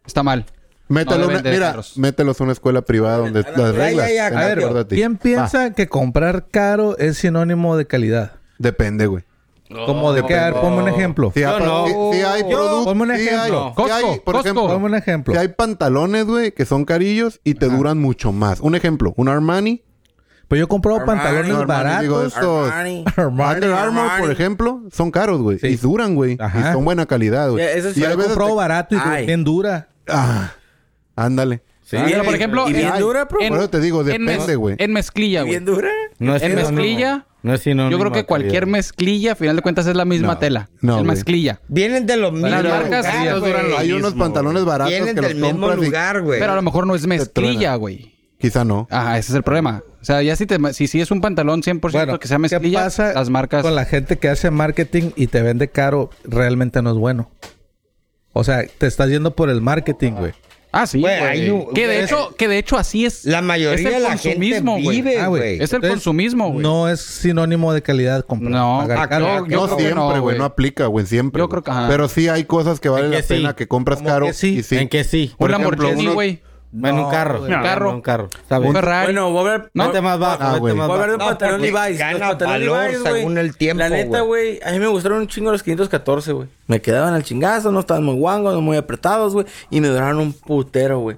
[SPEAKER 2] Está mal.
[SPEAKER 6] Mételo
[SPEAKER 2] No
[SPEAKER 6] una-
[SPEAKER 2] deben de
[SPEAKER 6] mira,
[SPEAKER 2] dejarlos.
[SPEAKER 6] mételos a una escuela privada donde las reglas.
[SPEAKER 4] ya, ya,
[SPEAKER 6] estén
[SPEAKER 3] A
[SPEAKER 6] de
[SPEAKER 3] ver,
[SPEAKER 6] acuerdo a ti.
[SPEAKER 3] ¿quién
[SPEAKER 6] Va,
[SPEAKER 3] piensa que comprar caro es sinónimo de calidad?
[SPEAKER 6] depende, güey.
[SPEAKER 3] Como de que, a ver, ponme un ejemplo.
[SPEAKER 6] Si hay,
[SPEAKER 9] no.
[SPEAKER 6] si, si hay productos,
[SPEAKER 3] Ponme un ejemplo.
[SPEAKER 6] Si hay,
[SPEAKER 2] Costco,
[SPEAKER 6] por
[SPEAKER 2] Costco.
[SPEAKER 6] ejemplo,
[SPEAKER 3] Ponme un ejemplo.
[SPEAKER 6] si hay pantalones, güey, que son carillos y te duran mucho más. Un ejemplo, un Armani.
[SPEAKER 3] Pues yo compro pantalones
[SPEAKER 6] no, Armani, digo,
[SPEAKER 3] baratos.
[SPEAKER 6] estos
[SPEAKER 5] Armani.
[SPEAKER 3] Armani.
[SPEAKER 6] Under Armour, por ejemplo, son caros, güey. Y duran, güey. Y
[SPEAKER 3] Ajá.
[SPEAKER 6] son buena calidad, güey.
[SPEAKER 5] Ya, eso sí,
[SPEAKER 6] y
[SPEAKER 5] yo
[SPEAKER 6] a
[SPEAKER 3] Yo
[SPEAKER 6] veces
[SPEAKER 3] compro
[SPEAKER 6] te-
[SPEAKER 3] barato y
[SPEAKER 5] Ay.
[SPEAKER 3] bien dura.
[SPEAKER 6] Ah, ándale.
[SPEAKER 5] Sí,
[SPEAKER 2] Mira, por ejemplo,
[SPEAKER 5] y bien
[SPEAKER 2] en-
[SPEAKER 5] dura, pro.
[SPEAKER 2] en-
[SPEAKER 6] Por eso te digo,
[SPEAKER 2] en mez-
[SPEAKER 6] depende, güey.
[SPEAKER 2] En mezclilla,
[SPEAKER 5] Y
[SPEAKER 2] güey.
[SPEAKER 5] bien dura.
[SPEAKER 9] No es
[SPEAKER 2] En
[SPEAKER 9] sinónimo.
[SPEAKER 2] mezclilla,
[SPEAKER 9] No es sinónimo.
[SPEAKER 2] Yo creo que
[SPEAKER 9] de
[SPEAKER 2] cualquier
[SPEAKER 9] calidad.
[SPEAKER 2] mezclilla, a final de cuentas, es la misma
[SPEAKER 6] No,
[SPEAKER 2] tela.
[SPEAKER 6] no,
[SPEAKER 2] el
[SPEAKER 6] güey.
[SPEAKER 2] mezclilla.
[SPEAKER 4] Vienen de los mismos
[SPEAKER 2] marcas
[SPEAKER 4] lugares,
[SPEAKER 2] sí,
[SPEAKER 4] güey.
[SPEAKER 7] duran lo
[SPEAKER 6] Hay
[SPEAKER 7] mismo,
[SPEAKER 6] unos pantalones baratos
[SPEAKER 4] Vienen
[SPEAKER 6] que los
[SPEAKER 4] del mismo
[SPEAKER 6] compras y-
[SPEAKER 4] lugar, güey.
[SPEAKER 2] Pero a lo mejor no es mezclilla,
[SPEAKER 6] truena.
[SPEAKER 2] güey.
[SPEAKER 6] Quizá no.
[SPEAKER 2] Ajá, ese es el problema. O sea, ya si, te, si, si es un pantalón 100% que sea
[SPEAKER 3] ¿qué
[SPEAKER 2] mezclilla,
[SPEAKER 3] pasa
[SPEAKER 2] las marcas...
[SPEAKER 3] con la gente que hace marketing y te vende caro? Realmente no es bueno. O sea, te estás yendo por el marketing, güey.
[SPEAKER 2] Ah, sí,
[SPEAKER 4] Güey,
[SPEAKER 2] güey.
[SPEAKER 4] hay un-
[SPEAKER 2] Que de
[SPEAKER 4] es-
[SPEAKER 2] hecho, que de hecho así es.
[SPEAKER 4] La mayoría
[SPEAKER 2] es
[SPEAKER 4] de
[SPEAKER 2] el
[SPEAKER 4] la gente
[SPEAKER 2] consumismo, güey.
[SPEAKER 4] vive,
[SPEAKER 3] Ah,
[SPEAKER 4] güey.
[SPEAKER 3] güey.
[SPEAKER 2] Es el consumismo, güey.
[SPEAKER 3] No es sinónimo de calidad comprar.
[SPEAKER 2] No,
[SPEAKER 3] pagar
[SPEAKER 2] ah,
[SPEAKER 3] caro.
[SPEAKER 2] yo- yo
[SPEAKER 6] No
[SPEAKER 2] creo que
[SPEAKER 6] siempre,
[SPEAKER 2] no,
[SPEAKER 6] güey.
[SPEAKER 2] güey.
[SPEAKER 6] no aplica, güey. Siempre.
[SPEAKER 2] Yo
[SPEAKER 6] güey.
[SPEAKER 2] creo que- ajá.
[SPEAKER 6] Pero sí hay cosas que vale
[SPEAKER 9] ¿En
[SPEAKER 6] la
[SPEAKER 9] qué sí?
[SPEAKER 6] pena que compras
[SPEAKER 3] ¿Cómo
[SPEAKER 6] caro.
[SPEAKER 3] que sí?
[SPEAKER 6] Y sí.
[SPEAKER 9] ¿En qué sí?
[SPEAKER 2] Un
[SPEAKER 6] Por ejemplo,
[SPEAKER 2] Lamborghini,
[SPEAKER 6] unos-
[SPEAKER 2] güey.
[SPEAKER 9] en un carro.
[SPEAKER 7] No.
[SPEAKER 9] Un carro. Un carro.
[SPEAKER 2] Un
[SPEAKER 9] ¿sabes?
[SPEAKER 2] Ferrari.
[SPEAKER 5] Bueno, voy a ver.
[SPEAKER 2] No.
[SPEAKER 9] Vete más bajo,
[SPEAKER 6] Ah,
[SPEAKER 9] vete
[SPEAKER 6] güey.
[SPEAKER 9] más
[SPEAKER 5] Voy a ver
[SPEAKER 9] bajo.
[SPEAKER 5] un pantalón
[SPEAKER 4] porque
[SPEAKER 5] Levi's.
[SPEAKER 4] gana
[SPEAKER 5] los pantalones
[SPEAKER 4] valor
[SPEAKER 5] Levi's, güey.
[SPEAKER 4] según el tiempo,
[SPEAKER 5] La neta, güey. A mí me gustaron un chingo los 514, güey. Me quedaban al chingazo, no estaban muy guangos, no muy apretados, güey. Y me duraron un putero, güey.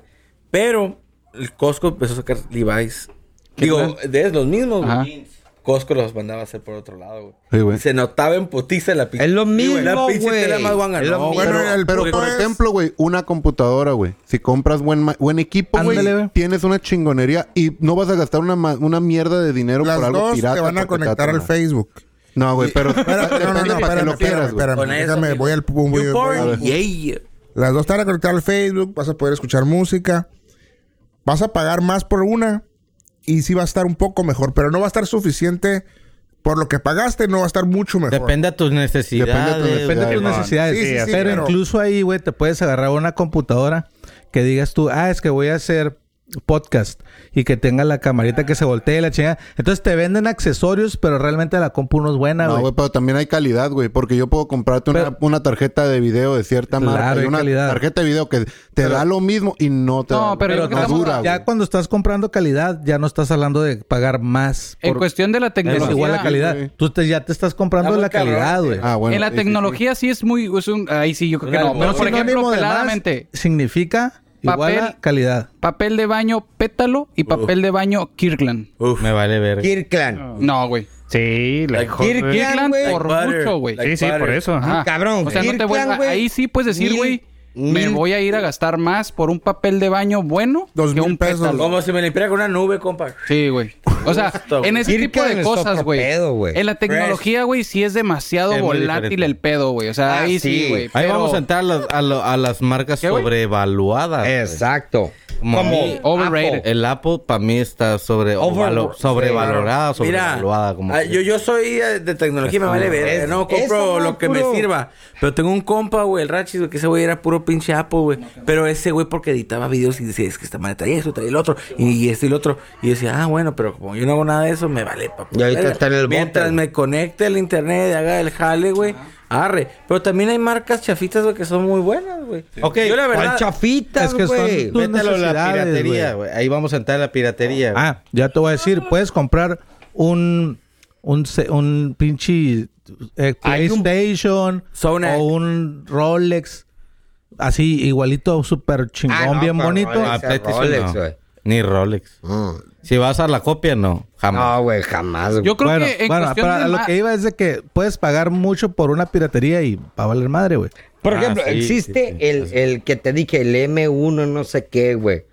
[SPEAKER 5] Pero el Costco empezó a sacar Levi's. Digo, de los mismos,
[SPEAKER 2] Ajá.
[SPEAKER 5] güey. Costco los mandaba a hacer por otro lado, güey.
[SPEAKER 6] Sí, güey.
[SPEAKER 5] Y se notaba en putiza la pinche.
[SPEAKER 4] Es lo
[SPEAKER 5] Sí, La
[SPEAKER 4] mismo,
[SPEAKER 5] pinche
[SPEAKER 4] güey.
[SPEAKER 5] tela más guanga.
[SPEAKER 4] Es lo
[SPEAKER 5] No,
[SPEAKER 4] mismo.
[SPEAKER 5] güey,
[SPEAKER 8] Bueno, el
[SPEAKER 6] Pero
[SPEAKER 8] punto
[SPEAKER 6] por
[SPEAKER 8] es-
[SPEAKER 6] ejemplo, güey, una computadora, güey. Si compras buen, ma- buen equipo,
[SPEAKER 3] Ándale, güey.
[SPEAKER 6] güey, tienes una chingonería y no vas a gastar una, ma- una mierda de dinero
[SPEAKER 8] Las
[SPEAKER 6] por algo
[SPEAKER 8] dos
[SPEAKER 6] pirata.
[SPEAKER 8] te van a
[SPEAKER 6] porque
[SPEAKER 8] conectar al
[SPEAKER 6] tratan mal.
[SPEAKER 8] Facebook.
[SPEAKER 6] No, güey, pero
[SPEAKER 8] Espérate, no, no,
[SPEAKER 6] depende
[SPEAKER 8] no,
[SPEAKER 6] para qué
[SPEAKER 8] espérame,
[SPEAKER 6] lo
[SPEAKER 8] espérame,
[SPEAKER 6] quieras, güey.
[SPEAKER 8] espérame.
[SPEAKER 5] Con eso,
[SPEAKER 8] Déjame,
[SPEAKER 5] güey.
[SPEAKER 8] voy al pum, voy-
[SPEAKER 5] You
[SPEAKER 8] voy-
[SPEAKER 5] born,
[SPEAKER 8] a ver.
[SPEAKER 5] yeah.
[SPEAKER 8] Las dos te van a conectar al Facebook, vas a poder escuchar música. Vas a pagar más por una y sí va a estar un poco mejor, pero no va a estar suficiente por lo que pagaste, no va a estar mucho mejor.
[SPEAKER 9] Depende de tus necesidades.
[SPEAKER 3] Depende de tus
[SPEAKER 6] Simón.
[SPEAKER 3] necesidades.
[SPEAKER 8] Sí, sí, sí,
[SPEAKER 3] pero
[SPEAKER 8] pero-
[SPEAKER 3] incluso ahí, güey, te puedes agarrar una computadora que digas tú, ah, es que voy a hacer podcast y que tenga la camarita que se voltee y la chingada. Entonces te venden accesorios, pero realmente la compu no es buena,
[SPEAKER 6] No,
[SPEAKER 3] güey.
[SPEAKER 6] güey, pero también hay calidad, güey. Porque yo puedo comprarte una,
[SPEAKER 3] Pero-
[SPEAKER 6] una tarjeta de video de cierta
[SPEAKER 3] Claro,
[SPEAKER 6] marca. y
[SPEAKER 3] hay
[SPEAKER 6] una
[SPEAKER 3] calidad.
[SPEAKER 6] tarjeta de video que te da lo mismo y no te
[SPEAKER 2] No,
[SPEAKER 6] da.
[SPEAKER 2] pero yo creo que
[SPEAKER 6] no
[SPEAKER 2] estamos-
[SPEAKER 6] dura,
[SPEAKER 3] ya
[SPEAKER 6] güey.
[SPEAKER 3] cuando estás comprando calidad, ya no estás hablando de pagar más.
[SPEAKER 2] en
[SPEAKER 3] por-
[SPEAKER 2] cuestión de la
[SPEAKER 3] es
[SPEAKER 2] tecnología...
[SPEAKER 3] igual la calidad.
[SPEAKER 6] güey.
[SPEAKER 3] Tú te- ya te estás comprando
[SPEAKER 5] Está muy
[SPEAKER 3] la calidad,
[SPEAKER 5] cabrón,
[SPEAKER 3] güey.
[SPEAKER 6] Ah, bueno.
[SPEAKER 2] en la
[SPEAKER 6] sí, sí, sí.
[SPEAKER 2] tecnología sí, es muy... Es un, ahí sí, yo creo que
[SPEAKER 5] Una
[SPEAKER 2] no. Pero,
[SPEAKER 5] alborada.
[SPEAKER 2] por
[SPEAKER 3] Sinónimo
[SPEAKER 2] ejemplo,
[SPEAKER 3] de más
[SPEAKER 2] peladamente...
[SPEAKER 3] significa Igual
[SPEAKER 2] Papel.
[SPEAKER 3] a calidad.
[SPEAKER 2] Papel de baño pétalo y papel de baño Kirkland.
[SPEAKER 5] Uf.
[SPEAKER 9] Me vale ver.
[SPEAKER 4] Kirkland.
[SPEAKER 2] No, güey.
[SPEAKER 7] Sí, la
[SPEAKER 5] Like
[SPEAKER 7] joder.
[SPEAKER 4] Kirkland,
[SPEAKER 2] Kirkland
[SPEAKER 4] güey.
[SPEAKER 2] por
[SPEAKER 5] Like butter.
[SPEAKER 2] mucho, güey.
[SPEAKER 5] Like
[SPEAKER 7] Sí, sí, por eso. ajá.
[SPEAKER 4] Cabrón.
[SPEAKER 2] O sea, no te
[SPEAKER 4] Kirkland,
[SPEAKER 2] vuelvas.
[SPEAKER 4] güey,
[SPEAKER 2] Ahí sí puedes decir,
[SPEAKER 4] mil-
[SPEAKER 2] güey, me
[SPEAKER 4] mil-
[SPEAKER 2] voy a ir a gastar más por un papel de baño bueno
[SPEAKER 8] Dos
[SPEAKER 2] que
[SPEAKER 8] mil
[SPEAKER 2] un
[SPEAKER 8] pesos.
[SPEAKER 2] pétalo.
[SPEAKER 5] Como si me limpiara con una nube, compa.
[SPEAKER 2] Sí, güey. O sea,
[SPEAKER 5] Justo, güey.
[SPEAKER 2] en ese tipo
[SPEAKER 4] Kirkland
[SPEAKER 2] de
[SPEAKER 4] es
[SPEAKER 2] cosas,
[SPEAKER 4] otro
[SPEAKER 2] güey.
[SPEAKER 4] pedo, güey.
[SPEAKER 2] En la tecnología, güey, sí es demasiado
[SPEAKER 9] Es muy
[SPEAKER 2] volátil
[SPEAKER 9] diferente.
[SPEAKER 2] el pedo, güey. O sea,
[SPEAKER 4] Ah,
[SPEAKER 2] ahí sí,
[SPEAKER 4] sí.
[SPEAKER 2] güey.
[SPEAKER 4] Ahí
[SPEAKER 9] Ahí
[SPEAKER 2] Pero-
[SPEAKER 9] vamos a entrar a las, a lo- a las marcas
[SPEAKER 2] ¿Qué, güey?
[SPEAKER 9] sobrevaluadas. güey.
[SPEAKER 4] Exacto.
[SPEAKER 9] Como
[SPEAKER 4] Como
[SPEAKER 2] Overrated.
[SPEAKER 9] El Apple para mí está sobre, o
[SPEAKER 4] Over-
[SPEAKER 9] valo- sobrevalorada,
[SPEAKER 5] Mira,
[SPEAKER 9] sobrevaluada. como
[SPEAKER 5] ah,
[SPEAKER 9] que-
[SPEAKER 5] yo, yo soy eh, de tecnología, me vale ver.
[SPEAKER 4] Es-
[SPEAKER 5] No compro
[SPEAKER 4] eso, no,
[SPEAKER 5] lo que
[SPEAKER 4] puro-
[SPEAKER 5] me sirva. Pero tengo un compa, güey, el Rachis, güey, que ese güey era puro pinche Apple, güey. Pero ese güey porque editaba videos y decía, es que esta madre trae eso, trae el otro, y, y esto y el otro. Y yo decía, ah, bueno, pero como yo no hago nada de eso, me vale, papá.
[SPEAKER 4] Y ahorita está en el bote,
[SPEAKER 5] Mientras
[SPEAKER 4] güey.
[SPEAKER 5] me conecte al internet, haga el jale, güey. Arre. Pero también hay marcas chafitas, güey, que son muy buenas, güey.
[SPEAKER 9] Ok,
[SPEAKER 5] yo la
[SPEAKER 4] ¿Cuál
[SPEAKER 5] verdad...
[SPEAKER 4] chafitas,
[SPEAKER 3] Es que son-
[SPEAKER 4] güey?
[SPEAKER 3] tus
[SPEAKER 9] Mételo a la
[SPEAKER 3] necesidades,
[SPEAKER 9] piratería, güey. Ahí vamos a entrar a la piratería. güey.
[SPEAKER 3] Ah, ya te voy a decir, puedes comprar un un, se- un pinche eh,
[SPEAKER 4] Hay un-
[SPEAKER 3] PlayStation
[SPEAKER 5] Sona.
[SPEAKER 3] o un Rolex así igualito súper chingón,
[SPEAKER 4] Ah, no,
[SPEAKER 3] bien
[SPEAKER 4] pero
[SPEAKER 3] bonito.
[SPEAKER 4] Rolex.
[SPEAKER 9] Ah,
[SPEAKER 4] Ese
[SPEAKER 9] PlayStation
[SPEAKER 4] Rolex,
[SPEAKER 9] no.
[SPEAKER 4] güey. Mm.
[SPEAKER 9] Ni Rolex. Si vas a la copia, no. Jamás.
[SPEAKER 4] No, güey, jamás, güey.
[SPEAKER 2] Yo creo
[SPEAKER 3] bueno,
[SPEAKER 2] que en
[SPEAKER 3] bueno,
[SPEAKER 2] cuestión
[SPEAKER 3] para
[SPEAKER 2] de
[SPEAKER 3] lo
[SPEAKER 2] ma-
[SPEAKER 3] que iba es de que puedes pagar mucho por una piratería y va a valer madre, güey.
[SPEAKER 4] Por
[SPEAKER 9] Ah,
[SPEAKER 4] ejemplo,
[SPEAKER 9] sí,
[SPEAKER 4] existe
[SPEAKER 9] sí, sí.
[SPEAKER 4] el, el que te dije, el M1, no sé qué, güey.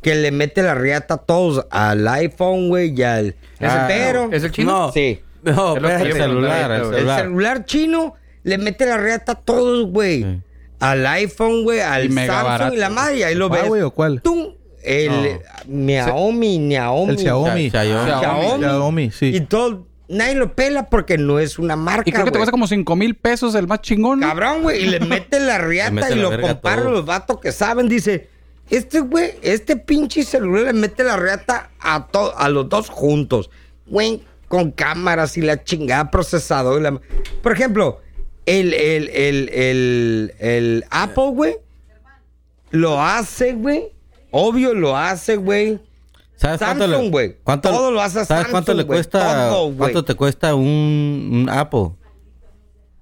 [SPEAKER 4] Que le mete la riata a todos, al iPhone, güey, y al.
[SPEAKER 5] Ah,
[SPEAKER 4] pero.
[SPEAKER 5] ¿es el chino?
[SPEAKER 4] No. Sí.
[SPEAKER 5] No,
[SPEAKER 7] Es lo que
[SPEAKER 5] espérate.
[SPEAKER 9] El celular, el
[SPEAKER 4] El
[SPEAKER 9] celular.
[SPEAKER 4] celular chino le mete la riata a todos, güey.
[SPEAKER 9] Sí.
[SPEAKER 4] Al iPhone, güey, al
[SPEAKER 2] Y mega
[SPEAKER 4] Samsung
[SPEAKER 2] barato.
[SPEAKER 4] y la madre, y ahí lo ves.
[SPEAKER 3] ¿Huawei o cuál?
[SPEAKER 4] Tú, el Xiaomi, Xiaomi.
[SPEAKER 3] El Xiaomi.
[SPEAKER 9] Cha- Chayo.
[SPEAKER 2] Chayo.
[SPEAKER 4] Xiaomi.
[SPEAKER 3] Xiaomi, sí.
[SPEAKER 4] Y todo, nadie lo pela porque no es una marca,
[SPEAKER 2] Y creo que te
[SPEAKER 4] güey.
[SPEAKER 2] cuesta como 5 mil pesos el más chingón. ¿no?
[SPEAKER 4] Cabrón, güey. Y le mete la
[SPEAKER 9] Le
[SPEAKER 4] riata
[SPEAKER 9] mete
[SPEAKER 4] y
[SPEAKER 9] la
[SPEAKER 4] lo
[SPEAKER 9] verga a
[SPEAKER 4] comparan
[SPEAKER 9] todo.
[SPEAKER 4] los vatos que saben. Dice, este güey, este pinche celular le mete la riata a, to- a los dos juntos. Güey, con cámaras y la chingada procesador. y la- Por ejemplo, el, el, el, el, el Apple, güey, lo hace, güey. Obvio lo hace, güey.
[SPEAKER 9] ¿Sabes
[SPEAKER 4] Samsung, güey.
[SPEAKER 9] cuánto-
[SPEAKER 4] Todo lo hace
[SPEAKER 9] ¿Sabes cuánto
[SPEAKER 4] Samsung,
[SPEAKER 9] le
[SPEAKER 4] güey.
[SPEAKER 9] cuesta?
[SPEAKER 4] Todo, güey.
[SPEAKER 9] ¿Cuánto te cuesta un, un Apple?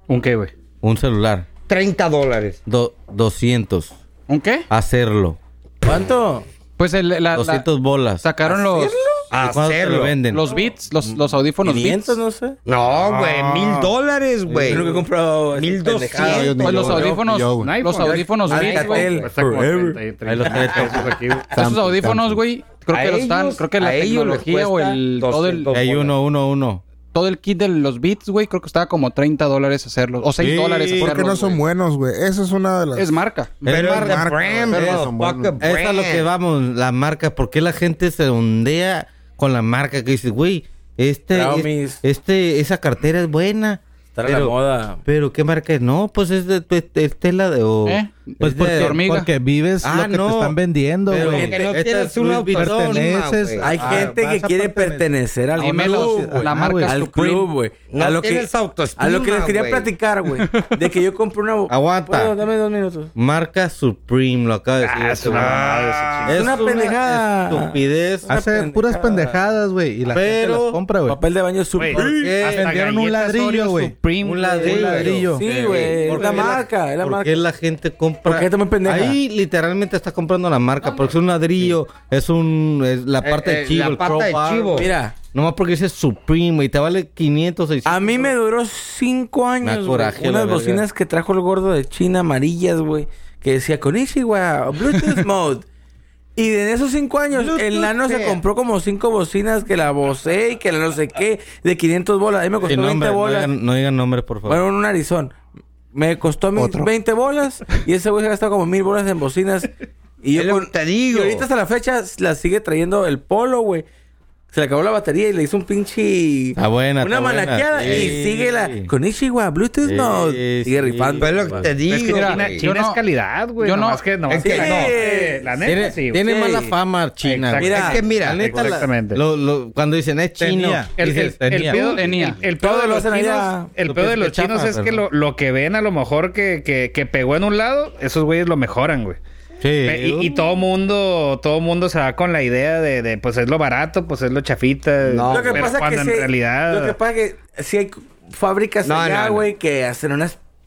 [SPEAKER 7] ¿Un qué, güey?
[SPEAKER 9] Un celular.
[SPEAKER 4] 30 dólares.
[SPEAKER 9] Do- 200.
[SPEAKER 2] ¿Un qué?
[SPEAKER 9] Hacerlo. ¿Cuánto?
[SPEAKER 2] Pues el, la, la-
[SPEAKER 9] 200 bolas.
[SPEAKER 2] sacaron los,
[SPEAKER 9] ¿Y cuánto te lo
[SPEAKER 4] Hacerlo.
[SPEAKER 9] venden?
[SPEAKER 2] los beats, los, los audífonos
[SPEAKER 5] 500,
[SPEAKER 2] beats.
[SPEAKER 5] no sé.
[SPEAKER 4] No, güey, mil dólares, güey.
[SPEAKER 5] Yo nunca he comprado... esa
[SPEAKER 4] 1200.
[SPEAKER 5] pendejada, yo ni-
[SPEAKER 2] Pues los
[SPEAKER 6] yo,
[SPEAKER 2] audífonos,
[SPEAKER 6] yo, güey.
[SPEAKER 7] Un iPhone,
[SPEAKER 2] los audífonos
[SPEAKER 5] Alcatel.
[SPEAKER 2] beats, güey.
[SPEAKER 7] Cuesta como 30 y 30
[SPEAKER 9] Ahí los tres.
[SPEAKER 7] pesos aquí, güey.
[SPEAKER 2] Esos
[SPEAKER 6] Samsung,
[SPEAKER 2] audífonos,
[SPEAKER 6] Samsung.
[SPEAKER 2] güey, creo
[SPEAKER 4] A
[SPEAKER 2] que los están,
[SPEAKER 4] ellos-
[SPEAKER 2] creo que la
[SPEAKER 4] a ellos les
[SPEAKER 2] tecnología o
[SPEAKER 4] cuesta
[SPEAKER 2] el todo el
[SPEAKER 4] 200.
[SPEAKER 9] Hay uno, uno, uno.
[SPEAKER 2] todo el kit de los beats, güey, creo que estaba como 30 dólares hacerlos o 6
[SPEAKER 6] Sí,
[SPEAKER 2] dólares hacerlos.
[SPEAKER 6] ¿por
[SPEAKER 8] Porque no son
[SPEAKER 2] güey.
[SPEAKER 8] buenos, güey. Esa es una de las.
[SPEAKER 2] Es marca.
[SPEAKER 4] Pero es
[SPEAKER 9] marca,
[SPEAKER 4] la brand,
[SPEAKER 6] güey.
[SPEAKER 4] bro,
[SPEAKER 6] Son
[SPEAKER 4] fuck
[SPEAKER 6] buenos.
[SPEAKER 4] the
[SPEAKER 9] Eso es a lo
[SPEAKER 4] brand.
[SPEAKER 9] que vamos, la marca. ¿Por qué la gente se ondea con la marca? Que dice, güey, este,
[SPEAKER 5] Xiaomi.
[SPEAKER 9] es- este, esa cartera es buena.
[SPEAKER 5] Estar a la moda.
[SPEAKER 9] Pero qué marca es, no, pues es de es- es tela de. o-
[SPEAKER 2] ¿Eh?
[SPEAKER 9] Pues
[SPEAKER 2] Es de
[SPEAKER 9] porque
[SPEAKER 2] hormiga. amiga.
[SPEAKER 3] Porque vives
[SPEAKER 9] Ah,
[SPEAKER 3] lo que
[SPEAKER 9] no.
[SPEAKER 3] te están vendiendo,
[SPEAKER 9] Pero
[SPEAKER 3] güey.
[SPEAKER 9] gente,
[SPEAKER 4] no
[SPEAKER 9] esta
[SPEAKER 4] tienes
[SPEAKER 9] es
[SPEAKER 4] una
[SPEAKER 9] Louis Vuitton.
[SPEAKER 4] autónoma,
[SPEAKER 3] Perteneces
[SPEAKER 4] güey.
[SPEAKER 5] Hay
[SPEAKER 3] Ah,
[SPEAKER 5] gente
[SPEAKER 3] vas
[SPEAKER 5] que
[SPEAKER 3] a
[SPEAKER 5] quiere
[SPEAKER 3] pertenecer.
[SPEAKER 5] pertenecer al
[SPEAKER 2] Dímelo,
[SPEAKER 5] club,
[SPEAKER 2] la
[SPEAKER 5] güey.
[SPEAKER 2] marca es
[SPEAKER 5] al
[SPEAKER 2] tu club.
[SPEAKER 5] club, güey.
[SPEAKER 4] No
[SPEAKER 5] a lo que
[SPEAKER 4] tienes autoestima,
[SPEAKER 5] a lo que les quería
[SPEAKER 4] güey.
[SPEAKER 5] platicar, güey, de que yo compré una
[SPEAKER 9] Aguanta.
[SPEAKER 5] ¿Puedo? dame dos minutos.
[SPEAKER 9] Marca Supreme, lo acaba de decir. este
[SPEAKER 7] Ah, es una mamada ese chingado.
[SPEAKER 5] es una pendejada.
[SPEAKER 9] Estupidez.
[SPEAKER 3] Hace Ah, puras pendejadas, güey. Y la gente
[SPEAKER 9] Pero-
[SPEAKER 3] las compra, güey.
[SPEAKER 5] Papel de baño super.
[SPEAKER 9] Porque-
[SPEAKER 7] Hasta
[SPEAKER 3] vendieron un
[SPEAKER 7] galletas
[SPEAKER 3] ladrillo,
[SPEAKER 7] Oreo
[SPEAKER 3] güey.
[SPEAKER 7] Supreme,
[SPEAKER 9] Un
[SPEAKER 7] güey.
[SPEAKER 9] ladrillo.
[SPEAKER 3] Un ladrillo.
[SPEAKER 5] Sí, güey. Es
[SPEAKER 9] ¿Por
[SPEAKER 5] la
[SPEAKER 9] qué la-
[SPEAKER 5] marca, es la
[SPEAKER 9] Porque
[SPEAKER 5] marca.
[SPEAKER 9] la gente compra.
[SPEAKER 5] ¿Por qué está muy pendeja?
[SPEAKER 9] Ahí literalmente está comprando la marca. Porque es un ladrillo, es un es la parte
[SPEAKER 4] eh,
[SPEAKER 9] de chivo.
[SPEAKER 4] la
[SPEAKER 9] el
[SPEAKER 4] pata de
[SPEAKER 9] crowbar,
[SPEAKER 4] chivo.
[SPEAKER 9] güey.
[SPEAKER 5] Mira,
[SPEAKER 9] Nomás porque dice Supreme y te vale 500, 600.
[SPEAKER 5] a mí me duró cinco
[SPEAKER 9] Me
[SPEAKER 5] años.
[SPEAKER 9] da
[SPEAKER 5] güey.
[SPEAKER 9] coraje, la
[SPEAKER 5] Unas
[SPEAKER 9] verga.
[SPEAKER 5] bocinas que trajo el gordo de China amarillas, güey, que decía con Bluetooth mode. Y de esos cinco años, el nano se
[SPEAKER 4] fea.
[SPEAKER 5] compró como cinco bocinas que la Bose y que la no sé qué, de 500 bolas. Ahí me costó
[SPEAKER 9] Sin
[SPEAKER 5] 20
[SPEAKER 9] nombre, no
[SPEAKER 5] bolas.
[SPEAKER 9] digan, no digan nombres, por favor.
[SPEAKER 5] Bueno, un narizón. Me costó mis 20 bolas y ese güey se gastó como mil bolas en bocinas. Y
[SPEAKER 4] Es lo que te digo.
[SPEAKER 5] Y ahorita hasta la fecha la sigue trayendo el polo, güey. Se le acabó la batería y le hizo un pinche.
[SPEAKER 9] Está buena,
[SPEAKER 5] Una
[SPEAKER 9] está buena,
[SPEAKER 5] manaqueada
[SPEAKER 9] sí.
[SPEAKER 5] y sigue la. Con Ishiwa, Bluetooth
[SPEAKER 9] Sí,
[SPEAKER 5] no.
[SPEAKER 9] sí.
[SPEAKER 5] Sigue rifando.
[SPEAKER 4] Pues es lo que te digo.
[SPEAKER 7] Es que China,
[SPEAKER 4] güey.
[SPEAKER 2] yo
[SPEAKER 7] China
[SPEAKER 2] no-
[SPEAKER 7] es calidad, güey. Yo
[SPEAKER 2] yo no-
[SPEAKER 7] no. Nomás que, nomás
[SPEAKER 4] es
[SPEAKER 7] que
[SPEAKER 4] que-
[SPEAKER 7] no. eh, La neta,
[SPEAKER 9] Tiene,
[SPEAKER 7] sí. güey.
[SPEAKER 9] tiene
[SPEAKER 5] Sí.
[SPEAKER 9] mala fama China.
[SPEAKER 7] Exacto.
[SPEAKER 9] güey.
[SPEAKER 5] Mira,
[SPEAKER 4] Es que mira,
[SPEAKER 9] La neta, la-
[SPEAKER 7] Exactamente.
[SPEAKER 9] lo- lo- cuando dicen es chino,
[SPEAKER 3] Tenía.
[SPEAKER 7] El, el,
[SPEAKER 9] dices,
[SPEAKER 7] el
[SPEAKER 9] tenía.
[SPEAKER 7] pedo,
[SPEAKER 2] Tenía.
[SPEAKER 7] el- el pedo
[SPEAKER 5] Todo
[SPEAKER 7] de
[SPEAKER 5] lo
[SPEAKER 7] los
[SPEAKER 5] hacen allá.
[SPEAKER 7] chinos, el
[SPEAKER 9] Lo
[SPEAKER 7] pedo
[SPEAKER 9] que
[SPEAKER 7] de
[SPEAKER 9] es
[SPEAKER 7] los
[SPEAKER 9] que chafa,
[SPEAKER 7] chinos es que
[SPEAKER 9] pero-
[SPEAKER 7] lo, lo que ven a lo mejor que, que, que pegó en un lado, esos güeyes lo mejoran, güey.
[SPEAKER 9] Sí.
[SPEAKER 7] Pe- Y, y todo mundo, todo mundo se va con la idea de, de, pues es lo barato, pues es lo chafita.
[SPEAKER 4] No,
[SPEAKER 5] lo que
[SPEAKER 7] pero
[SPEAKER 5] pasa
[SPEAKER 7] cuando
[SPEAKER 5] que
[SPEAKER 7] en
[SPEAKER 5] sí-
[SPEAKER 7] realidad
[SPEAKER 5] Lo que pasa que si hay fábricas
[SPEAKER 4] No,
[SPEAKER 5] allá,
[SPEAKER 4] no, no.
[SPEAKER 5] güey, que hacen unas
[SPEAKER 4] Les voy a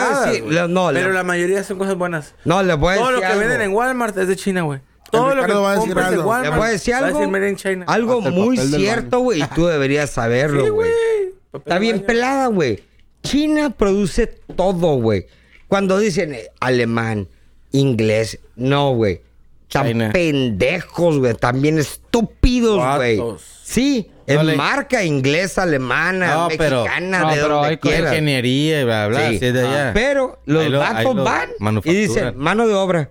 [SPEAKER 5] pendejadas,
[SPEAKER 4] decir-
[SPEAKER 5] güey.
[SPEAKER 4] la- no, la-
[SPEAKER 5] Pero la mayoría son cosas buenas.
[SPEAKER 4] No, les voy a
[SPEAKER 5] Todo
[SPEAKER 4] decir
[SPEAKER 5] lo que
[SPEAKER 4] algo.
[SPEAKER 5] venden en Walmart es de China, güey. Todo lo que
[SPEAKER 8] Ricardo va a decir
[SPEAKER 5] compras en
[SPEAKER 8] algo.
[SPEAKER 5] Walmart
[SPEAKER 4] Les voy a decir algo.
[SPEAKER 5] made in China.
[SPEAKER 4] Algo
[SPEAKER 6] Hasta el
[SPEAKER 4] muy
[SPEAKER 6] papel del
[SPEAKER 4] cierto, güey, y tú deberías
[SPEAKER 5] Sí,
[SPEAKER 4] saberlo, güey.
[SPEAKER 5] Papel
[SPEAKER 4] Está
[SPEAKER 5] de
[SPEAKER 4] bien
[SPEAKER 5] baño.
[SPEAKER 4] pelada, güey. China produce todo, güey. Cuando dicen eh, alemán, inglés, no, güey. Tan
[SPEAKER 5] China.
[SPEAKER 4] pendejos, güey. También estúpidos, güey.
[SPEAKER 5] Vatos.
[SPEAKER 4] Sí, en
[SPEAKER 9] Dale.
[SPEAKER 4] marca inglesa, alemana,
[SPEAKER 9] No, pero-
[SPEAKER 4] mexicana,
[SPEAKER 2] no,
[SPEAKER 4] de
[SPEAKER 2] pero
[SPEAKER 4] donde
[SPEAKER 2] hay Ah. cosas
[SPEAKER 4] quieras.
[SPEAKER 9] Ingeniería y bla, bla.
[SPEAKER 4] Sí.
[SPEAKER 9] así es de allá.
[SPEAKER 4] Pero los
[SPEAKER 9] Ahí lo- ahí
[SPEAKER 4] vatos
[SPEAKER 9] lo
[SPEAKER 4] van y
[SPEAKER 9] manufacturan.
[SPEAKER 4] dicen, mano de obra.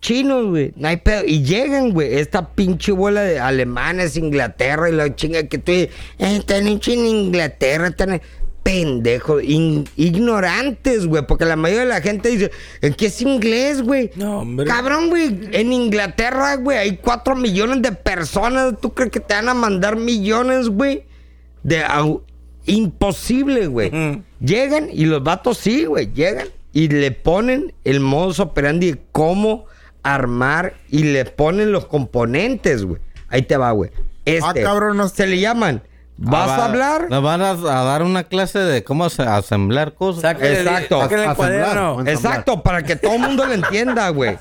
[SPEAKER 4] Chinos, güey, no hay pedo. Y llegan, güey, esta pinche bola de alemanes, Inglaterra y la chinga que tú dices, "Eh, están en China, Inglaterra, están en... Pendejos, in- ignorantes, güey, porque la mayoría de la gente dice, "¿En ¿qué es inglés, güey?
[SPEAKER 5] No, hombre.
[SPEAKER 4] Cabrón, güey, en Inglaterra, güey, hay cuatro millones de personas, ¿tú crees que te van a mandar millones, güey? De au- imposible, güey.
[SPEAKER 5] Ujú.
[SPEAKER 4] Llegan y los vatos sí, güey, llegan y le ponen el modus operandi de cómo armar y le ponen los componentes, güey. Ahí te va, güey. Este,
[SPEAKER 8] Ah, cabrón, no-
[SPEAKER 4] se le llaman. ¿Vas
[SPEAKER 9] Ah,
[SPEAKER 4] a
[SPEAKER 9] va-
[SPEAKER 4] hablar?
[SPEAKER 9] Nos van a, a dar una clase de cómo ase- asemblar cosas.
[SPEAKER 5] Sáquenle-
[SPEAKER 4] Exacto.
[SPEAKER 5] sáquenle el cuaderno.
[SPEAKER 4] Exacto, para que todo el mundo lo entienda, güey.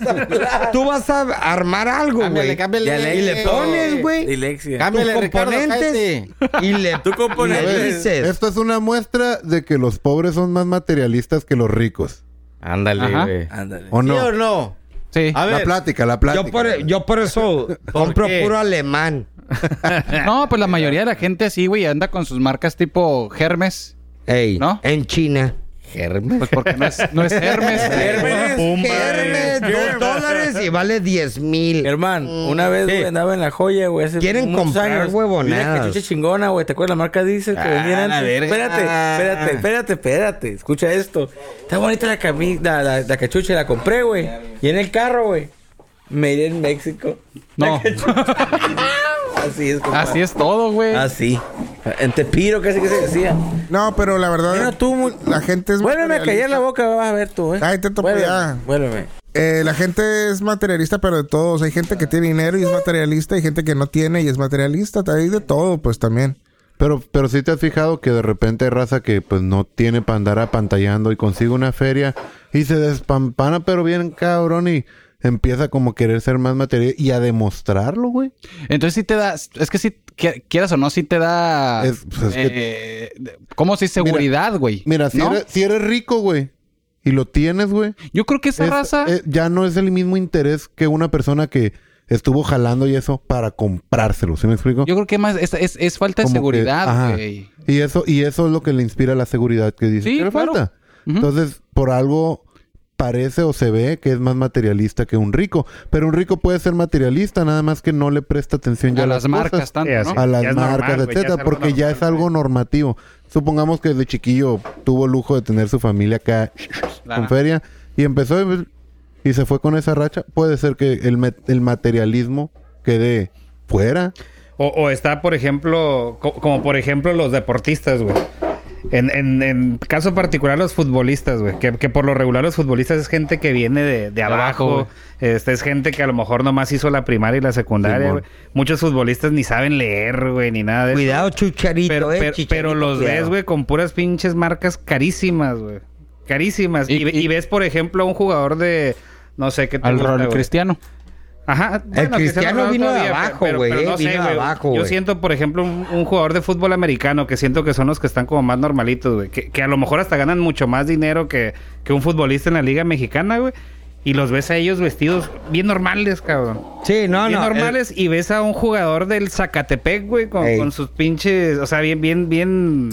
[SPEAKER 4] Tú vas a armar algo,
[SPEAKER 9] Cámbiale,
[SPEAKER 4] güey.
[SPEAKER 9] cámbiale.
[SPEAKER 4] Y le pones, Ah, güey,
[SPEAKER 5] Dilexia.
[SPEAKER 9] Cámbiale,
[SPEAKER 4] tus
[SPEAKER 9] Ricardo,
[SPEAKER 4] componentes y le,
[SPEAKER 5] Tú componente.
[SPEAKER 4] y le dices.
[SPEAKER 6] Esto es una muestra de que los pobres son más materialistas que los ricos.
[SPEAKER 9] Ándale,
[SPEAKER 2] Ajá.
[SPEAKER 9] güey.
[SPEAKER 5] Ándale.
[SPEAKER 6] ¿O no?
[SPEAKER 9] ¿Sí o no?
[SPEAKER 2] Sí.
[SPEAKER 9] A
[SPEAKER 6] La
[SPEAKER 9] ver.
[SPEAKER 6] plática, la plática.
[SPEAKER 4] Yo por, yo por eso compro
[SPEAKER 9] qué?
[SPEAKER 4] puro alemán.
[SPEAKER 2] No, pues la mayoría de la gente sí, güey, anda con sus marcas tipo Hermes.
[SPEAKER 4] Ey,
[SPEAKER 2] ¿No?
[SPEAKER 4] En China.
[SPEAKER 2] Pues porque no es, no es Hermes.
[SPEAKER 5] Hermes.
[SPEAKER 4] Hermes, dos dólares y vale 10 mil. Mm.
[SPEAKER 5] Herman, una vez güey, andaba en la joya, güey. hace
[SPEAKER 4] Quieren
[SPEAKER 5] muchos
[SPEAKER 4] comprar
[SPEAKER 5] años.
[SPEAKER 4] huevonadas.
[SPEAKER 5] Vi Una cachucha chingona, güey. ¿Te acuerdas la marca Diesel que
[SPEAKER 9] Ah,
[SPEAKER 5] vendían
[SPEAKER 9] la
[SPEAKER 5] antes?
[SPEAKER 9] verga.
[SPEAKER 5] Espérate, espérate, espérate, espérate. Escucha esto. Está bonita la camisa, la, la, la cachucha, la compré, güey. Y en el carro, güey. Made in México.
[SPEAKER 2] No,
[SPEAKER 5] Así es, compa.
[SPEAKER 2] así es todo, güey.
[SPEAKER 5] Así. En Tepiro casi que se decía.
[SPEAKER 8] No, pero la verdad,
[SPEAKER 5] Mira tú, mu-
[SPEAKER 8] la gente es
[SPEAKER 5] Vuélveme a callar
[SPEAKER 8] materialista.
[SPEAKER 5] la boca, vas a ver tú, eh.
[SPEAKER 8] Ay, te topo
[SPEAKER 5] Vuélveme,
[SPEAKER 8] ya.
[SPEAKER 5] Vuélveme.
[SPEAKER 8] Eh, la gente es materialista, pero de todos. Hay gente que tiene dinero y es materialista, hay gente que no tiene y es materialista. Hay de todo, pues también.
[SPEAKER 6] Pero, pero si te has fijado que de repente hay raza que pues no tiene para andar apantallando y consigue una feria y se despampana, pero bien cabrón y empieza como a querer ser más material y a demostrarlo, güey.
[SPEAKER 2] Entonces sí te da, es que si quieras o no, sí te da,
[SPEAKER 6] Es- pues, es
[SPEAKER 2] eh, ¿cómo se dice? Seguridad, güey.
[SPEAKER 6] Mira, si,
[SPEAKER 2] ¿No?
[SPEAKER 6] eres, si eres rico, güey, y lo tienes, güey,
[SPEAKER 2] Yo creo que esa
[SPEAKER 6] es-
[SPEAKER 2] raza...
[SPEAKER 6] eh, ya no es el mismo interés que una persona que estuvo jalando y eso para comprárselo, ¿sí me explico?
[SPEAKER 2] Yo creo que más es, es- es falta de
[SPEAKER 6] Como que-
[SPEAKER 2] seguridad,
[SPEAKER 6] ajá.
[SPEAKER 2] güey.
[SPEAKER 6] Y eso, y eso es lo que le inspira la seguridad que dice
[SPEAKER 2] Sí,
[SPEAKER 6] que le
[SPEAKER 2] claro.
[SPEAKER 6] falta.
[SPEAKER 2] Ujú.
[SPEAKER 6] Entonces, por algo parece o se ve que es más materialista que un rico. Pero un rico puede ser materialista, nada más que no le presta atención ya
[SPEAKER 2] A las marcas
[SPEAKER 6] cosas,
[SPEAKER 2] tanto,
[SPEAKER 7] Eh,
[SPEAKER 2] ¿no?
[SPEAKER 7] así.
[SPEAKER 6] a las
[SPEAKER 7] Ya es normal,
[SPEAKER 6] marcas,
[SPEAKER 7] güey, ya es
[SPEAKER 6] etcétera,
[SPEAKER 7] algo
[SPEAKER 6] porque ya
[SPEAKER 7] normal,
[SPEAKER 6] es algo
[SPEAKER 7] güey.
[SPEAKER 6] normativo. Supongamos que desde chiquillo tuvo lujo de tener su familia acá
[SPEAKER 2] Claro.
[SPEAKER 6] con feria y empezó y- y se fue con esa racha. Puede ser que el, met- el materialismo quede fuera.
[SPEAKER 7] O, o está, por ejemplo, co- como por ejemplo los deportistas, güey. En, en, en caso particular los futbolistas, güey. Que, que por lo regular los futbolistas es gente que viene de, de
[SPEAKER 2] abajo,
[SPEAKER 7] abajo. este, es gente que a lo mejor nomás hizo la primaria y la secundaria, güey. Muchos futbolistas ni saben leer, güey, ni nada de eso.
[SPEAKER 4] Cuidado, chucharito,
[SPEAKER 7] Pero,
[SPEAKER 4] eh.
[SPEAKER 7] pero,
[SPEAKER 4] chicharito,
[SPEAKER 7] pero los
[SPEAKER 4] cuidado.
[SPEAKER 7] ves, güey, con puras pinches marcas carísimas, güey. Carísimas. Y,
[SPEAKER 2] Y-
[SPEAKER 7] ve-
[SPEAKER 2] y-
[SPEAKER 7] y ves, por ejemplo, a un jugador de... No sé qué te
[SPEAKER 2] Al
[SPEAKER 7] gusta,
[SPEAKER 2] rol
[SPEAKER 7] güey.
[SPEAKER 2] cristiano.
[SPEAKER 7] Ajá.
[SPEAKER 4] El Cristiano
[SPEAKER 7] Ronaldo
[SPEAKER 4] vino de
[SPEAKER 7] todavía,
[SPEAKER 4] abajo,
[SPEAKER 7] pero-
[SPEAKER 4] güey,
[SPEAKER 7] pero
[SPEAKER 4] eh, vino de
[SPEAKER 7] güey.
[SPEAKER 4] abajo,
[SPEAKER 7] Yo
[SPEAKER 4] güey.
[SPEAKER 7] siento, por ejemplo, un, un jugador de fútbol americano que siento que son los que están como más normalitos, güey. Que, que a lo mejor hasta ganan mucho más dinero que, que un futbolista en la liga mexicana, güey. Y los ves a ellos vestidos bien normales, cabrón.
[SPEAKER 4] Sí, no,
[SPEAKER 7] bien
[SPEAKER 4] no. el-
[SPEAKER 7] normales y ves a un jugador del Zacatepec, güey, con,
[SPEAKER 4] Ey.
[SPEAKER 7] con sus pinches... O sea, bien, bien, bien...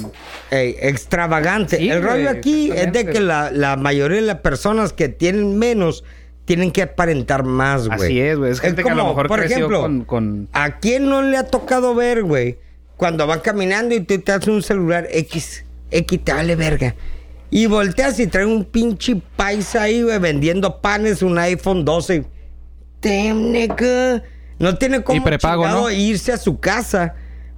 [SPEAKER 4] Ey, extravagante.
[SPEAKER 7] Sí,
[SPEAKER 4] el rollo
[SPEAKER 7] güey,
[SPEAKER 4] aquí es de
[SPEAKER 7] exactamente.
[SPEAKER 4] que la, la mayoría de las personas que tienen menos tienen que aparentar más, güey.
[SPEAKER 7] Así es, güey. Es gente que a lo mejor
[SPEAKER 4] por
[SPEAKER 7] creció
[SPEAKER 4] ejemplo,
[SPEAKER 7] con- con-
[SPEAKER 4] ¿A quién no le ha tocado ver, güey? Cuando va caminando y tú te haces un celular X, X te vale verga. Y volteas y trae un pinche paisa ahí, güey, vendiendo panes, un iPhone 12. Damn, nigga. No tiene como
[SPEAKER 2] prepago, ¿no?
[SPEAKER 4] irse a su casa,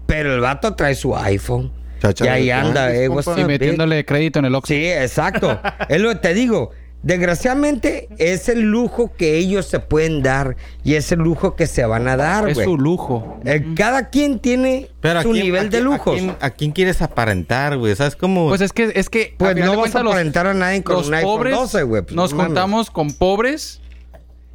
[SPEAKER 4] pero el vato trae su iPhone.
[SPEAKER 6] Chacha,
[SPEAKER 4] y ahí
[SPEAKER 6] ¿verdad?
[SPEAKER 2] "Ah,
[SPEAKER 4] anda, eh,
[SPEAKER 2] pues,
[SPEAKER 6] Compa.
[SPEAKER 4] what's
[SPEAKER 2] Y
[SPEAKER 4] up, bitch?
[SPEAKER 2] metiéndole crédito en el Oxxo.
[SPEAKER 4] Sí, exacto. es lo que te digo. Desgraciadamente es el lujo que ellos se pueden dar y es el lujo que se van a dar,
[SPEAKER 2] Es
[SPEAKER 4] güey.
[SPEAKER 2] su lujo.
[SPEAKER 4] Eh, Cada quien tiene
[SPEAKER 9] Pero a
[SPEAKER 4] su
[SPEAKER 9] quién-
[SPEAKER 4] nivel
[SPEAKER 9] a
[SPEAKER 4] de
[SPEAKER 9] quién- a
[SPEAKER 4] lujos.
[SPEAKER 9] quién- ¿A quién quieres aparentar, güey? ¿Sabes cómo?
[SPEAKER 2] Pues es que, es que.
[SPEAKER 4] Pues
[SPEAKER 2] al final
[SPEAKER 4] no
[SPEAKER 2] de
[SPEAKER 4] vas a
[SPEAKER 2] cuentas, los-
[SPEAKER 4] aparentar a nadie con
[SPEAKER 2] los
[SPEAKER 4] un iPhone
[SPEAKER 2] pobres
[SPEAKER 4] 12, güey, pues,
[SPEAKER 2] nos
[SPEAKER 4] no mames.
[SPEAKER 2] juntamos con pobres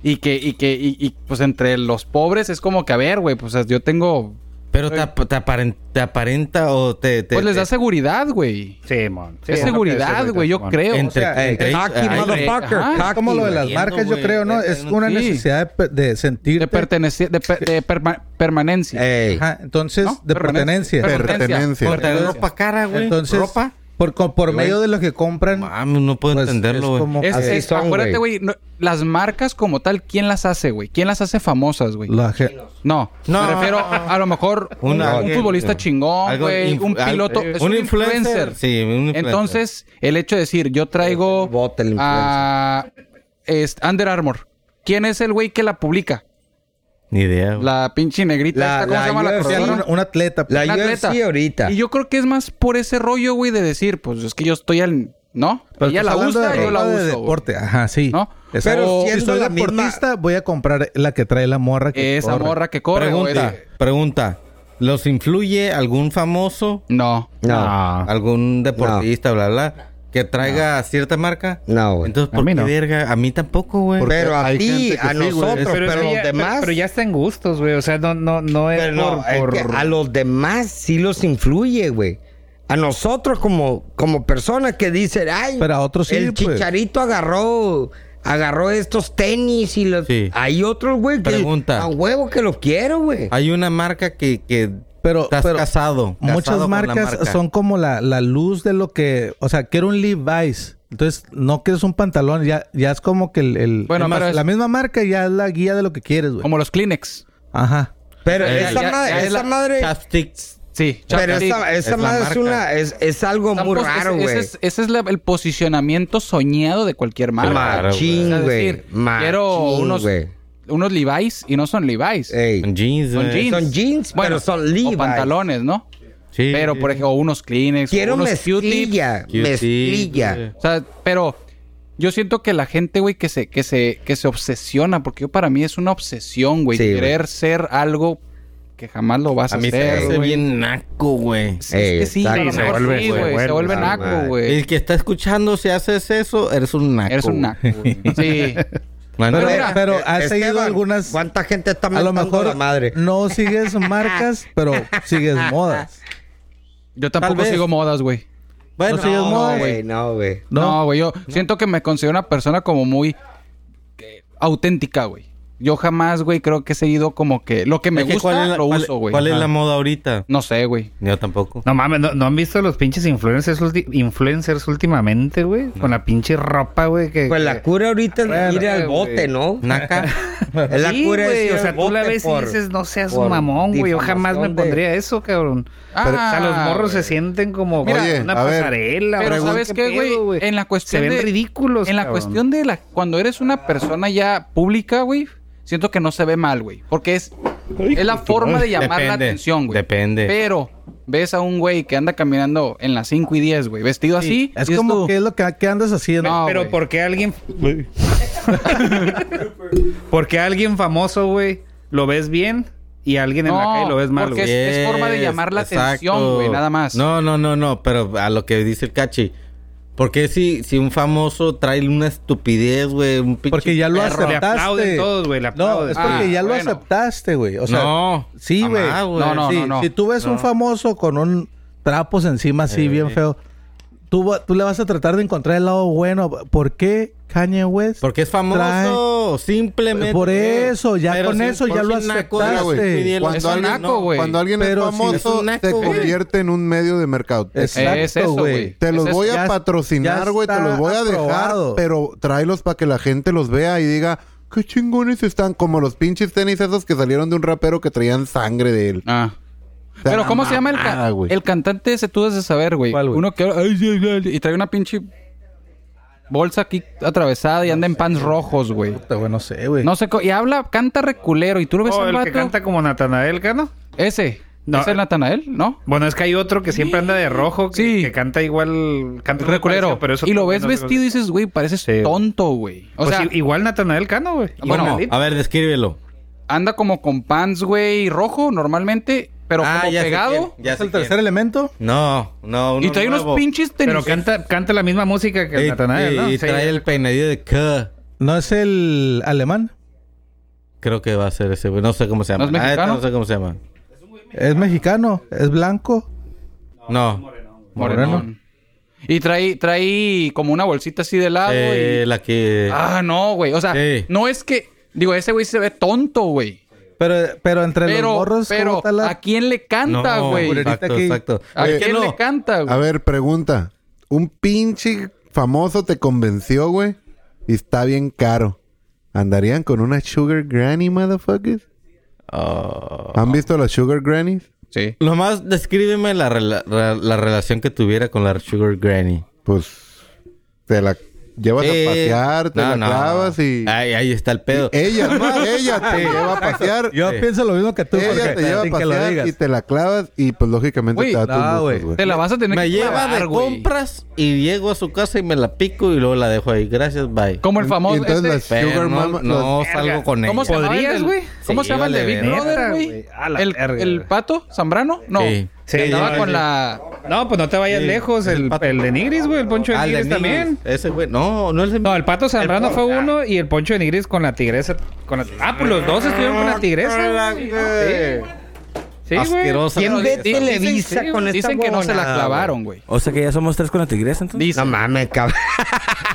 [SPEAKER 2] y que, y que, y, y, pues entre los pobres es como que, a ver, güey, pues yo tengo.
[SPEAKER 9] pero te, ap- te aparenta, te aparenta o te... te-
[SPEAKER 2] Pues les da
[SPEAKER 9] te-
[SPEAKER 2] seguridad, güey.
[SPEAKER 7] Sí, mon. Sí,
[SPEAKER 2] es
[SPEAKER 7] lo que
[SPEAKER 2] seguridad,
[SPEAKER 7] decía
[SPEAKER 2] güey, yo
[SPEAKER 7] mon.
[SPEAKER 2] creo.
[SPEAKER 9] entre-
[SPEAKER 3] o sea,
[SPEAKER 9] entre-
[SPEAKER 4] Cocky
[SPEAKER 9] ay, güey.
[SPEAKER 4] motherfucker,
[SPEAKER 2] ajá.
[SPEAKER 4] cocky,
[SPEAKER 3] como lo de
[SPEAKER 4] güey.
[SPEAKER 3] las
[SPEAKER 9] viendo,
[SPEAKER 3] marcas, yo
[SPEAKER 9] güey,
[SPEAKER 3] creo, ¿no?
[SPEAKER 9] neta,
[SPEAKER 3] Es
[SPEAKER 9] no-
[SPEAKER 3] una
[SPEAKER 2] sí.
[SPEAKER 3] necesidad de, per- de sentir.
[SPEAKER 2] de pertenencia, de, per- de perma- permanencia.
[SPEAKER 4] Ey.
[SPEAKER 3] Ajá, entonces,
[SPEAKER 2] ¿no?
[SPEAKER 3] de pertenencia.
[SPEAKER 6] Pertenencia.
[SPEAKER 2] Pertenencia.
[SPEAKER 9] Pero ropa cara, güey.
[SPEAKER 3] Entonces,
[SPEAKER 9] ropa.
[SPEAKER 3] por, con- por medio de lo que compran,
[SPEAKER 9] Mami, no puedo
[SPEAKER 3] pues,
[SPEAKER 9] entenderlo, güey.
[SPEAKER 3] es como
[SPEAKER 2] Es-
[SPEAKER 3] que
[SPEAKER 2] es- acuérdate, güey, no- las marcas como tal, ¿quién las hace, güey? ¿Quién las hace famosas, güey?
[SPEAKER 3] la gente...
[SPEAKER 2] No,
[SPEAKER 9] No.
[SPEAKER 2] me refiero a, a lo mejor un,
[SPEAKER 9] Una-
[SPEAKER 2] un futbolista chingón,
[SPEAKER 9] Algo
[SPEAKER 2] güey,
[SPEAKER 9] inf-
[SPEAKER 2] un
[SPEAKER 9] al-
[SPEAKER 2] piloto,
[SPEAKER 9] eh,
[SPEAKER 2] es
[SPEAKER 9] un influencer. Sí, un influencer.
[SPEAKER 2] Entonces, el hecho de decir, yo traigo
[SPEAKER 4] Bota Este el
[SPEAKER 2] a Ah, es Under Armour. ¿Quién es el güey que la publica?
[SPEAKER 9] Ni idea, güey.
[SPEAKER 2] La pinche negrita.
[SPEAKER 4] La-
[SPEAKER 2] esta, ¿Cómo
[SPEAKER 4] la
[SPEAKER 2] se llama la
[SPEAKER 4] UFC,
[SPEAKER 2] corredora?
[SPEAKER 3] un, un atleta. pues.
[SPEAKER 4] La
[SPEAKER 2] Un
[SPEAKER 4] UFC
[SPEAKER 2] atleta.
[SPEAKER 4] ahorita.
[SPEAKER 2] Y yo creo que es más por ese rollo, güey, de decir, pues es que yo estoy al. ¿No?
[SPEAKER 3] Pero
[SPEAKER 2] Ella
[SPEAKER 3] estás
[SPEAKER 2] la
[SPEAKER 3] hablando
[SPEAKER 2] usa,
[SPEAKER 3] de
[SPEAKER 2] yo la
[SPEAKER 3] ropa de
[SPEAKER 2] uso. güey.
[SPEAKER 3] deporte, ajá, sí.
[SPEAKER 2] ¿No?
[SPEAKER 3] Esa-
[SPEAKER 4] Pero
[SPEAKER 3] o- si
[SPEAKER 4] siendo
[SPEAKER 3] soy
[SPEAKER 4] la misma-
[SPEAKER 3] deportista, voy a comprar la que trae la morra que
[SPEAKER 2] Esa
[SPEAKER 3] corre.
[SPEAKER 2] morra que corre, güey.
[SPEAKER 9] pregunta, pregunta. ¿Los influye algún famoso? Ah.
[SPEAKER 2] No.
[SPEAKER 4] No.
[SPEAKER 9] ¿Algún deportista, bla, bla? ¿Que traiga cierta marca?
[SPEAKER 4] No, güey.
[SPEAKER 9] Entonces,
[SPEAKER 7] A
[SPEAKER 9] ¿por
[SPEAKER 7] mí
[SPEAKER 9] qué
[SPEAKER 7] no.
[SPEAKER 9] verga? A mí tampoco, güey.
[SPEAKER 6] Porque
[SPEAKER 4] Pero a
[SPEAKER 6] hay
[SPEAKER 4] ti,
[SPEAKER 6] gente que
[SPEAKER 4] a
[SPEAKER 6] sí, güey.
[SPEAKER 4] nosotros, pero,
[SPEAKER 7] Pero,
[SPEAKER 4] a
[SPEAKER 7] eso
[SPEAKER 4] los
[SPEAKER 7] ya,
[SPEAKER 4] demás.
[SPEAKER 7] pero ya está en gustos, güey. O sea, no, no, no es
[SPEAKER 4] Pero no,
[SPEAKER 7] por...
[SPEAKER 4] es
[SPEAKER 7] por-
[SPEAKER 4] que a los demás sí los influye, güey. A nosotros como, como personas que dicen, ay,
[SPEAKER 3] Pero a otros sí,
[SPEAKER 4] el
[SPEAKER 3] pues.
[SPEAKER 4] chicharito agarró, agarró estos tenis y los...
[SPEAKER 9] Sí.
[SPEAKER 4] Hay otros, güey, que
[SPEAKER 9] Pregunta.
[SPEAKER 4] a huevo que los quiero, güey.
[SPEAKER 9] Hay una marca que, que
[SPEAKER 3] Pero-
[SPEAKER 9] estás
[SPEAKER 3] pero
[SPEAKER 9] casado. casado
[SPEAKER 3] Muchas
[SPEAKER 9] con la
[SPEAKER 3] marcas
[SPEAKER 9] marca.
[SPEAKER 3] son como la, la luz de lo que... O sea, quiero un Levi's. Entonces, no quieres un pantalón. Ya, ya es como que el... el-
[SPEAKER 2] Bueno,
[SPEAKER 3] es más,
[SPEAKER 2] pero es-
[SPEAKER 3] La misma marca ya es la guía de lo que quieres, güey.
[SPEAKER 2] Como los Kleenex.
[SPEAKER 3] Ajá. Eh,
[SPEAKER 4] Pero
[SPEAKER 2] Ya-
[SPEAKER 4] esa
[SPEAKER 2] ya-
[SPEAKER 4] madre,
[SPEAKER 2] ya es
[SPEAKER 4] esa
[SPEAKER 2] la-
[SPEAKER 4] madre,
[SPEAKER 9] Chapsticks.
[SPEAKER 2] Sí,
[SPEAKER 4] pero
[SPEAKER 2] Chapstick.
[SPEAKER 4] esa, esa
[SPEAKER 9] es la
[SPEAKER 4] madre es
[SPEAKER 9] marca.
[SPEAKER 4] una, es, es algo
[SPEAKER 2] Están
[SPEAKER 4] muy
[SPEAKER 2] pos-
[SPEAKER 4] raro,
[SPEAKER 2] ese-
[SPEAKER 4] güey.
[SPEAKER 2] Ese es, ese es la- el posicionamiento soñado de cualquier marca.
[SPEAKER 9] Claro,
[SPEAKER 4] Machín,
[SPEAKER 2] O sea,
[SPEAKER 4] güey.
[SPEAKER 2] decir,
[SPEAKER 4] Machín,
[SPEAKER 2] quiero unos,
[SPEAKER 4] güey.
[SPEAKER 2] unos Levi's y no son Levi's.
[SPEAKER 4] Ey.
[SPEAKER 9] Son jeans, eh.
[SPEAKER 2] son
[SPEAKER 9] güey.
[SPEAKER 2] jeans.
[SPEAKER 4] Son jeans, pero son Levi's.
[SPEAKER 2] O pantalones, ¿no?
[SPEAKER 9] Sí.
[SPEAKER 2] Pero, por ejemplo, unos Kleenex.
[SPEAKER 4] Quiero
[SPEAKER 2] unos Q-tips.
[SPEAKER 4] mezclilla,
[SPEAKER 9] Q-tips,
[SPEAKER 4] Ah, mezclilla.
[SPEAKER 9] güey.
[SPEAKER 2] O sea, pero yo siento que la gente, güey, que se, que se, que se obsesiona, porque yo para mí es una obsesión, güey,
[SPEAKER 4] Sí,
[SPEAKER 2] querer ser algo que jamás lo vas a,
[SPEAKER 9] A mí se me
[SPEAKER 2] ser.
[SPEAKER 9] hace
[SPEAKER 2] güey.
[SPEAKER 9] bien naco, güey.
[SPEAKER 2] Sí, es que
[SPEAKER 4] Ey,
[SPEAKER 2] sí, a lo
[SPEAKER 4] exacto.
[SPEAKER 2] mejor
[SPEAKER 7] Se vuelve-
[SPEAKER 2] sí,
[SPEAKER 7] se
[SPEAKER 2] güey, se
[SPEAKER 7] vuelve
[SPEAKER 2] vuelve
[SPEAKER 4] una
[SPEAKER 2] naco,
[SPEAKER 4] madre.
[SPEAKER 2] güey.
[SPEAKER 9] El que está escuchando, si haces eso, eres un naco.
[SPEAKER 2] Eres un naco. güey. Sí.
[SPEAKER 9] Bueno,
[SPEAKER 3] Pero,
[SPEAKER 2] mira,
[SPEAKER 3] pero
[SPEAKER 4] Eh,
[SPEAKER 3] has
[SPEAKER 9] este
[SPEAKER 4] Esteban,
[SPEAKER 3] seguido algunas...
[SPEAKER 4] ¿Cuánta gente está
[SPEAKER 3] A lo mejor
[SPEAKER 4] la madre?
[SPEAKER 3] no sigues marcas, pero sigues modas.
[SPEAKER 2] Yo tampoco
[SPEAKER 9] vez.
[SPEAKER 2] sigo modas, güey.
[SPEAKER 9] bueno,
[SPEAKER 3] no sigues
[SPEAKER 9] no,
[SPEAKER 3] modas.
[SPEAKER 4] güey, no, güey.
[SPEAKER 2] No, güey, yo siento que me considero una persona como muy eh, auténtica, güey. Yo jamás, güey, creo que he seguido como que lo que me
[SPEAKER 9] Es que
[SPEAKER 2] gusta
[SPEAKER 9] ¿cuál es la-
[SPEAKER 2] lo
[SPEAKER 9] cuál-
[SPEAKER 2] uso, güey.
[SPEAKER 9] ¿Cuál es
[SPEAKER 2] Ajá.
[SPEAKER 9] la moda ahorita?
[SPEAKER 2] No sé, güey.
[SPEAKER 9] Yo tampoco.
[SPEAKER 7] No mames, ¿no, no han visto los pinches influencers, ulti- influencers últimamente, güey? Con la pinche ropa, güey, que...
[SPEAKER 4] Pues
[SPEAKER 7] que-
[SPEAKER 4] la cura ahorita es ir al bote, ¿no?
[SPEAKER 9] Naca.
[SPEAKER 4] Es la
[SPEAKER 7] Sí,
[SPEAKER 4] cura
[SPEAKER 7] güey,
[SPEAKER 4] es ir
[SPEAKER 7] o
[SPEAKER 4] al
[SPEAKER 7] sea, tú la
[SPEAKER 4] bote
[SPEAKER 7] ves
[SPEAKER 4] por-
[SPEAKER 7] y dices, no seas
[SPEAKER 4] por
[SPEAKER 7] mamón, güey. Yo
[SPEAKER 4] difamación
[SPEAKER 7] jamás me
[SPEAKER 4] de- Ah,
[SPEAKER 7] pondría eso, cabrón. o sea, los morros se sienten como
[SPEAKER 2] Mira,
[SPEAKER 7] güey,
[SPEAKER 6] oye,
[SPEAKER 7] una
[SPEAKER 6] a ver,
[SPEAKER 7] pasarela.
[SPEAKER 2] Pero
[SPEAKER 7] o sea,
[SPEAKER 2] ¿sabes qué,
[SPEAKER 7] pedo,
[SPEAKER 2] güey? En la cuestión
[SPEAKER 7] Se ven
[SPEAKER 2] de-
[SPEAKER 7] ridículos,
[SPEAKER 2] En la
[SPEAKER 7] cabrón.
[SPEAKER 2] cuestión de la cuando eres una persona ya pública, güey, siento que no se ve mal, güey, porque es es la forma de llamar la
[SPEAKER 9] Depende,
[SPEAKER 2] atención, güey.
[SPEAKER 9] depende.
[SPEAKER 2] Pero ves a un güey que anda caminando en las 5 y 10, güey, vestido así,
[SPEAKER 3] Es
[SPEAKER 2] dices
[SPEAKER 3] como
[SPEAKER 2] tú,
[SPEAKER 3] que es lo que, que andas haciendo.
[SPEAKER 2] No,
[SPEAKER 7] Pero
[SPEAKER 2] güey.
[SPEAKER 7] ¿por qué alguien... ¿Por qué alguien famoso, güey, lo ves bien y alguien en la
[SPEAKER 2] No,
[SPEAKER 7] calle lo ves mal,
[SPEAKER 2] porque
[SPEAKER 7] güey?
[SPEAKER 2] es- es forma de llamar la atención, güey, nada más.
[SPEAKER 9] No, no, no, no, pero a lo que dice el cachi. Porque si, si un famoso trae una estupidez, güey, un pinche
[SPEAKER 3] Porque ya lo
[SPEAKER 9] perro.
[SPEAKER 7] Le
[SPEAKER 3] aceptaste.
[SPEAKER 7] aplauden todos, güey, le
[SPEAKER 3] No,
[SPEAKER 7] aplauden.
[SPEAKER 3] es porque
[SPEAKER 2] Ah,
[SPEAKER 3] ya lo
[SPEAKER 2] bueno.
[SPEAKER 3] aceptaste, güey. O sea,
[SPEAKER 9] no.
[SPEAKER 3] sí, güey.
[SPEAKER 9] jamás,
[SPEAKER 2] No, no,
[SPEAKER 3] Sí,
[SPEAKER 2] no, no.
[SPEAKER 3] Si tú ves un famoso con un trapos encima así bien feo, tú, va- tú le vas a tratar de encontrar el lado bueno. ¿Por qué Kanye West?
[SPEAKER 9] Porque es famoso, simplemente.
[SPEAKER 3] Por eso, ya con
[SPEAKER 9] si-
[SPEAKER 3] eso ya
[SPEAKER 9] por
[SPEAKER 3] lo
[SPEAKER 9] si naco,
[SPEAKER 3] aceptaste.
[SPEAKER 9] ya, güey, pide la-
[SPEAKER 2] Es un naco, güey.
[SPEAKER 6] Cuando alguien es
[SPEAKER 3] Pero si
[SPEAKER 9] es
[SPEAKER 6] famoso,
[SPEAKER 9] un naco,
[SPEAKER 6] se
[SPEAKER 9] güey.
[SPEAKER 6] convierte en un medio de mercado.
[SPEAKER 3] Es-
[SPEAKER 2] "Eh, es
[SPEAKER 3] Exacto,
[SPEAKER 2] eso,
[SPEAKER 3] güey.
[SPEAKER 2] güey.
[SPEAKER 6] Te
[SPEAKER 2] Es
[SPEAKER 6] los
[SPEAKER 2] eso.
[SPEAKER 6] voy a
[SPEAKER 3] Ya- ya
[SPEAKER 6] patrocinar, güey, te
[SPEAKER 3] está
[SPEAKER 6] los voy a
[SPEAKER 3] aprobado.
[SPEAKER 6] dejar, pero tráelos para que la gente los vea y diga, qué chingones están, como los pinches tenis esos que salieron de un rapero que traían sangre de él.
[SPEAKER 2] Ah.
[SPEAKER 6] O sea,
[SPEAKER 2] Pero ¿cómo se llama el, ca-
[SPEAKER 6] mamada, güey.
[SPEAKER 2] el cantante ese? Tú debes de saber, güey.
[SPEAKER 3] ¿Cuál, güey?
[SPEAKER 2] Uno que habla, "Ay, sí, sí, sí", y trae una pinche bolsa aquí atravesada y anda en pants rojos, güey.
[SPEAKER 3] Puta, güey, no sé, güey.
[SPEAKER 2] No sé, co- y habla, canta reculero y tú lo ves
[SPEAKER 7] O
[SPEAKER 2] al
[SPEAKER 7] Oh, el
[SPEAKER 2] vato.
[SPEAKER 7] que canta como Natanael Cano.
[SPEAKER 2] Ese.
[SPEAKER 7] No.
[SPEAKER 2] ¿Es el Natanael? ¿No?
[SPEAKER 7] Bueno, es que hay otro que siempre anda de rojo, que,
[SPEAKER 2] Sí.
[SPEAKER 7] que canta igual, canta muy
[SPEAKER 2] Reculero.
[SPEAKER 7] parecido, pero eso
[SPEAKER 2] y lo
[SPEAKER 7] también
[SPEAKER 2] ves
[SPEAKER 7] es otra
[SPEAKER 2] vestido y
[SPEAKER 7] cosa.
[SPEAKER 2] dices, güey, pareces
[SPEAKER 7] Sí.
[SPEAKER 2] tonto, güey. O
[SPEAKER 7] Pues
[SPEAKER 2] sea,
[SPEAKER 7] i- igual Natanael Cano, güey.
[SPEAKER 2] Bueno,
[SPEAKER 7] Igual.
[SPEAKER 9] A ver, descríbelo.
[SPEAKER 2] anda como con pants, güey, rojo normalmente, pero
[SPEAKER 9] Ah,
[SPEAKER 2] como
[SPEAKER 9] ya sé
[SPEAKER 2] pegado.
[SPEAKER 9] quién, ya
[SPEAKER 3] ¿Es
[SPEAKER 9] sé
[SPEAKER 3] el tercer
[SPEAKER 9] quién.
[SPEAKER 3] elemento?
[SPEAKER 9] No, no, uno
[SPEAKER 2] Y trae
[SPEAKER 9] nuevo.
[SPEAKER 2] unos pinches tenis.
[SPEAKER 7] pero canta, canta la misma música que
[SPEAKER 9] Y-
[SPEAKER 7] el Natanael,
[SPEAKER 9] y-
[SPEAKER 7] ¿no?
[SPEAKER 9] Y
[SPEAKER 7] Sí.
[SPEAKER 9] trae el peinadillo de K.
[SPEAKER 3] ¿No es el alemán?
[SPEAKER 9] Creo que va a ser ese, güey. No sé cómo se llama.
[SPEAKER 2] ¿No es
[SPEAKER 9] La neta,
[SPEAKER 2] mexicano?
[SPEAKER 9] no sé cómo se llama.
[SPEAKER 3] ¿Es mexicano? ¿Es blanco?
[SPEAKER 9] No.
[SPEAKER 2] Morenón.
[SPEAKER 3] Moreno.
[SPEAKER 2] Y trae, trae como una bolsita así de lado.
[SPEAKER 9] Eh,
[SPEAKER 2] y-
[SPEAKER 9] la que.
[SPEAKER 2] Ah, no, güey. O sea,
[SPEAKER 9] Sí.
[SPEAKER 2] no es que. Digo, ese güey se ve tonto, güey.
[SPEAKER 3] Pero, pero entre los
[SPEAKER 2] Pero,
[SPEAKER 3] morros, ¿cómo
[SPEAKER 2] pero,
[SPEAKER 3] está la-
[SPEAKER 2] ¿a quién le canta,
[SPEAKER 9] No,
[SPEAKER 2] güey?
[SPEAKER 3] Ahorita
[SPEAKER 9] Exacto,
[SPEAKER 3] aquí.
[SPEAKER 9] exacto.
[SPEAKER 2] ¿A
[SPEAKER 9] Oye,
[SPEAKER 2] quién
[SPEAKER 9] no,
[SPEAKER 2] le canta, güey?
[SPEAKER 6] A ver, pregunta. Un pinche famoso te convenció, güey. Y está bien caro. ¿Andarían con una sugar granny, motherfuckers?
[SPEAKER 9] Ah.
[SPEAKER 6] ¿Han visto las sugar grannies?
[SPEAKER 2] Sí.
[SPEAKER 9] Nomás descríbeme la, rela- ra- la relación que tuviera con la Sugar Granny.
[SPEAKER 6] Pues te la llevas a pasear, te la clavas y...
[SPEAKER 9] Ahí, ahí está el pedo.
[SPEAKER 6] y ella, ella te lleva a pasear.
[SPEAKER 3] Yo
[SPEAKER 9] Sí.
[SPEAKER 3] pienso lo mismo que tú, porque,
[SPEAKER 6] ella te lleva a
[SPEAKER 3] sin que lo
[SPEAKER 6] pasear
[SPEAKER 3] digas.
[SPEAKER 6] y te la clavas y pues lógicamente
[SPEAKER 2] Güey,
[SPEAKER 6] te da tus
[SPEAKER 3] no,
[SPEAKER 6] gustos,
[SPEAKER 3] güey.
[SPEAKER 6] güey.
[SPEAKER 2] Te la vas a tener
[SPEAKER 9] me
[SPEAKER 2] que
[SPEAKER 9] lleva de
[SPEAKER 2] clavar, güey.
[SPEAKER 9] compras y llego a su casa y me la pico y luego la dejo ahí. Gracias, bye.
[SPEAKER 2] Como el famoso.
[SPEAKER 6] Entonces
[SPEAKER 2] este-
[SPEAKER 6] las
[SPEAKER 9] Pero
[SPEAKER 6] sugar
[SPEAKER 9] no,
[SPEAKER 6] mama-
[SPEAKER 9] no
[SPEAKER 6] las-
[SPEAKER 9] salgo con ella.
[SPEAKER 2] ¿Cómo se llama el
[SPEAKER 7] ¿Podrías,
[SPEAKER 2] del-
[SPEAKER 7] güey?
[SPEAKER 2] ¿Cómo
[SPEAKER 9] Sí,
[SPEAKER 2] se llama el de
[SPEAKER 9] vale,
[SPEAKER 2] Big
[SPEAKER 9] verga,
[SPEAKER 2] Brother, güey?
[SPEAKER 7] güey. A la
[SPEAKER 2] El,
[SPEAKER 7] verga,
[SPEAKER 2] el
[SPEAKER 7] güey.
[SPEAKER 2] pato Zambrano, no.
[SPEAKER 9] Sí.
[SPEAKER 7] Sí,
[SPEAKER 2] Andaba
[SPEAKER 7] sí,
[SPEAKER 2] con
[SPEAKER 7] sí.
[SPEAKER 2] la
[SPEAKER 7] No, pues no te vayas
[SPEAKER 9] Sí,
[SPEAKER 7] lejos.
[SPEAKER 9] es el
[SPEAKER 7] El,
[SPEAKER 9] Pato.
[SPEAKER 7] el de Nigris, güey. El Poncho de
[SPEAKER 9] Ah, el de
[SPEAKER 7] Nigris
[SPEAKER 9] Nigris.
[SPEAKER 7] también.
[SPEAKER 9] Ese güey. No, no es el
[SPEAKER 7] No, el Pato Zambrano fue uno y el Poncho de Nigris con la tigresa. Con la- Ah, pues los dos estuvieron con la tigresa. güey. Sí, güey.
[SPEAKER 9] Ah, Asquerosa.
[SPEAKER 4] ¿Quién ve Televisa
[SPEAKER 7] sí,
[SPEAKER 4] con esta
[SPEAKER 2] Dicen que no se la
[SPEAKER 4] huevonada,
[SPEAKER 2] clavaron, güey.
[SPEAKER 5] O sea que ya somos tres con la tigresa, entonces.
[SPEAKER 4] güey? No
[SPEAKER 2] Dicen.
[SPEAKER 4] mames, cabrón.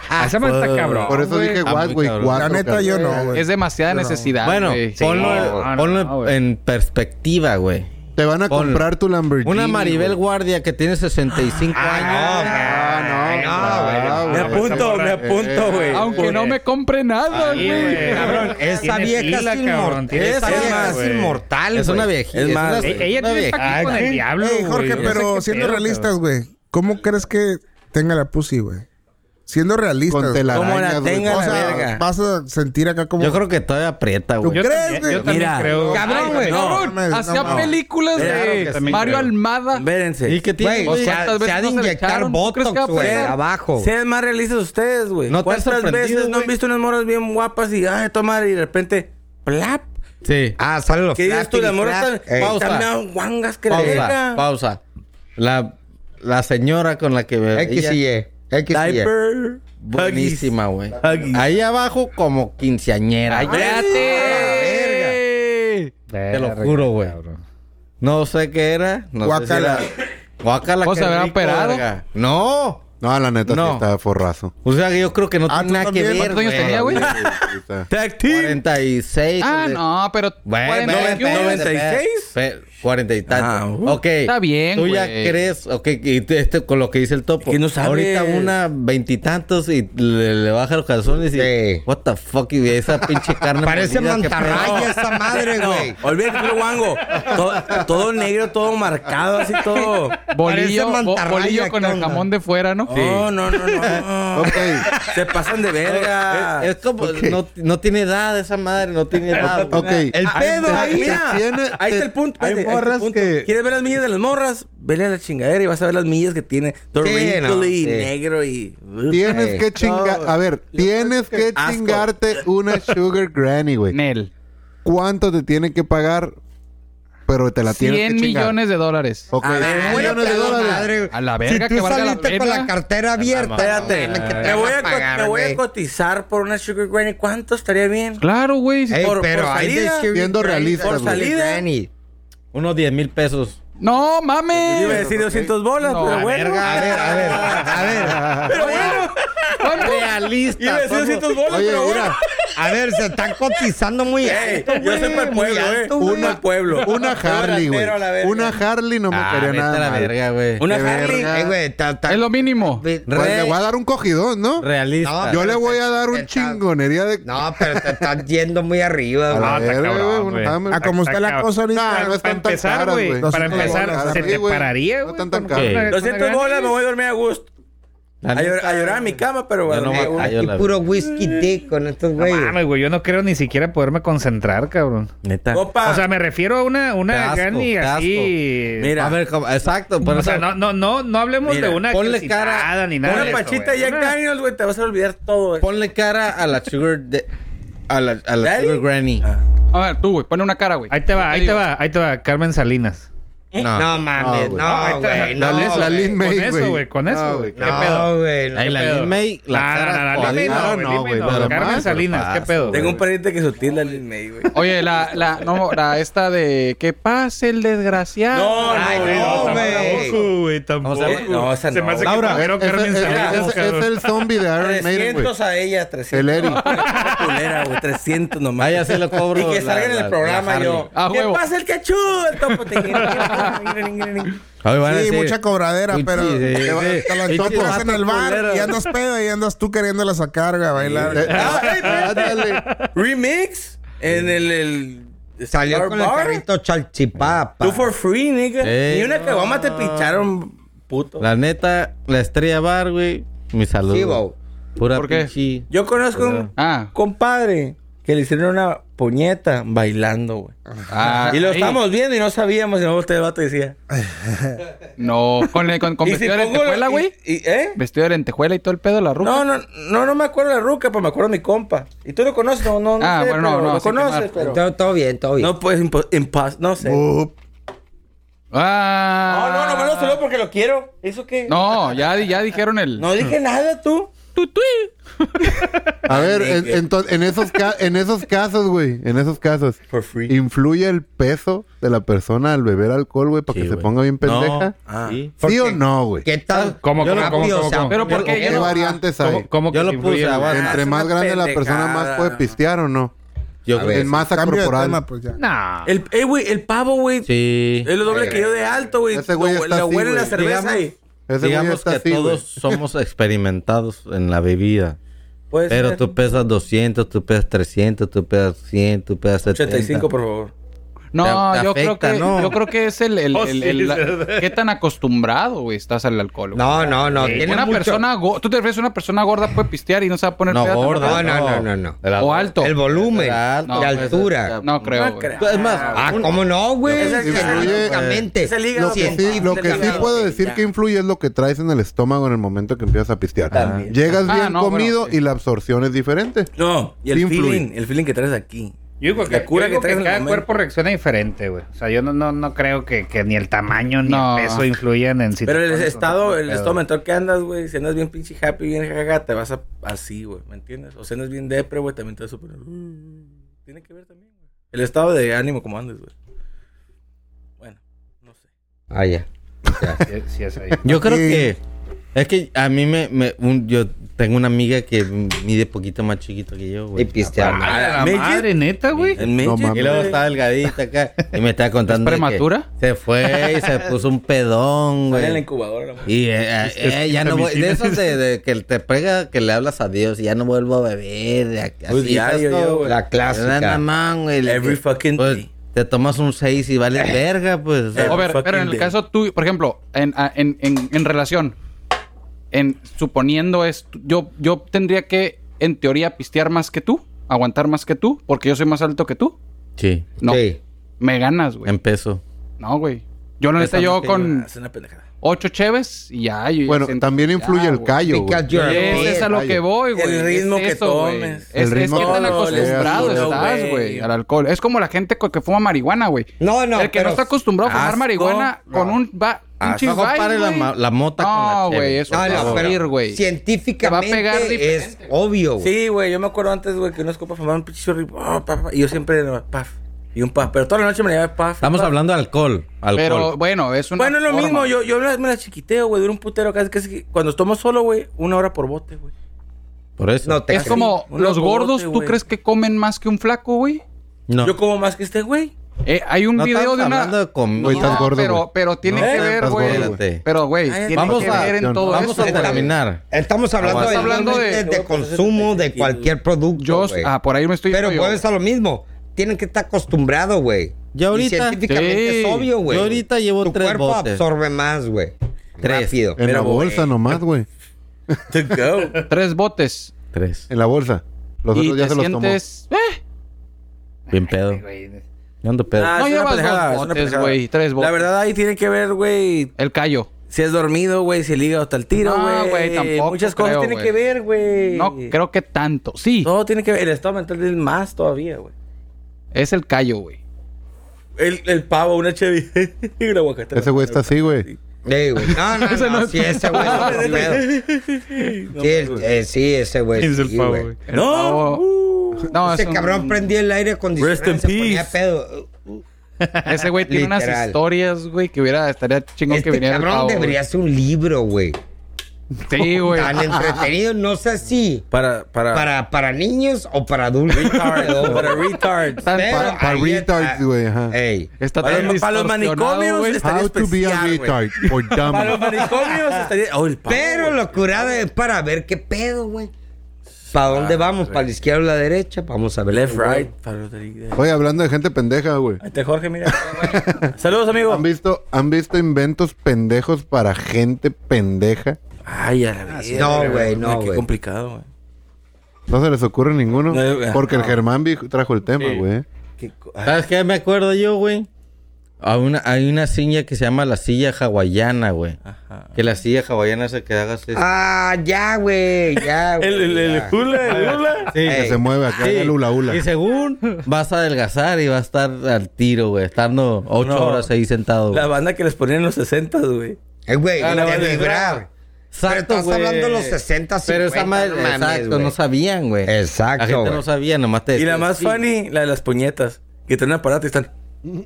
[SPEAKER 7] Ah, Esa man está cabrón.
[SPEAKER 6] Por eso
[SPEAKER 7] güey.
[SPEAKER 6] dije
[SPEAKER 9] Ah,
[SPEAKER 6] guau,
[SPEAKER 9] muy
[SPEAKER 6] güey.
[SPEAKER 9] cabrón.
[SPEAKER 8] La
[SPEAKER 6] cuatro,
[SPEAKER 8] neta, yo
[SPEAKER 6] cabrón.
[SPEAKER 8] no, güey.
[SPEAKER 2] Es demasiada
[SPEAKER 8] Yo no.
[SPEAKER 2] necesidad.
[SPEAKER 9] Bueno,
[SPEAKER 2] güey.
[SPEAKER 9] ponlo,
[SPEAKER 7] no, no,
[SPEAKER 9] ponlo
[SPEAKER 7] no, güey.
[SPEAKER 9] en perspectiva, güey.
[SPEAKER 6] Te van a
[SPEAKER 9] Ponle.
[SPEAKER 6] comprar tu Lamborghini.
[SPEAKER 9] Una Maribel
[SPEAKER 6] güey.
[SPEAKER 9] Guardia que tiene 65 años.
[SPEAKER 6] Ah,
[SPEAKER 4] Ah,
[SPEAKER 6] no,
[SPEAKER 4] güey.
[SPEAKER 5] Me
[SPEAKER 6] no, güey.
[SPEAKER 5] apunto, me
[SPEAKER 9] Eh,
[SPEAKER 5] apunto, güey.
[SPEAKER 2] Aunque no me compre nada,
[SPEAKER 7] Sí,
[SPEAKER 2] güey.
[SPEAKER 7] güey.
[SPEAKER 4] Cabrón, esa
[SPEAKER 7] Tiene
[SPEAKER 4] vieja
[SPEAKER 7] fila,
[SPEAKER 4] es
[SPEAKER 7] cabrón,
[SPEAKER 4] inmortal.
[SPEAKER 7] tiene
[SPEAKER 4] Esa
[SPEAKER 7] fila,
[SPEAKER 4] vieja es
[SPEAKER 7] güey.
[SPEAKER 4] inmortal,
[SPEAKER 9] Es una
[SPEAKER 4] güey.
[SPEAKER 9] viejita.
[SPEAKER 5] Es más,
[SPEAKER 9] una-
[SPEAKER 7] E- Ella tiene
[SPEAKER 9] una
[SPEAKER 7] un
[SPEAKER 9] vieja.
[SPEAKER 7] paquete con el diablo,
[SPEAKER 8] Ey,
[SPEAKER 7] güey.
[SPEAKER 8] Jorge,
[SPEAKER 7] Yo no sé
[SPEAKER 8] pero
[SPEAKER 7] qué
[SPEAKER 8] siendo
[SPEAKER 7] pedo,
[SPEAKER 8] realistas, güey, ¿cómo crees que tenga la pussy, güey? Siendo realistas.
[SPEAKER 6] Con
[SPEAKER 8] güey.
[SPEAKER 5] Como
[SPEAKER 6] telarañas,
[SPEAKER 5] la
[SPEAKER 6] güey.
[SPEAKER 5] tenga
[SPEAKER 8] o
[SPEAKER 5] la
[SPEAKER 8] sea,
[SPEAKER 5] verga.
[SPEAKER 8] vas a sentir acá como.
[SPEAKER 9] Yo creo que todavía aprieta,
[SPEAKER 8] ¿Tú
[SPEAKER 9] güey.
[SPEAKER 7] Yo
[SPEAKER 8] crees,
[SPEAKER 7] también- yo
[SPEAKER 8] güey?
[SPEAKER 7] también
[SPEAKER 5] Mira,
[SPEAKER 7] creo.
[SPEAKER 4] Cabrón, güey.
[SPEAKER 5] No,
[SPEAKER 2] Cabrón,
[SPEAKER 8] mames, no
[SPEAKER 2] hacía
[SPEAKER 8] mames.
[SPEAKER 2] películas
[SPEAKER 7] Claro que
[SPEAKER 2] de
[SPEAKER 7] sí,
[SPEAKER 2] Mario
[SPEAKER 7] creo.
[SPEAKER 2] Almada.
[SPEAKER 5] Espérense.
[SPEAKER 9] ¿Y qué tiene?
[SPEAKER 4] Güey,
[SPEAKER 9] güey?
[SPEAKER 4] se ha,
[SPEAKER 2] ¿Cuántas
[SPEAKER 4] se
[SPEAKER 2] veces
[SPEAKER 4] ha de
[SPEAKER 2] no se le
[SPEAKER 4] inyectar
[SPEAKER 2] echaron? ¿Tú crees
[SPEAKER 4] botox,
[SPEAKER 2] que va a
[SPEAKER 4] güey,
[SPEAKER 2] pegar?
[SPEAKER 4] abajo.
[SPEAKER 5] Sean más realistas ustedes, güey.
[SPEAKER 9] No te has
[SPEAKER 5] ¿Cuántas
[SPEAKER 9] sorprendido,
[SPEAKER 5] veces no
[SPEAKER 9] güey?
[SPEAKER 5] han visto unas morras bien guapas y, ay, tomar y de repente, plap?
[SPEAKER 9] Sí.
[SPEAKER 4] Ah, salen los
[SPEAKER 5] ¿Qué dices tú?
[SPEAKER 4] flappy,
[SPEAKER 5] Las morras
[SPEAKER 4] flap.
[SPEAKER 5] están
[SPEAKER 4] Ey.
[SPEAKER 9] pausa.
[SPEAKER 5] están más guangas que la
[SPEAKER 9] Pausa,
[SPEAKER 5] verga.
[SPEAKER 9] pausa. La, la señora con la que...
[SPEAKER 4] X y
[SPEAKER 9] ella-
[SPEAKER 4] Y. X y Y.
[SPEAKER 5] Diaper.
[SPEAKER 9] Buenísima, güey.
[SPEAKER 5] Huggies.
[SPEAKER 9] Ahí abajo como quinceañera. güey.
[SPEAKER 8] Eh.
[SPEAKER 7] güey.
[SPEAKER 2] ¡Cállate!
[SPEAKER 9] Te lo juro, güey. No sé qué era. No
[SPEAKER 8] Guácala.
[SPEAKER 9] Sé si era- Guácala.
[SPEAKER 2] ¿O se
[SPEAKER 9] qué
[SPEAKER 2] habrá
[SPEAKER 9] rico,
[SPEAKER 2] operado?
[SPEAKER 9] verga. No.
[SPEAKER 6] No, la neta
[SPEAKER 9] No.
[SPEAKER 6] sí está forrazo.
[SPEAKER 9] O sea, que yo creo que no
[SPEAKER 8] Ah,
[SPEAKER 9] tiene
[SPEAKER 8] ¿tú
[SPEAKER 9] nada que
[SPEAKER 8] también?
[SPEAKER 9] ver.
[SPEAKER 2] ¿Cuántos años
[SPEAKER 9] güey.
[SPEAKER 2] tenía, güey?
[SPEAKER 6] Sí está.
[SPEAKER 5] Tag team.
[SPEAKER 9] 46.
[SPEAKER 2] Ah,
[SPEAKER 9] güey.
[SPEAKER 2] no, pero.
[SPEAKER 9] Bueno,
[SPEAKER 2] 41.
[SPEAKER 5] 96.
[SPEAKER 9] Fe- 40 y tantos.
[SPEAKER 5] Ah, uh.
[SPEAKER 9] ok.
[SPEAKER 2] Está bien,
[SPEAKER 9] Tú ya
[SPEAKER 2] güey.
[SPEAKER 9] crees, ok, y te- este, con lo que dice el topo.
[SPEAKER 5] Es que no sabes.
[SPEAKER 9] Ahorita una veintitantos y, le, le baja los calzones y
[SPEAKER 4] Sí.
[SPEAKER 9] what the fuck, y esa pinche carne.
[SPEAKER 4] Parece
[SPEAKER 9] molida, qué pedo.
[SPEAKER 4] mantarraya esa madre, güey.
[SPEAKER 5] Olvídate que tú eres guango. Todo, todo negro, todo marcado, así todo.
[SPEAKER 2] Bolillo,
[SPEAKER 4] Parece
[SPEAKER 2] bo-
[SPEAKER 4] mantarraya,
[SPEAKER 2] bolillo con
[SPEAKER 4] ¿qué
[SPEAKER 2] el
[SPEAKER 4] onda?
[SPEAKER 2] jamón de fuera, ¿no?
[SPEAKER 5] No, Oh, no, no, no.
[SPEAKER 6] Ok.
[SPEAKER 5] Se pasan de verga.
[SPEAKER 9] Es, es como, no, no tiene edad esa madre, no tiene edad. güey.
[SPEAKER 6] Ok. El
[SPEAKER 5] pedo ahí. Mira,
[SPEAKER 6] tiene-
[SPEAKER 5] ahí está el
[SPEAKER 6] hay
[SPEAKER 5] punto. espérate, ahí está el
[SPEAKER 6] morras
[SPEAKER 5] punto.
[SPEAKER 6] que-
[SPEAKER 5] ¿Quieres ver las millas de las morras? Vele a la chingadera y vas a ver las millas que tiene. Todo
[SPEAKER 4] Sí,
[SPEAKER 5] wrinkly
[SPEAKER 4] no,
[SPEAKER 5] y
[SPEAKER 4] sí.
[SPEAKER 5] negro y...
[SPEAKER 6] Tienes que chingar... A ver, tienes que
[SPEAKER 5] asco.
[SPEAKER 6] chingarte una sugar granny, güey.
[SPEAKER 2] Nel.
[SPEAKER 6] ¿Cuánto te tiene que pagar? Pero te la tienes
[SPEAKER 2] 100
[SPEAKER 6] que chingar.
[SPEAKER 2] millones de dólares.
[SPEAKER 6] Ok,
[SPEAKER 5] A ver,
[SPEAKER 6] 100 millones de dólares.
[SPEAKER 2] A la verga
[SPEAKER 4] si
[SPEAKER 2] que
[SPEAKER 4] tú
[SPEAKER 2] valga la
[SPEAKER 4] saliste con
[SPEAKER 2] pena.
[SPEAKER 4] la cartera abierta.
[SPEAKER 5] Espérate.
[SPEAKER 4] no mames, que
[SPEAKER 5] Me voy
[SPEAKER 4] van
[SPEAKER 5] a, co-
[SPEAKER 4] pagar,
[SPEAKER 5] me voy a
[SPEAKER 4] güey.
[SPEAKER 5] cotizar por una sugar granny. ¿Cuánto estaría bien?
[SPEAKER 2] Claro, güey. si-
[SPEAKER 4] Ey,
[SPEAKER 5] por-
[SPEAKER 4] pero
[SPEAKER 5] por
[SPEAKER 4] hay de
[SPEAKER 5] salida,
[SPEAKER 4] sugar
[SPEAKER 6] siendo
[SPEAKER 4] granny,
[SPEAKER 6] realistas,
[SPEAKER 4] por
[SPEAKER 5] güey.
[SPEAKER 4] salida. granny.
[SPEAKER 9] Unos 10 mil pesos.
[SPEAKER 2] No
[SPEAKER 5] Yo iba a
[SPEAKER 2] mames.
[SPEAKER 5] decir 200 bolas,
[SPEAKER 2] No,
[SPEAKER 5] pero
[SPEAKER 2] la
[SPEAKER 5] bueno.
[SPEAKER 2] verga.
[SPEAKER 4] A ver, a ver, a ver.
[SPEAKER 5] Pero bueno.
[SPEAKER 2] ¿Cuánto?
[SPEAKER 5] Yo iba a
[SPEAKER 9] Realista.
[SPEAKER 5] decir 200 bolas,
[SPEAKER 6] Oye,
[SPEAKER 5] pero bueno.
[SPEAKER 6] mira,
[SPEAKER 4] A ver, se están cotizando muy
[SPEAKER 5] Ey,
[SPEAKER 4] alto,
[SPEAKER 5] Eh, yo
[SPEAKER 4] güey,
[SPEAKER 5] soy para el
[SPEAKER 4] muy
[SPEAKER 5] pueblo, eh.
[SPEAKER 4] alto, güey.
[SPEAKER 5] Una pueblo.
[SPEAKER 6] una Harley, güey.
[SPEAKER 5] Ratero a la verga.
[SPEAKER 6] Una Harley no me
[SPEAKER 9] Ah,
[SPEAKER 6] quería
[SPEAKER 9] vete a
[SPEAKER 6] nada
[SPEAKER 9] la
[SPEAKER 6] mal.
[SPEAKER 9] verga, güey.
[SPEAKER 5] Una
[SPEAKER 6] Qué
[SPEAKER 5] Harley. eh,
[SPEAKER 6] verga.
[SPEAKER 4] Ey, güey, ta- ta-
[SPEAKER 2] Es lo mínimo.
[SPEAKER 4] ve-
[SPEAKER 6] Pues le voy a dar un cogidón, ¿no?
[SPEAKER 9] Realista.
[SPEAKER 4] No,
[SPEAKER 6] Yo le
[SPEAKER 4] pero
[SPEAKER 6] voy
[SPEAKER 4] te-
[SPEAKER 6] a dar
[SPEAKER 4] te
[SPEAKER 6] un
[SPEAKER 4] estás-
[SPEAKER 6] chingonería de...
[SPEAKER 4] No, pero te estás yendo muy arriba,
[SPEAKER 6] A
[SPEAKER 4] güey.
[SPEAKER 6] la
[SPEAKER 7] está
[SPEAKER 6] verga,
[SPEAKER 7] cabrón,
[SPEAKER 6] güey,
[SPEAKER 7] güey.
[SPEAKER 6] no mames.
[SPEAKER 8] Ah, como está la
[SPEAKER 7] Acá-
[SPEAKER 8] cosa ahorita.
[SPEAKER 6] Nah, no
[SPEAKER 7] Para
[SPEAKER 6] están tan
[SPEAKER 7] empezar,
[SPEAKER 6] caras,
[SPEAKER 7] güey.
[SPEAKER 6] güey.
[SPEAKER 8] No,
[SPEAKER 7] Para
[SPEAKER 8] no, no,
[SPEAKER 7] empezar,
[SPEAKER 8] no,
[SPEAKER 7] se
[SPEAKER 6] no,
[SPEAKER 7] te
[SPEAKER 6] güey.
[SPEAKER 7] pararía,
[SPEAKER 6] No
[SPEAKER 7] güey.
[SPEAKER 6] están tan
[SPEAKER 7] con-
[SPEAKER 6] caras.
[SPEAKER 7] con una- con una
[SPEAKER 5] 200
[SPEAKER 7] gran-
[SPEAKER 5] bolas, me voy a dormir a gusto. A, llor- a llorar en mi cama, pero
[SPEAKER 9] Ya no
[SPEAKER 5] güey,
[SPEAKER 9] va-
[SPEAKER 5] un-
[SPEAKER 9] ay, yo
[SPEAKER 4] Aquí
[SPEAKER 9] la-
[SPEAKER 4] puro whisky dick con estos
[SPEAKER 7] No
[SPEAKER 4] güeyes.
[SPEAKER 7] mames, güey, yo no creo ni siquiera poderme concentrar, cabrón.
[SPEAKER 9] Neta.
[SPEAKER 5] copa.
[SPEAKER 7] O sea, me refiero a una,
[SPEAKER 9] Qué
[SPEAKER 7] una
[SPEAKER 9] asco,
[SPEAKER 7] Gani
[SPEAKER 9] qué
[SPEAKER 7] así.
[SPEAKER 9] asco.
[SPEAKER 5] Mira.
[SPEAKER 9] A ver, como- exacto. Por
[SPEAKER 7] o sea,
[SPEAKER 9] eso-
[SPEAKER 7] no, no, no, no hablemos
[SPEAKER 5] Mira,
[SPEAKER 7] de una
[SPEAKER 9] ponle
[SPEAKER 7] excitada
[SPEAKER 9] cara-
[SPEAKER 7] ni nada.
[SPEAKER 5] una
[SPEAKER 7] de eso,
[SPEAKER 5] pachita
[SPEAKER 7] güey.
[SPEAKER 5] Jack
[SPEAKER 7] Una-
[SPEAKER 5] Daniels, güey, te vas a olvidar todo, güey.
[SPEAKER 9] Ponle cara a la sugar... de- a la, a la
[SPEAKER 5] ¿Daddy?
[SPEAKER 9] sugar granny.
[SPEAKER 5] Ah.
[SPEAKER 2] A ver, tú, güey, pone una cara, güey.
[SPEAKER 7] Ahí te va, ahí te va, ahí te va, Carmen Salinas.
[SPEAKER 4] ¿Eh? No mames,
[SPEAKER 9] güey.
[SPEAKER 7] ahí
[SPEAKER 4] no,
[SPEAKER 7] te va.
[SPEAKER 4] güey. No,
[SPEAKER 7] Con eso,
[SPEAKER 4] güey.
[SPEAKER 6] Lin May,
[SPEAKER 7] Con eso,
[SPEAKER 6] güey.
[SPEAKER 7] güey, con eso, Ah, güey. ¿Qué pedo?
[SPEAKER 4] No, güey.
[SPEAKER 9] Ay, la
[SPEAKER 7] pedo?
[SPEAKER 9] Lin May, la
[SPEAKER 7] No,
[SPEAKER 9] cara
[SPEAKER 7] no, no, Lin May no,
[SPEAKER 9] jodida,
[SPEAKER 7] güey, Lin May no,
[SPEAKER 9] pero
[SPEAKER 7] Carmen
[SPEAKER 9] más, pero
[SPEAKER 7] Salinas,
[SPEAKER 9] más,
[SPEAKER 7] ¿qué pedo,
[SPEAKER 9] güey?
[SPEAKER 5] Tengo un pariente que sutil la Lin May, güey.
[SPEAKER 2] Oye, la, la, no, la, esta de que pase el desgraciado.
[SPEAKER 5] No,
[SPEAKER 4] Ay,
[SPEAKER 5] no, güey.
[SPEAKER 4] no,
[SPEAKER 5] no,
[SPEAKER 4] güey.
[SPEAKER 7] Tampoco, güey, tampoco.
[SPEAKER 5] Eh, no, esa
[SPEAKER 7] Se
[SPEAKER 5] no.
[SPEAKER 7] me hace
[SPEAKER 6] Laura,
[SPEAKER 7] que primero
[SPEAKER 6] es,
[SPEAKER 7] Carmen
[SPEAKER 6] es- es-
[SPEAKER 7] Salinas,
[SPEAKER 6] es- es
[SPEAKER 7] cabrón.
[SPEAKER 6] el zombie de Iron Maiden, güey.
[SPEAKER 5] 300 a ella,
[SPEAKER 6] El
[SPEAKER 5] 300.
[SPEAKER 6] Eri.
[SPEAKER 5] Qué culera, güey, 300 nomás.
[SPEAKER 9] Ah, ya se lo cobro
[SPEAKER 5] Y que
[SPEAKER 9] la-
[SPEAKER 5] salga en
[SPEAKER 9] la-
[SPEAKER 5] el programa
[SPEAKER 9] la
[SPEAKER 5] yo.
[SPEAKER 9] Harley.
[SPEAKER 2] Ah,
[SPEAKER 5] ¿Qué
[SPEAKER 2] huevo.
[SPEAKER 5] pasa el cachú? El topo te
[SPEAKER 9] Ay, van a
[SPEAKER 8] Sí,
[SPEAKER 9] decir,
[SPEAKER 8] mucha cobradera,
[SPEAKER 9] Uy,
[SPEAKER 8] pero
[SPEAKER 9] sí, sí,
[SPEAKER 8] te, va-
[SPEAKER 9] sí.
[SPEAKER 8] te la
[SPEAKER 9] Sí,
[SPEAKER 8] topas
[SPEAKER 9] sí,
[SPEAKER 8] en el bar
[SPEAKER 9] culero.
[SPEAKER 8] y andas pedo y andas tú queriéndola sacar, güey, a bailar. Ah,
[SPEAKER 6] Eh, ándale.
[SPEAKER 5] Remix en el. el
[SPEAKER 4] Salió
[SPEAKER 5] Star
[SPEAKER 4] con el
[SPEAKER 5] Bar.
[SPEAKER 4] carrito chalchipapa.
[SPEAKER 5] Two for free, nigga.
[SPEAKER 9] Eh,
[SPEAKER 5] y una
[SPEAKER 9] no.
[SPEAKER 5] caguama te picharon, puto.
[SPEAKER 9] La neta, la estrella bar, güey. Mi salud.
[SPEAKER 4] Sí, Bau.
[SPEAKER 9] Pura
[SPEAKER 2] ¿Por qué?
[SPEAKER 9] pinche-
[SPEAKER 5] Yo conozco un
[SPEAKER 2] Ah.
[SPEAKER 5] compadre que le hicieron una puñeta bailando, güey.
[SPEAKER 2] ah,
[SPEAKER 5] y lo
[SPEAKER 2] ey,
[SPEAKER 5] estábamos viendo y no sabíamos. Y luego este vato decía.
[SPEAKER 2] No, con, el- Eh, con, con
[SPEAKER 5] ¿Y si
[SPEAKER 2] vestido de
[SPEAKER 5] pongo la-
[SPEAKER 2] lentejuela,
[SPEAKER 5] y-
[SPEAKER 2] güey.
[SPEAKER 5] y- ¿Eh?
[SPEAKER 2] Vestido de lentejuela y todo el pedo, la ruca.
[SPEAKER 5] No, no, no, no me acuerdo de la ruca, pero me acuerdo de mi compa. Y tú lo conoces, no, no, no
[SPEAKER 2] Ah,
[SPEAKER 5] sé,
[SPEAKER 2] bueno, no,
[SPEAKER 5] pero
[SPEAKER 2] no,
[SPEAKER 5] lo
[SPEAKER 2] sí que
[SPEAKER 5] conoces,
[SPEAKER 2] más.
[SPEAKER 5] pero...
[SPEAKER 4] Todo, todo bien, todo bien.
[SPEAKER 5] No, pues, impo- impas, no sé. No,
[SPEAKER 6] Up.
[SPEAKER 2] Ah.
[SPEAKER 5] no, no me lo solo porque lo quiero. ¿Eso qué?
[SPEAKER 2] No, Mm. ya, di- ya dijeron el.
[SPEAKER 5] No dije nada, tú.
[SPEAKER 2] Tu, tu.
[SPEAKER 6] A ver,
[SPEAKER 5] Ay,
[SPEAKER 6] en,
[SPEAKER 5] nigga.
[SPEAKER 6] ento- en esos ca- en esos casos, güey, en esos casos,
[SPEAKER 5] For free.
[SPEAKER 6] ¿influye el peso de la persona al beber alcohol, güey, para
[SPEAKER 9] Sí,
[SPEAKER 6] que se
[SPEAKER 9] güey.
[SPEAKER 6] ponga bien pendeja?
[SPEAKER 9] No. Ah. Sí.
[SPEAKER 6] ¿Sí o no, güey?
[SPEAKER 4] ¿Qué tal?
[SPEAKER 7] ¿Cómo, cómo, cómo,
[SPEAKER 4] rápido,
[SPEAKER 7] cómo,
[SPEAKER 4] o sea,
[SPEAKER 7] cómo?
[SPEAKER 2] Pero
[SPEAKER 6] ¿Qué,
[SPEAKER 2] porque yo. no-
[SPEAKER 6] variantes hay?
[SPEAKER 7] ¿Cómo, cómo
[SPEAKER 9] Yo
[SPEAKER 7] que
[SPEAKER 9] lo
[SPEAKER 7] te
[SPEAKER 9] puse,
[SPEAKER 7] influye, güey?
[SPEAKER 9] aguanta.
[SPEAKER 6] Entre
[SPEAKER 5] es
[SPEAKER 6] más
[SPEAKER 5] una
[SPEAKER 6] grande la persona,
[SPEAKER 5] pendejada.
[SPEAKER 6] más puede pistear o no.
[SPEAKER 9] Yo
[SPEAKER 6] A
[SPEAKER 9] creo
[SPEAKER 6] ver,
[SPEAKER 9] que
[SPEAKER 6] en masa
[SPEAKER 8] Cambio de
[SPEAKER 6] corporal.
[SPEAKER 8] tema, pues ya.
[SPEAKER 7] Nah.
[SPEAKER 5] El, eh, güey, el pavo, güey.
[SPEAKER 9] Sí.
[SPEAKER 5] Es lo doble que yo de alto, güey.
[SPEAKER 6] Ese güey
[SPEAKER 5] Lo-
[SPEAKER 6] está
[SPEAKER 5] lo
[SPEAKER 6] así,
[SPEAKER 5] huele la
[SPEAKER 6] güey.
[SPEAKER 5] cerveza
[SPEAKER 9] Digamos-
[SPEAKER 5] y...
[SPEAKER 6] Ese güey
[SPEAKER 9] Digamos
[SPEAKER 6] está
[SPEAKER 9] que
[SPEAKER 6] así,
[SPEAKER 9] todos
[SPEAKER 6] güey.
[SPEAKER 9] somos experimentados en la bebida.
[SPEAKER 5] Puede
[SPEAKER 9] Pero
[SPEAKER 5] ser.
[SPEAKER 9] tú pesas 200, tú pesas 300, tú pesas 100, tú pesas 70.
[SPEAKER 5] 85, por favor.
[SPEAKER 2] No,
[SPEAKER 9] Te- te
[SPEAKER 2] yo creo
[SPEAKER 9] afecta,
[SPEAKER 2] que.
[SPEAKER 9] ¿no?
[SPEAKER 2] Yo creo que es el. el-
[SPEAKER 7] Oh,
[SPEAKER 2] el-
[SPEAKER 7] sí,
[SPEAKER 2] el- la-
[SPEAKER 7] sí.
[SPEAKER 2] ¿Qué tan acostumbrado, güey, estás al alcohol? güey?
[SPEAKER 4] No, no, no.
[SPEAKER 7] Sí,
[SPEAKER 4] Tiene
[SPEAKER 2] una
[SPEAKER 4] mucho-
[SPEAKER 2] persona. go- Tú te refieres a una persona gorda puede pistear y no se va a poner
[SPEAKER 9] No,
[SPEAKER 2] peda tampoco?
[SPEAKER 9] gorda.
[SPEAKER 4] No, no, no, no, no.
[SPEAKER 9] De la-
[SPEAKER 2] O alto.
[SPEAKER 4] El volumen,
[SPEAKER 9] La
[SPEAKER 4] la,
[SPEAKER 9] alta,
[SPEAKER 2] no,
[SPEAKER 4] altura.
[SPEAKER 2] No creo.
[SPEAKER 5] No
[SPEAKER 2] güey.
[SPEAKER 5] creo.
[SPEAKER 9] Es más,
[SPEAKER 4] Ah, ¿cómo no, güey?
[SPEAKER 5] Es el-
[SPEAKER 4] Científicamente.
[SPEAKER 5] es el hígado.
[SPEAKER 6] Lo que sí, lo que sí
[SPEAKER 4] Científicamente.
[SPEAKER 6] puedo decir
[SPEAKER 5] Ya.
[SPEAKER 6] que influye es lo que traes en el estómago en el momento que empiezas a pistear.
[SPEAKER 5] También.
[SPEAKER 6] Llegas
[SPEAKER 2] Ah,
[SPEAKER 6] bien
[SPEAKER 2] no, bueno,
[SPEAKER 6] comido
[SPEAKER 2] sí.
[SPEAKER 6] y la absorción es diferente.
[SPEAKER 5] No, y el
[SPEAKER 6] Sí influye.
[SPEAKER 5] feeling, el feeling que traes aquí.
[SPEAKER 7] Yo digo que,
[SPEAKER 5] La cura
[SPEAKER 7] yo digo
[SPEAKER 5] que
[SPEAKER 7] que
[SPEAKER 5] traes en el
[SPEAKER 7] cada
[SPEAKER 5] momento.
[SPEAKER 7] cuerpo reacciona diferente, güey. O sea, yo no, no, no creo que, que ni el tamaño ni
[SPEAKER 2] No.
[SPEAKER 7] el peso influyan en si
[SPEAKER 5] Pero
[SPEAKER 7] te
[SPEAKER 5] el
[SPEAKER 7] pones o no
[SPEAKER 5] estado,
[SPEAKER 7] pones
[SPEAKER 5] el
[SPEAKER 7] pedo.
[SPEAKER 5] estado mental que andas, güey, si andas bien pinche happy, bien jajaja, te vas a, así, güey, ¿me entiendes? O si andas bien depre, güey, también te vas a poner... mm, Tiene que ver también, güey. El estado de ánimo como andes, güey. Bueno, no sé.
[SPEAKER 4] Ah, ya.
[SPEAKER 7] Sí, sí es ahí.
[SPEAKER 9] yo creo
[SPEAKER 8] Sí.
[SPEAKER 9] que... Es que a mí me... me- un- yo tengo una amiga que mide poquito más chiquito que yo,
[SPEAKER 4] Y
[SPEAKER 9] güey. Ah,
[SPEAKER 4] pistea más.
[SPEAKER 7] A la
[SPEAKER 5] Midget.
[SPEAKER 7] madre, neta, güey.
[SPEAKER 9] En Midget,
[SPEAKER 6] No mames.
[SPEAKER 9] y luego estaba delgadita acá. Y me estaba contando.
[SPEAKER 2] ¿Es
[SPEAKER 9] de que
[SPEAKER 2] prematura?
[SPEAKER 9] Se fue y se puso un pedón,
[SPEAKER 5] Sale en la
[SPEAKER 9] güey.
[SPEAKER 5] incubadora, la madre.
[SPEAKER 9] Y eh, eh, eh, ya no voy- De esos de, de que te pega, que le hablas a Dios y ya no vuelvo a beber. de ac-
[SPEAKER 5] Pues
[SPEAKER 9] así,
[SPEAKER 5] ya,
[SPEAKER 9] esas
[SPEAKER 5] yo, yo,
[SPEAKER 9] cosas.
[SPEAKER 5] güey.
[SPEAKER 4] La
[SPEAKER 9] Nada
[SPEAKER 4] clásica.
[SPEAKER 9] más, güey. le-
[SPEAKER 5] Every fucking
[SPEAKER 9] pues,
[SPEAKER 5] day.
[SPEAKER 9] te tomas un 6 y vale verga, pues. o sea,
[SPEAKER 2] A ver, pero en
[SPEAKER 5] Fucking
[SPEAKER 2] el caso tuyo, por ejemplo, en, a- en, en, en relación, en suponiendo es, yo, yo tendría que, en teoría, pistear más que tú, aguantar más que tú, porque yo soy más alto que tú.
[SPEAKER 9] sí,
[SPEAKER 2] No.
[SPEAKER 4] Sí.
[SPEAKER 2] Me ganas, güey.
[SPEAKER 9] en peso.
[SPEAKER 2] No, güey. Yo la neta, yo
[SPEAKER 5] Pensando que,
[SPEAKER 2] con
[SPEAKER 5] güey, Ah, Es una pendejada.
[SPEAKER 2] ocho cheves y ya. yo ya
[SPEAKER 6] Bueno,
[SPEAKER 2] siento-
[SPEAKER 6] también influye
[SPEAKER 2] ya,
[SPEAKER 6] el
[SPEAKER 2] güey.
[SPEAKER 6] callo,
[SPEAKER 4] Pick
[SPEAKER 6] güey.
[SPEAKER 4] up your
[SPEAKER 2] Ese
[SPEAKER 4] feet.
[SPEAKER 2] es a lo que voy, güey.
[SPEAKER 5] El ritmo
[SPEAKER 2] Es
[SPEAKER 5] que
[SPEAKER 2] eso, güey.
[SPEAKER 5] tomes.
[SPEAKER 2] Es,
[SPEAKER 6] El
[SPEAKER 2] es
[SPEAKER 6] ritmo
[SPEAKER 2] que tan
[SPEAKER 6] que
[SPEAKER 2] acostumbrado
[SPEAKER 6] tomes,
[SPEAKER 2] estás,
[SPEAKER 5] güey.
[SPEAKER 2] güey, al alcohol. Es como la gente co- que fuma marihuana, güey.
[SPEAKER 4] No, no,
[SPEAKER 2] El que no
[SPEAKER 4] pero-
[SPEAKER 2] está acostumbrado a fumar
[SPEAKER 5] Asco.
[SPEAKER 2] marihuana con
[SPEAKER 5] No.
[SPEAKER 2] un va un
[SPEAKER 9] Asco.
[SPEAKER 2] chivay,
[SPEAKER 9] Compare la
[SPEAKER 2] güey.
[SPEAKER 9] ma- la mota con la
[SPEAKER 2] No, güey,
[SPEAKER 9] cheve.
[SPEAKER 2] eso
[SPEAKER 4] No,
[SPEAKER 2] es
[SPEAKER 4] no,
[SPEAKER 2] morir,
[SPEAKER 4] pero
[SPEAKER 2] güey.
[SPEAKER 4] científicamente
[SPEAKER 2] Te va a pegar
[SPEAKER 4] es
[SPEAKER 2] diferente.
[SPEAKER 4] obvio. güey.
[SPEAKER 5] Sí, güey, yo me acuerdo antes, güey, que unos copas fumaban un pinche chorri, oh, pa, pa, y yo siempre, paf, y un paf. Pero toda la noche me la llevaba paf.
[SPEAKER 9] Estamos
[SPEAKER 5] paf.
[SPEAKER 9] hablando de alcohol.
[SPEAKER 2] Pero
[SPEAKER 9] alcohol.
[SPEAKER 2] bueno, es una
[SPEAKER 5] Bueno, es lo
[SPEAKER 2] forma.
[SPEAKER 5] mismo. Yo, yo me la- me la chiquiteo, güey. Dura un putero casi, casi. que- Cuando tomo solo, güey, una hora por bote, güey.
[SPEAKER 9] por eso.
[SPEAKER 4] No te
[SPEAKER 2] Es
[SPEAKER 4] creo.
[SPEAKER 2] como
[SPEAKER 5] Una
[SPEAKER 2] los gordos,
[SPEAKER 5] bote,
[SPEAKER 2] ¿tú
[SPEAKER 5] güey.
[SPEAKER 2] crees que comen más que un flaco, güey?
[SPEAKER 9] No.
[SPEAKER 5] Yo como más que este, güey.
[SPEAKER 2] Eh, hay un
[SPEAKER 9] No
[SPEAKER 2] video
[SPEAKER 9] estamos
[SPEAKER 2] de una
[SPEAKER 9] hablando de comida.
[SPEAKER 6] Güey, estás
[SPEAKER 2] No,
[SPEAKER 6] gordo,
[SPEAKER 2] pero,
[SPEAKER 6] güey.
[SPEAKER 2] pero tiene
[SPEAKER 9] No,
[SPEAKER 2] que
[SPEAKER 9] estás
[SPEAKER 2] ver,
[SPEAKER 9] gordo,
[SPEAKER 2] güey.
[SPEAKER 9] güey.
[SPEAKER 2] Pero, güey, tiene
[SPEAKER 9] Vamos
[SPEAKER 2] que
[SPEAKER 9] a-
[SPEAKER 2] ver en todo
[SPEAKER 9] Vamos
[SPEAKER 2] esto,
[SPEAKER 9] a
[SPEAKER 2] güey.
[SPEAKER 9] terminar.
[SPEAKER 4] Estamos hablando,
[SPEAKER 2] Estamos
[SPEAKER 4] de,
[SPEAKER 2] hablando de-
[SPEAKER 4] de, consumo de cualquier producto.
[SPEAKER 2] Yo,
[SPEAKER 4] güey.
[SPEAKER 2] ah, por ahí me estoy
[SPEAKER 4] Pero
[SPEAKER 2] yo,
[SPEAKER 4] vuelves a lo mismo. Tienen que estar acostumbrados, güey.
[SPEAKER 9] Yo ahorita-
[SPEAKER 4] Y científicamente
[SPEAKER 2] Sí.
[SPEAKER 4] es obvio, güey.
[SPEAKER 9] Yo ahorita llevo
[SPEAKER 4] Tu
[SPEAKER 9] tres
[SPEAKER 4] cuerpo
[SPEAKER 9] botes.
[SPEAKER 4] absorbe más, güey.
[SPEAKER 9] Tres.
[SPEAKER 4] Rápido.
[SPEAKER 6] En la
[SPEAKER 5] Pero,
[SPEAKER 6] bolsa
[SPEAKER 5] güey.
[SPEAKER 6] nomás, güey.
[SPEAKER 5] To go.
[SPEAKER 2] Tres botes.
[SPEAKER 9] Oh. Tres.
[SPEAKER 6] En la bolsa. Los
[SPEAKER 2] y
[SPEAKER 6] otros ya
[SPEAKER 2] te
[SPEAKER 6] se los tomó.
[SPEAKER 2] sientes... Eh,
[SPEAKER 9] Bien pedo. Yo ando pedo.
[SPEAKER 5] Ah,
[SPEAKER 2] No
[SPEAKER 5] es una
[SPEAKER 2] llevas
[SPEAKER 5] pendejada,
[SPEAKER 2] dos
[SPEAKER 5] es una
[SPEAKER 2] botes,
[SPEAKER 5] pendejada.
[SPEAKER 2] güey, tres
[SPEAKER 5] La
[SPEAKER 2] botes.
[SPEAKER 5] verdad ahí tiene que ver, güey,
[SPEAKER 2] el callo.
[SPEAKER 5] si es dormido, güey, si el hígado está al tiro,
[SPEAKER 2] No,
[SPEAKER 5] güey.
[SPEAKER 2] güey, tampoco
[SPEAKER 5] Muchas cosas
[SPEAKER 2] creo,
[SPEAKER 5] tienen
[SPEAKER 2] güey.
[SPEAKER 5] que ver, güey.
[SPEAKER 2] No, creo que tanto. Sí,
[SPEAKER 5] Todo tiene que ver. El estado mental es más todavía, güey.
[SPEAKER 2] es el callo, güey.
[SPEAKER 5] El, el pavo, una Chevy y una aguacate.
[SPEAKER 6] Ese güey está así, güey.
[SPEAKER 4] Eh, güey. No, no, no, sí, ese güey. no, no, pedo. Sí, el- eh, sí, ese güey.
[SPEAKER 7] Es el
[SPEAKER 4] sí,
[SPEAKER 7] pavo,
[SPEAKER 4] güey.
[SPEAKER 7] güey.
[SPEAKER 2] El
[SPEAKER 5] No.
[SPEAKER 2] pavo- no,
[SPEAKER 4] Ese
[SPEAKER 2] es un-
[SPEAKER 4] cabrón prendía el aire acondicionado.
[SPEAKER 5] Rest in
[SPEAKER 4] se ponía
[SPEAKER 5] peace.
[SPEAKER 4] pedo.
[SPEAKER 2] Ese güey tiene unas
[SPEAKER 4] Literal.
[SPEAKER 2] historias, güey, que hubiera... Estaría chingón que
[SPEAKER 4] Este
[SPEAKER 2] viniera el
[SPEAKER 4] cabrón
[SPEAKER 2] pavo, güey.
[SPEAKER 4] debería ser un libro, güey.
[SPEAKER 2] Sí, güey.
[SPEAKER 4] Tan entretenido, no sé si
[SPEAKER 5] Para, para.
[SPEAKER 4] para, para niños o para adultos.
[SPEAKER 5] Retard, para retards.
[SPEAKER 2] Tan-
[SPEAKER 4] Pero
[SPEAKER 2] pa-
[SPEAKER 6] para
[SPEAKER 4] ahí
[SPEAKER 6] retards,
[SPEAKER 4] está-
[SPEAKER 6] güey, ajá.
[SPEAKER 4] Ey.
[SPEAKER 2] Está
[SPEAKER 5] Para
[SPEAKER 2] tan
[SPEAKER 5] los- para los
[SPEAKER 2] distorsionado,
[SPEAKER 5] manicomios,
[SPEAKER 2] güey.
[SPEAKER 5] este- Estaría
[SPEAKER 6] How to be a
[SPEAKER 5] especial, güey.
[SPEAKER 6] retard for dumb.
[SPEAKER 5] Para los manicomios estaría. Oh, el pavo.
[SPEAKER 4] Pero
[SPEAKER 5] güey.
[SPEAKER 4] lo curado es para ver qué pedo, güey. ¿Para dónde vamos? ¿Para la izquierda o la derecha? Vamos a ver.
[SPEAKER 5] Left,
[SPEAKER 4] güey.
[SPEAKER 5] right. Para los de-
[SPEAKER 6] Oye, hablando de gente pendeja, güey.
[SPEAKER 5] Ahí está Jorge, mira. Saludos, amigo.
[SPEAKER 6] ¿Han visto, ¿Han visto inventos pendejos para gente pendeja?
[SPEAKER 5] Ay, a la vida.
[SPEAKER 4] Ah, no, güey, no,
[SPEAKER 5] Qué
[SPEAKER 4] güey.
[SPEAKER 5] complicado, güey.
[SPEAKER 6] No se les ocurre ninguno.
[SPEAKER 5] No, güey.
[SPEAKER 6] porque el Germán vi- trajo el tema, güey.
[SPEAKER 5] Qué co- Ay,
[SPEAKER 9] ¿Sabes qué me acuerdo yo, güey? Hay una, hay una silla que se llama la silla hawaiana, güey.
[SPEAKER 5] Ajá.
[SPEAKER 9] Que la silla hawaiana es la que hagas esto.
[SPEAKER 4] Ah, ya, güey. Ya, güey.
[SPEAKER 5] El, el, el
[SPEAKER 4] ya.
[SPEAKER 5] hula, el hula.
[SPEAKER 9] Sí.
[SPEAKER 6] Que se mueve acá,
[SPEAKER 9] Sí.
[SPEAKER 6] el hula hula.
[SPEAKER 9] Y según vas a adelgazar y vas a estar al tiro, güey. Estando ocho
[SPEAKER 5] No.
[SPEAKER 9] horas ahí sentado.
[SPEAKER 5] La
[SPEAKER 9] güey.
[SPEAKER 5] banda que les ponían en los 60, güey.
[SPEAKER 4] Eh, güey,
[SPEAKER 5] Ah, la
[SPEAKER 4] de
[SPEAKER 5] banda de
[SPEAKER 4] vibrar. Pero estás
[SPEAKER 9] güey.
[SPEAKER 4] hablando de los 60, 50.
[SPEAKER 9] Pero esa madre,
[SPEAKER 4] no mames,
[SPEAKER 9] exacto,
[SPEAKER 4] güey.
[SPEAKER 9] no sabían, güey.
[SPEAKER 4] Exacto,
[SPEAKER 9] La gente
[SPEAKER 4] güey.
[SPEAKER 9] no sabía, nomás te
[SPEAKER 5] Y la
[SPEAKER 9] decían,
[SPEAKER 5] más
[SPEAKER 9] sí.
[SPEAKER 5] funny, la de las puñetas. Que tienen un aparato y están.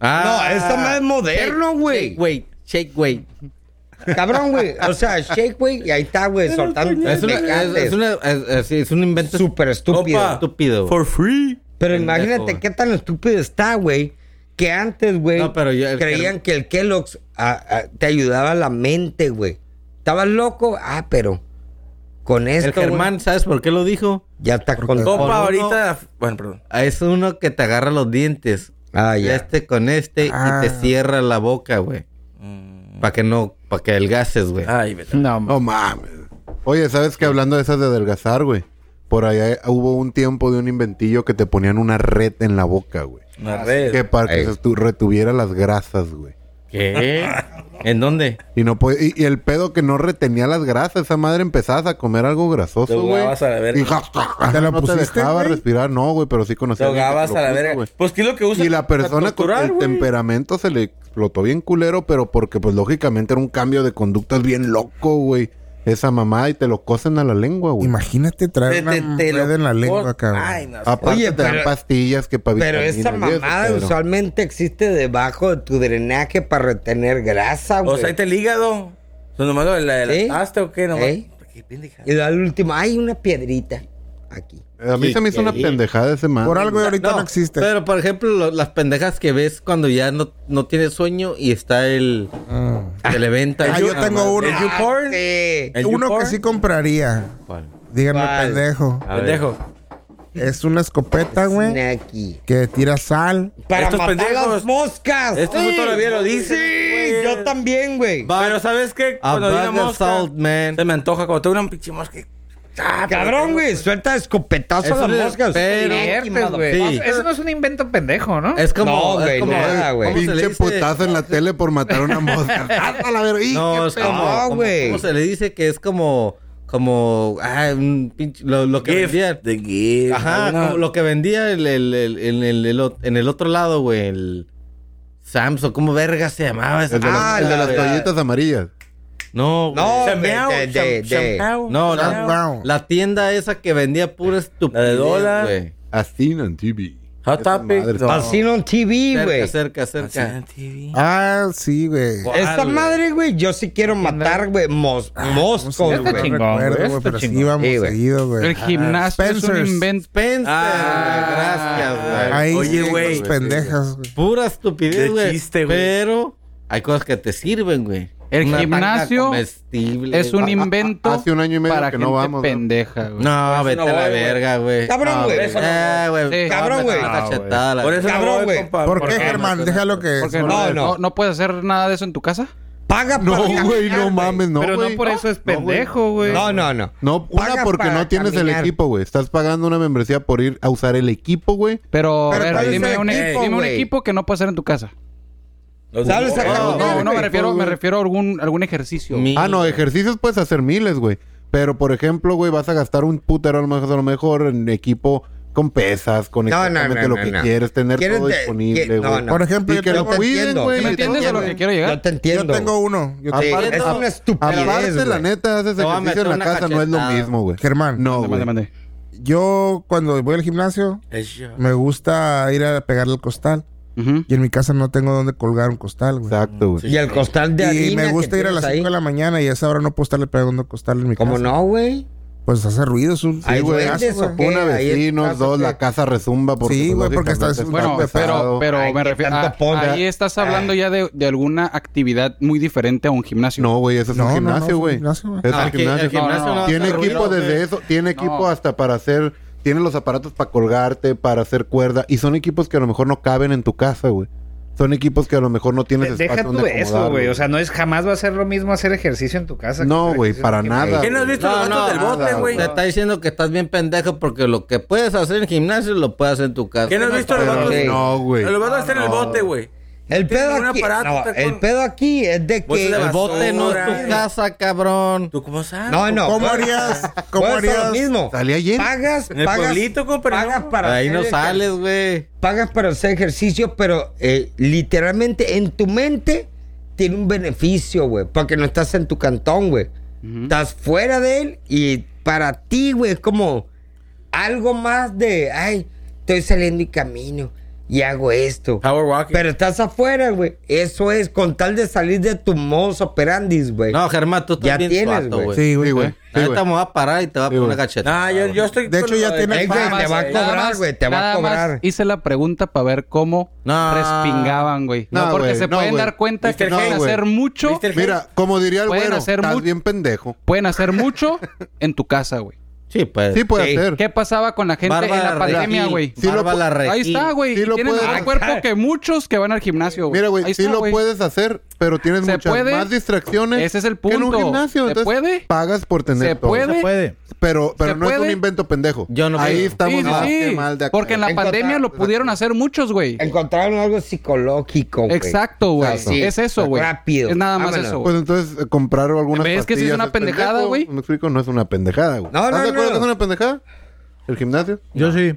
[SPEAKER 9] Ah,
[SPEAKER 4] No, esa madre es moderno,
[SPEAKER 9] shake,
[SPEAKER 4] güey.
[SPEAKER 9] shake, Güey, shake, güey.
[SPEAKER 4] Cabrón, güey. O sea, shake, güey, y ahí está, güey, soltando.
[SPEAKER 9] Es, una- es,
[SPEAKER 4] pendejadas.
[SPEAKER 9] es una- es- es- es un invento
[SPEAKER 4] Súper estúpido.
[SPEAKER 5] Opa.
[SPEAKER 9] estúpido. güey.
[SPEAKER 5] For free.
[SPEAKER 4] Pero
[SPEAKER 9] Pendejo,
[SPEAKER 4] imagínate
[SPEAKER 9] güey.
[SPEAKER 4] qué tan estúpido está, güey. Que antes, güey,
[SPEAKER 9] No, pero yo- el
[SPEAKER 4] creían que el Kellogg's ah, ah, te ayudaba la mente, güey. Estabas loco, ah, pero con esto,
[SPEAKER 9] El
[SPEAKER 4] güey,
[SPEAKER 9] Germán, ¿sabes por qué lo dijo?
[SPEAKER 4] ya está con
[SPEAKER 5] Compa,
[SPEAKER 4] todo.
[SPEAKER 5] ahorita. Bueno, perdón.
[SPEAKER 9] Es uno que te agarra los dientes.
[SPEAKER 4] Ah, ya.
[SPEAKER 9] Este con este
[SPEAKER 8] Ah.
[SPEAKER 9] y te cierra la boca, güey. Para que no, para que adelgaces, güey.
[SPEAKER 6] Ah,
[SPEAKER 5] Ay, vete.
[SPEAKER 2] No,
[SPEAKER 6] No mames. Oye, ¿sabes que hablando de esas de adelgazar, güey? Por allá hubo un tiempo de un inventillo que te ponían una red en la boca, güey.
[SPEAKER 5] Una red.
[SPEAKER 6] Que para que
[SPEAKER 4] Ey.
[SPEAKER 6] se estu- retuviera las grasas, güey.
[SPEAKER 9] ¿Qué? ¿En dónde?
[SPEAKER 6] Y no po- y, y el pedo que no retenía las grasas, esa madre empezabas a comer algo
[SPEAKER 5] Te
[SPEAKER 6] grasoso, güey.
[SPEAKER 5] ahogabas a la verga.
[SPEAKER 6] Y ja, ja, ja,
[SPEAKER 8] ¿Te lo
[SPEAKER 6] no te
[SPEAKER 8] pusiste,
[SPEAKER 6] dejaba
[SPEAKER 8] güey?
[SPEAKER 6] respirar, no, güey, pero sí
[SPEAKER 5] Te
[SPEAKER 6] conocía. alguien que
[SPEAKER 5] ahogabas
[SPEAKER 6] lo
[SPEAKER 5] a la
[SPEAKER 6] puso,
[SPEAKER 5] verga.
[SPEAKER 6] güey.
[SPEAKER 5] Pues, ¿qué es lo que usa?
[SPEAKER 6] Y la persona
[SPEAKER 5] torturar,
[SPEAKER 6] con el
[SPEAKER 5] güey?
[SPEAKER 6] temperamento se le explotó bien culero, pero porque pues lógicamente era un cambio de conductas bien loco, güey. Esa mamá y te lo cosen a la lengua, güey.
[SPEAKER 8] Imagínate
[SPEAKER 5] Te-
[SPEAKER 8] traer
[SPEAKER 5] te-
[SPEAKER 8] una
[SPEAKER 5] te lo-
[SPEAKER 8] red en la lengua, cabrón. Ah,
[SPEAKER 5] Ay, no.
[SPEAKER 6] Aparte
[SPEAKER 4] Oye,
[SPEAKER 6] te dan
[SPEAKER 4] pero-
[SPEAKER 6] pastillas que para
[SPEAKER 4] Pero esa mamada usualmente existe debajo de tu drenaje para retener grasa,
[SPEAKER 5] O
[SPEAKER 4] güey.
[SPEAKER 5] sea, ahí está el hígado. O sea, nomás lo del
[SPEAKER 4] Sí.
[SPEAKER 5] adelgazaste o qué, nomás.
[SPEAKER 4] Ey.
[SPEAKER 5] Qué pendeja.
[SPEAKER 4] Y da el último, hay una piedrita aquí.
[SPEAKER 6] A mí se me hizo una pendejada ese man.
[SPEAKER 8] Por algo ahorita no, existe.
[SPEAKER 9] Pero, por ejemplo, lo- las pendejas que ves cuando ya no, no tienes sueño y está el... Televenta.
[SPEAKER 8] Ah, yo tengo uno.
[SPEAKER 5] ¿El YouPorn?
[SPEAKER 4] Sí.
[SPEAKER 5] ¿El
[SPEAKER 8] Uno que
[SPEAKER 5] YouPorn?
[SPEAKER 8] sí compraría.
[SPEAKER 9] ¿Cuál?
[SPEAKER 8] Díganme,
[SPEAKER 4] ¿Cuál?
[SPEAKER 8] pendejo.
[SPEAKER 9] A ver.
[SPEAKER 5] Pendejo.
[SPEAKER 8] Es una escopeta, güey,
[SPEAKER 4] Aquí.
[SPEAKER 8] que tira sal.
[SPEAKER 4] Para
[SPEAKER 5] Estos
[SPEAKER 4] matar
[SPEAKER 5] pendejos.
[SPEAKER 4] las moscas.
[SPEAKER 5] Estos
[SPEAKER 4] Sí.
[SPEAKER 5] todavía lo dicen,
[SPEAKER 4] Sí,
[SPEAKER 5] güey.
[SPEAKER 4] yo también, güey.
[SPEAKER 5] Pero, ¿sabes qué?
[SPEAKER 9] A
[SPEAKER 5] Cuando diga
[SPEAKER 9] bag of
[SPEAKER 5] mosca,
[SPEAKER 9] salt, man.
[SPEAKER 5] se me antoja. Cuando tengo una pinche mosca. ah,
[SPEAKER 4] Cabrón, güey, suelta escopetazo a
[SPEAKER 9] Eso
[SPEAKER 4] las
[SPEAKER 9] es-
[SPEAKER 4] moscas.
[SPEAKER 9] pero-
[SPEAKER 4] Aquí,
[SPEAKER 7] Ciertas, güey.
[SPEAKER 9] Sí.
[SPEAKER 7] Eso no es un invento pendejo, ¿no?
[SPEAKER 9] Es como...
[SPEAKER 4] No,
[SPEAKER 9] es
[SPEAKER 4] güey,
[SPEAKER 9] como-
[SPEAKER 4] nada, güey.
[SPEAKER 9] ¿cómo se
[SPEAKER 6] Pinche
[SPEAKER 9] le dice?
[SPEAKER 6] putazo en la tele por matar una mosca. ¡Ah, la verga! ¡Y
[SPEAKER 9] No,
[SPEAKER 6] qué
[SPEAKER 9] es
[SPEAKER 6] pedo!
[SPEAKER 9] como...
[SPEAKER 4] No,
[SPEAKER 9] como-
[SPEAKER 4] güey.
[SPEAKER 9] ¿Cómo se le dice que es como... Como... Ah, un pinche... Lo, lo que
[SPEAKER 5] Gift.
[SPEAKER 9] vendían.
[SPEAKER 5] The gift.
[SPEAKER 9] Ajá,
[SPEAKER 5] Alguna-
[SPEAKER 9] como lo que vendía el, el, el- en el- el ot- en el otro lado, güey. El Samsung, ¿cómo verga se llamaba esa?
[SPEAKER 6] El de, las-
[SPEAKER 4] Ah,
[SPEAKER 6] el de las
[SPEAKER 4] la-
[SPEAKER 6] toallitas amarillas.
[SPEAKER 9] No, güey.
[SPEAKER 4] No, güey,
[SPEAKER 5] Chambeao,
[SPEAKER 4] de, de,
[SPEAKER 5] cham-
[SPEAKER 4] de-
[SPEAKER 5] chambeao,
[SPEAKER 9] No,
[SPEAKER 5] chambeao.
[SPEAKER 9] la, la tienda esa que vendía pura estupidez,
[SPEAKER 5] La de dólar.
[SPEAKER 9] güey.
[SPEAKER 6] Así en TV.
[SPEAKER 5] Hot
[SPEAKER 6] Esa
[SPEAKER 5] Topic,
[SPEAKER 6] madre
[SPEAKER 5] no.
[SPEAKER 6] está-
[SPEAKER 4] Así no en TV,
[SPEAKER 9] Cerca,
[SPEAKER 4] güey.
[SPEAKER 9] cerca,
[SPEAKER 5] Así
[SPEAKER 9] cerca.
[SPEAKER 5] en TV.
[SPEAKER 8] Ah, sí, güey.
[SPEAKER 4] Esta madre, güey, yo sí quiero matar, güey, mos-
[SPEAKER 8] Ah,
[SPEAKER 4] moscos,
[SPEAKER 8] No
[SPEAKER 7] Está
[SPEAKER 4] güey.
[SPEAKER 7] chingón,
[SPEAKER 8] recuerdo,
[SPEAKER 7] güey,
[SPEAKER 8] güey,
[SPEAKER 7] está
[SPEAKER 8] pero sí
[SPEAKER 7] chingón.
[SPEAKER 8] íbamos
[SPEAKER 4] Sí, güey.
[SPEAKER 8] seguido, güey. Ah,
[SPEAKER 2] El gimnasio es un
[SPEAKER 8] Spencer's.
[SPEAKER 2] invento.
[SPEAKER 9] Spencer,
[SPEAKER 5] Ah,
[SPEAKER 9] güey, Este, gracias, güey.
[SPEAKER 8] Ahí
[SPEAKER 5] Oye,
[SPEAKER 8] sí, con
[SPEAKER 5] güey.
[SPEAKER 8] tus pendejas, güey.
[SPEAKER 9] Pura estupidez,
[SPEAKER 5] De
[SPEAKER 9] güey.
[SPEAKER 5] chiste, güey.
[SPEAKER 9] Pero hay cosas que te sirven, güey.
[SPEAKER 2] El
[SPEAKER 9] Una tanga
[SPEAKER 2] gimnasio
[SPEAKER 9] comestible,
[SPEAKER 2] Es un
[SPEAKER 9] güey.
[SPEAKER 2] invento
[SPEAKER 6] hace un año y medio
[SPEAKER 2] para
[SPEAKER 6] que no
[SPEAKER 2] gente
[SPEAKER 6] vamos, ¿no?
[SPEAKER 2] pendeja, güey.
[SPEAKER 9] No, vete
[SPEAKER 5] no
[SPEAKER 9] a la
[SPEAKER 5] voy, güey.
[SPEAKER 9] verga, güey.
[SPEAKER 4] Cabrón,
[SPEAKER 9] No,
[SPEAKER 4] güey.
[SPEAKER 9] güey. Eh, güey.
[SPEAKER 2] Sí.
[SPEAKER 9] no,
[SPEAKER 4] Cabrón,
[SPEAKER 9] me
[SPEAKER 4] güey.
[SPEAKER 9] está
[SPEAKER 5] Ah,
[SPEAKER 9] cachetada la-
[SPEAKER 5] Por eso no
[SPEAKER 4] Cabrón,
[SPEAKER 5] voy,
[SPEAKER 4] güey.
[SPEAKER 5] compa.
[SPEAKER 8] ¿Por
[SPEAKER 5] Porque
[SPEAKER 8] qué,
[SPEAKER 5] no
[SPEAKER 8] Germán?
[SPEAKER 5] me-
[SPEAKER 8] Déjalo que...
[SPEAKER 2] Porque
[SPEAKER 4] No,
[SPEAKER 2] no,
[SPEAKER 4] no.
[SPEAKER 2] no, no puedes hacer nada de eso en tu casa.
[SPEAKER 4] Paga
[SPEAKER 6] No,
[SPEAKER 4] para
[SPEAKER 6] güey, no
[SPEAKER 4] caminar,
[SPEAKER 6] mames, no.
[SPEAKER 7] Pero
[SPEAKER 6] güey.
[SPEAKER 7] no por eso es
[SPEAKER 6] No, güey.
[SPEAKER 7] pendejo, güey.
[SPEAKER 4] No, no, no.
[SPEAKER 6] No,
[SPEAKER 4] Paga
[SPEAKER 6] una porque
[SPEAKER 4] para
[SPEAKER 6] no tienes el
[SPEAKER 4] caminar.
[SPEAKER 6] equipo, güey. Estás pagando una membresía por ir a usar el equipo, güey.
[SPEAKER 2] Pero, a
[SPEAKER 4] Pero
[SPEAKER 2] ver,
[SPEAKER 4] ¿cuál es
[SPEAKER 2] dime,
[SPEAKER 4] el
[SPEAKER 2] un, e-
[SPEAKER 4] equipo,
[SPEAKER 2] dime un
[SPEAKER 4] güey?
[SPEAKER 2] equipo que no puedes hacer en tu casa.
[SPEAKER 4] ¿Sabes a
[SPEAKER 6] No,
[SPEAKER 2] No, no, me
[SPEAKER 6] güey,
[SPEAKER 2] refiero,
[SPEAKER 6] pues,
[SPEAKER 2] me
[SPEAKER 6] güey.
[SPEAKER 2] refiero a algún, algún ejercicio.
[SPEAKER 9] Mi-
[SPEAKER 6] Ah, no, ejercicios puedes hacer miles, güey. Pero, por ejemplo, güey, vas a gastar un putero a lo mejor, a lo mejor en equipo con pesas, con
[SPEAKER 4] No, no,
[SPEAKER 6] exactamente
[SPEAKER 4] no,
[SPEAKER 6] lo
[SPEAKER 4] no,
[SPEAKER 6] que
[SPEAKER 4] no.
[SPEAKER 6] quieres, tener
[SPEAKER 4] ¿Quieres
[SPEAKER 6] todo
[SPEAKER 4] de- que-
[SPEAKER 6] disponible,
[SPEAKER 4] no,
[SPEAKER 6] güey.
[SPEAKER 4] no.
[SPEAKER 8] Por ejemplo,
[SPEAKER 6] Y
[SPEAKER 8] yo
[SPEAKER 6] que
[SPEAKER 8] tengo,
[SPEAKER 6] lo cuiden, güey.
[SPEAKER 2] ¿Me entiendes a lo que quiero
[SPEAKER 4] Yo
[SPEAKER 2] llegar?
[SPEAKER 4] te
[SPEAKER 8] yo
[SPEAKER 4] entiendo.
[SPEAKER 8] tengo uno. Yo
[SPEAKER 4] Sí,
[SPEAKER 8] tengo-
[SPEAKER 4] es
[SPEAKER 6] no.
[SPEAKER 4] una
[SPEAKER 6] Aparte,
[SPEAKER 4] estupidez,
[SPEAKER 6] la
[SPEAKER 4] güey.
[SPEAKER 6] neta, haces
[SPEAKER 9] Te voy
[SPEAKER 6] ejercicio
[SPEAKER 9] a
[SPEAKER 6] en la
[SPEAKER 9] meter una
[SPEAKER 6] casa, no es lo
[SPEAKER 9] cachetada.
[SPEAKER 6] mismo, güey.
[SPEAKER 8] Germán,
[SPEAKER 6] No,
[SPEAKER 2] Mande,
[SPEAKER 6] güey.
[SPEAKER 2] mande, mande.
[SPEAKER 8] yo cuando voy al gimnasio me gusta ir a pegarle al costal.
[SPEAKER 2] Ujú.
[SPEAKER 8] Y en mi casa no tengo donde colgar un costal, güey.
[SPEAKER 6] Exacto, güey.
[SPEAKER 4] Y el costal de harina
[SPEAKER 8] Y me
[SPEAKER 4] que
[SPEAKER 8] gusta ir a
[SPEAKER 4] tienes
[SPEAKER 8] las
[SPEAKER 4] ahí.
[SPEAKER 8] 5 de la mañana y a esa hora no puedo estarle pegando al costal en mi
[SPEAKER 4] ¿Cómo
[SPEAKER 8] casa.
[SPEAKER 4] no, güey?
[SPEAKER 8] Pues hace ruido, es un...
[SPEAKER 4] Ahí,
[SPEAKER 8] un
[SPEAKER 4] güey,
[SPEAKER 8] vergazo,
[SPEAKER 4] ¿vendes o
[SPEAKER 8] güey.
[SPEAKER 4] qué?
[SPEAKER 6] Una
[SPEAKER 4] Ahí
[SPEAKER 6] vecinos,
[SPEAKER 4] estás,
[SPEAKER 6] dos,
[SPEAKER 4] ¿o
[SPEAKER 6] la
[SPEAKER 4] qué?
[SPEAKER 6] casa resumba. Porque,
[SPEAKER 8] Sí,
[SPEAKER 6] pues,
[SPEAKER 8] güey, porque
[SPEAKER 6] básicamente
[SPEAKER 8] estás-
[SPEAKER 6] está
[SPEAKER 2] Bueno, pero,
[SPEAKER 6] pesado.
[SPEAKER 2] pero
[SPEAKER 4] Ay,
[SPEAKER 2] me
[SPEAKER 4] qué
[SPEAKER 2] refiero.
[SPEAKER 4] tanto
[SPEAKER 2] ah,
[SPEAKER 4] ponga.
[SPEAKER 2] ahí estás hablando ya de, de alguna actividad muy diferente a un gimnasio.
[SPEAKER 6] No, güey, ese es
[SPEAKER 8] No,
[SPEAKER 6] un
[SPEAKER 8] no, no, es
[SPEAKER 6] gimnasio,
[SPEAKER 8] un
[SPEAKER 6] güey.
[SPEAKER 8] gimnasio, güey.
[SPEAKER 6] Es
[SPEAKER 9] Ah,
[SPEAKER 6] un
[SPEAKER 9] que- el
[SPEAKER 6] gimnasio.
[SPEAKER 9] gimnasio
[SPEAKER 2] No,
[SPEAKER 9] no
[SPEAKER 6] Tiene
[SPEAKER 9] está
[SPEAKER 6] equipo
[SPEAKER 9] ruido,
[SPEAKER 6] desde
[SPEAKER 9] güey.
[SPEAKER 6] eso, tiene equipo hasta para hacer, tiene los aparatos para colgarte, para hacer cuerda, y son equipos que a lo mejor no caben en tu casa, güey. Son equipos que a lo mejor no tienes
[SPEAKER 7] De-
[SPEAKER 6] espacio
[SPEAKER 7] Deja tú
[SPEAKER 6] donde
[SPEAKER 7] eso,
[SPEAKER 6] acomodarlo.
[SPEAKER 7] güey. O sea, no es jamás va a ser lo mismo hacer ejercicio en tu casa.
[SPEAKER 6] No,
[SPEAKER 7] que
[SPEAKER 6] güey,
[SPEAKER 7] hacer
[SPEAKER 6] para
[SPEAKER 7] ejercicio en tu
[SPEAKER 6] nada.
[SPEAKER 7] casa.
[SPEAKER 5] ¿Qué no has visto
[SPEAKER 9] No,
[SPEAKER 5] los
[SPEAKER 9] no,
[SPEAKER 6] nada,
[SPEAKER 5] gatos del bote,
[SPEAKER 9] Te
[SPEAKER 5] güey?
[SPEAKER 9] está diciendo que estás bien pendejo porque lo que puedes hacer en gimnasio lo puedes hacer en tu casa.
[SPEAKER 5] ¿Qué no has visto los
[SPEAKER 6] Pero
[SPEAKER 5] gatos?
[SPEAKER 4] Sí.
[SPEAKER 6] no, güey.
[SPEAKER 5] Los gatos están en el bote, güey.
[SPEAKER 4] El
[SPEAKER 5] Tiene
[SPEAKER 4] pedo
[SPEAKER 5] un
[SPEAKER 4] aquí,
[SPEAKER 5] aparato,
[SPEAKER 4] no,
[SPEAKER 5] está con-
[SPEAKER 4] el pedo aquí es de
[SPEAKER 5] Bolsas
[SPEAKER 4] que...
[SPEAKER 5] de
[SPEAKER 9] El bote no es
[SPEAKER 5] basura.
[SPEAKER 9] tu casa, cabrón.
[SPEAKER 5] ¿Tú cómo sabes?
[SPEAKER 4] No, no.
[SPEAKER 8] ¿Cómo
[SPEAKER 4] pues,
[SPEAKER 8] harías? ¿Cómo
[SPEAKER 4] pues, es lo
[SPEAKER 8] harías?
[SPEAKER 4] mismo.
[SPEAKER 6] Salí ayer.
[SPEAKER 4] Pagas,
[SPEAKER 5] En el
[SPEAKER 4] pagas,
[SPEAKER 5] pueblito, compa,
[SPEAKER 4] pagas
[SPEAKER 5] no.
[SPEAKER 4] para
[SPEAKER 9] Ahí
[SPEAKER 4] hacer
[SPEAKER 9] no
[SPEAKER 4] ejer-
[SPEAKER 9] sales, güey.
[SPEAKER 4] Pagas para hacer ejercicio, pero eh, literalmente en tu mente tiene un beneficio, güey, porque no estás en tu cantón, güey. Estás fuera de él y para ti, güey, es como algo más de, ay, estoy saliendo y camino y hago esto.
[SPEAKER 5] Power walking.
[SPEAKER 4] Pero estás afuera, güey. Eso es, con tal de salir de tu modus operandis, güey.
[SPEAKER 9] No, Germán, tú
[SPEAKER 4] Ya
[SPEAKER 9] estás bien
[SPEAKER 4] tienes,
[SPEAKER 9] suato,
[SPEAKER 4] güey.
[SPEAKER 9] güey.
[SPEAKER 8] Sí,
[SPEAKER 6] Sí,
[SPEAKER 8] güey.
[SPEAKER 6] güey. sí,
[SPEAKER 9] Ahorita
[SPEAKER 6] güey.
[SPEAKER 9] me voy a parar y te va a
[SPEAKER 6] Sí,
[SPEAKER 9] poner
[SPEAKER 6] güey.
[SPEAKER 9] una cacheta.
[SPEAKER 5] Ah, yo, yo estoy.
[SPEAKER 8] De
[SPEAKER 5] con
[SPEAKER 8] hecho, ya
[SPEAKER 5] lo de-
[SPEAKER 8] tiene
[SPEAKER 4] Eh, güey,
[SPEAKER 8] fama,
[SPEAKER 4] te va a
[SPEAKER 8] güey.
[SPEAKER 2] Nada
[SPEAKER 4] cobrar,
[SPEAKER 2] más-
[SPEAKER 4] güey, te va a
[SPEAKER 2] nada más
[SPEAKER 4] cobrar.
[SPEAKER 2] hice la pregunta para ver cómo
[SPEAKER 9] No.
[SPEAKER 2] respingaban, güey. No,
[SPEAKER 6] No,
[SPEAKER 2] porque
[SPEAKER 6] güey,
[SPEAKER 2] se
[SPEAKER 6] no,
[SPEAKER 2] pueden
[SPEAKER 6] güey.
[SPEAKER 2] dar cuenta que
[SPEAKER 6] Mr.
[SPEAKER 2] pueden
[SPEAKER 6] Hayes.
[SPEAKER 2] hacer mucho,
[SPEAKER 5] Mr.
[SPEAKER 6] Mira, como diría el
[SPEAKER 2] Pueden
[SPEAKER 6] güero,
[SPEAKER 2] hacer
[SPEAKER 6] estás
[SPEAKER 2] mucho-
[SPEAKER 6] bien pendejo.
[SPEAKER 2] pueden hacer mucho en tu casa, güey.
[SPEAKER 9] Sí, pues.
[SPEAKER 6] Sí puede
[SPEAKER 4] Sí.
[SPEAKER 6] hacer.
[SPEAKER 2] ¿Qué pasaba con la gente en la pandemia, güey?
[SPEAKER 9] Sí,
[SPEAKER 6] lo
[SPEAKER 9] Bárbara
[SPEAKER 6] pu-
[SPEAKER 9] Regil.
[SPEAKER 2] Ahí está, güey.
[SPEAKER 6] sí
[SPEAKER 2] Y
[SPEAKER 6] lo
[SPEAKER 2] Tienen
[SPEAKER 6] puedes-
[SPEAKER 2] más cuerpo que muchos que van al gimnasio, güey.
[SPEAKER 6] Mira, güey,
[SPEAKER 2] Ahí
[SPEAKER 6] sí
[SPEAKER 2] está,
[SPEAKER 6] lo
[SPEAKER 2] güey.
[SPEAKER 6] puedes hacer, pero tienes
[SPEAKER 2] Se
[SPEAKER 6] muchas
[SPEAKER 2] puede.
[SPEAKER 6] más distracciones.
[SPEAKER 2] Ese es el
[SPEAKER 6] que en un
[SPEAKER 2] punto.
[SPEAKER 6] gimnasio.
[SPEAKER 2] ¿Se
[SPEAKER 6] Entonces,
[SPEAKER 2] puede?
[SPEAKER 6] Pagas por tener
[SPEAKER 2] ¿Se
[SPEAKER 6] todo.
[SPEAKER 2] puede?
[SPEAKER 3] Se puede.
[SPEAKER 6] Pero, pero
[SPEAKER 2] ¿Se
[SPEAKER 6] no es un
[SPEAKER 2] puede?
[SPEAKER 6] invento pendejo.
[SPEAKER 9] Yo no
[SPEAKER 6] Ahí
[SPEAKER 9] creo.
[SPEAKER 6] estamos
[SPEAKER 2] Sí, sí,
[SPEAKER 6] más que
[SPEAKER 2] sí.
[SPEAKER 6] mal de acuerdo.
[SPEAKER 2] Porque en la
[SPEAKER 4] En contra-
[SPEAKER 2] pandemia lo pudieron hacer muchos, güey.
[SPEAKER 4] Encontraron algo psicológico, güey.
[SPEAKER 2] Exacto, güey.
[SPEAKER 4] Exacto.
[SPEAKER 2] Es eso, güey.
[SPEAKER 4] Rápido.
[SPEAKER 2] Es nada más
[SPEAKER 4] Vámonos.
[SPEAKER 2] eso, güey.
[SPEAKER 6] Pues entonces eh, comprar algunas
[SPEAKER 2] ¿Ves que sí es
[SPEAKER 6] pastillas
[SPEAKER 2] una pendejada,
[SPEAKER 6] pendejo?
[SPEAKER 2] güey?
[SPEAKER 6] Me explico, no es una pendejada, güey.
[SPEAKER 4] No,
[SPEAKER 6] ¿Estás
[SPEAKER 4] no,
[SPEAKER 6] de acuerdo
[SPEAKER 4] no.
[SPEAKER 6] que es una pendejada? ¿El gimnasio?
[SPEAKER 3] Yo sí.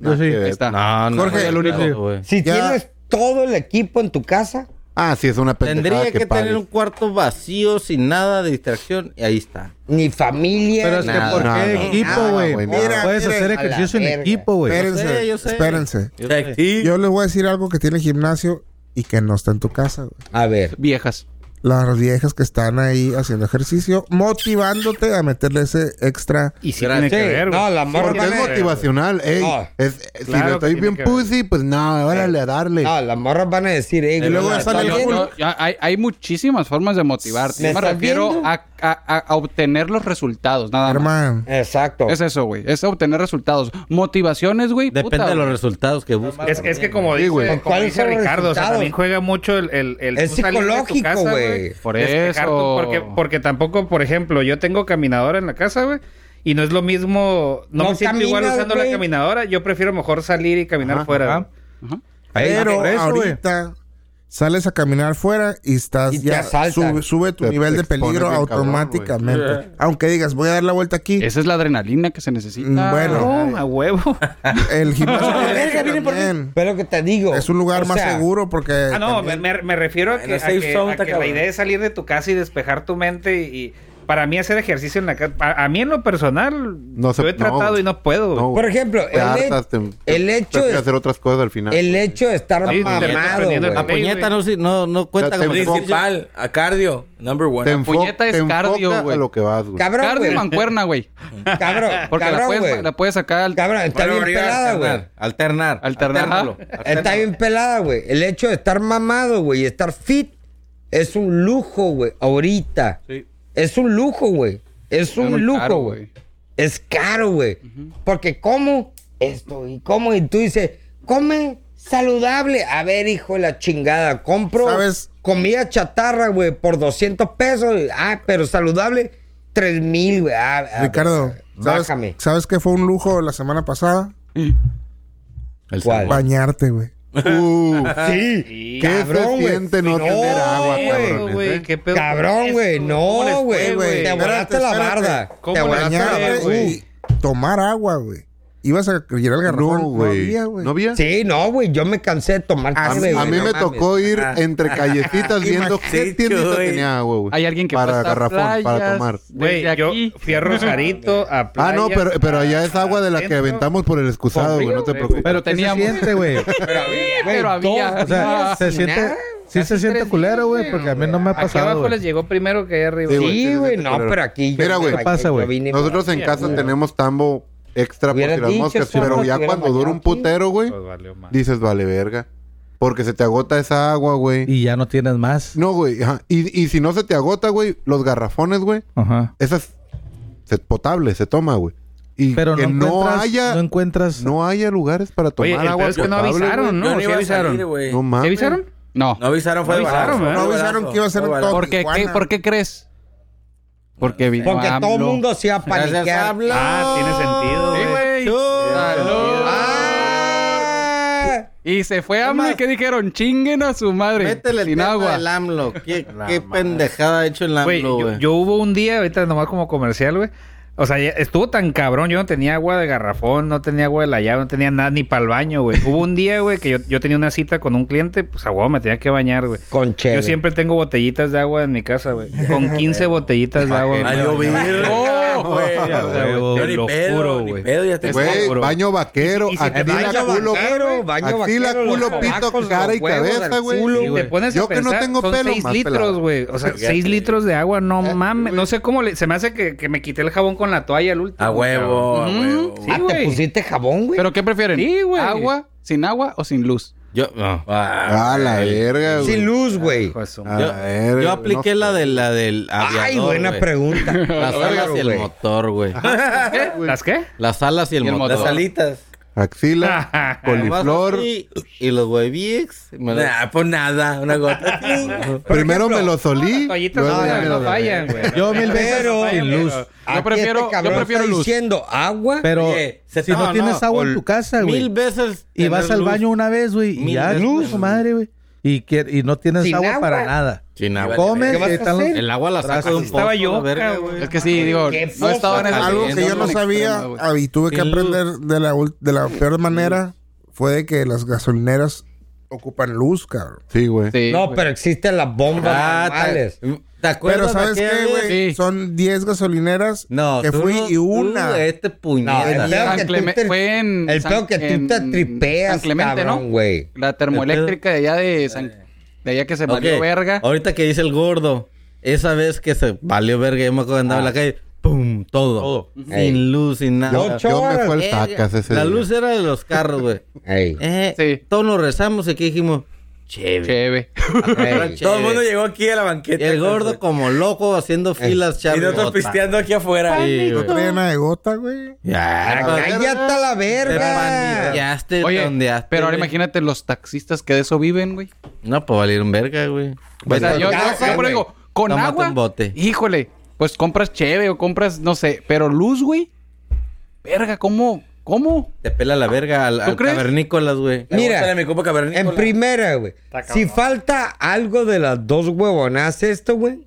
[SPEAKER 3] Yo
[SPEAKER 6] Nah,
[SPEAKER 3] sí.
[SPEAKER 6] que ver.
[SPEAKER 2] Ahí está.
[SPEAKER 9] No, no.
[SPEAKER 8] Jorge,
[SPEAKER 9] no,
[SPEAKER 8] el único.
[SPEAKER 9] no, güey.
[SPEAKER 4] Si
[SPEAKER 8] Ya.
[SPEAKER 4] tienes todo el equipo en tu casa,
[SPEAKER 6] Ah, sí, es una pendejada
[SPEAKER 9] Tendría Pues que,
[SPEAKER 6] que, pagues.
[SPEAKER 9] tener un cuarto vacío, sin nada de distracción, y ahí está.
[SPEAKER 4] ni familia.
[SPEAKER 3] Pero es
[SPEAKER 4] ni-
[SPEAKER 3] que
[SPEAKER 9] Nada,
[SPEAKER 3] ¿por qué
[SPEAKER 6] nada,
[SPEAKER 3] equipo,
[SPEAKER 6] nada,
[SPEAKER 3] güey?
[SPEAKER 6] güey,
[SPEAKER 8] nada.
[SPEAKER 4] Pues,
[SPEAKER 3] Puedes
[SPEAKER 8] Mira,
[SPEAKER 3] hacer
[SPEAKER 4] mira,
[SPEAKER 3] ejercicio
[SPEAKER 4] a
[SPEAKER 3] en
[SPEAKER 4] la verga.
[SPEAKER 3] equipo, güey.
[SPEAKER 8] Espérense,
[SPEAKER 9] sé, yo sé.
[SPEAKER 8] espérense.
[SPEAKER 9] Yo sé.
[SPEAKER 5] Y-
[SPEAKER 8] Yo les voy a decir algo que tiene el gimnasio y que no está en tu casa, güey.
[SPEAKER 4] A ver.
[SPEAKER 2] Viejas.
[SPEAKER 8] Las viejas que están ahí haciendo ejercicio, motivándote a meterle ese extra.
[SPEAKER 7] Y si tiene
[SPEAKER 4] Sí,
[SPEAKER 7] que ver, güey.
[SPEAKER 4] no, la morra
[SPEAKER 6] Porque es
[SPEAKER 4] tiene-
[SPEAKER 6] motivacional, ey.
[SPEAKER 4] No.
[SPEAKER 6] Es- eh, si
[SPEAKER 7] Claro que
[SPEAKER 6] le estoy
[SPEAKER 7] tiene
[SPEAKER 6] bien
[SPEAKER 7] que ver.
[SPEAKER 6] pussy, pues no, órale a darle.
[SPEAKER 4] No, las morras van a decir, eh,
[SPEAKER 8] Y luego
[SPEAKER 4] güey,
[SPEAKER 8] sale el
[SPEAKER 4] ¿estás
[SPEAKER 2] Yo-
[SPEAKER 4] viendo?
[SPEAKER 2] yo- ya hay, hay muchísimas formas de motivarte.
[SPEAKER 4] ¿Me
[SPEAKER 2] Yo me
[SPEAKER 4] estás
[SPEAKER 2] refiero
[SPEAKER 4] viendo?
[SPEAKER 2] a, a- a obtener los resultados, nada más.
[SPEAKER 8] Germán,
[SPEAKER 4] Exacto.
[SPEAKER 2] Es eso, güey. Es obtener resultados. Motivaciones, güey.
[SPEAKER 9] Depende
[SPEAKER 2] puta,
[SPEAKER 9] de los
[SPEAKER 2] güey.
[SPEAKER 9] resultados que busques.
[SPEAKER 7] Es, es que como dice,
[SPEAKER 6] güey.
[SPEAKER 7] como
[SPEAKER 4] ¿Cuáles
[SPEAKER 7] dice
[SPEAKER 4] son los
[SPEAKER 7] Ricardo, o sea,
[SPEAKER 4] resultados?
[SPEAKER 7] también juega mucho el... el, el
[SPEAKER 4] Es
[SPEAKER 7] tú salir de tu
[SPEAKER 4] psicológico,
[SPEAKER 7] casa,
[SPEAKER 4] güey.
[SPEAKER 2] Por
[SPEAKER 7] Despejar tú,
[SPEAKER 2] eso.
[SPEAKER 7] Porque, porque tampoco, por ejemplo, yo tengo caminadora en la casa, güey. Y no es lo mismo... No,
[SPEAKER 4] No
[SPEAKER 7] me siento igual
[SPEAKER 4] caminas,
[SPEAKER 7] usando
[SPEAKER 4] güey.
[SPEAKER 7] la caminadora. Yo prefiero mejor salir y caminar fuera.
[SPEAKER 3] ajá.
[SPEAKER 2] Ajá.
[SPEAKER 8] pero
[SPEAKER 3] por eso,
[SPEAKER 8] ahorita sales a caminar fuera y estás
[SPEAKER 4] Y te
[SPEAKER 8] ya
[SPEAKER 4] asaltan.
[SPEAKER 8] sube, sube tu
[SPEAKER 6] Te-
[SPEAKER 8] nivel
[SPEAKER 6] te
[SPEAKER 8] de peligro
[SPEAKER 6] expones bien cabrón,
[SPEAKER 8] automáticamente. Aunque digas, voy a dar la vuelta aquí.
[SPEAKER 2] Esa es la adrenalina que se necesita.
[SPEAKER 8] Mm, bueno,
[SPEAKER 7] No, Ah, a huevo.
[SPEAKER 8] el gimnasio tiene
[SPEAKER 4] verga,
[SPEAKER 8] eso
[SPEAKER 4] viene por mí.
[SPEAKER 8] también.
[SPEAKER 4] Pero que te digo.
[SPEAKER 8] es un lugar
[SPEAKER 4] o
[SPEAKER 8] más
[SPEAKER 4] sea,
[SPEAKER 8] seguro porque
[SPEAKER 7] Ah, no, me,
[SPEAKER 8] también-
[SPEAKER 7] me- me refiero a
[SPEAKER 5] En
[SPEAKER 7] que,
[SPEAKER 5] la
[SPEAKER 7] a
[SPEAKER 5] safe
[SPEAKER 7] que-
[SPEAKER 5] zone
[SPEAKER 7] a
[SPEAKER 5] está
[SPEAKER 7] que la
[SPEAKER 5] cabrón.
[SPEAKER 7] idea es salir de tu casa y despejar tu mente y... y para mí hacer ejercicio en la casa, a, a mí en lo personal,
[SPEAKER 6] No se-
[SPEAKER 7] yo he
[SPEAKER 6] no,
[SPEAKER 7] tratado
[SPEAKER 6] güey.
[SPEAKER 7] y no puedo.
[SPEAKER 6] No,
[SPEAKER 7] güey.
[SPEAKER 4] Por ejemplo,
[SPEAKER 6] Te
[SPEAKER 4] el,
[SPEAKER 6] hartas, te-
[SPEAKER 4] he- el
[SPEAKER 6] te-
[SPEAKER 4] hecho
[SPEAKER 6] te hace
[SPEAKER 4] es-
[SPEAKER 6] hacer otras cosas al final.
[SPEAKER 4] el hecho de estar
[SPEAKER 7] Sí,
[SPEAKER 4] mamado,
[SPEAKER 7] dependiendo del
[SPEAKER 4] güey.
[SPEAKER 9] La puñeta no, si- no, no cuenta
[SPEAKER 6] Ya te
[SPEAKER 9] como
[SPEAKER 6] enfocas.
[SPEAKER 9] ejercicio.
[SPEAKER 5] Principal, a cardio, number
[SPEAKER 6] Te
[SPEAKER 5] one.
[SPEAKER 6] enfo-
[SPEAKER 2] puñeta es
[SPEAKER 6] te enfoca
[SPEAKER 2] cardio,
[SPEAKER 6] a
[SPEAKER 2] güey.
[SPEAKER 6] lo que vas, güey.
[SPEAKER 4] Cabrón,
[SPEAKER 2] Cardio y
[SPEAKER 4] güey.
[SPEAKER 2] mancuerna, güey.
[SPEAKER 4] Cabrón,
[SPEAKER 2] Porque la,
[SPEAKER 4] cabrón, güey.
[SPEAKER 2] puedes, la puedes sacar al-
[SPEAKER 4] Cabrón, está
[SPEAKER 5] Bueno,
[SPEAKER 4] bien
[SPEAKER 5] arriba,
[SPEAKER 4] pelada,
[SPEAKER 5] carnal.
[SPEAKER 4] güey.
[SPEAKER 9] Alternar.
[SPEAKER 2] Alternar.
[SPEAKER 9] alternarlo.
[SPEAKER 4] Está bien pelada, güey. El hecho de estar mamado, güey, y estar fit es un lujo, güey. Ahorita. Es un lujo, güey. Es
[SPEAKER 2] Está muy
[SPEAKER 4] un
[SPEAKER 2] caro,
[SPEAKER 4] lujo, güey.
[SPEAKER 2] güey.
[SPEAKER 4] Es caro, güey. Porque como esto y como y tú dices, come Saludable. A ver, hijo de la chingada. Compro
[SPEAKER 8] ¿Sabes?
[SPEAKER 4] comida chatarra, güey, por 200 pesos. Ah, pero saludable, 3 mil, güey. Ah, ah,
[SPEAKER 8] Ricardo, ¿sabes,
[SPEAKER 4] Bájame.
[SPEAKER 8] ¿sabes qué fue un lujo la semana pasada?
[SPEAKER 4] ¿Cuál?
[SPEAKER 8] Bañarte, güey.
[SPEAKER 6] Uh,
[SPEAKER 4] Sí,
[SPEAKER 6] ¿Qué
[SPEAKER 4] cabrón,
[SPEAKER 6] se
[SPEAKER 4] güey.
[SPEAKER 6] siente no tener agua, cabrones, eh?
[SPEAKER 7] ¿Qué pedo con
[SPEAKER 4] Cabrón,
[SPEAKER 7] eso,
[SPEAKER 4] güey.
[SPEAKER 7] ¿Cómo les fue,
[SPEAKER 4] No, güey.
[SPEAKER 8] güey?
[SPEAKER 4] Te abonaste la
[SPEAKER 8] Espérate,
[SPEAKER 4] barda.
[SPEAKER 8] espérate.
[SPEAKER 4] Te
[SPEAKER 7] ¿Cómo la
[SPEAKER 4] abonaste la
[SPEAKER 7] llave,
[SPEAKER 8] Bañarte
[SPEAKER 4] barda.
[SPEAKER 7] güey?
[SPEAKER 8] y tomar agua, güey. Ibas a llenar el
[SPEAKER 6] No,
[SPEAKER 8] garrafón.
[SPEAKER 6] güey.
[SPEAKER 8] había,
[SPEAKER 6] ¿No había?
[SPEAKER 4] Sí, no, güey. Yo me cansé de tomar
[SPEAKER 8] A
[SPEAKER 6] A,
[SPEAKER 4] café,
[SPEAKER 6] mí- a
[SPEAKER 4] güey,
[SPEAKER 6] mí
[SPEAKER 4] no
[SPEAKER 6] me
[SPEAKER 4] mames.
[SPEAKER 6] tocó ir entre callecitas viendo qué
[SPEAKER 5] Imagínate,
[SPEAKER 6] tiendita
[SPEAKER 5] güey.
[SPEAKER 6] tenía agua, güey.
[SPEAKER 2] Hay alguien que fue
[SPEAKER 6] Para
[SPEAKER 2] hasta
[SPEAKER 6] garrafón, para
[SPEAKER 2] playas.
[SPEAKER 6] tomar.
[SPEAKER 7] Güey,
[SPEAKER 2] Desde
[SPEAKER 7] yo
[SPEAKER 2] aquí.
[SPEAKER 7] fui a Rosarito, a
[SPEAKER 6] Ah, no,
[SPEAKER 7] playas,
[SPEAKER 6] pero, pero allá
[SPEAKER 7] a-
[SPEAKER 6] es agua de la que
[SPEAKER 7] centro.
[SPEAKER 6] aventamos por el excusado, güey. No te
[SPEAKER 7] Conmigo,
[SPEAKER 6] preocupes.
[SPEAKER 3] Pero tenía
[SPEAKER 2] teníamos-
[SPEAKER 3] siente, güey.
[SPEAKER 2] pero había.
[SPEAKER 3] O sea,
[SPEAKER 2] Ah,
[SPEAKER 3] se siente.
[SPEAKER 4] nada.
[SPEAKER 3] Sí se siente
[SPEAKER 7] tres
[SPEAKER 3] culero, güey,
[SPEAKER 7] días,
[SPEAKER 3] porque a mí no me ha
[SPEAKER 7] Aquí
[SPEAKER 3] pasado.
[SPEAKER 7] abajo
[SPEAKER 3] güey.
[SPEAKER 7] les llegó primero que ahí arriba.
[SPEAKER 6] Sí, güey,
[SPEAKER 4] Sí,
[SPEAKER 6] sí,
[SPEAKER 4] güey.
[SPEAKER 6] sí,
[SPEAKER 4] No,
[SPEAKER 6] pero-
[SPEAKER 4] pero aquí. yo-
[SPEAKER 6] Mira, güey.
[SPEAKER 4] aquí
[SPEAKER 3] Pasa,
[SPEAKER 4] yo
[SPEAKER 3] güey.
[SPEAKER 4] vine
[SPEAKER 6] Nosotros en
[SPEAKER 7] Mira,
[SPEAKER 6] casa
[SPEAKER 7] mira.
[SPEAKER 6] tenemos tambo extra por
[SPEAKER 4] Hubiera
[SPEAKER 6] si las
[SPEAKER 4] dicho,
[SPEAKER 6] moscas,
[SPEAKER 4] somos
[SPEAKER 6] pero
[SPEAKER 4] que
[SPEAKER 6] ya
[SPEAKER 4] hubiera
[SPEAKER 6] cuando dura un
[SPEAKER 4] bañado aquí.
[SPEAKER 6] putero, güey,
[SPEAKER 7] Pues valió madre.
[SPEAKER 6] dices, vale verga. Porque se te agota esa agua, güey.
[SPEAKER 3] Y ya no tienes más.
[SPEAKER 6] No, güey. ajá. Y, y si no se te agota, güey, los garrafones, güey,
[SPEAKER 3] Ajá.
[SPEAKER 6] esas se potable, se toma, güey. Y
[SPEAKER 3] Pero
[SPEAKER 6] que
[SPEAKER 3] no,
[SPEAKER 6] no
[SPEAKER 3] encuentras,
[SPEAKER 6] haya
[SPEAKER 3] no
[SPEAKER 6] no,
[SPEAKER 3] encuentras.
[SPEAKER 6] haya lugares para tomar
[SPEAKER 7] Oye, el
[SPEAKER 6] agua
[SPEAKER 7] pedo es que no
[SPEAKER 6] potable, güey.
[SPEAKER 7] avisaron,
[SPEAKER 5] Yo
[SPEAKER 7] ¿no? ¿Sí
[SPEAKER 5] iba a
[SPEAKER 7] avisaron?
[SPEAKER 5] salir, güey.
[SPEAKER 6] No
[SPEAKER 7] ¿Sí
[SPEAKER 6] mames.
[SPEAKER 7] avisaron?
[SPEAKER 2] No.
[SPEAKER 5] No avisaron, fue
[SPEAKER 7] No
[SPEAKER 5] de
[SPEAKER 7] avisaron,
[SPEAKER 5] balazo,
[SPEAKER 7] ¿eh?
[SPEAKER 5] fue de
[SPEAKER 8] No avisaron
[SPEAKER 5] balazo,
[SPEAKER 8] que iba a ser
[SPEAKER 5] fue de
[SPEAKER 8] un
[SPEAKER 5] balazo.
[SPEAKER 8] top.
[SPEAKER 2] ¿Por qué,
[SPEAKER 8] Tijuana.
[SPEAKER 2] qué- ¿Por qué crees? Porque vino
[SPEAKER 4] Porque todo el
[SPEAKER 2] AMLO.
[SPEAKER 4] mundo se iba a
[SPEAKER 5] Gracias,
[SPEAKER 4] paniquear.
[SPEAKER 5] AMLO.
[SPEAKER 7] Ah, tiene sentido,
[SPEAKER 2] Sí,
[SPEAKER 7] güey.
[SPEAKER 2] güey.
[SPEAKER 5] Salud.
[SPEAKER 4] Ah,
[SPEAKER 2] Y se fue AMLO y que dijeron, chinguen a su madre.
[SPEAKER 9] Métele el
[SPEAKER 2] sin
[SPEAKER 9] tema
[SPEAKER 2] agua.
[SPEAKER 9] del AMLO. Qué, qué pendejada ha hecho el
[SPEAKER 7] Güey,
[SPEAKER 9] AMLO,
[SPEAKER 7] yo,
[SPEAKER 9] güey.
[SPEAKER 7] yo hubo un día, ahorita nomás como comercial, güey. O sea, ya estuvo tan cabrón. Yo no tenía agua de garrafón, no tenía agua de la llave, no tenía nada ni para el baño, güey. Hubo un día, güey, que yo, yo tenía una cita con un cliente, pues a huevo me tenía que bañar, güey.
[SPEAKER 4] Con cheve.
[SPEAKER 7] Yo siempre tengo botellitas de agua en mi casa, güey. Con 15 botellitas de agua.
[SPEAKER 5] Ah, yo vi.
[SPEAKER 9] Ah,
[SPEAKER 2] No,
[SPEAKER 5] güey,
[SPEAKER 7] ya,
[SPEAKER 5] güey,
[SPEAKER 7] huevo,
[SPEAKER 5] yo ni
[SPEAKER 7] lo
[SPEAKER 5] pedo,
[SPEAKER 7] juro,
[SPEAKER 5] ni
[SPEAKER 7] güey.
[SPEAKER 5] pedo, ya te-
[SPEAKER 7] Es
[SPEAKER 6] Güey,
[SPEAKER 7] seguro.
[SPEAKER 6] baño vaquero,
[SPEAKER 7] Y- y si te
[SPEAKER 6] axila,
[SPEAKER 4] baño
[SPEAKER 6] culo,
[SPEAKER 4] vaquero, baño
[SPEAKER 6] axila,
[SPEAKER 4] vaquero,
[SPEAKER 6] culo,
[SPEAKER 4] los
[SPEAKER 6] pito,
[SPEAKER 4] sobacos,
[SPEAKER 6] cara y
[SPEAKER 4] los huevos
[SPEAKER 6] cabeza,
[SPEAKER 4] del
[SPEAKER 6] güey.
[SPEAKER 4] culo,
[SPEAKER 7] Y te pones
[SPEAKER 6] Yo
[SPEAKER 7] a
[SPEAKER 6] que no
[SPEAKER 7] pensar,
[SPEAKER 6] tengo
[SPEAKER 7] son
[SPEAKER 6] pelo, Eh,
[SPEAKER 7] 6
[SPEAKER 6] más pelado.
[SPEAKER 7] litros, güey. O sea, 6 litros de agua, no mames. No sé cómo le... Se me hace que, que me quité el jabón con la toalla al último.
[SPEAKER 5] A huevo, a
[SPEAKER 7] cabrón.
[SPEAKER 5] huevo.
[SPEAKER 4] Ah,
[SPEAKER 7] Sí,
[SPEAKER 4] ¿te
[SPEAKER 7] güey.
[SPEAKER 4] pusiste jabón, güey?
[SPEAKER 2] ¿Pero qué prefieren?
[SPEAKER 7] Sí, güey.
[SPEAKER 2] ¿Agua? ¿Sin agua o sin luz?
[SPEAKER 9] Yo, no.
[SPEAKER 6] Ah, la verga, güey.
[SPEAKER 4] Sin luz, güey.
[SPEAKER 7] Hijo de su
[SPEAKER 6] Ah,
[SPEAKER 9] Yo,
[SPEAKER 6] verga,
[SPEAKER 9] yo
[SPEAKER 6] no
[SPEAKER 9] apliqué
[SPEAKER 6] sé.
[SPEAKER 9] la de la del aviador,
[SPEAKER 4] Ay, buena
[SPEAKER 9] güey.
[SPEAKER 4] pregunta.
[SPEAKER 9] Las alas
[SPEAKER 4] Claro,
[SPEAKER 9] y el
[SPEAKER 4] güey.
[SPEAKER 9] motor, güey.
[SPEAKER 7] ¿Las qué?
[SPEAKER 9] Las alas y el,
[SPEAKER 2] Y el
[SPEAKER 9] motor.
[SPEAKER 2] motor. Las
[SPEAKER 9] alitas.
[SPEAKER 6] Axila, coliflor.
[SPEAKER 9] Y los huevíes. me las-
[SPEAKER 5] Nah, pues nada, una gota.
[SPEAKER 6] Primero me lo solí.
[SPEAKER 7] Toallitas
[SPEAKER 6] luego
[SPEAKER 7] no,
[SPEAKER 6] ya
[SPEAKER 7] no,
[SPEAKER 6] me lo lavé.
[SPEAKER 7] fallan, güey.
[SPEAKER 3] Yo mil veces
[SPEAKER 4] Pero-
[SPEAKER 3] sin luz.
[SPEAKER 4] Aquí este
[SPEAKER 2] prefiero- yo
[SPEAKER 4] cabrón
[SPEAKER 2] prefiero
[SPEAKER 4] está
[SPEAKER 2] luz.
[SPEAKER 4] diciendo agua.
[SPEAKER 3] Pero
[SPEAKER 9] Oye, se-
[SPEAKER 3] si no,
[SPEAKER 9] no,
[SPEAKER 3] tienes
[SPEAKER 9] no,
[SPEAKER 3] agua en
[SPEAKER 9] ol-
[SPEAKER 3] tu casa, güey.
[SPEAKER 9] Mil veces.
[SPEAKER 3] Y vas
[SPEAKER 9] tener
[SPEAKER 3] al
[SPEAKER 9] luz
[SPEAKER 3] baño una vez, güey, y
[SPEAKER 9] Mil
[SPEAKER 3] ya,
[SPEAKER 9] veces.
[SPEAKER 3] luz, madre, güey. Y, que- y no tienes
[SPEAKER 4] Sin
[SPEAKER 3] agua,
[SPEAKER 4] agua.
[SPEAKER 3] para nada.
[SPEAKER 9] Sin agua.
[SPEAKER 3] Comes,
[SPEAKER 4] ¿Qué vas
[SPEAKER 3] y
[SPEAKER 4] a
[SPEAKER 3] están los-
[SPEAKER 9] El agua la saco de un
[SPEAKER 7] Estaba
[SPEAKER 9] pozo,
[SPEAKER 7] yo,
[SPEAKER 9] la verga,
[SPEAKER 7] güey.
[SPEAKER 2] Es que sí, digo,
[SPEAKER 4] Qué
[SPEAKER 2] no
[SPEAKER 4] poca.
[SPEAKER 2] estaba en esa
[SPEAKER 9] Algo que
[SPEAKER 8] que yo no sabía ah, y tuve que
[SPEAKER 9] Sin
[SPEAKER 8] aprender de la, ul- de la peor manera fue de que las gasolineras ocupan luz, cabrón.
[SPEAKER 6] Sí, güey.
[SPEAKER 4] no, pero existen las bombas
[SPEAKER 9] Ah,
[SPEAKER 4] normales.
[SPEAKER 9] ¿te, te
[SPEAKER 8] Pero
[SPEAKER 9] acuerdas
[SPEAKER 8] ¿sabes
[SPEAKER 9] aquella
[SPEAKER 8] qué,
[SPEAKER 9] vez?
[SPEAKER 8] güey?
[SPEAKER 2] Sí.
[SPEAKER 8] Son 10 gasolineras
[SPEAKER 9] No,
[SPEAKER 8] que
[SPEAKER 9] tú
[SPEAKER 8] fui
[SPEAKER 9] no-
[SPEAKER 8] y una.
[SPEAKER 9] tú,
[SPEAKER 8] Ah,
[SPEAKER 9] este
[SPEAKER 4] No, el
[SPEAKER 9] puñeta.
[SPEAKER 4] peor
[SPEAKER 2] San
[SPEAKER 4] que tú
[SPEAKER 2] Clemente-
[SPEAKER 4] te-
[SPEAKER 2] fue en
[SPEAKER 4] El peor
[SPEAKER 2] San-
[SPEAKER 4] que tú te
[SPEAKER 2] en
[SPEAKER 4] tripeas,
[SPEAKER 2] San Clemente,
[SPEAKER 4] cabrón,
[SPEAKER 2] ¿no?
[SPEAKER 4] güey.
[SPEAKER 2] La termoeléctrica de allá de San... De allá que se
[SPEAKER 9] Ok,
[SPEAKER 2] valió verga.
[SPEAKER 9] Ahorita que dice el gordo, esa vez que se valió verga, yo me acuerdo que andaba en la calle, ¡pum! Todo. Sin
[SPEAKER 4] Ey.
[SPEAKER 9] luz, sin nada.
[SPEAKER 4] Ocho
[SPEAKER 6] Yo me fue el
[SPEAKER 9] Eh,
[SPEAKER 6] sacas ese
[SPEAKER 9] la
[SPEAKER 6] día.
[SPEAKER 9] luz era de los carros, güey.
[SPEAKER 4] Ey,
[SPEAKER 9] Eh,
[SPEAKER 2] Sí.
[SPEAKER 9] Todos nos rezamos y aquí dijimos, chévere.
[SPEAKER 2] Cheve.
[SPEAKER 4] ey.
[SPEAKER 5] Todo el mundo llegó aquí a la banqueta.
[SPEAKER 9] El gordo como loco haciendo filas,
[SPEAKER 5] Y
[SPEAKER 9] chavos.
[SPEAKER 5] nosotros pisteando aquí afuera.
[SPEAKER 8] No traía nada de gota, güey.
[SPEAKER 9] Ya,
[SPEAKER 4] Ah,
[SPEAKER 9] güey.
[SPEAKER 4] Cállate a la
[SPEAKER 9] Te
[SPEAKER 4] verga.
[SPEAKER 9] paniqueaste,
[SPEAKER 2] Oye,
[SPEAKER 9] tondeaste,
[SPEAKER 2] pero ahora
[SPEAKER 9] güey.
[SPEAKER 2] imagínate los taxistas que de eso viven, güey.
[SPEAKER 9] No, pues valieron verga, güey.
[SPEAKER 2] O sea, yo, yo
[SPEAKER 4] ya,
[SPEAKER 2] siempre
[SPEAKER 4] güey.
[SPEAKER 2] digo, con
[SPEAKER 9] Tómate
[SPEAKER 2] agua,
[SPEAKER 9] un bote.
[SPEAKER 2] híjole, pues compras cheve o compras, no sé, pero luz, güey. Verga, ¿cómo? ¿Cómo?
[SPEAKER 9] Te pela la verga al, al
[SPEAKER 2] crees?
[SPEAKER 9] cavernícolas, güey.
[SPEAKER 4] Mira,
[SPEAKER 5] mi copa cavernícola.
[SPEAKER 4] en primera, güey. Si falta algo de las dos huevonas esto, güey,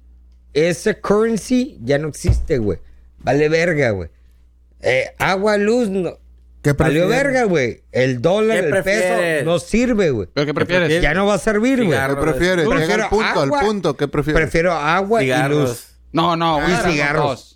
[SPEAKER 4] ese currency ya no existe, güey. Vale verga, güey. Eh, agua, luz, no.
[SPEAKER 8] ¿Qué
[SPEAKER 4] Valió
[SPEAKER 8] prefieres?
[SPEAKER 4] verga, güey. El dólar,
[SPEAKER 5] ¿Qué
[SPEAKER 4] el
[SPEAKER 5] prefieres?
[SPEAKER 4] peso, no sirve, güey.
[SPEAKER 2] ¿Pero qué prefieres?
[SPEAKER 4] Ya no va a servir, güey.
[SPEAKER 5] Cigarro.
[SPEAKER 6] ¿Qué prefieres?
[SPEAKER 4] Prefiero
[SPEAKER 6] Llega al punto,
[SPEAKER 4] agua.
[SPEAKER 6] al punto. ¿Qué prefieres?
[SPEAKER 4] Prefiero agua y luz.
[SPEAKER 5] cigarros.
[SPEAKER 2] No, no, una
[SPEAKER 4] Y
[SPEAKER 2] de las
[SPEAKER 4] cigarros.
[SPEAKER 2] dos.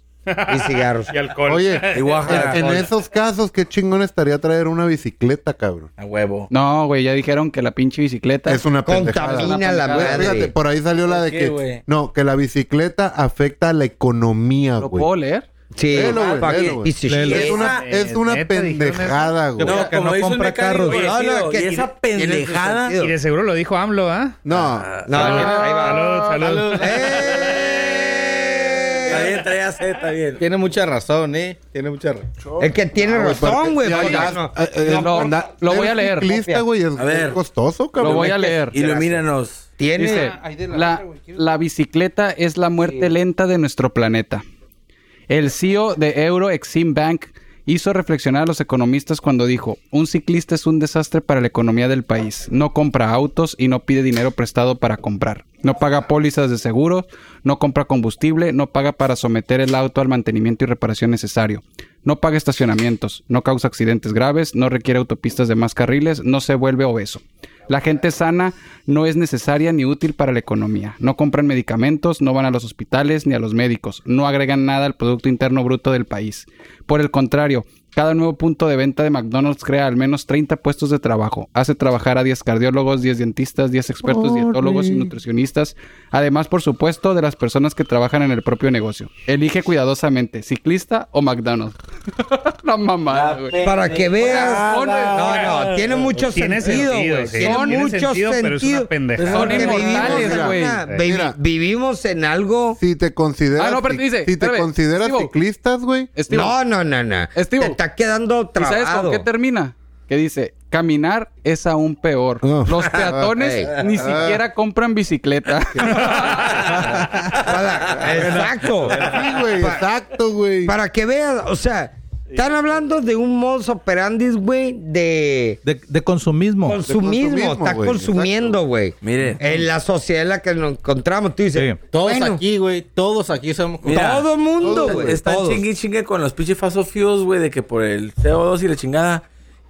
[SPEAKER 4] Y cigarros.
[SPEAKER 7] Y alcohol.
[SPEAKER 6] Oye, en, en esos casos, qué chingón estaría traer una bicicleta, cabrón.
[SPEAKER 5] A huevo.
[SPEAKER 2] No, güey, ya dijeron que la pinche bicicleta.
[SPEAKER 6] Es una pendejada.
[SPEAKER 4] Contamina la
[SPEAKER 6] Güey, Fíjate,
[SPEAKER 4] madre.
[SPEAKER 6] por ahí salió la de
[SPEAKER 5] qué,
[SPEAKER 6] que...
[SPEAKER 5] güey?
[SPEAKER 6] No, que la bicicleta afecta a la economía,
[SPEAKER 2] ¿Lo
[SPEAKER 6] güey.
[SPEAKER 2] puedo leer?
[SPEAKER 4] Sí.
[SPEAKER 6] Velo, güey,
[SPEAKER 4] Fuck
[SPEAKER 6] velo,
[SPEAKER 4] it.
[SPEAKER 6] güey.
[SPEAKER 4] Y si-
[SPEAKER 3] Lelo.
[SPEAKER 6] Es una,
[SPEAKER 7] Esa,
[SPEAKER 6] es una
[SPEAKER 7] Eh, neta, dijeron
[SPEAKER 6] pendejada, güey.
[SPEAKER 5] No,
[SPEAKER 3] que no
[SPEAKER 5] como dice
[SPEAKER 3] compra
[SPEAKER 5] un mecánico,
[SPEAKER 3] carros.
[SPEAKER 5] güey,
[SPEAKER 4] No, no,
[SPEAKER 5] tío,
[SPEAKER 4] que
[SPEAKER 5] y
[SPEAKER 4] tiene-
[SPEAKER 5] esa
[SPEAKER 4] tiene
[SPEAKER 5] pendejada.
[SPEAKER 4] sentido.
[SPEAKER 7] Y de seguro lo dijo AMLO, ¿ah?
[SPEAKER 6] No, eh.
[SPEAKER 4] No, ahí va.
[SPEAKER 7] Salud, salud.
[SPEAKER 4] ¡Eh!
[SPEAKER 5] bien, traía Z, está bien.
[SPEAKER 10] Tiene mucha razón, ¿eh? Tiene mucha razón.
[SPEAKER 4] Es que tiene razón, güey. porque no-
[SPEAKER 6] Eh, eh,
[SPEAKER 2] Lo-
[SPEAKER 6] andar-
[SPEAKER 2] lo
[SPEAKER 6] ser
[SPEAKER 2] voy a leer.
[SPEAKER 6] ciclista, güey, es
[SPEAKER 5] A ver.
[SPEAKER 6] costoso, cabrón.
[SPEAKER 2] Lo voy a leer.
[SPEAKER 5] Ilumínanos.
[SPEAKER 4] Tiene.
[SPEAKER 2] Dice, "Ah, la, la bicicleta es la muerte lenta de nuestro planeta. El CEO de Euro Exim Bank hizo reflexionar a los economistas cuando dijo, un ciclista es un desastre para la economía del país. No compra autos y no pide dinero prestado para comprar. No paga pólizas de seguro, no compra combustible, no paga para someter el auto al mantenimiento y reparación necesario. No paga estacionamientos, no causa accidentes graves, no requiere autopistas de más carriles, no se vuelve obeso. La gente sana no es necesaria ni útil para la economía. No compran medicamentos, no van a los hospitales ni a los médicos, no agregan nada al Producto Interno Bruto del país. Por el contrario, cada nuevo punto de venta de McDonald's crea al menos 30 puestos de trabajo. Hace trabajar a 10 cardiólogos, 10 dentistas, 10 expertos dietólogos y nutricionistas. Además, por supuesto, de las personas que trabajan en el propio negocio. Elige cuidadosamente, ciclista o McDonald's. la mamada, güey.
[SPEAKER 4] Para que veas.
[SPEAKER 2] Son-
[SPEAKER 4] No, no, tiene mucho
[SPEAKER 7] Tiene
[SPEAKER 4] sentido,
[SPEAKER 7] sentido,
[SPEAKER 4] güey.
[SPEAKER 7] sí.
[SPEAKER 4] Tiene
[SPEAKER 7] Tiene
[SPEAKER 4] mucho
[SPEAKER 7] sentido,
[SPEAKER 4] sentido.
[SPEAKER 7] pero es una pendejada.
[SPEAKER 2] Son
[SPEAKER 4] Porque vivimos
[SPEAKER 2] inmortales,
[SPEAKER 4] en una-
[SPEAKER 2] güey.
[SPEAKER 4] baby-
[SPEAKER 6] Mira.
[SPEAKER 4] Vivimos en algo.
[SPEAKER 6] Si te consideras,
[SPEAKER 2] Ah, no, pero
[SPEAKER 6] ci-
[SPEAKER 2] dice,
[SPEAKER 6] si te
[SPEAKER 2] espérame,
[SPEAKER 6] consideras
[SPEAKER 2] Steve-O.
[SPEAKER 6] ciclistas, güey,
[SPEAKER 2] Steve,
[SPEAKER 4] No, no, no, no.
[SPEAKER 2] Estivo.
[SPEAKER 4] Te está quedando
[SPEAKER 2] ¿Y sabes
[SPEAKER 4] trabado.
[SPEAKER 2] con qué termina? Que dice, caminar es aún peor. Los peatones
[SPEAKER 4] Ey.
[SPEAKER 2] ni siquiera compran bicicleta.
[SPEAKER 4] Para- Ah, Exacto.
[SPEAKER 6] sí, güey,
[SPEAKER 4] Pa-
[SPEAKER 6] exacto, güey.
[SPEAKER 4] Para que veas, o sea, están hablando de un modus operandi, güey, de
[SPEAKER 3] De, de consumismo.
[SPEAKER 4] consumismo.
[SPEAKER 6] consumismo,
[SPEAKER 4] está
[SPEAKER 6] güey,
[SPEAKER 4] consumiendo, güey.
[SPEAKER 5] Mire.
[SPEAKER 4] En la sociedad en la que nos encontramos, tú dices,
[SPEAKER 3] Sí.
[SPEAKER 10] Todos
[SPEAKER 4] bueno,
[SPEAKER 10] aquí, güey. Todos aquí somos.
[SPEAKER 5] Mira,
[SPEAKER 4] todo mundo, güey.
[SPEAKER 5] Están
[SPEAKER 4] todos.
[SPEAKER 5] chingue y chingue con los pinches fossil fuels, güey, de que por el CO2 y la chingada.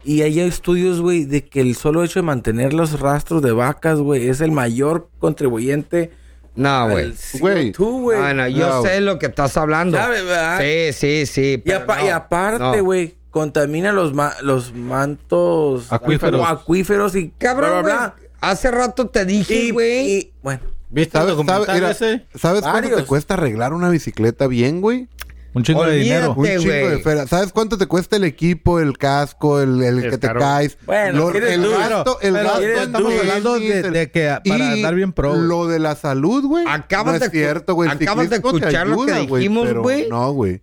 [SPEAKER 5] Y hay estudios, güey, de que el solo hecho de mantener los rastros de vacas, güey, es el mayor contribuyente
[SPEAKER 4] No, güey. Ah,
[SPEAKER 5] al CO2, güey.
[SPEAKER 4] No, no, yo
[SPEAKER 6] No,
[SPEAKER 4] sé lo que estás hablando.
[SPEAKER 5] ¿Sabe, verdad?
[SPEAKER 4] sí, sí, sí.
[SPEAKER 5] Y,
[SPEAKER 4] pero
[SPEAKER 5] apa-
[SPEAKER 4] no,
[SPEAKER 5] y aparte,
[SPEAKER 4] no.
[SPEAKER 5] güey, contamina los, ma- los mantos
[SPEAKER 3] Acuíferos.
[SPEAKER 5] acuíferos y
[SPEAKER 4] Cabrón,
[SPEAKER 5] bla,
[SPEAKER 4] güey.
[SPEAKER 5] bla, bla.
[SPEAKER 4] Hace rato te
[SPEAKER 5] Y,
[SPEAKER 4] dije, güey.
[SPEAKER 5] y- bueno,
[SPEAKER 10] ¿Viste el
[SPEAKER 6] ¿Sabes,
[SPEAKER 10] documental
[SPEAKER 6] sabes, mira,
[SPEAKER 10] ese?
[SPEAKER 6] ¿sabes cuánto
[SPEAKER 5] Varios.
[SPEAKER 6] te cuesta arreglar una bicicleta bien, güey?
[SPEAKER 3] Un chingo de
[SPEAKER 4] Olvídate.
[SPEAKER 3] dinero.
[SPEAKER 6] Un
[SPEAKER 4] Sí,
[SPEAKER 6] chingo
[SPEAKER 4] güey.
[SPEAKER 6] de fera. ¿Sabes cuánto te cuesta el equipo, el casco, el, el
[SPEAKER 7] Es
[SPEAKER 6] que te
[SPEAKER 7] caro.
[SPEAKER 6] caes?
[SPEAKER 5] Bueno,
[SPEAKER 6] Lo-
[SPEAKER 5] quieres
[SPEAKER 6] el
[SPEAKER 5] tú.
[SPEAKER 6] gasto, el
[SPEAKER 3] Pero
[SPEAKER 6] gasto.
[SPEAKER 5] quieres
[SPEAKER 6] estamos
[SPEAKER 5] tú.
[SPEAKER 6] hablando
[SPEAKER 3] De- de que para
[SPEAKER 6] y
[SPEAKER 3] andar bien pro, güey.
[SPEAKER 6] Lo de la salud, güey.
[SPEAKER 4] Acabas
[SPEAKER 6] no es
[SPEAKER 4] de escu-
[SPEAKER 6] cierto, güey. El
[SPEAKER 4] acabas de
[SPEAKER 6] ciclismo te
[SPEAKER 4] escuchar lo que
[SPEAKER 6] ayuda,
[SPEAKER 4] dijimos,
[SPEAKER 6] pero
[SPEAKER 4] güey.
[SPEAKER 6] No, güey.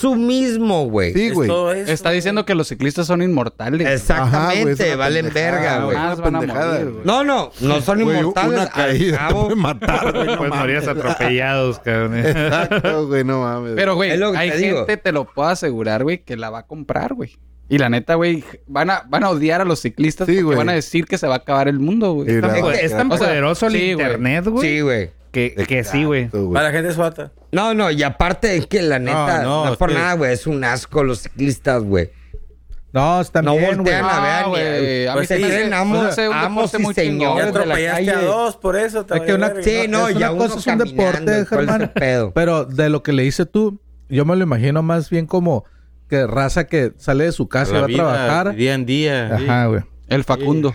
[SPEAKER 4] Consumismo, güey.
[SPEAKER 6] Sí,
[SPEAKER 5] es
[SPEAKER 6] güey.
[SPEAKER 5] todo eso.
[SPEAKER 2] Está diciendo que los ciclistas son inmortales.
[SPEAKER 6] Ajá, güey, es
[SPEAKER 4] Exactamente,
[SPEAKER 6] una
[SPEAKER 4] valen
[SPEAKER 6] pendejada,
[SPEAKER 4] verga, güey.
[SPEAKER 2] Más
[SPEAKER 6] una
[SPEAKER 2] van a
[SPEAKER 6] pendejada,
[SPEAKER 2] morir,
[SPEAKER 6] güey.
[SPEAKER 2] güey.
[SPEAKER 4] No, no, no son
[SPEAKER 6] Güey,
[SPEAKER 4] inmortales.
[SPEAKER 6] Una
[SPEAKER 4] al
[SPEAKER 6] caída te
[SPEAKER 4] cabo.
[SPEAKER 6] puede matar, güey. no
[SPEAKER 7] Pues morías atropellados, cabrón.
[SPEAKER 6] Exacto, güey, no mames.
[SPEAKER 2] Pero, güey,
[SPEAKER 4] Es lo que
[SPEAKER 2] hay
[SPEAKER 4] te
[SPEAKER 2] gente,
[SPEAKER 4] digo.
[SPEAKER 2] te lo puedo asegurar, güey, que la va a comprar, güey. Y la neta, güey, van a, van a odiar a los ciclistas
[SPEAKER 6] Sí,
[SPEAKER 2] porque
[SPEAKER 6] güey.
[SPEAKER 2] van a decir que se va a acabar el mundo, güey.
[SPEAKER 6] Y la-
[SPEAKER 7] Es, que es tan
[SPEAKER 2] O sea,
[SPEAKER 7] poderoso
[SPEAKER 2] sí,
[SPEAKER 7] el
[SPEAKER 2] güey.
[SPEAKER 7] internet, güey.
[SPEAKER 4] Sí, güey.
[SPEAKER 7] Que, que sí, güey.
[SPEAKER 6] Exacto, güey.
[SPEAKER 5] Para la gente suata.
[SPEAKER 4] No, no, y aparte es que la neta,
[SPEAKER 10] no,
[SPEAKER 4] no, es por
[SPEAKER 3] este-
[SPEAKER 10] sí.
[SPEAKER 4] nada, güey, es un asco los ciclistas, güey.
[SPEAKER 3] No, están
[SPEAKER 4] No
[SPEAKER 3] bien, güey.
[SPEAKER 4] voltean a ver,
[SPEAKER 2] Ah,
[SPEAKER 4] ni eh, a-
[SPEAKER 2] güey, a mí
[SPEAKER 5] Pues
[SPEAKER 2] se me
[SPEAKER 5] sí,
[SPEAKER 2] hace-
[SPEAKER 4] eran amos-
[SPEAKER 2] se me hace un
[SPEAKER 4] amos
[SPEAKER 2] deporte
[SPEAKER 4] y
[SPEAKER 2] muy chingón.
[SPEAKER 5] Ya
[SPEAKER 4] señores. de la
[SPEAKER 5] atropellaste a
[SPEAKER 4] calle.
[SPEAKER 5] dos por eso. te
[SPEAKER 3] Es que
[SPEAKER 5] valió
[SPEAKER 3] una,
[SPEAKER 5] verga.
[SPEAKER 4] Sí, no,
[SPEAKER 3] es una
[SPEAKER 4] ya uno
[SPEAKER 3] cosa es un
[SPEAKER 4] caminando,
[SPEAKER 3] deporte,
[SPEAKER 4] ¿cuál es el
[SPEAKER 3] Germán.
[SPEAKER 4] pedo?
[SPEAKER 3] Pero de lo que le dices tú, yo me lo imagino más bien como que raza que sale de su
[SPEAKER 9] Ah,
[SPEAKER 3] casa y
[SPEAKER 10] La
[SPEAKER 3] va
[SPEAKER 10] vida,
[SPEAKER 3] a trabajar.
[SPEAKER 10] Día en día.
[SPEAKER 3] Ajá, güey.
[SPEAKER 2] El Facundo.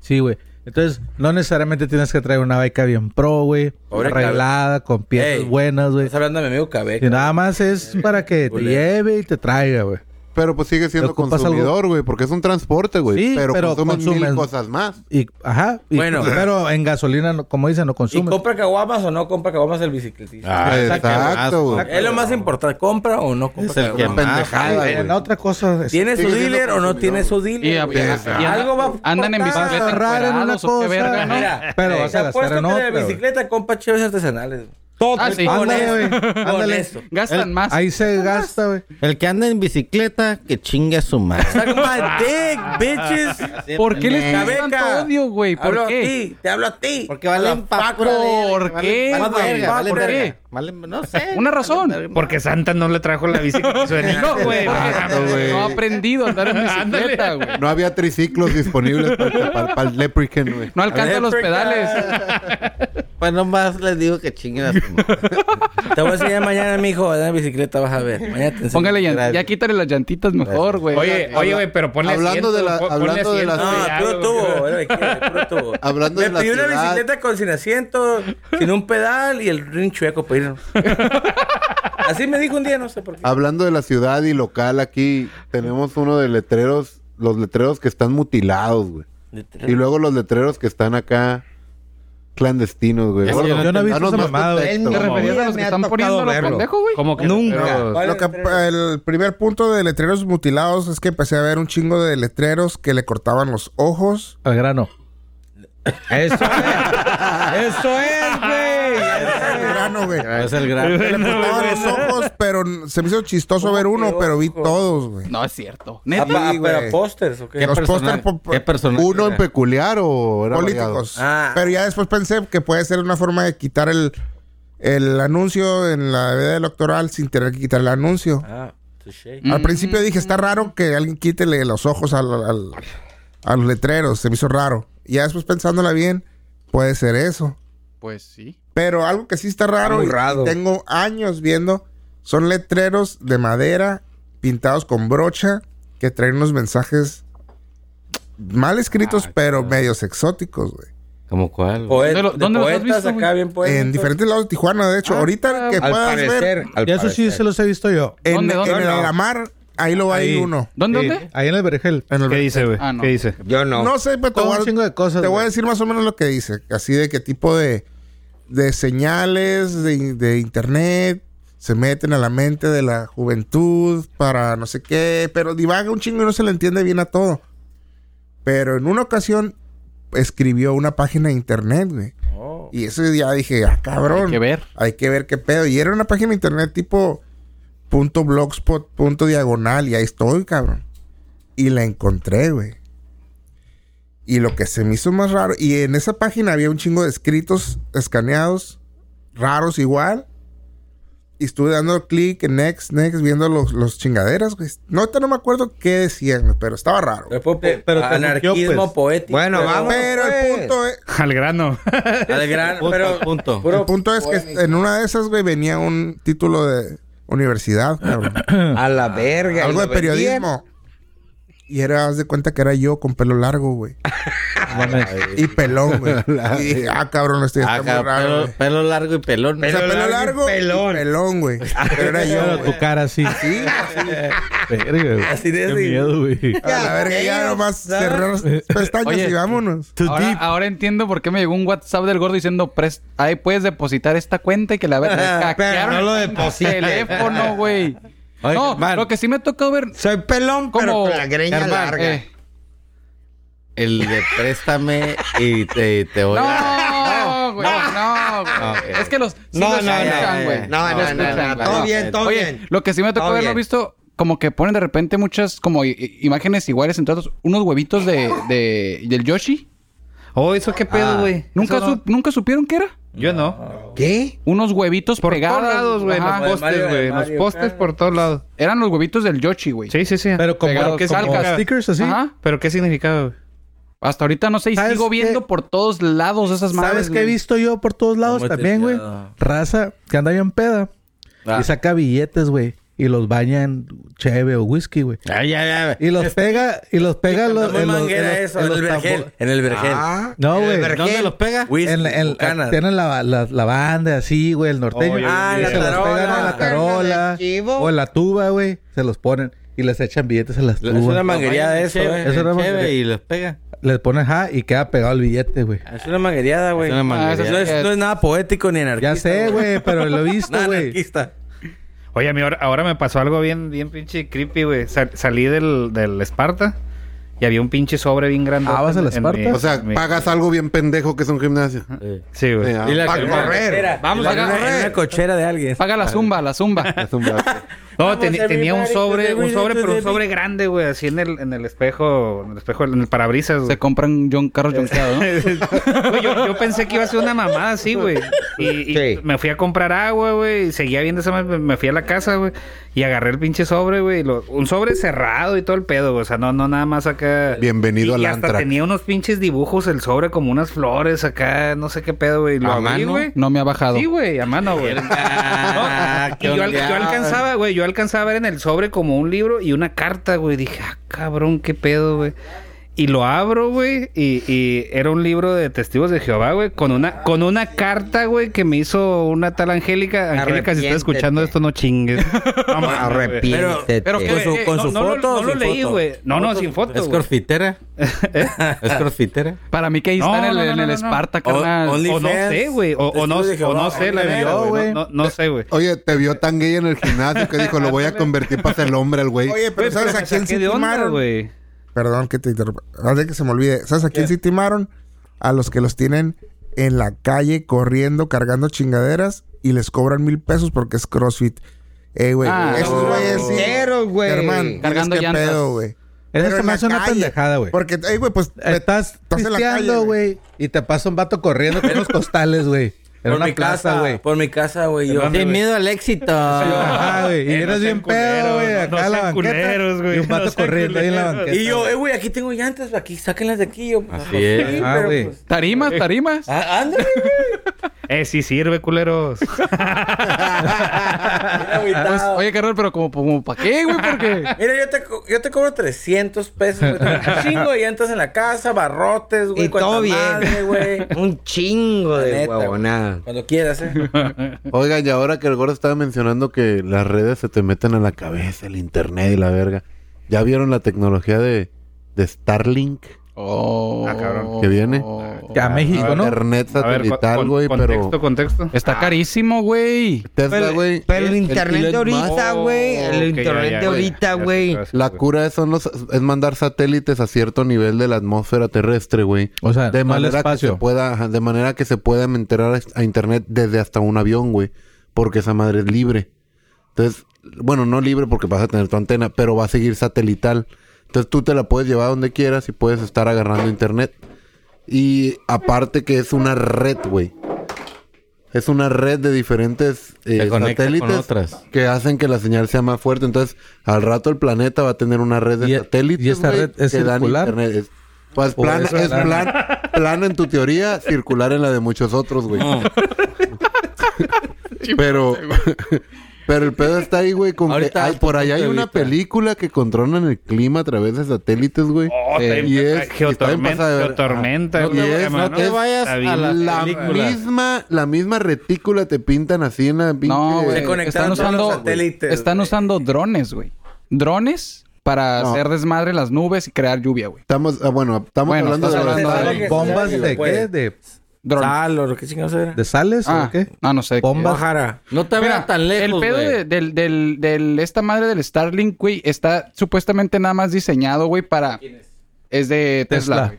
[SPEAKER 3] Sí, güey. Entonces, no necesariamente tienes que traer una baica bien pro, güey.
[SPEAKER 5] Pobre
[SPEAKER 3] Arreglada, con piezas
[SPEAKER 5] Ey.
[SPEAKER 3] buenas, güey.
[SPEAKER 5] Estás hablando de mi amigo
[SPEAKER 3] Y
[SPEAKER 5] Cabeca.
[SPEAKER 3] nada más es para que te
[SPEAKER 5] Culero.
[SPEAKER 3] lleve y te traiga, güey.
[SPEAKER 6] Pero pues sigue siendo
[SPEAKER 3] ¿Ocupas algo?
[SPEAKER 6] consumidor, güey, porque es un transporte, güey.
[SPEAKER 3] Sí,
[SPEAKER 6] pero,
[SPEAKER 3] pero
[SPEAKER 6] consumen
[SPEAKER 3] consumen.
[SPEAKER 6] mil cosas más.
[SPEAKER 3] Y, ajá. y-
[SPEAKER 5] Bueno.
[SPEAKER 3] Pero en gasolina, no- como dicen, no
[SPEAKER 5] ¿Y
[SPEAKER 3] consume.
[SPEAKER 5] compra caguamas o no compra caguamas el bicicletista?
[SPEAKER 10] Ah,
[SPEAKER 6] Exacto, güey.
[SPEAKER 5] es lo más importante. ¿Compra o no compra
[SPEAKER 10] Esa- qué
[SPEAKER 5] caguamas?
[SPEAKER 10] pendejada, güey.
[SPEAKER 3] En otra cosa. es-
[SPEAKER 5] Ah, ¿Tiene su
[SPEAKER 6] Sigue siendo
[SPEAKER 5] dealer o no
[SPEAKER 6] consumidor,
[SPEAKER 5] tiene su
[SPEAKER 2] Y,
[SPEAKER 5] dealer?
[SPEAKER 2] y- y- y-
[SPEAKER 5] Algo va a
[SPEAKER 2] andan en
[SPEAKER 5] aportar.
[SPEAKER 3] Vas a
[SPEAKER 2] bicicleta
[SPEAKER 3] ahorrar en una
[SPEAKER 2] encuerados, o qué
[SPEAKER 3] cosa,
[SPEAKER 2] verga, ¿no?
[SPEAKER 5] Mira,
[SPEAKER 3] Pero
[SPEAKER 5] eh,
[SPEAKER 3] vas a
[SPEAKER 5] te
[SPEAKER 3] gastar
[SPEAKER 5] apuesto
[SPEAKER 3] en
[SPEAKER 5] que
[SPEAKER 3] otra,
[SPEAKER 5] de
[SPEAKER 3] güey.
[SPEAKER 5] bicicleta compra cheves artesanales.
[SPEAKER 2] Ah, sí.
[SPEAKER 5] Con
[SPEAKER 3] Ándale,
[SPEAKER 5] eso,
[SPEAKER 3] güey.
[SPEAKER 5] con
[SPEAKER 3] Ándale.
[SPEAKER 5] eso.
[SPEAKER 2] Gastan
[SPEAKER 3] el-
[SPEAKER 2] más.
[SPEAKER 3] Ahí se gasta, güey.
[SPEAKER 10] El que anda en bicicleta, que chingue a su madre.
[SPEAKER 5] Suck my dick, bitches.
[SPEAKER 2] ¿Por qué les tienes
[SPEAKER 5] Cabeca.
[SPEAKER 2] tanto odio, güey? ¿Por
[SPEAKER 5] Hablo a
[SPEAKER 2] qué?
[SPEAKER 5] ti, te hablo a ti.
[SPEAKER 10] Porque valen
[SPEAKER 5] Paco.
[SPEAKER 10] pacura de-
[SPEAKER 2] ¿Por
[SPEAKER 10] valen-
[SPEAKER 2] qué,
[SPEAKER 10] valen
[SPEAKER 5] güey?
[SPEAKER 10] verga, valen
[SPEAKER 5] ¿Por qué?
[SPEAKER 10] verga. Valen- no sé.
[SPEAKER 2] Una razón.
[SPEAKER 7] Porque Santa no le trajo la bicicleta a su
[SPEAKER 2] No,
[SPEAKER 7] niño,
[SPEAKER 2] güey.
[SPEAKER 7] Ah, güey.
[SPEAKER 2] porque
[SPEAKER 6] güey.
[SPEAKER 2] No ha aprendido a andar en bicicleta, güey.
[SPEAKER 6] No había triciclos disponibles para, para- para el Leprechaun, güey.
[SPEAKER 2] No alcanza los
[SPEAKER 5] Leprechaun.
[SPEAKER 2] pedales.
[SPEAKER 10] Pues nomás les digo que chinguen a su madre.
[SPEAKER 5] Te voy a enseñar mañana, mijo, a andar en bicicleta, vas a ver. Mañana te enseño.
[SPEAKER 2] Póngale llan- ya quítale las llantitas mejor, güey.
[SPEAKER 7] Oye, oye, güey, pero ponle
[SPEAKER 6] Hablando
[SPEAKER 7] asiento,
[SPEAKER 6] de la-
[SPEAKER 7] pon- ponle
[SPEAKER 6] hablando de la-
[SPEAKER 7] asiento,
[SPEAKER 5] No,
[SPEAKER 7] ya,
[SPEAKER 5] puro
[SPEAKER 7] güey,
[SPEAKER 5] tubo,
[SPEAKER 7] porque-
[SPEAKER 5] era de aquí, puro tubo.
[SPEAKER 6] Hablando
[SPEAKER 5] Me
[SPEAKER 6] de la
[SPEAKER 5] pedí una
[SPEAKER 6] ciudad.
[SPEAKER 5] bicicleta con sin asiento, sin un pedal y el rin chueco para irnos. Así me dijo un día, no sé por qué.
[SPEAKER 6] Hablando de la ciudad y local, aquí tenemos uno de letreros, los letreros que están mutilados, güey. Y luego los letreros que están acá clandestinos, güey.
[SPEAKER 5] Es
[SPEAKER 6] Gordo,
[SPEAKER 5] que yo
[SPEAKER 3] no he visto
[SPEAKER 6] danos
[SPEAKER 3] esa
[SPEAKER 6] más
[SPEAKER 3] mamada, güey.
[SPEAKER 6] contexto.
[SPEAKER 2] ¿Te referías a los que
[SPEAKER 4] Me ha
[SPEAKER 2] están
[SPEAKER 4] tocado
[SPEAKER 2] poniendo los
[SPEAKER 4] verlo.
[SPEAKER 2] pendejos, güey?
[SPEAKER 7] Como que
[SPEAKER 4] Nunca.
[SPEAKER 8] Lo que- el primer punto de letreros mutilados es que empecé a ver un chingo de letreros que le cortaban los ojos.
[SPEAKER 3] Al grano.
[SPEAKER 4] Eso
[SPEAKER 8] Ah,
[SPEAKER 4] es. Eso es, güey.
[SPEAKER 8] El grano, güey.
[SPEAKER 9] Es el gran.
[SPEAKER 8] Que le cortaban los ojos, pero n- se me hizo chistoso ver uno, pero vi todos, güey.
[SPEAKER 2] No es cierto.
[SPEAKER 5] Ah,
[SPEAKER 2] Neta.
[SPEAKER 5] pa-
[SPEAKER 8] Sí,
[SPEAKER 5] ¿Pero
[SPEAKER 8] güey.
[SPEAKER 5] pósters o qué?
[SPEAKER 8] Los póster po-
[SPEAKER 9] ¿Qué personaje?
[SPEAKER 6] ¿Uno en peculiar o era
[SPEAKER 8] políticos.
[SPEAKER 5] Ah.
[SPEAKER 8] Pero ya después pensé que puede ser una forma de quitar el, el anuncio en la vida electoral sin tener que quitar el anuncio.
[SPEAKER 5] Ah, touché.
[SPEAKER 8] Al principio dije, está raro que alguien quítele los ojos al- al- a los letreros. Se me hizo raro. Ya después pensándola bien, puede ser eso.
[SPEAKER 2] Pues sí.
[SPEAKER 8] Pero algo que sí está raro,
[SPEAKER 4] Muy
[SPEAKER 8] y- y
[SPEAKER 4] raro.
[SPEAKER 8] tengo años viendo, son letreros de madera pintados con brocha que traen unos mensajes mal escritos, pero medios exóticos, güey.
[SPEAKER 9] ¿Cómo cuál? güey?
[SPEAKER 5] Poet-
[SPEAKER 2] Pues, ¿Dónde lo-
[SPEAKER 5] de
[SPEAKER 2] dónde los has
[SPEAKER 5] poetas
[SPEAKER 2] visto,
[SPEAKER 5] acá,
[SPEAKER 2] güey? Ah,
[SPEAKER 5] bien poetas.
[SPEAKER 8] en diferentes lados de Tijuana, de hecho, ahorita que
[SPEAKER 4] Al
[SPEAKER 8] puedas ver
[SPEAKER 4] parecer. Al
[SPEAKER 3] Eso sí
[SPEAKER 4] parecer.
[SPEAKER 3] se los he visto yo.
[SPEAKER 8] en,
[SPEAKER 2] ¿Dónde, dónde?
[SPEAKER 8] en el
[SPEAKER 2] No.
[SPEAKER 8] Alamar, ahí lo hay
[SPEAKER 3] Ahí.
[SPEAKER 8] uno.
[SPEAKER 2] ¿Dónde,
[SPEAKER 7] Sí.
[SPEAKER 2] dónde?
[SPEAKER 3] Ahí en el Vergel. En el
[SPEAKER 7] ¿Qué dice, güey?
[SPEAKER 2] Ah, no.
[SPEAKER 7] ¿Qué dice?
[SPEAKER 4] Yo no.
[SPEAKER 8] No sé, pero te
[SPEAKER 3] Todo
[SPEAKER 8] voy,
[SPEAKER 3] un
[SPEAKER 8] a-
[SPEAKER 3] chingo de cosas,
[SPEAKER 8] te voy a
[SPEAKER 3] güey.
[SPEAKER 8] decir más o menos lo que dice. Así de qué tipo de, de señales de, de internet se meten a la mente de la juventud para no sé qué. Pero divaga un chingo y no se le entiende bien a todo. Pero en una ocasión escribió una página de internet, güey.
[SPEAKER 5] Oh.
[SPEAKER 8] Y eso ya dije, ah, cabrón.
[SPEAKER 2] Hay que ver.
[SPEAKER 8] Hay que ver qué pedo. Y era una página de internet tipo punto blogspot punto diagonal y ahí estoy, cabrón. Y la encontré, güey. Y lo que se me hizo más raro, y en esa página había un chingo de escritos escaneados, raros igual. Y estuve dando clic en next, next, viendo los, los chingaderas, güey. No, ahorita no me acuerdo qué decían, güey, pero estaba raro.
[SPEAKER 5] Pero, po-
[SPEAKER 3] Pe- pero te
[SPEAKER 5] anarquismo
[SPEAKER 3] bloqueó, pues.
[SPEAKER 5] poético.
[SPEAKER 4] Bueno,
[SPEAKER 5] pero-
[SPEAKER 4] vamos.
[SPEAKER 8] Pero
[SPEAKER 4] pues.
[SPEAKER 8] el punto es,
[SPEAKER 7] Al grano.
[SPEAKER 5] Al gran, pero
[SPEAKER 9] punto.
[SPEAKER 5] puro
[SPEAKER 8] el punto es que
[SPEAKER 5] poético.
[SPEAKER 8] en una de esas, güey, venía un título de universidad, cabrón.
[SPEAKER 4] A la verga.
[SPEAKER 8] Algo de
[SPEAKER 4] ¿lo vendían?
[SPEAKER 8] periodismo. Y era, haz de cuenta que era yo con pelo largo, güey. y pelón, güey. Y dije, ah, cabrón, estoy
[SPEAKER 9] Ah,
[SPEAKER 8] está muy
[SPEAKER 9] cabrón,
[SPEAKER 8] raro,
[SPEAKER 9] pelo,
[SPEAKER 8] güey.
[SPEAKER 9] pelo largo y pelón.
[SPEAKER 8] O sea,
[SPEAKER 4] pelo
[SPEAKER 8] pelo
[SPEAKER 4] largo
[SPEAKER 8] largo,
[SPEAKER 4] y pelón.
[SPEAKER 8] pelón. pelón, güey. Pero era yo,
[SPEAKER 3] Pero
[SPEAKER 8] güey.
[SPEAKER 3] tu cara así.
[SPEAKER 8] Sí,
[SPEAKER 3] Verga, güey.
[SPEAKER 5] Así de
[SPEAKER 3] Qué
[SPEAKER 5] así.
[SPEAKER 3] miedo, güey.
[SPEAKER 8] a la verga, ya nomás cerrar las pestañas
[SPEAKER 2] Oye.
[SPEAKER 8] y vámonos.
[SPEAKER 2] Ahora, ahora entiendo por qué me llegó un WhatsApp del gordo diciendo, "Pres- ahí puedes depositar esta cuenta y que la verdad
[SPEAKER 4] Pero no lo deposité.
[SPEAKER 2] teléfono, güey. No, lo que sí me tocó ver
[SPEAKER 4] Soy pelón, pero
[SPEAKER 2] Como
[SPEAKER 4] con la greña
[SPEAKER 9] Germán,
[SPEAKER 4] larga.
[SPEAKER 2] eh,
[SPEAKER 9] El de préstame y te, te voy a...
[SPEAKER 2] No, güey, no,
[SPEAKER 9] No,
[SPEAKER 2] güey.
[SPEAKER 9] ok.
[SPEAKER 2] Es que los sí
[SPEAKER 4] No,
[SPEAKER 2] los
[SPEAKER 4] no,
[SPEAKER 2] escuchan,
[SPEAKER 4] no,
[SPEAKER 2] güey.
[SPEAKER 4] no,
[SPEAKER 2] Sí los
[SPEAKER 4] no, no, no,
[SPEAKER 2] escuchan,
[SPEAKER 4] no,
[SPEAKER 2] güey.
[SPEAKER 4] todo bien, todo
[SPEAKER 2] Oye,
[SPEAKER 4] bien.
[SPEAKER 2] Lo que sí me tocó
[SPEAKER 4] Todo
[SPEAKER 2] haberlo
[SPEAKER 4] bien.
[SPEAKER 2] visto, como que ponen de repente muchas como i- i- imágenes iguales entre otros, unos huevitos de, de del Yoshi.
[SPEAKER 7] Oh, ¿eso qué
[SPEAKER 2] Ah,
[SPEAKER 7] pedo, güey?
[SPEAKER 2] Nunca
[SPEAKER 7] Eso no-
[SPEAKER 2] sup- nunca supieron qué era.
[SPEAKER 7] Yo no.
[SPEAKER 4] ¿Qué?
[SPEAKER 2] Unos huevitos
[SPEAKER 7] Por
[SPEAKER 2] pegados,
[SPEAKER 7] todos lados, güey.
[SPEAKER 2] ajá.
[SPEAKER 7] Los
[SPEAKER 5] Mario-
[SPEAKER 7] postes, güey. Los
[SPEAKER 5] Mario
[SPEAKER 7] postes
[SPEAKER 5] Kart.
[SPEAKER 7] por todos lados.
[SPEAKER 2] Eran los huevitos del Yoshi, güey.
[SPEAKER 7] Sí, sí, sí.
[SPEAKER 3] Pero como,
[SPEAKER 2] Pegados,
[SPEAKER 3] como
[SPEAKER 2] salgas.
[SPEAKER 3] stickers así.
[SPEAKER 2] Ajá.
[SPEAKER 7] ¿Pero qué significaba, güey?
[SPEAKER 2] Hasta ahorita no sé y
[SPEAKER 3] ¿Sabes
[SPEAKER 2] sigo viendo
[SPEAKER 3] qué?
[SPEAKER 2] por todos lados esas madres.
[SPEAKER 3] ¿Sabes qué he
[SPEAKER 2] güey.
[SPEAKER 3] visto yo por todos lados
[SPEAKER 5] Muy
[SPEAKER 3] también, güey?
[SPEAKER 5] tripeado.
[SPEAKER 3] Raza que anda bien peda. Y saca billetes, güey. Y los baña en cheve o whisky, güey.
[SPEAKER 5] Ay, ya, ya.
[SPEAKER 3] Y los pega, y los pega en
[SPEAKER 5] Anda
[SPEAKER 3] los,
[SPEAKER 5] muy
[SPEAKER 3] en los- en
[SPEAKER 5] manguera
[SPEAKER 3] los-
[SPEAKER 5] eso,
[SPEAKER 3] en
[SPEAKER 5] en
[SPEAKER 3] los
[SPEAKER 5] el vergel.
[SPEAKER 3] tambor-
[SPEAKER 5] En el vergel.
[SPEAKER 4] Ah,
[SPEAKER 3] No,
[SPEAKER 5] Eh,
[SPEAKER 4] el
[SPEAKER 3] güey.
[SPEAKER 4] vergel.
[SPEAKER 9] ¿Dónde los pega?
[SPEAKER 5] Whisky,
[SPEAKER 3] En, la- en-
[SPEAKER 5] bucanas.
[SPEAKER 3] tienen la, la, la banda así, güey, el norteño.
[SPEAKER 7] Oye, Ah,
[SPEAKER 3] Y
[SPEAKER 5] la
[SPEAKER 3] se los
[SPEAKER 5] tarola.
[SPEAKER 3] pegan en la
[SPEAKER 4] Carga
[SPEAKER 3] tarola.
[SPEAKER 4] de chivo.
[SPEAKER 3] O en la tuba, güey. Se los ponen y les echan billetes a las
[SPEAKER 5] Es una
[SPEAKER 3] tubas.
[SPEAKER 5] manguereada eso,
[SPEAKER 9] Chévere,
[SPEAKER 5] eh.
[SPEAKER 3] Eso no me
[SPEAKER 9] chévere,
[SPEAKER 3] enteré.
[SPEAKER 9] y los pega.
[SPEAKER 3] Les ponen ja y queda pegado el billete, güey.
[SPEAKER 8] Ah,
[SPEAKER 5] Es una manguereada, güey.
[SPEAKER 9] Es una
[SPEAKER 5] No
[SPEAKER 9] manguereada.
[SPEAKER 5] es no es nada poético ni anarquista.
[SPEAKER 3] Ya sé, güey, pero lo he visto,
[SPEAKER 5] Nada
[SPEAKER 3] güey.
[SPEAKER 5] anarquista.
[SPEAKER 7] Oye, a mí ahora, ahora me pasó algo bien, bien pinche creepy, güey. Sal- salí del, del Esparta y había un pinche sobre bien grande.
[SPEAKER 3] Ah, ¿vas al Esparta?
[SPEAKER 6] O sea, pagas algo bien pendejo que es un gimnasio.
[SPEAKER 7] Sí, güey.
[SPEAKER 6] Sí, ah.
[SPEAKER 5] Y la
[SPEAKER 4] Para
[SPEAKER 5] en una
[SPEAKER 4] correr.
[SPEAKER 5] cochera.
[SPEAKER 2] Vamos
[SPEAKER 5] Y la-
[SPEAKER 2] a
[SPEAKER 5] en una- en una cochera de alguien.
[SPEAKER 2] Paga la zumba, la zumba.
[SPEAKER 6] Es un brazo.
[SPEAKER 7] No, teni-
[SPEAKER 5] Vamos,
[SPEAKER 7] tenía un
[SPEAKER 5] everybody,
[SPEAKER 2] este
[SPEAKER 7] sobre, un
[SPEAKER 5] everybody,
[SPEAKER 7] sobre, pero un
[SPEAKER 5] everybody.
[SPEAKER 7] sobre grande, güey, así en el, en el espejo, en el espejo, en el parabrisas, güey.
[SPEAKER 2] Se compran John carros jonqueados, ¿no?
[SPEAKER 7] Güey, yo, yo pensé que iba a ser una mamada así, güey. Y, y
[SPEAKER 4] Sí.
[SPEAKER 7] me fui a comprar agua, güey. Y seguía viendo esa madre, me, me fui a la casa, güey. Y agarré el pinche sobre, güey. y lo- Un sobre cerrado y todo el pedo, güey. O sea, no, no nada más acá.
[SPEAKER 6] Bienvenido
[SPEAKER 7] y,
[SPEAKER 6] al
[SPEAKER 7] y hasta
[SPEAKER 6] Antrax.
[SPEAKER 7] tenía unos pinches dibujos el sobre como unas flores acá, no sé qué pedo, güey. Lo
[SPEAKER 2] ¿A
[SPEAKER 7] abrí,
[SPEAKER 2] mano?
[SPEAKER 7] güey.
[SPEAKER 2] No me ha bajado.
[SPEAKER 7] Sí, güey, a mano, güey. No, y yo, al- yo alcanzaba, güey, yo alcanzaba a ver en el sobre como un libro y una carta, güey. Dije, ah, cabrón, qué pedo, güey. Y lo abro, güey, y, y era un libro de testigos de Jehová, güey, con una, con una carta, güey, que me hizo una tal Angélica. Angélica, si estás escuchando
[SPEAKER 4] Arrepiéntete.
[SPEAKER 7] esto, no chingues. No, mames, güey.
[SPEAKER 4] Arrepiéntete.
[SPEAKER 7] Pero que,
[SPEAKER 9] Con su-
[SPEAKER 7] eh,
[SPEAKER 9] con
[SPEAKER 7] no-
[SPEAKER 9] su
[SPEAKER 7] no lo-
[SPEAKER 9] foto,
[SPEAKER 7] No lo
[SPEAKER 9] sin
[SPEAKER 7] leí,
[SPEAKER 9] foto.
[SPEAKER 7] güey. No, no, sin foto.
[SPEAKER 9] ¿Es
[SPEAKER 7] güey. Eh,
[SPEAKER 9] crossfitera? ¿Es ¿eh? crossfitera?
[SPEAKER 2] Para mí que ahí
[SPEAKER 7] No,
[SPEAKER 2] está en el,
[SPEAKER 7] no, no,
[SPEAKER 2] en el
[SPEAKER 7] no, no.
[SPEAKER 2] Esparta,
[SPEAKER 5] O-
[SPEAKER 2] carnal.
[SPEAKER 5] only-
[SPEAKER 7] O no
[SPEAKER 5] OnlyFans,
[SPEAKER 7] sé, güey. O, o no,
[SPEAKER 5] testigos de
[SPEAKER 7] o no
[SPEAKER 5] Jehová,
[SPEAKER 7] sé, la
[SPEAKER 5] OnlyFans,
[SPEAKER 7] neta,
[SPEAKER 5] güey,
[SPEAKER 7] güey. No, no- no sé, güey.
[SPEAKER 6] Oye, te vio tan gay en el gimnasio que dijo, lo voy a convertir para ser hombre al güey.
[SPEAKER 8] Oye, pero
[SPEAKER 7] Güey,
[SPEAKER 8] ¿sabes
[SPEAKER 7] pero
[SPEAKER 8] a
[SPEAKER 7] me
[SPEAKER 8] quién
[SPEAKER 7] saqué
[SPEAKER 8] sí
[SPEAKER 7] de onda,
[SPEAKER 8] timaron?
[SPEAKER 7] güey.
[SPEAKER 8] Perdón que te interrumpa. Antes de que se me olvide. ¿Sabes a quién sí timaron? A los que los tienen en la calle corriendo, cargando chingaderas y les cobran mil pesos porque es CrossFit. Ey, güey.
[SPEAKER 2] Ah,
[SPEAKER 8] esos
[SPEAKER 2] no,
[SPEAKER 8] güeyes sí.
[SPEAKER 4] Pero, güey.
[SPEAKER 8] Germán, diles
[SPEAKER 2] Cargando
[SPEAKER 8] qué
[SPEAKER 2] llantas.
[SPEAKER 8] pedo, güey.
[SPEAKER 3] Eso
[SPEAKER 8] Pero
[SPEAKER 3] se
[SPEAKER 8] en
[SPEAKER 3] me
[SPEAKER 8] la
[SPEAKER 3] hace una
[SPEAKER 8] calle.
[SPEAKER 3] pendejada, güey.
[SPEAKER 8] Porque, ey, güey, pues...
[SPEAKER 3] Estás
[SPEAKER 8] estás en la
[SPEAKER 3] pisteando,
[SPEAKER 8] calle, güey.
[SPEAKER 3] güey, y te pasa un vato corriendo con unos costales, güey. En
[SPEAKER 5] Por
[SPEAKER 3] una
[SPEAKER 5] mi
[SPEAKER 3] plaza,
[SPEAKER 5] casa,
[SPEAKER 3] güey.
[SPEAKER 5] Por mi casa, güey. Yo.
[SPEAKER 9] Sin miedo al éxito.
[SPEAKER 3] Ajá, güey. Y
[SPEAKER 7] Eh, no
[SPEAKER 3] eres
[SPEAKER 7] sean
[SPEAKER 3] bien
[SPEAKER 7] culeros,
[SPEAKER 3] pedo, güey.
[SPEAKER 7] no-
[SPEAKER 3] Acá
[SPEAKER 7] no
[SPEAKER 3] a la
[SPEAKER 7] sean
[SPEAKER 3] banqueta.
[SPEAKER 7] culeros, güey,
[SPEAKER 3] Y un
[SPEAKER 7] no
[SPEAKER 3] vato
[SPEAKER 7] sean
[SPEAKER 3] corriendo ahí en la
[SPEAKER 7] culeros.
[SPEAKER 3] banqueta.
[SPEAKER 5] Y yo, eh, güey, aquí tengo llantas, aquí, sáquenlas de aquí. Yo,
[SPEAKER 9] Así es.
[SPEAKER 5] Sí,
[SPEAKER 3] Ah,
[SPEAKER 5] pero,
[SPEAKER 3] güey.
[SPEAKER 5] pues,
[SPEAKER 2] Tarimas, tarimas.
[SPEAKER 5] ah, ándale, güey.
[SPEAKER 7] Eh, sí sirve, culeros.
[SPEAKER 5] Mira, agüitado.
[SPEAKER 2] Oye, carnal, pero como, como ¿para qué, güey? Porque
[SPEAKER 5] Mira, yo te, co- yo te cobro 300 pesos, güey. Tengo un chingo de llantas en la casa, barrotes, güey.
[SPEAKER 4] Y todo bien.
[SPEAKER 5] cuanta madre, güey.
[SPEAKER 4] Un chingo
[SPEAKER 5] La
[SPEAKER 4] de
[SPEAKER 5] neta,
[SPEAKER 4] huevonada.
[SPEAKER 5] güey. Cuando quieras, eh.
[SPEAKER 6] Oigan, y ahora que el gordo estaba mencionando que las redes se te meten a la cabeza, el internet y la verga. ¿Ya vieron la tecnología de, de Starlink?
[SPEAKER 2] Oh.
[SPEAKER 7] Ah, cabrón.
[SPEAKER 6] ¿Que viene?
[SPEAKER 3] Que a México, ¿no?
[SPEAKER 6] Internet
[SPEAKER 7] A ver, con-
[SPEAKER 6] satelital,
[SPEAKER 7] con-
[SPEAKER 6] güey, pero...
[SPEAKER 7] Contexto, contexto.
[SPEAKER 2] Está carísimo, güey.
[SPEAKER 6] Tesla,
[SPEAKER 4] Pero-
[SPEAKER 6] güey.
[SPEAKER 4] Pero el
[SPEAKER 6] el
[SPEAKER 4] internet de
[SPEAKER 6] Elon Musk.
[SPEAKER 4] ahorita, güey.
[SPEAKER 7] Oh,
[SPEAKER 4] El
[SPEAKER 7] ok,
[SPEAKER 4] internet
[SPEAKER 7] ya, ya,
[SPEAKER 4] de
[SPEAKER 7] ya,
[SPEAKER 4] ahorita,
[SPEAKER 7] ya sé,
[SPEAKER 4] güey.
[SPEAKER 7] ya sé,
[SPEAKER 6] La
[SPEAKER 7] güey.
[SPEAKER 6] cura son los, es mandar satélites a cierto nivel de la atmósfera terrestre, güey.
[SPEAKER 3] O sea,
[SPEAKER 6] de
[SPEAKER 3] no al
[SPEAKER 6] manera que
[SPEAKER 3] espacio.
[SPEAKER 6] se pueda, ajá, de manera que se puedan enterar a- a internet desde hasta un avión, güey, porque esa madre es libre. Entonces, bueno, no libre porque vas a tener tu antena, pero va a seguir satelital. Entonces tú te la puedes llevar donde quieras y puedes estar agarrando internet. Y aparte que es una red, güey. Es una red de diferentes eh,
[SPEAKER 9] Se conecta con
[SPEAKER 6] satélites
[SPEAKER 9] otras.
[SPEAKER 6] que hacen que la señal sea más fuerte. Entonces, al rato el planeta va a tener una red de
[SPEAKER 3] ¿Y- e-
[SPEAKER 6] satélites
[SPEAKER 3] y esta
[SPEAKER 6] güey,
[SPEAKER 3] red es
[SPEAKER 6] que dan
[SPEAKER 3] circular?
[SPEAKER 6] internet. Es- pues plan,
[SPEAKER 3] eso
[SPEAKER 6] es
[SPEAKER 3] la-
[SPEAKER 6] plan, plan en tu teoría, circular en la de muchos otros, güey. pero, pero el pedo está ahí, güey. Con que
[SPEAKER 9] Ahorita,
[SPEAKER 6] hay- por allá hay una
[SPEAKER 9] ahorita.
[SPEAKER 6] película que controlan el clima a través de satélites, güey.
[SPEAKER 7] Oh,
[SPEAKER 6] Eh,
[SPEAKER 7] te-
[SPEAKER 6] y es- y está
[SPEAKER 7] geotormenta,
[SPEAKER 6] bien pasada de-
[SPEAKER 7] geotormenta,
[SPEAKER 6] Ah, no
[SPEAKER 7] güey,
[SPEAKER 6] te vayas-
[SPEAKER 7] hermano.
[SPEAKER 6] no te vayas
[SPEAKER 7] Está bien
[SPEAKER 9] a la-
[SPEAKER 6] La
[SPEAKER 9] película.
[SPEAKER 6] misma, la misma retícula te pintan así en la pinche-
[SPEAKER 2] No, güey.
[SPEAKER 5] Se conectaron
[SPEAKER 2] Están
[SPEAKER 5] todos los
[SPEAKER 2] usando,
[SPEAKER 5] satélites,
[SPEAKER 2] están
[SPEAKER 5] güey.
[SPEAKER 2] usando drones, güey. Drones para
[SPEAKER 6] No.
[SPEAKER 2] hacer desmadre en las nubes y crear lluvia, güey.
[SPEAKER 6] Estamos, ah, bueno, estamos
[SPEAKER 2] Bueno,
[SPEAKER 6] hablando de
[SPEAKER 2] estás
[SPEAKER 6] los
[SPEAKER 2] hablando de-
[SPEAKER 6] Starlink.
[SPEAKER 3] ¿Bombas de qué?
[SPEAKER 5] Pues.
[SPEAKER 3] ¿De,
[SPEAKER 2] Drones.
[SPEAKER 5] Sal o lo que chingados era.
[SPEAKER 3] de sales
[SPEAKER 2] ah,
[SPEAKER 3] o qué?
[SPEAKER 2] ah, no sé.
[SPEAKER 3] Bombas.
[SPEAKER 5] Guajara.
[SPEAKER 9] No te
[SPEAKER 2] Mira,
[SPEAKER 9] veas tan lejos,
[SPEAKER 2] El pedo
[SPEAKER 9] güey.
[SPEAKER 2] de, del, del, del- esta madre del Starlink, güey, está supuestamente nada más diseñado, güey, para. es? de Tesla.
[SPEAKER 3] Tesla.
[SPEAKER 2] güey.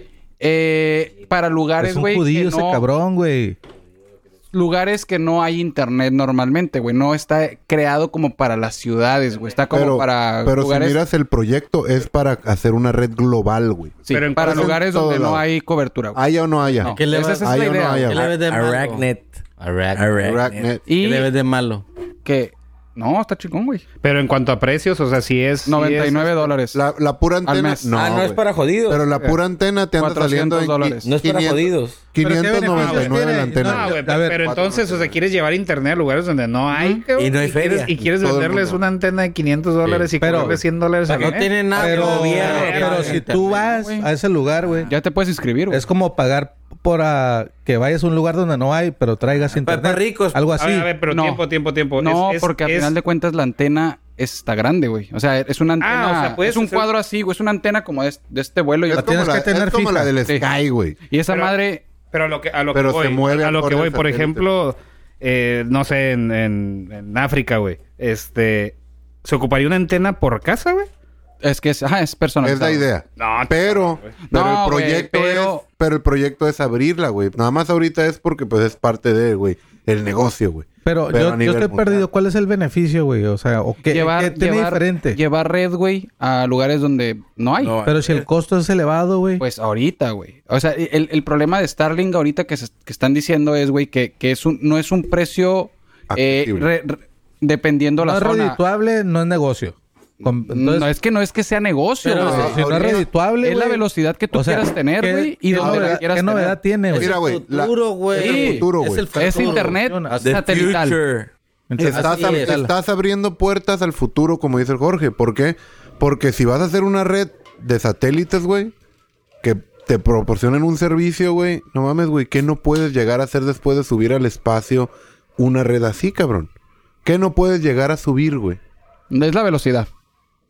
[SPEAKER 2] ¿Ok? Eh, para lugares,
[SPEAKER 3] Es un
[SPEAKER 2] güey. que
[SPEAKER 3] judío ese
[SPEAKER 2] no-
[SPEAKER 3] cabrón, güey.
[SPEAKER 2] Lugares que no hay internet normalmente, güey. No está creado como para las ciudades, güey. Está como
[SPEAKER 6] pero,
[SPEAKER 2] para
[SPEAKER 6] pero
[SPEAKER 2] lugares.
[SPEAKER 6] si miras el proyecto es para hacer una red global, güey.
[SPEAKER 2] sí,
[SPEAKER 7] Pero en
[SPEAKER 2] para
[SPEAKER 7] cuál-
[SPEAKER 2] lugares
[SPEAKER 6] en todo
[SPEAKER 2] donde no
[SPEAKER 6] lado.
[SPEAKER 2] hay cobertura, güey.
[SPEAKER 6] Haya o no haya.
[SPEAKER 2] No.
[SPEAKER 9] ¿Qué le
[SPEAKER 2] Esa-
[SPEAKER 9] ves?
[SPEAKER 2] esa es
[SPEAKER 6] Ay,
[SPEAKER 2] la
[SPEAKER 6] yo no,
[SPEAKER 2] idea.
[SPEAKER 6] ay,
[SPEAKER 2] güey.
[SPEAKER 9] ¿Qué le ves de malo?
[SPEAKER 5] Aracnet.
[SPEAKER 9] Aracnet.
[SPEAKER 6] Aracnet.
[SPEAKER 9] ¿Qué le
[SPEAKER 2] Y
[SPEAKER 9] ves de malo?
[SPEAKER 2] que. No, está chingón, güey.
[SPEAKER 7] Pero en cuanto a precios, o sea, si es... si
[SPEAKER 2] 99
[SPEAKER 7] es-
[SPEAKER 2] dólares.
[SPEAKER 6] este, La, la pura antena.
[SPEAKER 2] mes.
[SPEAKER 6] No,
[SPEAKER 5] ah, no es
[SPEAKER 6] güey.
[SPEAKER 5] para jodidos.
[SPEAKER 6] Pero
[SPEAKER 7] Eh,
[SPEAKER 6] la pura antena te anda
[SPEAKER 2] 400
[SPEAKER 6] saliendo en qui-
[SPEAKER 2] dólares.
[SPEAKER 5] no es para
[SPEAKER 6] 500
[SPEAKER 5] jodidos.
[SPEAKER 3] beneficios
[SPEAKER 6] 599
[SPEAKER 3] tiene?
[SPEAKER 6] la antena.
[SPEAKER 7] No, güey,
[SPEAKER 3] A ver,
[SPEAKER 7] pero
[SPEAKER 6] cuatro
[SPEAKER 7] entonces, o sea, quieres llevar internet a lugares donde no hay, cabrón,
[SPEAKER 5] Y no hay
[SPEAKER 7] quieres-
[SPEAKER 5] feria.
[SPEAKER 7] Y quieres
[SPEAKER 6] Todo el
[SPEAKER 7] venderles
[SPEAKER 6] mundo.
[SPEAKER 7] una antena de 500 dólares y
[SPEAKER 3] Pero-
[SPEAKER 7] cobrarle 100 dólares al
[SPEAKER 9] No
[SPEAKER 7] mes.
[SPEAKER 9] tiene nada
[SPEAKER 3] Pero,
[SPEAKER 9] de gobierno.
[SPEAKER 3] pero si tú vas
[SPEAKER 2] güey.
[SPEAKER 3] a ese lugar, güey,
[SPEAKER 2] Ya te puedes inscribir, güey.
[SPEAKER 3] es como pagar por ah, que vayas a un lugar donde no hay, pero traigas internet.
[SPEAKER 5] pa' ricos.
[SPEAKER 3] Algo
[SPEAKER 7] A
[SPEAKER 3] así.
[SPEAKER 7] ver, a ver, pero
[SPEAKER 2] No.
[SPEAKER 7] tiempo, tiempo, tiempo.
[SPEAKER 2] No,
[SPEAKER 7] Es- es-
[SPEAKER 2] porque al
[SPEAKER 7] es- Ah,
[SPEAKER 2] final de cuentas la antena está grande, güey. O sea, es una antena.
[SPEAKER 7] o sea, puedes
[SPEAKER 2] es un
[SPEAKER 7] hacer-
[SPEAKER 2] cuadro así, güey. Es una antena como de, de este vuelo. Y,
[SPEAKER 6] Es
[SPEAKER 3] La
[SPEAKER 6] como
[SPEAKER 3] tienes
[SPEAKER 6] la,
[SPEAKER 3] que tener
[SPEAKER 6] es como
[SPEAKER 3] fija.
[SPEAKER 6] la del
[SPEAKER 2] Sí.
[SPEAKER 6] Sky, güey.
[SPEAKER 2] y esa
[SPEAKER 7] Pero-
[SPEAKER 2] madre.
[SPEAKER 7] Pero a lo que, a lo
[SPEAKER 6] Pero
[SPEAKER 7] que
[SPEAKER 6] se
[SPEAKER 7] voy,
[SPEAKER 6] mueve
[SPEAKER 7] a lo
[SPEAKER 6] acorde
[SPEAKER 7] que voy,
[SPEAKER 6] al
[SPEAKER 7] por
[SPEAKER 6] satélite.
[SPEAKER 7] ejemplo, eh, no sé, en, en- en África, güey, este, ¿se ocuparía una antena por casa, güey?
[SPEAKER 2] Es que es, ajá, es personal.
[SPEAKER 6] Es la idea.
[SPEAKER 7] No,
[SPEAKER 6] Pero, pero
[SPEAKER 2] No,
[SPEAKER 6] el
[SPEAKER 2] güey,
[SPEAKER 6] proyecto
[SPEAKER 2] pero-
[SPEAKER 6] es, pero el proyecto es abrirla, güey. Nada más ahorita es porque pues es parte de, güey, el negocio, güey.
[SPEAKER 3] Pero,
[SPEAKER 6] Pero
[SPEAKER 3] yo-
[SPEAKER 6] a
[SPEAKER 3] yo,
[SPEAKER 6] nivel
[SPEAKER 3] estoy
[SPEAKER 6] mundial.
[SPEAKER 3] perdido. ¿Cuál es el beneficio, güey? O sea, ¿o qué, qué
[SPEAKER 2] llevar,
[SPEAKER 3] tiene
[SPEAKER 2] llevar,
[SPEAKER 3] diferente?
[SPEAKER 2] llevar red, güey, a lugares donde no hay.
[SPEAKER 5] No,
[SPEAKER 3] Pero si el costo es elevado, güey.
[SPEAKER 2] Pues ahorita, güey. O sea, el, el problema de Starlink ahorita que, se- que están diciendo es, güey, que, que es un, no es un precio eh,
[SPEAKER 6] Accesible.
[SPEAKER 2] re- re- dependiendo
[SPEAKER 3] no
[SPEAKER 2] la
[SPEAKER 3] es
[SPEAKER 2] zona. Mm,
[SPEAKER 3] redituable, no es negocio. Con- entonces,
[SPEAKER 2] no es que no es que sea negocio,
[SPEAKER 3] pero
[SPEAKER 2] güey.
[SPEAKER 3] si- si no es
[SPEAKER 6] ahorita-
[SPEAKER 3] redituable,
[SPEAKER 2] es la
[SPEAKER 3] güey.
[SPEAKER 2] velocidad que tú
[SPEAKER 3] O sea,
[SPEAKER 2] quieras tener,
[SPEAKER 3] ¿qué-
[SPEAKER 2] güey, y
[SPEAKER 3] qué
[SPEAKER 2] donde la
[SPEAKER 3] novedad-
[SPEAKER 2] quieras
[SPEAKER 3] ¿Qué
[SPEAKER 2] tener.
[SPEAKER 3] novedad tiene, güey?
[SPEAKER 6] Mira, güey. la-
[SPEAKER 9] Futuro, güey.
[SPEAKER 2] Sí.
[SPEAKER 9] Es el futuro, güey.
[SPEAKER 2] Es internet
[SPEAKER 9] Así
[SPEAKER 2] satelital.
[SPEAKER 5] Future.
[SPEAKER 6] Estás,
[SPEAKER 9] Así
[SPEAKER 6] ab-
[SPEAKER 9] es.
[SPEAKER 6] estás abriendo puertas al futuro, como dice el Jorge. ¿Por qué? Porque si vas a hacer una red de satélites, güey, que te proporcionan un servicio, güey. No mames, güey, ¿qué no puedes llegar a hacer después de subir al espacio una red así, cabrón? ¿Qué no puedes llegar a subir, güey?
[SPEAKER 2] Es la velocidad,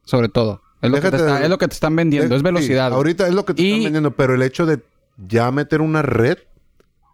[SPEAKER 2] sobre todo. Es lo, que te,
[SPEAKER 6] Déjate
[SPEAKER 2] está-
[SPEAKER 6] de-
[SPEAKER 2] es lo que te están vendiendo,
[SPEAKER 6] Eh,
[SPEAKER 2] es
[SPEAKER 6] sí,
[SPEAKER 2] velocidad. güey.
[SPEAKER 6] ahorita es lo que te
[SPEAKER 2] Y-
[SPEAKER 6] están vendiendo, pero el hecho de ya meter una red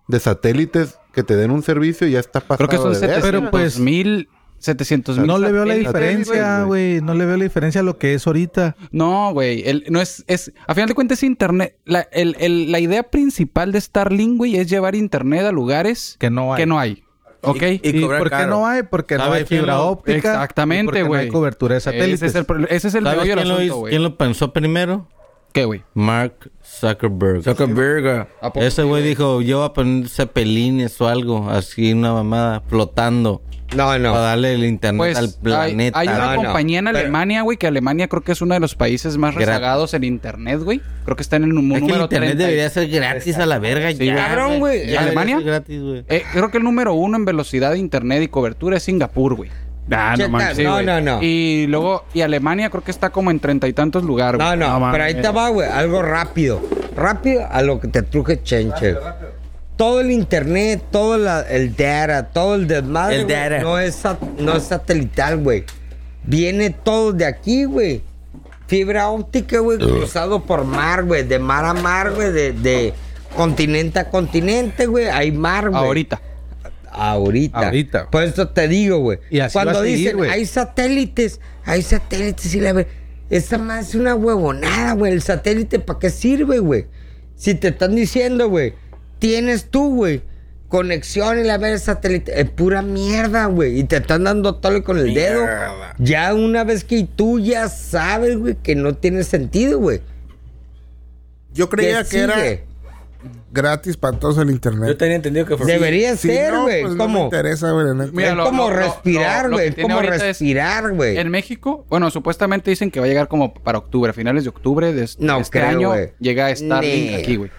[SPEAKER 6] de satélites que te den un servicio ya está pasando.
[SPEAKER 2] Creo que son 700
[SPEAKER 3] Pero, pues,
[SPEAKER 2] mil, 700 mil.
[SPEAKER 3] No le veo la
[SPEAKER 2] satélites,
[SPEAKER 3] diferencia,
[SPEAKER 2] güey.
[SPEAKER 3] güey. No le veo la diferencia a lo que es ahorita.
[SPEAKER 2] No, güey. el- No es, es. A final de cuentas, es internet. La, el- el- la idea principal de Starlink, güey, es llevar internet a lugares
[SPEAKER 3] Que no hay.
[SPEAKER 2] Que no hay. ¿Ok?
[SPEAKER 5] Y-
[SPEAKER 3] ¿Y,
[SPEAKER 5] cobrar
[SPEAKER 3] por qué
[SPEAKER 5] caro.
[SPEAKER 3] no hay? Porque no
[SPEAKER 10] ¿Sabe
[SPEAKER 3] hay
[SPEAKER 10] quién
[SPEAKER 3] fibra
[SPEAKER 10] lo-
[SPEAKER 3] óptica. y porque
[SPEAKER 2] Exactamente, güey.
[SPEAKER 3] No hay cobertura de satélites.
[SPEAKER 2] Ese es el, pro- ese es el
[SPEAKER 10] ¿Sabes
[SPEAKER 2] meollo del
[SPEAKER 10] quién, lo
[SPEAKER 2] asunto,
[SPEAKER 10] hizo-
[SPEAKER 2] güey.
[SPEAKER 10] quién lo pensó primero?
[SPEAKER 2] ¿Qué, güey?
[SPEAKER 10] Mark Zuckerberg.
[SPEAKER 5] Zuckerberg.
[SPEAKER 2] ¿A poco?
[SPEAKER 10] Ese güey dijo, yo voy a poner cepelines o algo, así una mamada, flotando,
[SPEAKER 4] No, no.
[SPEAKER 10] para darle el internet
[SPEAKER 2] Pues
[SPEAKER 10] al
[SPEAKER 2] hay,
[SPEAKER 10] planeta.
[SPEAKER 2] hay una
[SPEAKER 4] No, no.
[SPEAKER 2] compañía en
[SPEAKER 4] Pero-
[SPEAKER 2] Alemania, güey, que Alemania creo que es uno de los países más
[SPEAKER 10] Gratis.
[SPEAKER 2] rezagados en internet, güey. Creo que está en el num-
[SPEAKER 10] Es que el
[SPEAKER 2] número
[SPEAKER 10] internet
[SPEAKER 2] 30.
[SPEAKER 10] debería ser gratis a la verga
[SPEAKER 2] Sí,
[SPEAKER 10] ya.
[SPEAKER 2] güey.
[SPEAKER 4] Cabrón, güey.
[SPEAKER 10] Ya debería
[SPEAKER 2] ¿Alemania?
[SPEAKER 10] ser gratis, güey.
[SPEAKER 2] Eh, creo que el número uno en velocidad de internet y cobertura es Singapur, güey.
[SPEAKER 7] Ah,
[SPEAKER 4] Cheta,
[SPEAKER 7] no manches.
[SPEAKER 2] Sí,
[SPEAKER 4] no,
[SPEAKER 2] güey.
[SPEAKER 4] no, no.
[SPEAKER 2] Y luego, y Alemania creo que está como en treinta y tantos lugares,
[SPEAKER 4] No,
[SPEAKER 2] güey.
[SPEAKER 4] no, pero
[SPEAKER 2] eh.
[SPEAKER 4] ahí te va, güey. Algo rápido. Rápido a lo que te truje Chenche. Todo el internet, todo la- el data, todo el desmadre.
[SPEAKER 5] El
[SPEAKER 4] güey,
[SPEAKER 5] data.
[SPEAKER 4] No es, sat- no es satelital, güey. Viene todo de aquí, güey. Fibra óptica, güey, cruzado por mar, güey. De mar a mar, güey. De, de continente a continente, güey. Hay mar, güey.
[SPEAKER 2] Ahorita.
[SPEAKER 4] Ahorita.
[SPEAKER 3] Ahorita.
[SPEAKER 4] Por eso te digo, güey.
[SPEAKER 3] Y así va
[SPEAKER 4] Cuando
[SPEAKER 3] a seguir,
[SPEAKER 4] dicen,
[SPEAKER 3] güey.
[SPEAKER 4] hay satélites, hay satélites y la ver. Esta más es una huevonada, güey. El satélite, ¿para qué sirve, güey? Si te están diciendo, güey, tienes tú, güey, conexión y la ver el satélite. Es pura mierda, güey. Y te están dando tole con el dedo. Ya una vez que tú ya sabes, güey, que no tiene sentido, güey.
[SPEAKER 8] Yo creía
[SPEAKER 4] ¿Qué
[SPEAKER 8] que era
[SPEAKER 4] sigue?
[SPEAKER 8] gratis para todos el internet.
[SPEAKER 5] Yo tenía entendido que fue.
[SPEAKER 4] Debería
[SPEAKER 8] Si
[SPEAKER 4] ser,
[SPEAKER 8] no,
[SPEAKER 4] güey.
[SPEAKER 8] pues no me
[SPEAKER 4] ¿Cómo?
[SPEAKER 8] interesa, güey, la neta.
[SPEAKER 2] Mira,
[SPEAKER 4] es
[SPEAKER 2] lo-
[SPEAKER 4] como
[SPEAKER 2] lo- lo-
[SPEAKER 4] respirar,
[SPEAKER 2] lo- lo
[SPEAKER 4] güey.
[SPEAKER 2] que
[SPEAKER 4] Es
[SPEAKER 2] tiene
[SPEAKER 4] como
[SPEAKER 2] ahorita es-
[SPEAKER 4] respirar, güey.
[SPEAKER 2] En México, bueno, supuestamente dicen que va a llegar como para octubre, a finales de octubre de es-
[SPEAKER 4] No
[SPEAKER 2] de este
[SPEAKER 4] creo,
[SPEAKER 2] año.
[SPEAKER 4] güey.
[SPEAKER 2] Llega Starlink
[SPEAKER 4] Nee.
[SPEAKER 2] aquí, güey.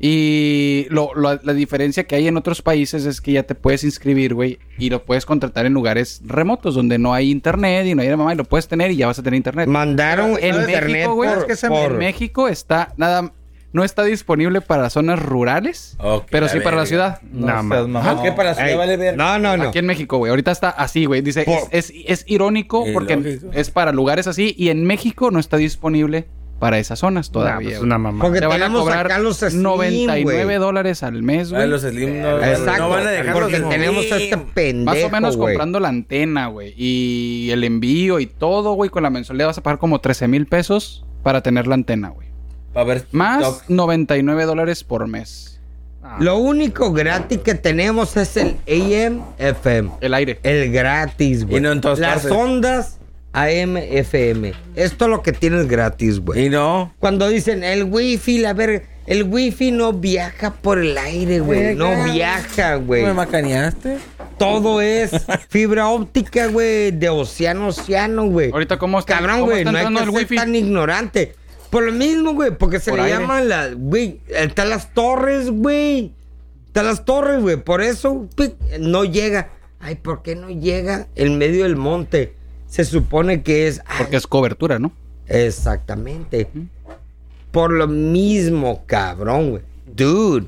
[SPEAKER 2] Y lo- lo- la diferencia que hay en otros países es que ya te puedes inscribir, güey, y lo puedes contratar en lugares remotos donde no hay internet y no hay la mamá y lo puedes tener y ya vas a tener internet.
[SPEAKER 4] Mandaron
[SPEAKER 2] en
[SPEAKER 4] en internet
[SPEAKER 2] México, güey,
[SPEAKER 4] por,
[SPEAKER 2] es que se-
[SPEAKER 4] por-
[SPEAKER 2] en México está nada, no está disponible para zonas rurales,
[SPEAKER 5] Ok,
[SPEAKER 2] pero sí
[SPEAKER 5] la
[SPEAKER 2] para la
[SPEAKER 5] verga.
[SPEAKER 2] ciudad.
[SPEAKER 3] No,
[SPEAKER 7] ma-
[SPEAKER 3] seas mamón.
[SPEAKER 5] Ah, que para la ciudad
[SPEAKER 4] Ey,
[SPEAKER 5] vale ver.
[SPEAKER 4] No, no, no.
[SPEAKER 2] Aquí en México, güey. Ahorita está así, güey. Dice,
[SPEAKER 4] Por-
[SPEAKER 2] es, es- es irónico
[SPEAKER 5] Eh,
[SPEAKER 2] porque
[SPEAKER 5] lógico.
[SPEAKER 2] es para lugares así y en México no está disponible para esas zonas
[SPEAKER 7] Nah,
[SPEAKER 2] todavía.
[SPEAKER 7] pues es
[SPEAKER 2] güey.
[SPEAKER 7] una mamá.
[SPEAKER 4] Porque
[SPEAKER 2] Te van a
[SPEAKER 4] tenemos
[SPEAKER 2] cobrar
[SPEAKER 4] acá los Slim,
[SPEAKER 2] 99
[SPEAKER 4] güey.
[SPEAKER 2] dólares al mes,
[SPEAKER 5] Ah,
[SPEAKER 2] güey.
[SPEAKER 5] los Slim no,
[SPEAKER 4] Exacto.
[SPEAKER 5] no van a dejar
[SPEAKER 4] porque
[SPEAKER 5] los
[SPEAKER 4] tenemos
[SPEAKER 5] Slim.
[SPEAKER 4] a este pendejo,
[SPEAKER 2] Más o menos
[SPEAKER 4] güey.
[SPEAKER 2] comprando la antena, güey. Y el envío y todo, güey. Con la mensualidad vas a pagar como 13 mil pesos para tener la antena, güey.
[SPEAKER 5] Pa' ver.
[SPEAKER 2] Más
[SPEAKER 5] Doc.
[SPEAKER 2] 99 dólares por mes.
[SPEAKER 7] Ah.
[SPEAKER 4] Lo único gratis que tenemos es el AM FM.
[SPEAKER 2] El aire.
[SPEAKER 4] El gratis, güey.
[SPEAKER 5] Y no en todas
[SPEAKER 4] Las
[SPEAKER 5] partes.
[SPEAKER 4] ondas AM FM. Esto es lo que tienes gratis, güey.
[SPEAKER 5] Y no.
[SPEAKER 4] Cuando dicen el wifi, la verga. El wifi no viaja por el aire, güey. No viaja, güey.
[SPEAKER 5] ¿Me macaneaste?
[SPEAKER 4] Todo es fibra óptica, güey, de océano a océano, güey.
[SPEAKER 2] Ahorita, ¿cómo está-
[SPEAKER 4] Cabrón,
[SPEAKER 2] cómo
[SPEAKER 4] güey,
[SPEAKER 2] está
[SPEAKER 4] no hay que
[SPEAKER 2] entrando
[SPEAKER 4] ser
[SPEAKER 2] el wifi?
[SPEAKER 4] tan ignorante. Por lo mismo, güey, porque se
[SPEAKER 2] Por
[SPEAKER 4] le
[SPEAKER 2] aire.
[SPEAKER 4] llaman las, güey, están las torres, güey. Están las torres, güey, por eso pi- no llega. Ay, ¿por qué no llega en medio del monte? Se supone que es... ay,
[SPEAKER 2] Porque es cobertura, ¿no?
[SPEAKER 4] Exactamente. Por lo mismo, cabrón, güey. Dude.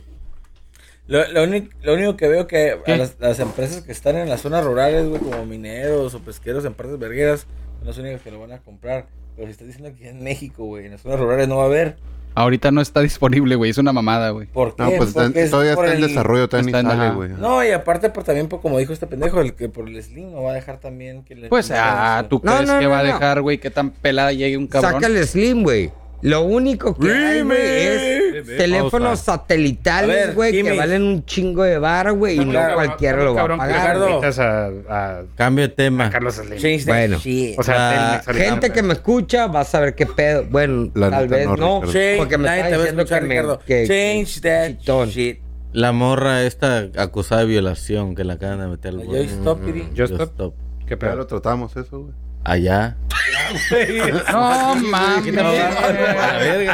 [SPEAKER 5] Lo, lo, único, lo único que veo que
[SPEAKER 2] ¿Qué?
[SPEAKER 5] a las, las empresas que están en las zonas rurales, güey, como mineros o pesqueros en partes vergueras, son las únicas que lo van a comprar. Pero si estás diciendo que en México, güey, en las zonas rurales no va a haber.
[SPEAKER 2] Ahorita no está disponible, güey. Es una mamada, güey.
[SPEAKER 5] ¿Por qué?
[SPEAKER 6] No, pues está-
[SPEAKER 5] Porque es
[SPEAKER 6] todavía
[SPEAKER 5] por
[SPEAKER 6] está en
[SPEAKER 5] el-
[SPEAKER 6] desarrollo, todavía
[SPEAKER 2] Está
[SPEAKER 6] ni
[SPEAKER 2] en-
[SPEAKER 6] sale,
[SPEAKER 2] ajá.
[SPEAKER 6] güey.
[SPEAKER 5] No, y aparte por, también por, como dijo este pendejo, el que por el Slim no va a dejar también que le...
[SPEAKER 2] Pues, ah, ¿tú
[SPEAKER 4] No,
[SPEAKER 2] crees
[SPEAKER 4] no,
[SPEAKER 2] que
[SPEAKER 4] no,
[SPEAKER 2] va a
[SPEAKER 4] no.
[SPEAKER 2] dejar, güey, que tan pelada llegue un cabrón?
[SPEAKER 4] Saca el Slim, güey. Lo único que hay, güey, es teléfonos
[SPEAKER 5] A ver,
[SPEAKER 4] satelitales, güey, que
[SPEAKER 5] Jimmy.
[SPEAKER 4] valen un chingo de bar, güey, y no
[SPEAKER 5] cabrón,
[SPEAKER 4] cualquiera lo va a
[SPEAKER 7] Cabrón, que
[SPEAKER 4] pagar.
[SPEAKER 5] Ricardo.
[SPEAKER 4] güey.
[SPEAKER 7] invitas a, a
[SPEAKER 10] Cambio de tema. Ah,
[SPEAKER 7] Carlos Slim.
[SPEAKER 4] Bueno.
[SPEAKER 7] O sea, Telmex ahorita.
[SPEAKER 4] Gente que me escucha va a saber qué pedo. Bueno,
[SPEAKER 6] La
[SPEAKER 4] tal
[SPEAKER 6] neta
[SPEAKER 4] vez
[SPEAKER 6] no,
[SPEAKER 4] no,
[SPEAKER 6] Ricardo.
[SPEAKER 5] Change,
[SPEAKER 4] porque me
[SPEAKER 5] nadie
[SPEAKER 4] está
[SPEAKER 5] te va a
[SPEAKER 4] diciendo
[SPEAKER 5] escuchar,
[SPEAKER 4] que me...
[SPEAKER 5] Ricardo.
[SPEAKER 4] que-
[SPEAKER 5] Change that
[SPEAKER 4] chitón.
[SPEAKER 5] shit.
[SPEAKER 10] La morra esta acusada de violación que la acaban de meter al
[SPEAKER 5] Yo
[SPEAKER 10] bote.
[SPEAKER 5] stop it.
[SPEAKER 7] Yo
[SPEAKER 10] Yo
[SPEAKER 7] stop.
[SPEAKER 10] stop.
[SPEAKER 7] ¿Qué
[SPEAKER 6] Ya
[SPEAKER 7] pedo?
[SPEAKER 6] lo tratamos eso, güey.
[SPEAKER 10] Allá.
[SPEAKER 5] Ah,
[SPEAKER 2] No mames.
[SPEAKER 7] madre.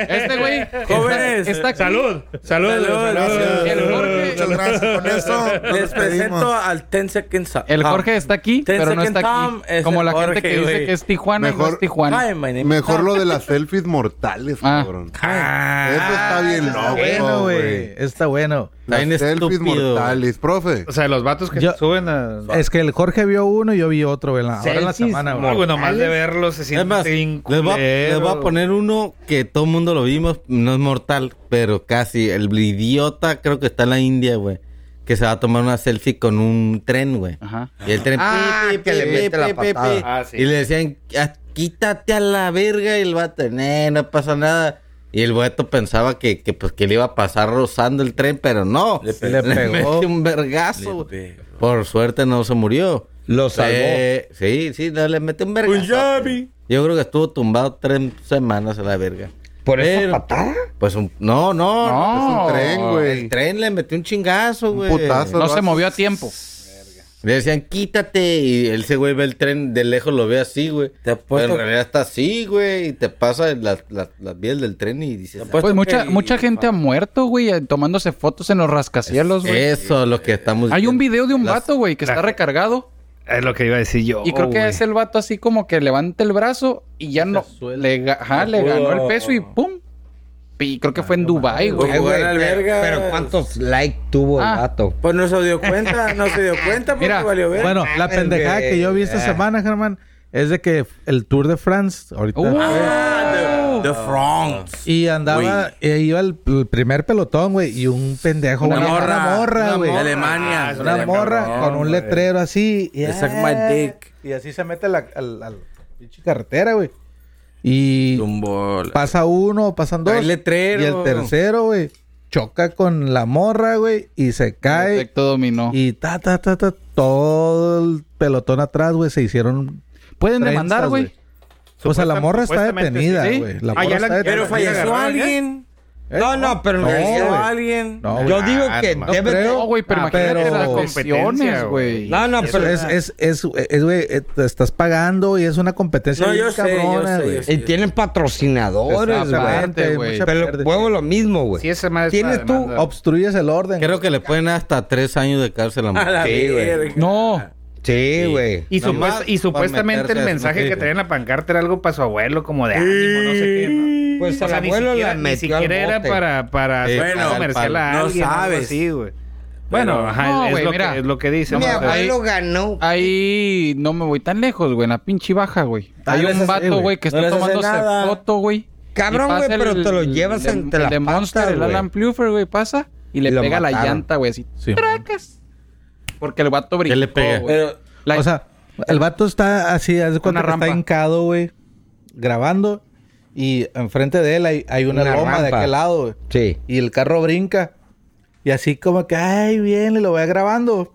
[SPEAKER 2] Este güey.
[SPEAKER 5] Jóvenes.
[SPEAKER 2] Este Está, está aquí.
[SPEAKER 7] Este Salud, salud,
[SPEAKER 5] Salud,
[SPEAKER 7] salud.
[SPEAKER 5] gracias.
[SPEAKER 2] El Jorge
[SPEAKER 11] Muchas gracias. Con eso nos
[SPEAKER 5] Les presento
[SPEAKER 11] despedimos.
[SPEAKER 5] al Ten Seconds Tom.
[SPEAKER 2] El Jorge está aquí,
[SPEAKER 5] Ah. Ten
[SPEAKER 2] pero no está
[SPEAKER 5] Seconds
[SPEAKER 2] aquí.
[SPEAKER 5] Tom es
[SPEAKER 2] Como
[SPEAKER 5] el
[SPEAKER 2] la gente
[SPEAKER 5] Jorge,
[SPEAKER 2] que dice
[SPEAKER 5] güey.
[SPEAKER 2] que es Tijuana, no
[SPEAKER 6] Mejor-
[SPEAKER 2] es Tijuana.
[SPEAKER 5] Hi, my name is
[SPEAKER 6] Mejor
[SPEAKER 5] Tom.
[SPEAKER 6] lo de las selfies mortales,
[SPEAKER 2] Ah.
[SPEAKER 6] cabrón. Ah, Eso está bien
[SPEAKER 3] Está
[SPEAKER 6] loco,
[SPEAKER 3] bueno,
[SPEAKER 6] güey.
[SPEAKER 3] güey. Está bueno.
[SPEAKER 6] Las
[SPEAKER 9] bien
[SPEAKER 6] selfies
[SPEAKER 9] estúpido.
[SPEAKER 6] mortales, profe.
[SPEAKER 7] O sea, los vatos que
[SPEAKER 3] Yo-
[SPEAKER 7] suben a.
[SPEAKER 3] Es que el Jorge vio uno y yo vi otro, ¿verdad? Ahora en la
[SPEAKER 4] Selfies,
[SPEAKER 3] semana,
[SPEAKER 7] No,
[SPEAKER 3] güey.
[SPEAKER 7] güey, nomás de verlos se
[SPEAKER 9] Es más,
[SPEAKER 7] sienten
[SPEAKER 9] les voy, a, les voy a poner uno que todo el mundo lo vimos, no es mortal, pero casi. El idiota creo que está en la India, güey. Que se va a tomar una selfie con un tren, güey.
[SPEAKER 2] Ajá.
[SPEAKER 9] Y el tren...
[SPEAKER 4] Ah, que le mete la patada.
[SPEAKER 7] Ah, sí.
[SPEAKER 9] Y le decían, "Ah, quítate a la verga. Y el vato, "Nah, no pasa nada. Y el vato pensaba que, que, pues, que le iba a pasar rozando el tren, pero no. Le,
[SPEAKER 5] pegó.
[SPEAKER 9] metió un vergazo. güey. Por suerte no se murió.
[SPEAKER 4] Lo salvó.
[SPEAKER 9] Eh, sí, sí, no, le metió un vergazo.
[SPEAKER 6] Pues
[SPEAKER 9] Yo creo que estuvo tumbado tres semanas a la verga.
[SPEAKER 4] ¿Por esa
[SPEAKER 9] Pero,
[SPEAKER 4] patada?
[SPEAKER 9] Pues un, no, no, no.
[SPEAKER 2] No,
[SPEAKER 6] Es un tren,
[SPEAKER 9] El
[SPEAKER 6] güey.
[SPEAKER 9] tren le metió un chingazo, güey.
[SPEAKER 6] putazo.
[SPEAKER 2] no se movió a tiempo.
[SPEAKER 9] Le decían, quítate. Y el- ese güey ve el tren de lejos, lo ve así, güey.
[SPEAKER 5] Te apuesto-
[SPEAKER 9] Pero en realidad está así, güey. Y te pasa las, las, las vías del tren y dices,
[SPEAKER 5] Te apuesto
[SPEAKER 2] Pues mucha,
[SPEAKER 5] que-
[SPEAKER 2] mucha gente ha muerto, güey, eh, tomándose fotos en los rascacielos, güey.
[SPEAKER 9] eso es lo que estamos
[SPEAKER 2] Hay un
[SPEAKER 9] diciendo".
[SPEAKER 2] video de un
[SPEAKER 9] Las-
[SPEAKER 2] vato, güey, que está
[SPEAKER 7] las-
[SPEAKER 2] recargado.
[SPEAKER 7] Es lo que iba a decir yo.
[SPEAKER 2] Y creo que
[SPEAKER 7] güey.
[SPEAKER 2] es el vato así como que levanta el brazo y ya no. Le, ga- ajá, le ganó el peso
[SPEAKER 5] Oh.
[SPEAKER 2] y ¡pum! Y creo que fue en Dubai, güey.
[SPEAKER 5] Ay, güey, al
[SPEAKER 4] pero,
[SPEAKER 5] verga.
[SPEAKER 4] pero ¿cuántos likes tuvo
[SPEAKER 2] Ah.
[SPEAKER 4] el gato?
[SPEAKER 5] Pues no se dio cuenta, no se dio cuenta porque
[SPEAKER 2] Mira,
[SPEAKER 5] valió ver.
[SPEAKER 3] Bueno, la
[SPEAKER 4] mames,
[SPEAKER 3] pendejada
[SPEAKER 4] güey.
[SPEAKER 3] que yo vi esta
[SPEAKER 4] Ah.
[SPEAKER 3] semana, Germán, es de que el Tour de France, ahorita.
[SPEAKER 2] ¡Uh!
[SPEAKER 5] The Ah, Fronts.
[SPEAKER 3] Y andaba, eh, iba el, el primer pelotón, güey, y un pendejo,
[SPEAKER 5] Una
[SPEAKER 3] güey,
[SPEAKER 5] morra,
[SPEAKER 3] una morra,
[SPEAKER 5] una
[SPEAKER 3] güey.
[SPEAKER 5] morra. De Alemania.
[SPEAKER 3] Una
[SPEAKER 5] Cabrón,
[SPEAKER 3] morra con un
[SPEAKER 5] güey.
[SPEAKER 3] letrero así. y-
[SPEAKER 5] They suck my dick.
[SPEAKER 3] Y así se mete a la, al- al pinche carretera, güey. Y
[SPEAKER 5] Tumbó la-
[SPEAKER 3] pasa uno, pasan dos.
[SPEAKER 5] Trae el letrero.
[SPEAKER 3] Y el tercero, güey, choca con la morra, güey, y se
[SPEAKER 2] El
[SPEAKER 3] cae.
[SPEAKER 2] efecto dominó.
[SPEAKER 3] Y ta, ta, ta, ta, todo el pelotón atrás, güey, se hicieron.
[SPEAKER 2] Pueden
[SPEAKER 3] trenzas,
[SPEAKER 2] demandar, güey.
[SPEAKER 3] O sea, la morra está
[SPEAKER 7] Supuestamente,
[SPEAKER 3] detenida,
[SPEAKER 2] sí, sí.
[SPEAKER 3] güey. La
[SPEAKER 7] Ah,
[SPEAKER 3] morra
[SPEAKER 7] ya la-
[SPEAKER 3] está detenida.
[SPEAKER 5] Pero falleció
[SPEAKER 7] agarraron, ¿eh?
[SPEAKER 5] alguien.
[SPEAKER 3] Eh,
[SPEAKER 4] No, no, pero
[SPEAKER 3] no,
[SPEAKER 4] me
[SPEAKER 5] Falleció
[SPEAKER 3] güey.
[SPEAKER 5] alguien.
[SPEAKER 3] No, güey.
[SPEAKER 4] Yo digo que
[SPEAKER 7] no
[SPEAKER 4] debe de-
[SPEAKER 2] No, güey, pero
[SPEAKER 7] Ah,
[SPEAKER 2] imagínate
[SPEAKER 3] pero-
[SPEAKER 2] las
[SPEAKER 7] competencia,
[SPEAKER 2] confesiones, güey.
[SPEAKER 7] güey.
[SPEAKER 4] No, no,
[SPEAKER 3] Eso
[SPEAKER 4] pero
[SPEAKER 3] es, es, es, es, güey, eh, te estás pagando y es una competencia
[SPEAKER 5] No,
[SPEAKER 3] bien
[SPEAKER 5] yo sé, yo sé,
[SPEAKER 3] güey.
[SPEAKER 5] yo sé.
[SPEAKER 4] Y tienen patrocinadores, güey.
[SPEAKER 3] Exactamente,
[SPEAKER 2] güey.
[SPEAKER 3] mucha
[SPEAKER 4] Pero
[SPEAKER 3] pierde.
[SPEAKER 4] huevo lo mismo, güey.
[SPEAKER 7] Sí, esa madre es
[SPEAKER 4] Tienes
[SPEAKER 7] una
[SPEAKER 4] tú-
[SPEAKER 7] demanda.
[SPEAKER 3] Obstruyes el orden.
[SPEAKER 9] Creo que le pueden hasta tres años de cárcel a
[SPEAKER 5] A la
[SPEAKER 4] Sí, güey.
[SPEAKER 5] verga.
[SPEAKER 2] No,
[SPEAKER 4] Sí, güey.
[SPEAKER 7] Y,
[SPEAKER 9] Nomás
[SPEAKER 7] supuest- y
[SPEAKER 9] pa'
[SPEAKER 7] supuestamente
[SPEAKER 9] meterse
[SPEAKER 7] el
[SPEAKER 9] a-
[SPEAKER 7] mensaje
[SPEAKER 9] sí.
[SPEAKER 7] que traía en la pancarta era algo para su abuelo, como de ánimo, no sé qué. ¿no?
[SPEAKER 4] Pues
[SPEAKER 7] O
[SPEAKER 4] el
[SPEAKER 7] sea, ni
[SPEAKER 4] abuelo
[SPEAKER 7] siquiera,
[SPEAKER 4] la
[SPEAKER 7] ni
[SPEAKER 4] metió al
[SPEAKER 7] siquiera era
[SPEAKER 4] bote.
[SPEAKER 7] para, para
[SPEAKER 9] Sí,
[SPEAKER 7] hacer
[SPEAKER 5] bueno,
[SPEAKER 7] comercial a
[SPEAKER 5] no
[SPEAKER 7] alguien. algo
[SPEAKER 5] sabes.
[SPEAKER 7] así, güey. Bueno, ajá,
[SPEAKER 2] No,
[SPEAKER 7] es,
[SPEAKER 2] güey,
[SPEAKER 7] lo
[SPEAKER 2] mira.
[SPEAKER 7] que, es lo que dice.
[SPEAKER 4] Mi
[SPEAKER 7] ¿no?
[SPEAKER 2] ahí-
[SPEAKER 4] abuelo ganó.
[SPEAKER 2] ahí no me voy tan lejos, güey. En la pinche baja, güey.
[SPEAKER 3] Ah,
[SPEAKER 2] Hay
[SPEAKER 3] no les
[SPEAKER 2] un
[SPEAKER 3] hace-
[SPEAKER 2] vato, güey, que
[SPEAKER 5] eh, no
[SPEAKER 2] está
[SPEAKER 5] les hace
[SPEAKER 2] tomándose
[SPEAKER 5] nada.
[SPEAKER 2] foto, güey.
[SPEAKER 4] Cabrón,
[SPEAKER 2] Y pasa
[SPEAKER 4] güey, pero
[SPEAKER 2] el-
[SPEAKER 4] te lo llevas
[SPEAKER 2] el de-
[SPEAKER 4] entre las
[SPEAKER 2] El de Monster,
[SPEAKER 4] patas,
[SPEAKER 2] el
[SPEAKER 4] güey.
[SPEAKER 2] Alan Pluffer, güey, pasa y le
[SPEAKER 4] Y lo
[SPEAKER 2] pega la
[SPEAKER 4] mataron.
[SPEAKER 2] llanta, güey, así.
[SPEAKER 3] Sí.
[SPEAKER 2] ¡Tracas! Porque el vato brincó,
[SPEAKER 9] le pega?
[SPEAKER 2] güey.
[SPEAKER 5] Pero
[SPEAKER 2] La-
[SPEAKER 3] O sea, el vato está así, haz de cuenta
[SPEAKER 2] Una
[SPEAKER 3] que
[SPEAKER 2] rampa.
[SPEAKER 3] está hincado, güey, grabando. Y enfrente de él hay, hay una,
[SPEAKER 4] Una
[SPEAKER 3] loma de
[SPEAKER 4] rampa.
[SPEAKER 3] aquel lado, güey.
[SPEAKER 4] Sí.
[SPEAKER 3] Y el carro brinca. Y así como que, ay, bien, y lo va grabando.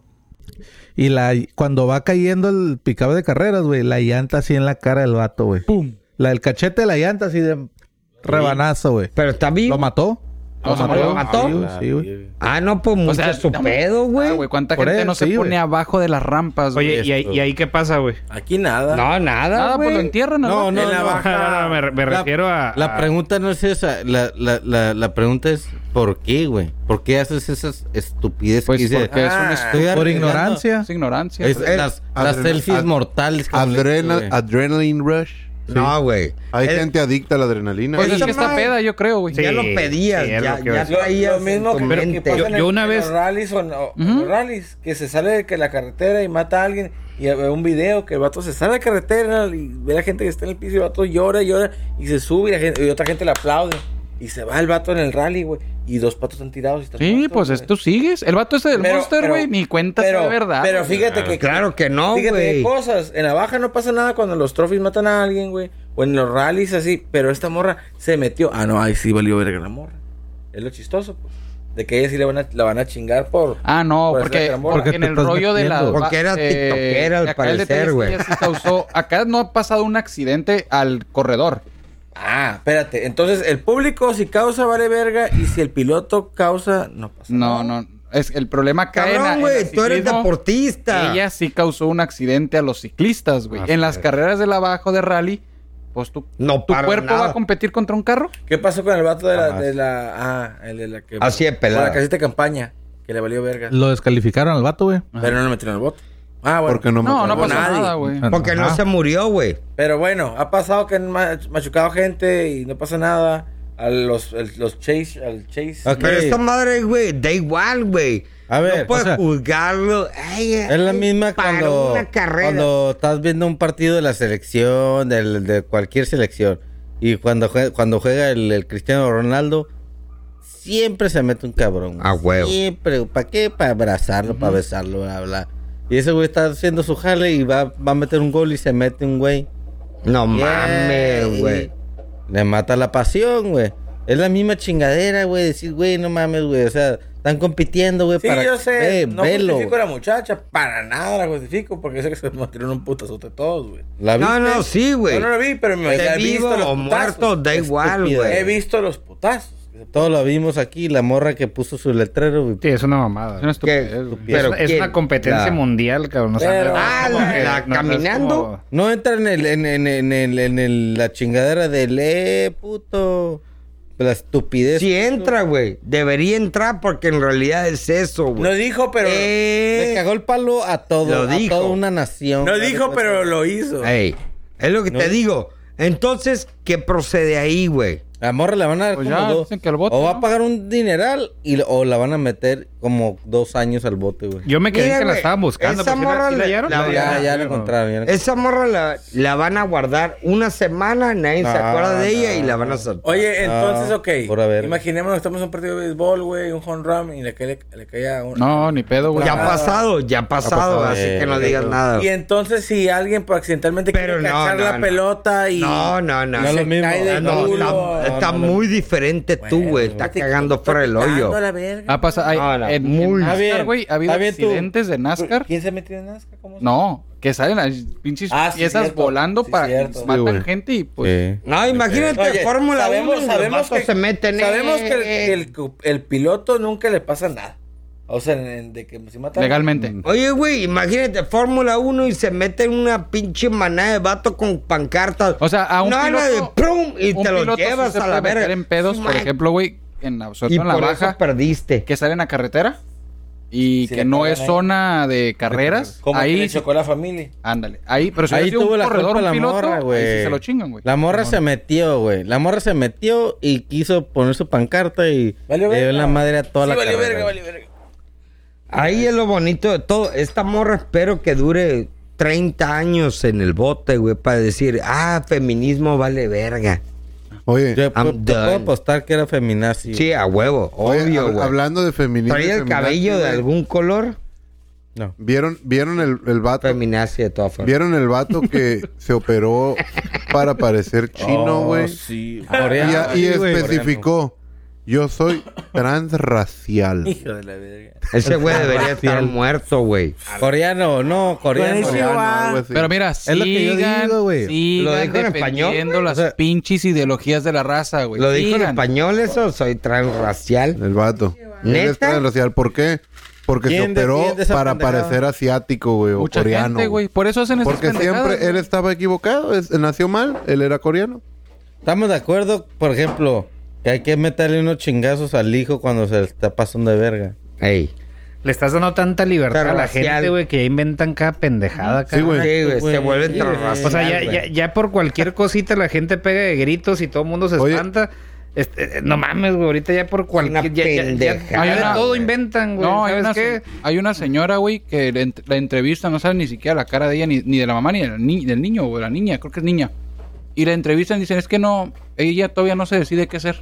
[SPEAKER 3] Y la, cuando va cayendo el picado de carreras, güey, la llanta así en la cara del vato, güey. ¡Pum! La del cachete de la llanta así de rebanazo, güey.
[SPEAKER 4] Pero está vivo.
[SPEAKER 3] ¿Lo mató?
[SPEAKER 2] ¿Lo mató?
[SPEAKER 3] Sí, güey, Sí, güey.
[SPEAKER 4] Ah, no, pues
[SPEAKER 2] O
[SPEAKER 4] mucho
[SPEAKER 2] sea,
[SPEAKER 4] su
[SPEAKER 2] no-
[SPEAKER 4] pedo,
[SPEAKER 2] Ah,
[SPEAKER 4] güey.
[SPEAKER 2] güey, ¿cuánta
[SPEAKER 3] Por
[SPEAKER 2] gente
[SPEAKER 3] él,
[SPEAKER 2] no se
[SPEAKER 3] sí,
[SPEAKER 2] pone
[SPEAKER 3] güey.
[SPEAKER 2] abajo de las rampas, güey?
[SPEAKER 7] Oye, ¿y ahí, ¿y ahí qué pasa, güey?
[SPEAKER 5] aquí nada.
[SPEAKER 4] No, nada,
[SPEAKER 2] Nada, pues lo
[SPEAKER 4] güey.
[SPEAKER 2] entierran,
[SPEAKER 9] No,
[SPEAKER 2] ¿no?
[SPEAKER 9] no,
[SPEAKER 5] En la
[SPEAKER 9] no.
[SPEAKER 5] baja.
[SPEAKER 7] No, no, me, re- me
[SPEAKER 9] La-
[SPEAKER 7] refiero a...
[SPEAKER 9] La
[SPEAKER 7] a-
[SPEAKER 9] pregunta no es esa. La, la, la, la pregunta es ¿por qué, güey? ¿Por qué haces esas estupideces
[SPEAKER 2] Pues
[SPEAKER 9] que dices,
[SPEAKER 2] porque es un
[SPEAKER 5] ah,
[SPEAKER 9] "Estoy
[SPEAKER 3] Por
[SPEAKER 9] arriesgando"?
[SPEAKER 3] ignorancia.
[SPEAKER 2] es ignorancia.
[SPEAKER 9] Es-
[SPEAKER 2] güey.
[SPEAKER 9] las las
[SPEAKER 6] adrena-
[SPEAKER 9] selfies
[SPEAKER 6] ad-
[SPEAKER 9] mortales. como le
[SPEAKER 6] Adrena-
[SPEAKER 9] dicen, güey.
[SPEAKER 6] adrenaline rush.
[SPEAKER 4] No, güey.
[SPEAKER 6] Hay
[SPEAKER 4] Es-
[SPEAKER 6] gente adicta a la adrenalina.
[SPEAKER 2] Pues
[SPEAKER 4] el-
[SPEAKER 2] es que está
[SPEAKER 4] madre-
[SPEAKER 2] peda, yo creo, güey.
[SPEAKER 7] Sí.
[SPEAKER 4] ya lo pedías,
[SPEAKER 7] sí, es
[SPEAKER 4] ya,
[SPEAKER 7] lo que iba a
[SPEAKER 4] ya
[SPEAKER 7] decir.
[SPEAKER 4] traías
[SPEAKER 5] Lo mismo
[SPEAKER 4] en
[SPEAKER 5] que,
[SPEAKER 4] tu
[SPEAKER 5] pero que
[SPEAKER 4] mente.
[SPEAKER 5] pasa en
[SPEAKER 7] Yo-
[SPEAKER 5] el-
[SPEAKER 7] yo una
[SPEAKER 5] en
[SPEAKER 7] vez-
[SPEAKER 5] los rallies o no-
[SPEAKER 2] Ujú.
[SPEAKER 5] los rallies, que se sale de que la carretera y mata a alguien y hay un video que el vato se sale de la carretera y ve a la gente que está en el piso y el vato llora, llora y se sube y, la gente- y otra gente le aplaude y se va el vato en el rally, güey, y dos patos están tirados y están
[SPEAKER 2] Sí,
[SPEAKER 5] muertos,
[SPEAKER 2] pues
[SPEAKER 5] güey.
[SPEAKER 2] es- tú sigues. El vato ese del
[SPEAKER 5] Pero-
[SPEAKER 2] Monster,
[SPEAKER 5] pero-
[SPEAKER 2] güey, ni cuenta sea
[SPEAKER 5] pero-
[SPEAKER 2] de verdad.
[SPEAKER 5] Pero fíjate que
[SPEAKER 4] Claro que no,
[SPEAKER 5] Fíjate qué
[SPEAKER 4] güey.
[SPEAKER 5] cosas. En la baja no pasa nada cuando los trophies matan a alguien, güey. O en los rallies así. Pero esta morra se metió. Ah, no, ahí sí valió verga la morra. Es lo chistoso, pues. De que ella sí le van a, la van a chingar por.
[SPEAKER 2] Ah, no,
[SPEAKER 5] Por
[SPEAKER 2] porque,
[SPEAKER 5] hacer amor.
[SPEAKER 2] porque
[SPEAKER 3] Porque
[SPEAKER 2] en
[SPEAKER 3] te
[SPEAKER 2] el
[SPEAKER 3] estás
[SPEAKER 2] rollo de la... eh,
[SPEAKER 3] metiendo.
[SPEAKER 4] Porque era tiktokera, al
[SPEAKER 2] acá el
[SPEAKER 4] parecer,
[SPEAKER 2] detalle es que
[SPEAKER 4] güey.
[SPEAKER 2] ella sí causó- Acá no ha pasado un accidente al corredor.
[SPEAKER 5] Ah, espérate. Entonces, el público si causa vale verga. Y si el piloto causa, no pasa
[SPEAKER 2] No, no. Es, el problema acá en la-
[SPEAKER 4] Cabrón,
[SPEAKER 2] en el
[SPEAKER 4] güey, tú eres
[SPEAKER 2] ciclismo,
[SPEAKER 4] deportista.
[SPEAKER 2] Ella sí causó un accidente a los ciclistas, güey. En las carreras del abajo de rally, pues tu,
[SPEAKER 4] No
[SPEAKER 2] tu
[SPEAKER 4] para
[SPEAKER 2] cuerpo
[SPEAKER 4] nada.
[SPEAKER 2] va a competir contra un carro.
[SPEAKER 5] ¿Qué pasó con el vato de la. De la ah, el de la que.
[SPEAKER 4] Así de
[SPEAKER 5] por
[SPEAKER 4] pelada.
[SPEAKER 5] la casita de campaña. Que Que le valió verga.
[SPEAKER 3] Lo descalificaron al vato, güey.
[SPEAKER 5] Pero no lo metieron al bote. Ah, bueno.
[SPEAKER 6] Porque no me
[SPEAKER 2] No, no
[SPEAKER 5] mató a
[SPEAKER 2] pasa
[SPEAKER 5] nadie.
[SPEAKER 2] nada, güey.
[SPEAKER 5] Ah,
[SPEAKER 4] Porque no
[SPEAKER 3] Ajá.
[SPEAKER 4] se murió, güey.
[SPEAKER 5] Pero bueno, ha pasado que han ma- machucado gente y no pasa nada. A los, el- los Chase, al Chase.
[SPEAKER 4] Pero esta madre, güey, da igual, güey.
[SPEAKER 9] A ver,
[SPEAKER 4] no puedes
[SPEAKER 9] o sea,
[SPEAKER 4] juzgarlo. Ay,
[SPEAKER 9] Es la
[SPEAKER 4] ay,
[SPEAKER 9] misma
[SPEAKER 4] paró
[SPEAKER 9] cuando,
[SPEAKER 4] una carrera.
[SPEAKER 9] cuando estás viendo un partido de la selección, del- de cualquier selección. Y cuando juega, cuando juega el, el Cristiano Ronaldo, siempre se mete un cabrón. güey.
[SPEAKER 4] A huevo.
[SPEAKER 9] Siempre. ¿Para qué? Para abrazarlo, para besarlo, bla, bla. Y ese güey está haciendo su jale y va, va a meter un gol y se mete un güey.
[SPEAKER 4] No
[SPEAKER 9] Yay.
[SPEAKER 4] mames, güey.
[SPEAKER 9] Le mata la pasión, güey. Es la misma chingadera, güey. Decir, güey, no mames, güey. O sea, están compitiendo, güey.
[SPEAKER 5] Sí,
[SPEAKER 9] para-
[SPEAKER 5] yo sé.
[SPEAKER 9] Eh,
[SPEAKER 5] no
[SPEAKER 9] velo,
[SPEAKER 5] justifico a la muchacha. Para nada la justifico. Porque sé que se metieron un putazote todos, güey.
[SPEAKER 9] ¿La
[SPEAKER 4] No,
[SPEAKER 9] viste?
[SPEAKER 4] no, sí, güey.
[SPEAKER 5] Yo no lo vi, pero me
[SPEAKER 4] Esté
[SPEAKER 5] he visto
[SPEAKER 4] vivo
[SPEAKER 5] los
[SPEAKER 4] o muerto,
[SPEAKER 5] putazos.
[SPEAKER 4] da igual,
[SPEAKER 9] Estúpida.
[SPEAKER 5] He
[SPEAKER 4] güey.
[SPEAKER 5] visto los putazos.
[SPEAKER 9] Todo lo vimos aquí, la morra que puso su letrero. güey.
[SPEAKER 7] Sí, es una mamada.
[SPEAKER 2] Es una
[SPEAKER 7] güey.
[SPEAKER 2] estupidez, güey.
[SPEAKER 7] Es-
[SPEAKER 4] Pero
[SPEAKER 7] es
[SPEAKER 4] ¿quién?
[SPEAKER 7] una competencia
[SPEAKER 4] La-
[SPEAKER 7] mundial, cabrón. o sea,
[SPEAKER 5] Pero-
[SPEAKER 7] no es
[SPEAKER 4] Ah,
[SPEAKER 7] como
[SPEAKER 4] la-
[SPEAKER 7] que-
[SPEAKER 4] la
[SPEAKER 7] no- no es
[SPEAKER 4] caminando.
[SPEAKER 7] como-
[SPEAKER 9] No entra en, el, en, en, en, el- en el- la chingadera del eh, puto. La estupidez.
[SPEAKER 4] Si entra, güey. Debería entrar porque en realidad es eso, güey.
[SPEAKER 5] No dijo, pero.
[SPEAKER 9] Le
[SPEAKER 4] Eh,
[SPEAKER 9] cagó el palo a todo,
[SPEAKER 4] Lo
[SPEAKER 9] a
[SPEAKER 4] dijo.
[SPEAKER 9] toda una nación.
[SPEAKER 5] no
[SPEAKER 9] Dale
[SPEAKER 5] dijo,
[SPEAKER 9] cuenta.
[SPEAKER 5] pero lo hizo.
[SPEAKER 4] ey, es lo que te digo. Entonces, ¿qué procede ahí, güey?
[SPEAKER 9] La morra la van a dar
[SPEAKER 2] Pues
[SPEAKER 9] como
[SPEAKER 2] ya,
[SPEAKER 9] dos.
[SPEAKER 2] dicen que al bote,
[SPEAKER 9] o va
[SPEAKER 2] ¿no?
[SPEAKER 9] a pagar un dineral y, o la van a meter como dos años al bote, güey.
[SPEAKER 7] Yo me quedé
[SPEAKER 4] Mira,
[SPEAKER 7] que la
[SPEAKER 4] güey,
[SPEAKER 7] estaban buscando.
[SPEAKER 4] esa
[SPEAKER 7] pues, ¿sí la-
[SPEAKER 4] morra
[SPEAKER 7] sí la
[SPEAKER 4] la-
[SPEAKER 7] hallaron?
[SPEAKER 4] la-
[SPEAKER 7] No,
[SPEAKER 9] ya, ya
[SPEAKER 7] no.
[SPEAKER 9] lo encontraron. ya lo
[SPEAKER 4] Esa morra la, la van a guardar una semana, nadie se
[SPEAKER 9] No,
[SPEAKER 4] acuerda de ella y
[SPEAKER 9] Ah, no.
[SPEAKER 4] la van a soltar.
[SPEAKER 5] Oye, entonces,
[SPEAKER 9] Ah,
[SPEAKER 5] ok.
[SPEAKER 9] pura verga.
[SPEAKER 5] Imaginémonos, estamos en un partido de béisbol, güey, un home run y le cae, le cae a un.
[SPEAKER 2] No, ni pedo, güey.
[SPEAKER 4] ya
[SPEAKER 5] Ah.
[SPEAKER 4] ha pasado, ya ha pasado,
[SPEAKER 9] pasado,
[SPEAKER 4] así
[SPEAKER 9] eh,
[SPEAKER 4] que no digas
[SPEAKER 9] eh,
[SPEAKER 4] nada.
[SPEAKER 5] Y entonces, si alguien por accidentalmente
[SPEAKER 4] Pero
[SPEAKER 5] quiere
[SPEAKER 4] no,
[SPEAKER 5] cachar
[SPEAKER 4] no,
[SPEAKER 5] la
[SPEAKER 4] no.
[SPEAKER 5] pelota y.
[SPEAKER 4] No, no, no.
[SPEAKER 9] No es lo mismo.
[SPEAKER 5] cae de
[SPEAKER 4] Ah, no,
[SPEAKER 5] culo.
[SPEAKER 4] está
[SPEAKER 5] No,
[SPEAKER 4] está muy diferente tú, güey. Estás cagando fuera el hoyo.
[SPEAKER 5] Dando la verga.
[SPEAKER 2] Ha pasado. pues, hay-
[SPEAKER 4] Ah, no,
[SPEAKER 2] en, en
[SPEAKER 4] muy-
[SPEAKER 2] NASCAR,
[SPEAKER 9] bien.
[SPEAKER 2] güey, ha habido
[SPEAKER 9] Está bien tú.
[SPEAKER 2] accidentes de NASCAR.
[SPEAKER 5] ¿Quién se metió en Nazca? ¿Cómo se-
[SPEAKER 2] No, que salen las pinches
[SPEAKER 5] Ah, sí,
[SPEAKER 2] piezas
[SPEAKER 5] cierto.
[SPEAKER 2] volando
[SPEAKER 5] Sí,
[SPEAKER 2] para
[SPEAKER 5] cierto.
[SPEAKER 2] que
[SPEAKER 5] Sí,
[SPEAKER 2] matan
[SPEAKER 9] güey.
[SPEAKER 2] gente y pues.
[SPEAKER 9] encontraron. Sí.
[SPEAKER 4] No, imagínate
[SPEAKER 5] Oye,
[SPEAKER 4] Fórmula 1
[SPEAKER 5] sabemos,
[SPEAKER 4] y los
[SPEAKER 5] sabemos
[SPEAKER 4] vatos
[SPEAKER 5] que,
[SPEAKER 4] se meten
[SPEAKER 5] sabemos
[SPEAKER 4] eh,
[SPEAKER 5] que, el,
[SPEAKER 4] eh.
[SPEAKER 5] que el cu- el piloto nunca le pasa nada. O sea, en- en- de que si mata
[SPEAKER 2] Legalmente.
[SPEAKER 4] Oye, güey, imagínate Fórmula 1 y se mete una pinche manada de vato con pancartas.
[SPEAKER 2] O sea, a un
[SPEAKER 4] No,
[SPEAKER 2] piloto.
[SPEAKER 4] no, de prum, y
[SPEAKER 2] un
[SPEAKER 4] te lo
[SPEAKER 2] piloto sí
[SPEAKER 4] llevas
[SPEAKER 2] se
[SPEAKER 4] a la
[SPEAKER 2] puede meter
[SPEAKER 4] verga.
[SPEAKER 2] en pedos,
[SPEAKER 4] Su
[SPEAKER 2] por
[SPEAKER 4] madre.
[SPEAKER 2] ejemplo, güey, en la, sobre
[SPEAKER 4] Y
[SPEAKER 2] todo en la
[SPEAKER 4] por eso
[SPEAKER 2] baja,
[SPEAKER 4] perdiste.
[SPEAKER 2] que salen a carretera y
[SPEAKER 5] Si
[SPEAKER 2] que
[SPEAKER 5] le
[SPEAKER 2] no
[SPEAKER 5] pegan
[SPEAKER 2] es
[SPEAKER 5] ahí.
[SPEAKER 2] zona de carreras.
[SPEAKER 5] Como que
[SPEAKER 2] ahí,
[SPEAKER 5] le chocó a la familia.
[SPEAKER 2] ándale. Ahí, pero si
[SPEAKER 9] Ahí
[SPEAKER 2] hubiera sido
[SPEAKER 9] tuvo
[SPEAKER 2] un
[SPEAKER 9] la
[SPEAKER 2] corredor,
[SPEAKER 9] culpa
[SPEAKER 2] un
[SPEAKER 9] la
[SPEAKER 2] piloto,
[SPEAKER 9] morra, güey.
[SPEAKER 2] ahí sí se lo chingan, güey.
[SPEAKER 9] La morra se metió, güey. La morra se metió y quiso poner su pancarta y
[SPEAKER 5] Valió
[SPEAKER 9] le dio
[SPEAKER 5] verga.
[SPEAKER 9] la madre a toda
[SPEAKER 5] Sí,
[SPEAKER 9] la
[SPEAKER 5] valió
[SPEAKER 9] carrera.
[SPEAKER 5] verga, valió verga.
[SPEAKER 4] Ahí es lo bonito de todo. Esta morra espero que dure 30 años en el bote, güey, para decir, ah, feminismo vale verga.
[SPEAKER 6] Oye,
[SPEAKER 9] Yo pu-
[SPEAKER 4] I'm
[SPEAKER 9] te puedo
[SPEAKER 4] done.
[SPEAKER 9] apostar que era feminazi.
[SPEAKER 4] Sí, a huevo,
[SPEAKER 6] oye,
[SPEAKER 4] obvio,
[SPEAKER 6] hab-
[SPEAKER 4] güey.
[SPEAKER 6] hablando de feminismo. y
[SPEAKER 4] ¿Traía el
[SPEAKER 6] feminazi,
[SPEAKER 4] cabello de
[SPEAKER 6] güey,
[SPEAKER 4] algún color?
[SPEAKER 6] ¿Vieron, vieron el, el vato?
[SPEAKER 4] Feminazi de todas formas.
[SPEAKER 6] ¿Vieron el vato que se operó para parecer chino, güey?
[SPEAKER 9] sí.
[SPEAKER 6] Y,
[SPEAKER 9] Coreano.
[SPEAKER 6] y
[SPEAKER 9] Sí, güey.
[SPEAKER 6] especificó, yo soy transracial.
[SPEAKER 5] Hijo de la verga.
[SPEAKER 4] Ese güey debería estar muerto, güey.
[SPEAKER 9] Coreano, no, coreano.
[SPEAKER 6] Algo así.
[SPEAKER 2] Pero mira,
[SPEAKER 3] Es lo que yo
[SPEAKER 2] sigan,
[SPEAKER 3] digo, güey.
[SPEAKER 2] sigan
[SPEAKER 4] Lo dijo en español,
[SPEAKER 2] defendiendo
[SPEAKER 4] güey.
[SPEAKER 2] las pinches ideologías de la raza, güey.
[SPEAKER 4] ¿Lo dijo en
[SPEAKER 2] Pues Sigan.
[SPEAKER 4] español eso? Soy transracial.
[SPEAKER 6] El vato. Él es
[SPEAKER 4] ¿Neta?
[SPEAKER 6] transracial. ¿Por qué? Porque se
[SPEAKER 9] ¿Quién
[SPEAKER 6] operó
[SPEAKER 9] defiende esa
[SPEAKER 6] para
[SPEAKER 9] pendejada?
[SPEAKER 6] parecer asiático, güey, o
[SPEAKER 2] Mucha
[SPEAKER 6] coreano.
[SPEAKER 2] gente, güey. Por eso hacen estas
[SPEAKER 6] Porque
[SPEAKER 2] pendejadas,
[SPEAKER 6] siempre
[SPEAKER 2] güey.
[SPEAKER 6] él estaba equivocado. es- nació mal, él era coreano.
[SPEAKER 9] Estamos de acuerdo, por ejemplo, que hay que meterle unos chingazos al hijo cuando se le está pasando de verga.
[SPEAKER 4] Ey.
[SPEAKER 7] Le estás dando tanta libertad a la
[SPEAKER 4] Racial.
[SPEAKER 7] gente, güey, que ya inventan cada pendejada,
[SPEAKER 6] Sí,
[SPEAKER 7] cabrón.
[SPEAKER 6] güey.
[SPEAKER 4] Sí, güey, se
[SPEAKER 9] güey.
[SPEAKER 4] vuelve
[SPEAKER 9] Sí,
[SPEAKER 4] transracial.
[SPEAKER 7] O sea, ya,
[SPEAKER 4] güey.
[SPEAKER 7] ya, ya por cualquier cosita la gente pega de gritos y todo el mundo se
[SPEAKER 6] Oye.
[SPEAKER 7] espanta. Este, eh, no mames, güey, ahorita ya por cualquier...
[SPEAKER 4] Una
[SPEAKER 7] Ya, ya- ya-
[SPEAKER 4] pendejada,
[SPEAKER 7] ya de
[SPEAKER 2] güey.
[SPEAKER 7] todo inventan, güey.
[SPEAKER 2] No, hay
[SPEAKER 7] ¿Sabes
[SPEAKER 2] una,
[SPEAKER 7] qué?
[SPEAKER 2] se- hay una señora, güey, que le ent- la entrevista, no sabe ni siquiera la cara de ella, ni, ni de la mamá, ni, de la ni- del niño, güey, la niña, creo que es niña. Y la entrevistan y dicen, es que no, ella todavía no se decide qué hacer.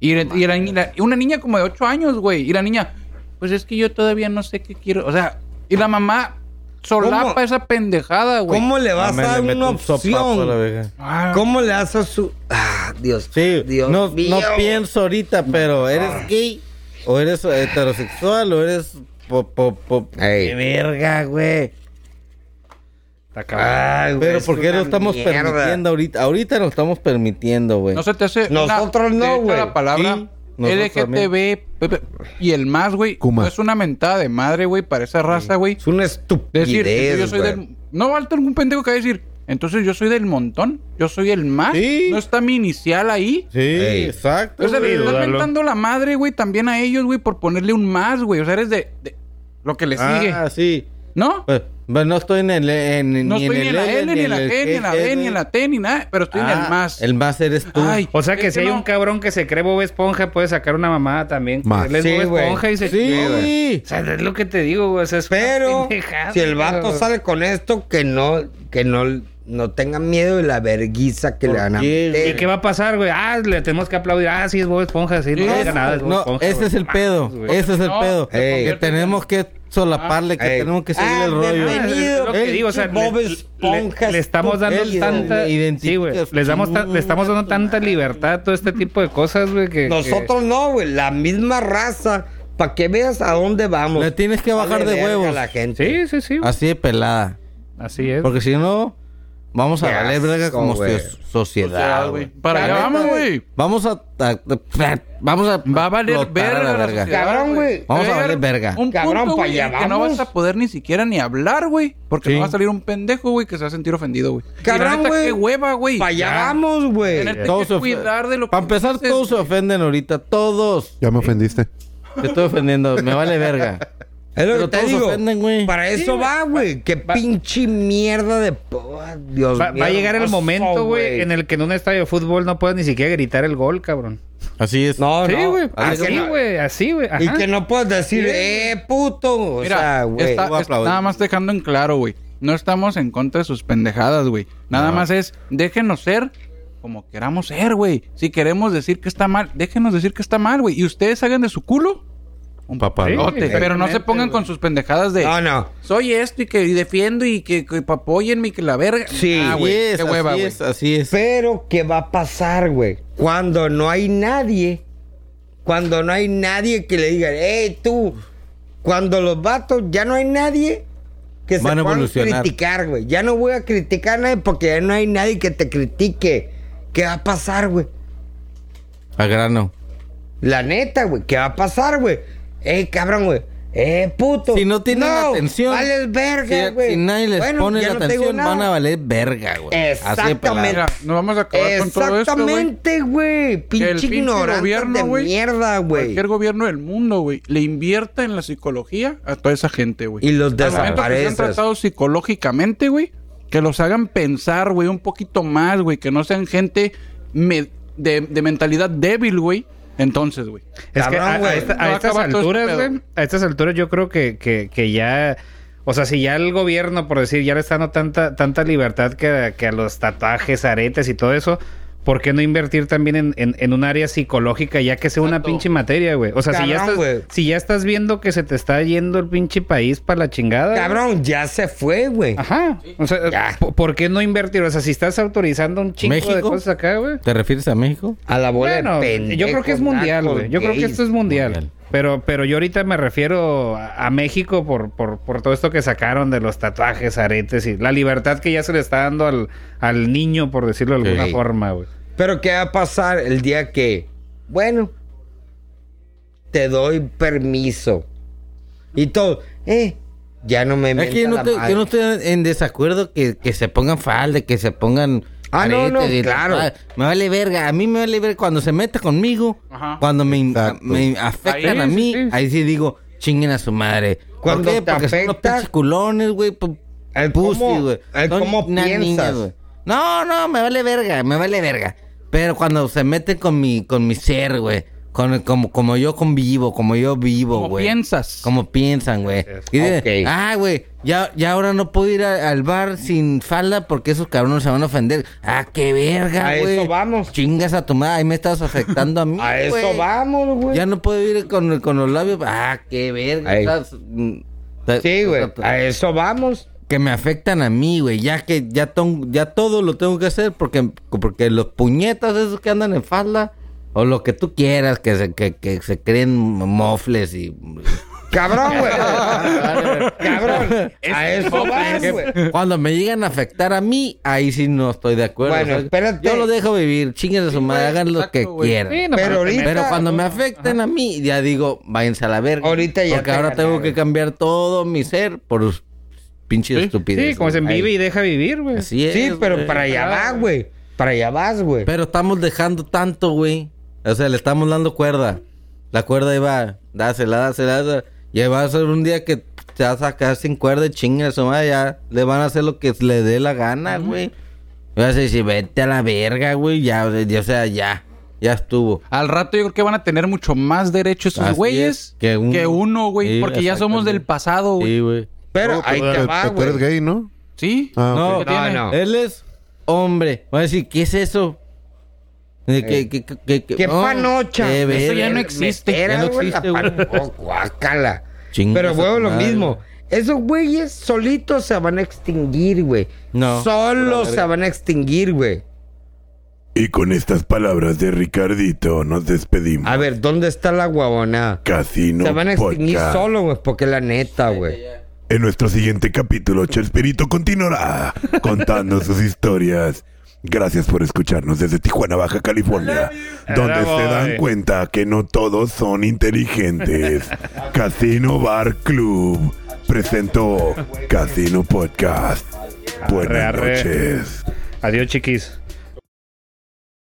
[SPEAKER 2] Y, la- y la ni- la- una niña como de 8 años, güey, y la niña, pues es que yo todavía no sé qué quiero. O sea, y la mamá solapa
[SPEAKER 4] ¿Cómo?
[SPEAKER 2] esa pendejada, güey.
[SPEAKER 4] ¿Cómo le vas
[SPEAKER 9] Mames,
[SPEAKER 4] a dar
[SPEAKER 9] Ah, le meto
[SPEAKER 4] una
[SPEAKER 9] un sopapo a la
[SPEAKER 4] opción?
[SPEAKER 9] verga.
[SPEAKER 2] Ah,
[SPEAKER 4] ¿Cómo le das a su... Ah, Dios,
[SPEAKER 9] Sí,
[SPEAKER 4] Dios
[SPEAKER 9] no, no
[SPEAKER 4] mío. Ah.
[SPEAKER 9] pienso ahorita, pero ¿eres gay? ¿O eres heterosexual? ¿O eres... po- po- po-
[SPEAKER 4] Ey.
[SPEAKER 9] ¡Qué verga, güey!
[SPEAKER 7] Está cabrón.
[SPEAKER 4] Ay, güey,
[SPEAKER 9] Pero
[SPEAKER 4] es
[SPEAKER 9] ¿por qué
[SPEAKER 4] una
[SPEAKER 9] lo estamos
[SPEAKER 4] mierda.
[SPEAKER 9] permitiendo ahorita? Ahorita lo estamos permitiendo, güey.
[SPEAKER 2] No se te hace.
[SPEAKER 4] Nosotros no,
[SPEAKER 2] de hecho,
[SPEAKER 4] güey.
[SPEAKER 2] La palabra
[SPEAKER 9] Sí, nosotros
[SPEAKER 2] LGTB pepe, y el más, güey.
[SPEAKER 6] Kuma.
[SPEAKER 2] no es una mentada de madre, güey, para esa raza, güey.
[SPEAKER 4] Es una
[SPEAKER 2] Decir,
[SPEAKER 4] estupidez,
[SPEAKER 2] yo soy
[SPEAKER 4] güey.
[SPEAKER 2] del. No falta algún pendejo que va a decir. Entonces yo soy del montón. Yo soy el más.
[SPEAKER 9] Sí.
[SPEAKER 2] No está mi inicial ahí.
[SPEAKER 9] Sí, exacto.
[SPEAKER 2] O sea, le
[SPEAKER 9] güey.
[SPEAKER 2] estás
[SPEAKER 7] dúdalo.
[SPEAKER 2] mentando la madre, güey, también a ellos, güey, por ponerle un más, güey. O sea, eres de, de lo que le sigue.
[SPEAKER 9] Ah, sí.
[SPEAKER 2] ¿No?
[SPEAKER 9] Pues, pues no estoy en el. En,
[SPEAKER 2] No
[SPEAKER 9] ni
[SPEAKER 2] estoy
[SPEAKER 9] en
[SPEAKER 2] ni en
[SPEAKER 9] el
[SPEAKER 2] la L, ni en la
[SPEAKER 9] el
[SPEAKER 2] G, ni en la B, ni en la T, ni nada. Pero estoy en
[SPEAKER 9] Ah,
[SPEAKER 2] el más.
[SPEAKER 9] El más eres tú.
[SPEAKER 2] Ay,
[SPEAKER 7] O sea que
[SPEAKER 2] es
[SPEAKER 7] si hay
[SPEAKER 2] no-
[SPEAKER 7] un cabrón que se cree Bob Esponja, puede sacar una mamada también.
[SPEAKER 6] Más.
[SPEAKER 7] Él es
[SPEAKER 4] Sí,
[SPEAKER 7] Bob
[SPEAKER 4] güey.
[SPEAKER 7] Esponja y se
[SPEAKER 9] sí,
[SPEAKER 7] O sea, es lo que te digo, güey. o sea, es una
[SPEAKER 4] Pero
[SPEAKER 7] pendejada,
[SPEAKER 4] si el vato
[SPEAKER 7] güey.
[SPEAKER 4] sale con esto, que no, que no, no tenga miedo de la verguiza que le van a
[SPEAKER 9] qué,
[SPEAKER 4] meter.
[SPEAKER 7] ¿Y qué va a pasar, güey? Ah, le tenemos que aplaudir. Ah, sí, es Bob Esponja. Sí, no,
[SPEAKER 9] Es-
[SPEAKER 7] diga nada, es Bob
[SPEAKER 9] no,
[SPEAKER 7] Esponja,
[SPEAKER 9] ese
[SPEAKER 7] güey.
[SPEAKER 9] es el pedo.
[SPEAKER 7] güey.
[SPEAKER 9] Ese es el
[SPEAKER 2] No,
[SPEAKER 9] pedo.
[SPEAKER 2] se
[SPEAKER 4] Ey.
[SPEAKER 9] Que
[SPEAKER 2] convierte en-
[SPEAKER 9] tenemos que solaparle, que
[SPEAKER 4] Ey.
[SPEAKER 9] tenemos que seguir
[SPEAKER 4] Ah,
[SPEAKER 9] el rollo.
[SPEAKER 7] Ah, es- es lo que
[SPEAKER 4] El
[SPEAKER 7] digo, o sea,
[SPEAKER 4] Bob
[SPEAKER 7] le- le-
[SPEAKER 4] Esponja
[SPEAKER 7] le, estamos dando
[SPEAKER 4] estúpido.
[SPEAKER 7] tanta
[SPEAKER 9] Le identificas,
[SPEAKER 7] sí, güey, les damos ta- le estamos dando tanta libertad a todo este tipo de cosas, güey, que que-
[SPEAKER 4] Nosotros no, güey, la misma raza, para que veas a dónde vamos.
[SPEAKER 9] Le tienes que bajar
[SPEAKER 4] Vale
[SPEAKER 9] de
[SPEAKER 4] verga
[SPEAKER 9] huevos.
[SPEAKER 4] la gente.
[SPEAKER 7] Sí, sí, sí. güey.
[SPEAKER 9] Así de pelada.
[SPEAKER 7] Así es.
[SPEAKER 9] Porque si no, vamos a
[SPEAKER 4] Qué
[SPEAKER 9] valer verga
[SPEAKER 4] asco,
[SPEAKER 9] como
[SPEAKER 4] güey.
[SPEAKER 9] so-
[SPEAKER 2] O sea,
[SPEAKER 9] sociedad,
[SPEAKER 2] güey,
[SPEAKER 9] güey.
[SPEAKER 2] Para allá vamos, güey.
[SPEAKER 9] Vamos a, a- Vamos a.
[SPEAKER 2] Va a valer
[SPEAKER 9] explotar a
[SPEAKER 2] verga
[SPEAKER 9] la
[SPEAKER 2] la
[SPEAKER 9] verga.
[SPEAKER 2] sociedad,
[SPEAKER 4] Cabrón, güey.
[SPEAKER 9] Vamos a
[SPEAKER 2] Va
[SPEAKER 9] valer
[SPEAKER 2] llegar
[SPEAKER 9] verga.
[SPEAKER 2] Un
[SPEAKER 4] Cabrón,
[SPEAKER 2] punto,
[SPEAKER 4] pa'
[SPEAKER 2] güey,
[SPEAKER 4] allá
[SPEAKER 2] en que no
[SPEAKER 4] vamos.
[SPEAKER 2] vas a poder ni siquiera ni hablar, güey. Porque
[SPEAKER 9] Sí.
[SPEAKER 2] no va a salir un pendejo, güey, que se va a sentir ofendido, güey. Y la
[SPEAKER 4] Cabrón,
[SPEAKER 2] neta,
[SPEAKER 4] güey.
[SPEAKER 2] Qué hueva, güey.
[SPEAKER 4] Para allá vamos, güey.
[SPEAKER 2] Tenerte
[SPEAKER 9] Todos se
[SPEAKER 2] que
[SPEAKER 9] of-
[SPEAKER 2] cuidar de lo que
[SPEAKER 9] Para empezar,
[SPEAKER 2] dices,
[SPEAKER 9] todos se ofenden ahorita. Todos.
[SPEAKER 6] Ya me ofendiste.
[SPEAKER 9] Te estoy ofendiendo. Me vale verga.
[SPEAKER 4] Es lo
[SPEAKER 9] Pero
[SPEAKER 4] que te
[SPEAKER 9] todos
[SPEAKER 4] digo.
[SPEAKER 9] ofenden, güey.
[SPEAKER 4] Para eso va, güey. Qué pinche mierda de. po- ah, Dios
[SPEAKER 7] Va,
[SPEAKER 4] mío,
[SPEAKER 7] va a llegar el
[SPEAKER 4] hermoso,
[SPEAKER 7] momento, güey, en el que en un estadio de fútbol no puedes ni siquiera gritar el gol, cabrón.
[SPEAKER 9] Así es.
[SPEAKER 4] No,
[SPEAKER 7] sí,
[SPEAKER 4] no.
[SPEAKER 7] güey.
[SPEAKER 4] Así
[SPEAKER 7] Así,
[SPEAKER 4] no.
[SPEAKER 7] güey. Así, güey.
[SPEAKER 4] Y
[SPEAKER 7] ajá.
[SPEAKER 4] que no puedas decir, eh, puto. O sea,
[SPEAKER 2] Mira,
[SPEAKER 4] güey.
[SPEAKER 2] está-
[SPEAKER 9] Voy a
[SPEAKER 2] es-
[SPEAKER 9] aplaudir.
[SPEAKER 2] nada más dejando en claro, güey. No estamos en contra de sus pendejadas, güey. Nada
[SPEAKER 9] Ah.
[SPEAKER 2] más es, déjenos ser como queramos ser, güey. Si queremos decir que está mal, déjenos decir que está mal, güey. Y ustedes hagan de su culo un papalote.
[SPEAKER 7] exactamente,
[SPEAKER 2] pero no se pongan
[SPEAKER 7] güey.
[SPEAKER 2] con sus pendejadas de...
[SPEAKER 4] No, no.
[SPEAKER 2] Soy esto y que y defiendo y que, que apóyenme y que la verga.
[SPEAKER 4] Sí.
[SPEAKER 2] Ah,
[SPEAKER 9] Así
[SPEAKER 2] güey,
[SPEAKER 9] es,
[SPEAKER 2] qué hueva,
[SPEAKER 9] así
[SPEAKER 2] güey.
[SPEAKER 9] es, así es.
[SPEAKER 4] Pero, ¿qué va a pasar, güey? Cuando no hay nadie, cuando no hay nadie que le diga, hey, tú, cuando los vatos ya no hay nadie que se
[SPEAKER 9] Van a
[SPEAKER 4] puedan
[SPEAKER 9] evolucionar.
[SPEAKER 4] criticar, güey. Ya no voy a criticar a nadie porque ya no hay nadie que te critique. ¿Qué va a pasar, güey?
[SPEAKER 9] A grano.
[SPEAKER 4] La neta, güey, ¿qué va a pasar, güey? Ey, cabrón, güey. Eh, puto.
[SPEAKER 9] Si no tienen atención.
[SPEAKER 4] Vales verga,
[SPEAKER 9] si,
[SPEAKER 4] güey.
[SPEAKER 9] si nadie les
[SPEAKER 4] Bueno,
[SPEAKER 9] pone
[SPEAKER 4] ya
[SPEAKER 9] la
[SPEAKER 4] no te digo
[SPEAKER 9] atención, van
[SPEAKER 4] nada.
[SPEAKER 9] a valer verga, güey. Así de pelada.
[SPEAKER 4] Exactamente.
[SPEAKER 2] Mira, nos vamos a acabar con todo esto, güey.
[SPEAKER 4] Exactamente, güey.
[SPEAKER 2] Que
[SPEAKER 4] Pinche, ignorante de
[SPEAKER 2] güey,
[SPEAKER 4] mierda, güey.
[SPEAKER 2] Cualquier gobierno del mundo, güey, le invierta en la psicología a toda esa gente, güey.
[SPEAKER 4] Y los
[SPEAKER 2] Al momento que sean
[SPEAKER 4] desapareces.
[SPEAKER 2] tratados psicológicamente, güey, que los hagan pensar, güey, un poquito más, güey, que no sean gente me- de, de mentalidad débil, güey. Entonces, güey.
[SPEAKER 7] Es que
[SPEAKER 4] Cabrón,
[SPEAKER 7] a, a
[SPEAKER 4] güey.
[SPEAKER 7] esta- a
[SPEAKER 2] No va a
[SPEAKER 7] estas
[SPEAKER 2] acabar todo
[SPEAKER 7] alturas,
[SPEAKER 2] este pedo.
[SPEAKER 7] güey, a estas alturas yo creo que, que, que ya, o sea, si ya el gobierno, por decir, ya le está dando tanta, tanta libertad que, que a los tatuajes, aretes y todo eso, ¿por qué no invertir también en, en, en un área psicológica ya que sea una pinche materia, güey? O sea, si, ya
[SPEAKER 4] Cabrón, güey.
[SPEAKER 7] estás, si ya estás viendo que se te está yendo el pinche país para la chingada. güey.
[SPEAKER 4] Cabrón, ya se fue, güey.
[SPEAKER 7] Ajá. O sea,
[SPEAKER 4] Ya.
[SPEAKER 7] ¿por- ¿por qué no invertir? O sea, si estás autorizando un chingo de
[SPEAKER 9] ¿México?
[SPEAKER 7] cosas acá, güey.
[SPEAKER 9] ¿Te refieres a México?
[SPEAKER 4] A la bola de
[SPEAKER 7] Bueno,
[SPEAKER 4] pendejos,
[SPEAKER 7] yo creo que es mundial,
[SPEAKER 4] nacos,
[SPEAKER 7] güey. Yo creo que
[SPEAKER 4] gays.
[SPEAKER 7] esto es mundial.
[SPEAKER 9] Mundial.
[SPEAKER 7] Pero, pero yo ahorita me refiero a, a México por, por, por todo esto que sacaron de los tatuajes, aretes y la libertad que ya se le está dando al, al niño, por decirlo de alguna
[SPEAKER 4] Sí.
[SPEAKER 7] forma, güey.
[SPEAKER 4] Pero ¿qué va a pasar el día que, bueno, te doy permiso? Y todo, eh, ya no me
[SPEAKER 9] Es que yo
[SPEAKER 4] mienta
[SPEAKER 9] no,
[SPEAKER 4] la
[SPEAKER 9] te-
[SPEAKER 4] madre.
[SPEAKER 9] yo no estoy en desacuerdo que, que se pongan falda, que se pongan.
[SPEAKER 4] Ah, no, no,
[SPEAKER 9] aretes y
[SPEAKER 4] claro.
[SPEAKER 9] tatuajes. Me vale verga. A mí me vale verga cuando se mete conmigo,
[SPEAKER 2] Ajá.
[SPEAKER 9] cuando me,
[SPEAKER 6] Exacto.
[SPEAKER 9] me
[SPEAKER 2] Ahí,
[SPEAKER 9] afectan a
[SPEAKER 2] sí,
[SPEAKER 9] mí,
[SPEAKER 2] sí.
[SPEAKER 9] ahí sí digo, chinguen a su madre.
[SPEAKER 4] Cuando
[SPEAKER 9] ¿Por qué?
[SPEAKER 4] te
[SPEAKER 9] Porque son unos
[SPEAKER 4] afecta-
[SPEAKER 9] pinches culones, güey. pu-
[SPEAKER 4] El
[SPEAKER 9] pussy,
[SPEAKER 4] cómo-
[SPEAKER 9] güey.
[SPEAKER 4] el
[SPEAKER 9] Son
[SPEAKER 4] cómo
[SPEAKER 9] unas
[SPEAKER 4] piensas.
[SPEAKER 9] güey. No, no, me vale verga, me vale verga. Pero cuando se meten con mi, con mi ser, güey. Con, como, como yo convivo, como yo vivo,
[SPEAKER 2] Como
[SPEAKER 9] güey.
[SPEAKER 2] piensas.
[SPEAKER 9] Como piensan, güey. Y dicen,
[SPEAKER 4] Ok.
[SPEAKER 9] ah, güey, ya, ya ahora no puedo ir a- al bar sin falda porque esos cabrones se van a ofender. Ah, qué verga,
[SPEAKER 4] A
[SPEAKER 9] güey.
[SPEAKER 4] eso vamos.
[SPEAKER 9] Chingas a tu madre, ahí me estás afectando a mí,
[SPEAKER 4] A eso
[SPEAKER 9] güey.
[SPEAKER 4] vamos, güey.
[SPEAKER 9] Ya no puedo ir con, con los labios. Ah, qué verga.
[SPEAKER 4] Ahí.
[SPEAKER 9] estás- mm, ta-
[SPEAKER 4] Sí, güey,
[SPEAKER 9] ta- ta-
[SPEAKER 4] a eso vamos.
[SPEAKER 9] pues, Que me afectan a mí, güey. Ya que ya, ton- ya todo lo tengo que hacer porque, porque los puñetas esos que andan en falda o lo que tú quieras, que se, que, que se creen mofles y...
[SPEAKER 4] Cabrón, güey. Cabrón, a eso vas, güey.
[SPEAKER 9] Cuando me llegan a afectar a mí, ahí sí no estoy de acuerdo.
[SPEAKER 4] Bueno,
[SPEAKER 9] O sea,
[SPEAKER 4] espérate.
[SPEAKER 9] Yo lo dejo vivir, chinguen a su madre, hagan lo
[SPEAKER 2] exacto,
[SPEAKER 9] que
[SPEAKER 2] güey.
[SPEAKER 9] quieran.
[SPEAKER 7] Sí, no,
[SPEAKER 4] Pero ahorita-
[SPEAKER 9] Pero cuando me afecten a mí, ya digo, váyanse a la verga.
[SPEAKER 4] Ahorita ya
[SPEAKER 9] Porque
[SPEAKER 4] te
[SPEAKER 9] ahora tengo
[SPEAKER 4] ganaron.
[SPEAKER 9] que cambiar todo mi ser por, us- pinche estupidez.
[SPEAKER 7] Sí, como
[SPEAKER 9] güey.
[SPEAKER 7] dicen, vive y deja vivir, güey.
[SPEAKER 9] Así es.
[SPEAKER 4] Sí, pero
[SPEAKER 9] güey.
[SPEAKER 4] para allá vas, güey. Para allá vas, güey.
[SPEAKER 9] Pero estamos dejando tanto, güey. O sea, le estamos dando cuerda. La cuerda iba, dásela, dásela, dásela. Y ahí va a ser un día que te vas a quedar sin cuerda y chinga su madre. Ya le van a hacer lo que le dé la gana, güey. Y vas a decir, vete a la verga, güey. Ya, o sea, ya, o sea, ya. Ya estuvo.
[SPEAKER 2] Al rato yo creo que van a tener mucho más derecho esos
[SPEAKER 9] Así
[SPEAKER 2] güeyes
[SPEAKER 9] es,
[SPEAKER 2] que,
[SPEAKER 9] que uno.
[SPEAKER 2] uno, güey.
[SPEAKER 9] Sí,
[SPEAKER 2] porque ya somos del
[SPEAKER 9] exactamente.
[SPEAKER 2] pasado, güey.
[SPEAKER 9] Sí, güey.
[SPEAKER 4] Pero
[SPEAKER 12] No,
[SPEAKER 4] ahí
[SPEAKER 12] pero
[SPEAKER 4] te
[SPEAKER 12] tú-
[SPEAKER 4] va,
[SPEAKER 12] pero Tú eres
[SPEAKER 4] güey.
[SPEAKER 12] gay, ¿no?
[SPEAKER 2] ¿Sí?
[SPEAKER 12] Ah,
[SPEAKER 9] No,
[SPEAKER 2] ¿Qué
[SPEAKER 9] no,
[SPEAKER 2] tiene?
[SPEAKER 4] no.
[SPEAKER 9] Él es hombre. Va a decir, ¿qué es eso? Eh, ¿Qué, qué, qué, qué,
[SPEAKER 4] ¡Qué
[SPEAKER 9] no,
[SPEAKER 4] panocha!
[SPEAKER 9] oh, qué
[SPEAKER 2] Eso ya
[SPEAKER 9] verga.
[SPEAKER 2] no existe.
[SPEAKER 4] Era,
[SPEAKER 9] Ya no
[SPEAKER 4] güey, la
[SPEAKER 9] existe, güey.
[SPEAKER 4] pan- oh, guácala.
[SPEAKER 9] Chingas
[SPEAKER 4] Pero,
[SPEAKER 9] a
[SPEAKER 4] güey,
[SPEAKER 9] tu
[SPEAKER 4] lo
[SPEAKER 9] madre,
[SPEAKER 4] mismo. Esos güeyes solitos se van a extinguir, güey.
[SPEAKER 9] No.
[SPEAKER 4] Solos se van a extinguir, güey.
[SPEAKER 1] Y con estas palabras de Ricardito nos despedimos.
[SPEAKER 4] A ver, ¿dónde está la guabonada?
[SPEAKER 1] Casino
[SPEAKER 4] se van a extinguir
[SPEAKER 1] Podcast.
[SPEAKER 4] solos, güey, porque la neta, güey.
[SPEAKER 1] En nuestro siguiente capítulo, Chespirito continuará contando sus historias. Gracias por escucharnos desde Tijuana, Baja California, donde
[SPEAKER 7] Bravo,
[SPEAKER 1] se dan
[SPEAKER 7] eh.
[SPEAKER 1] cuenta que no todos son inteligentes. Casino Bar Club presentó Casino Podcast. Buenas
[SPEAKER 7] arre.
[SPEAKER 1] noches.
[SPEAKER 7] Adiós, chiquis.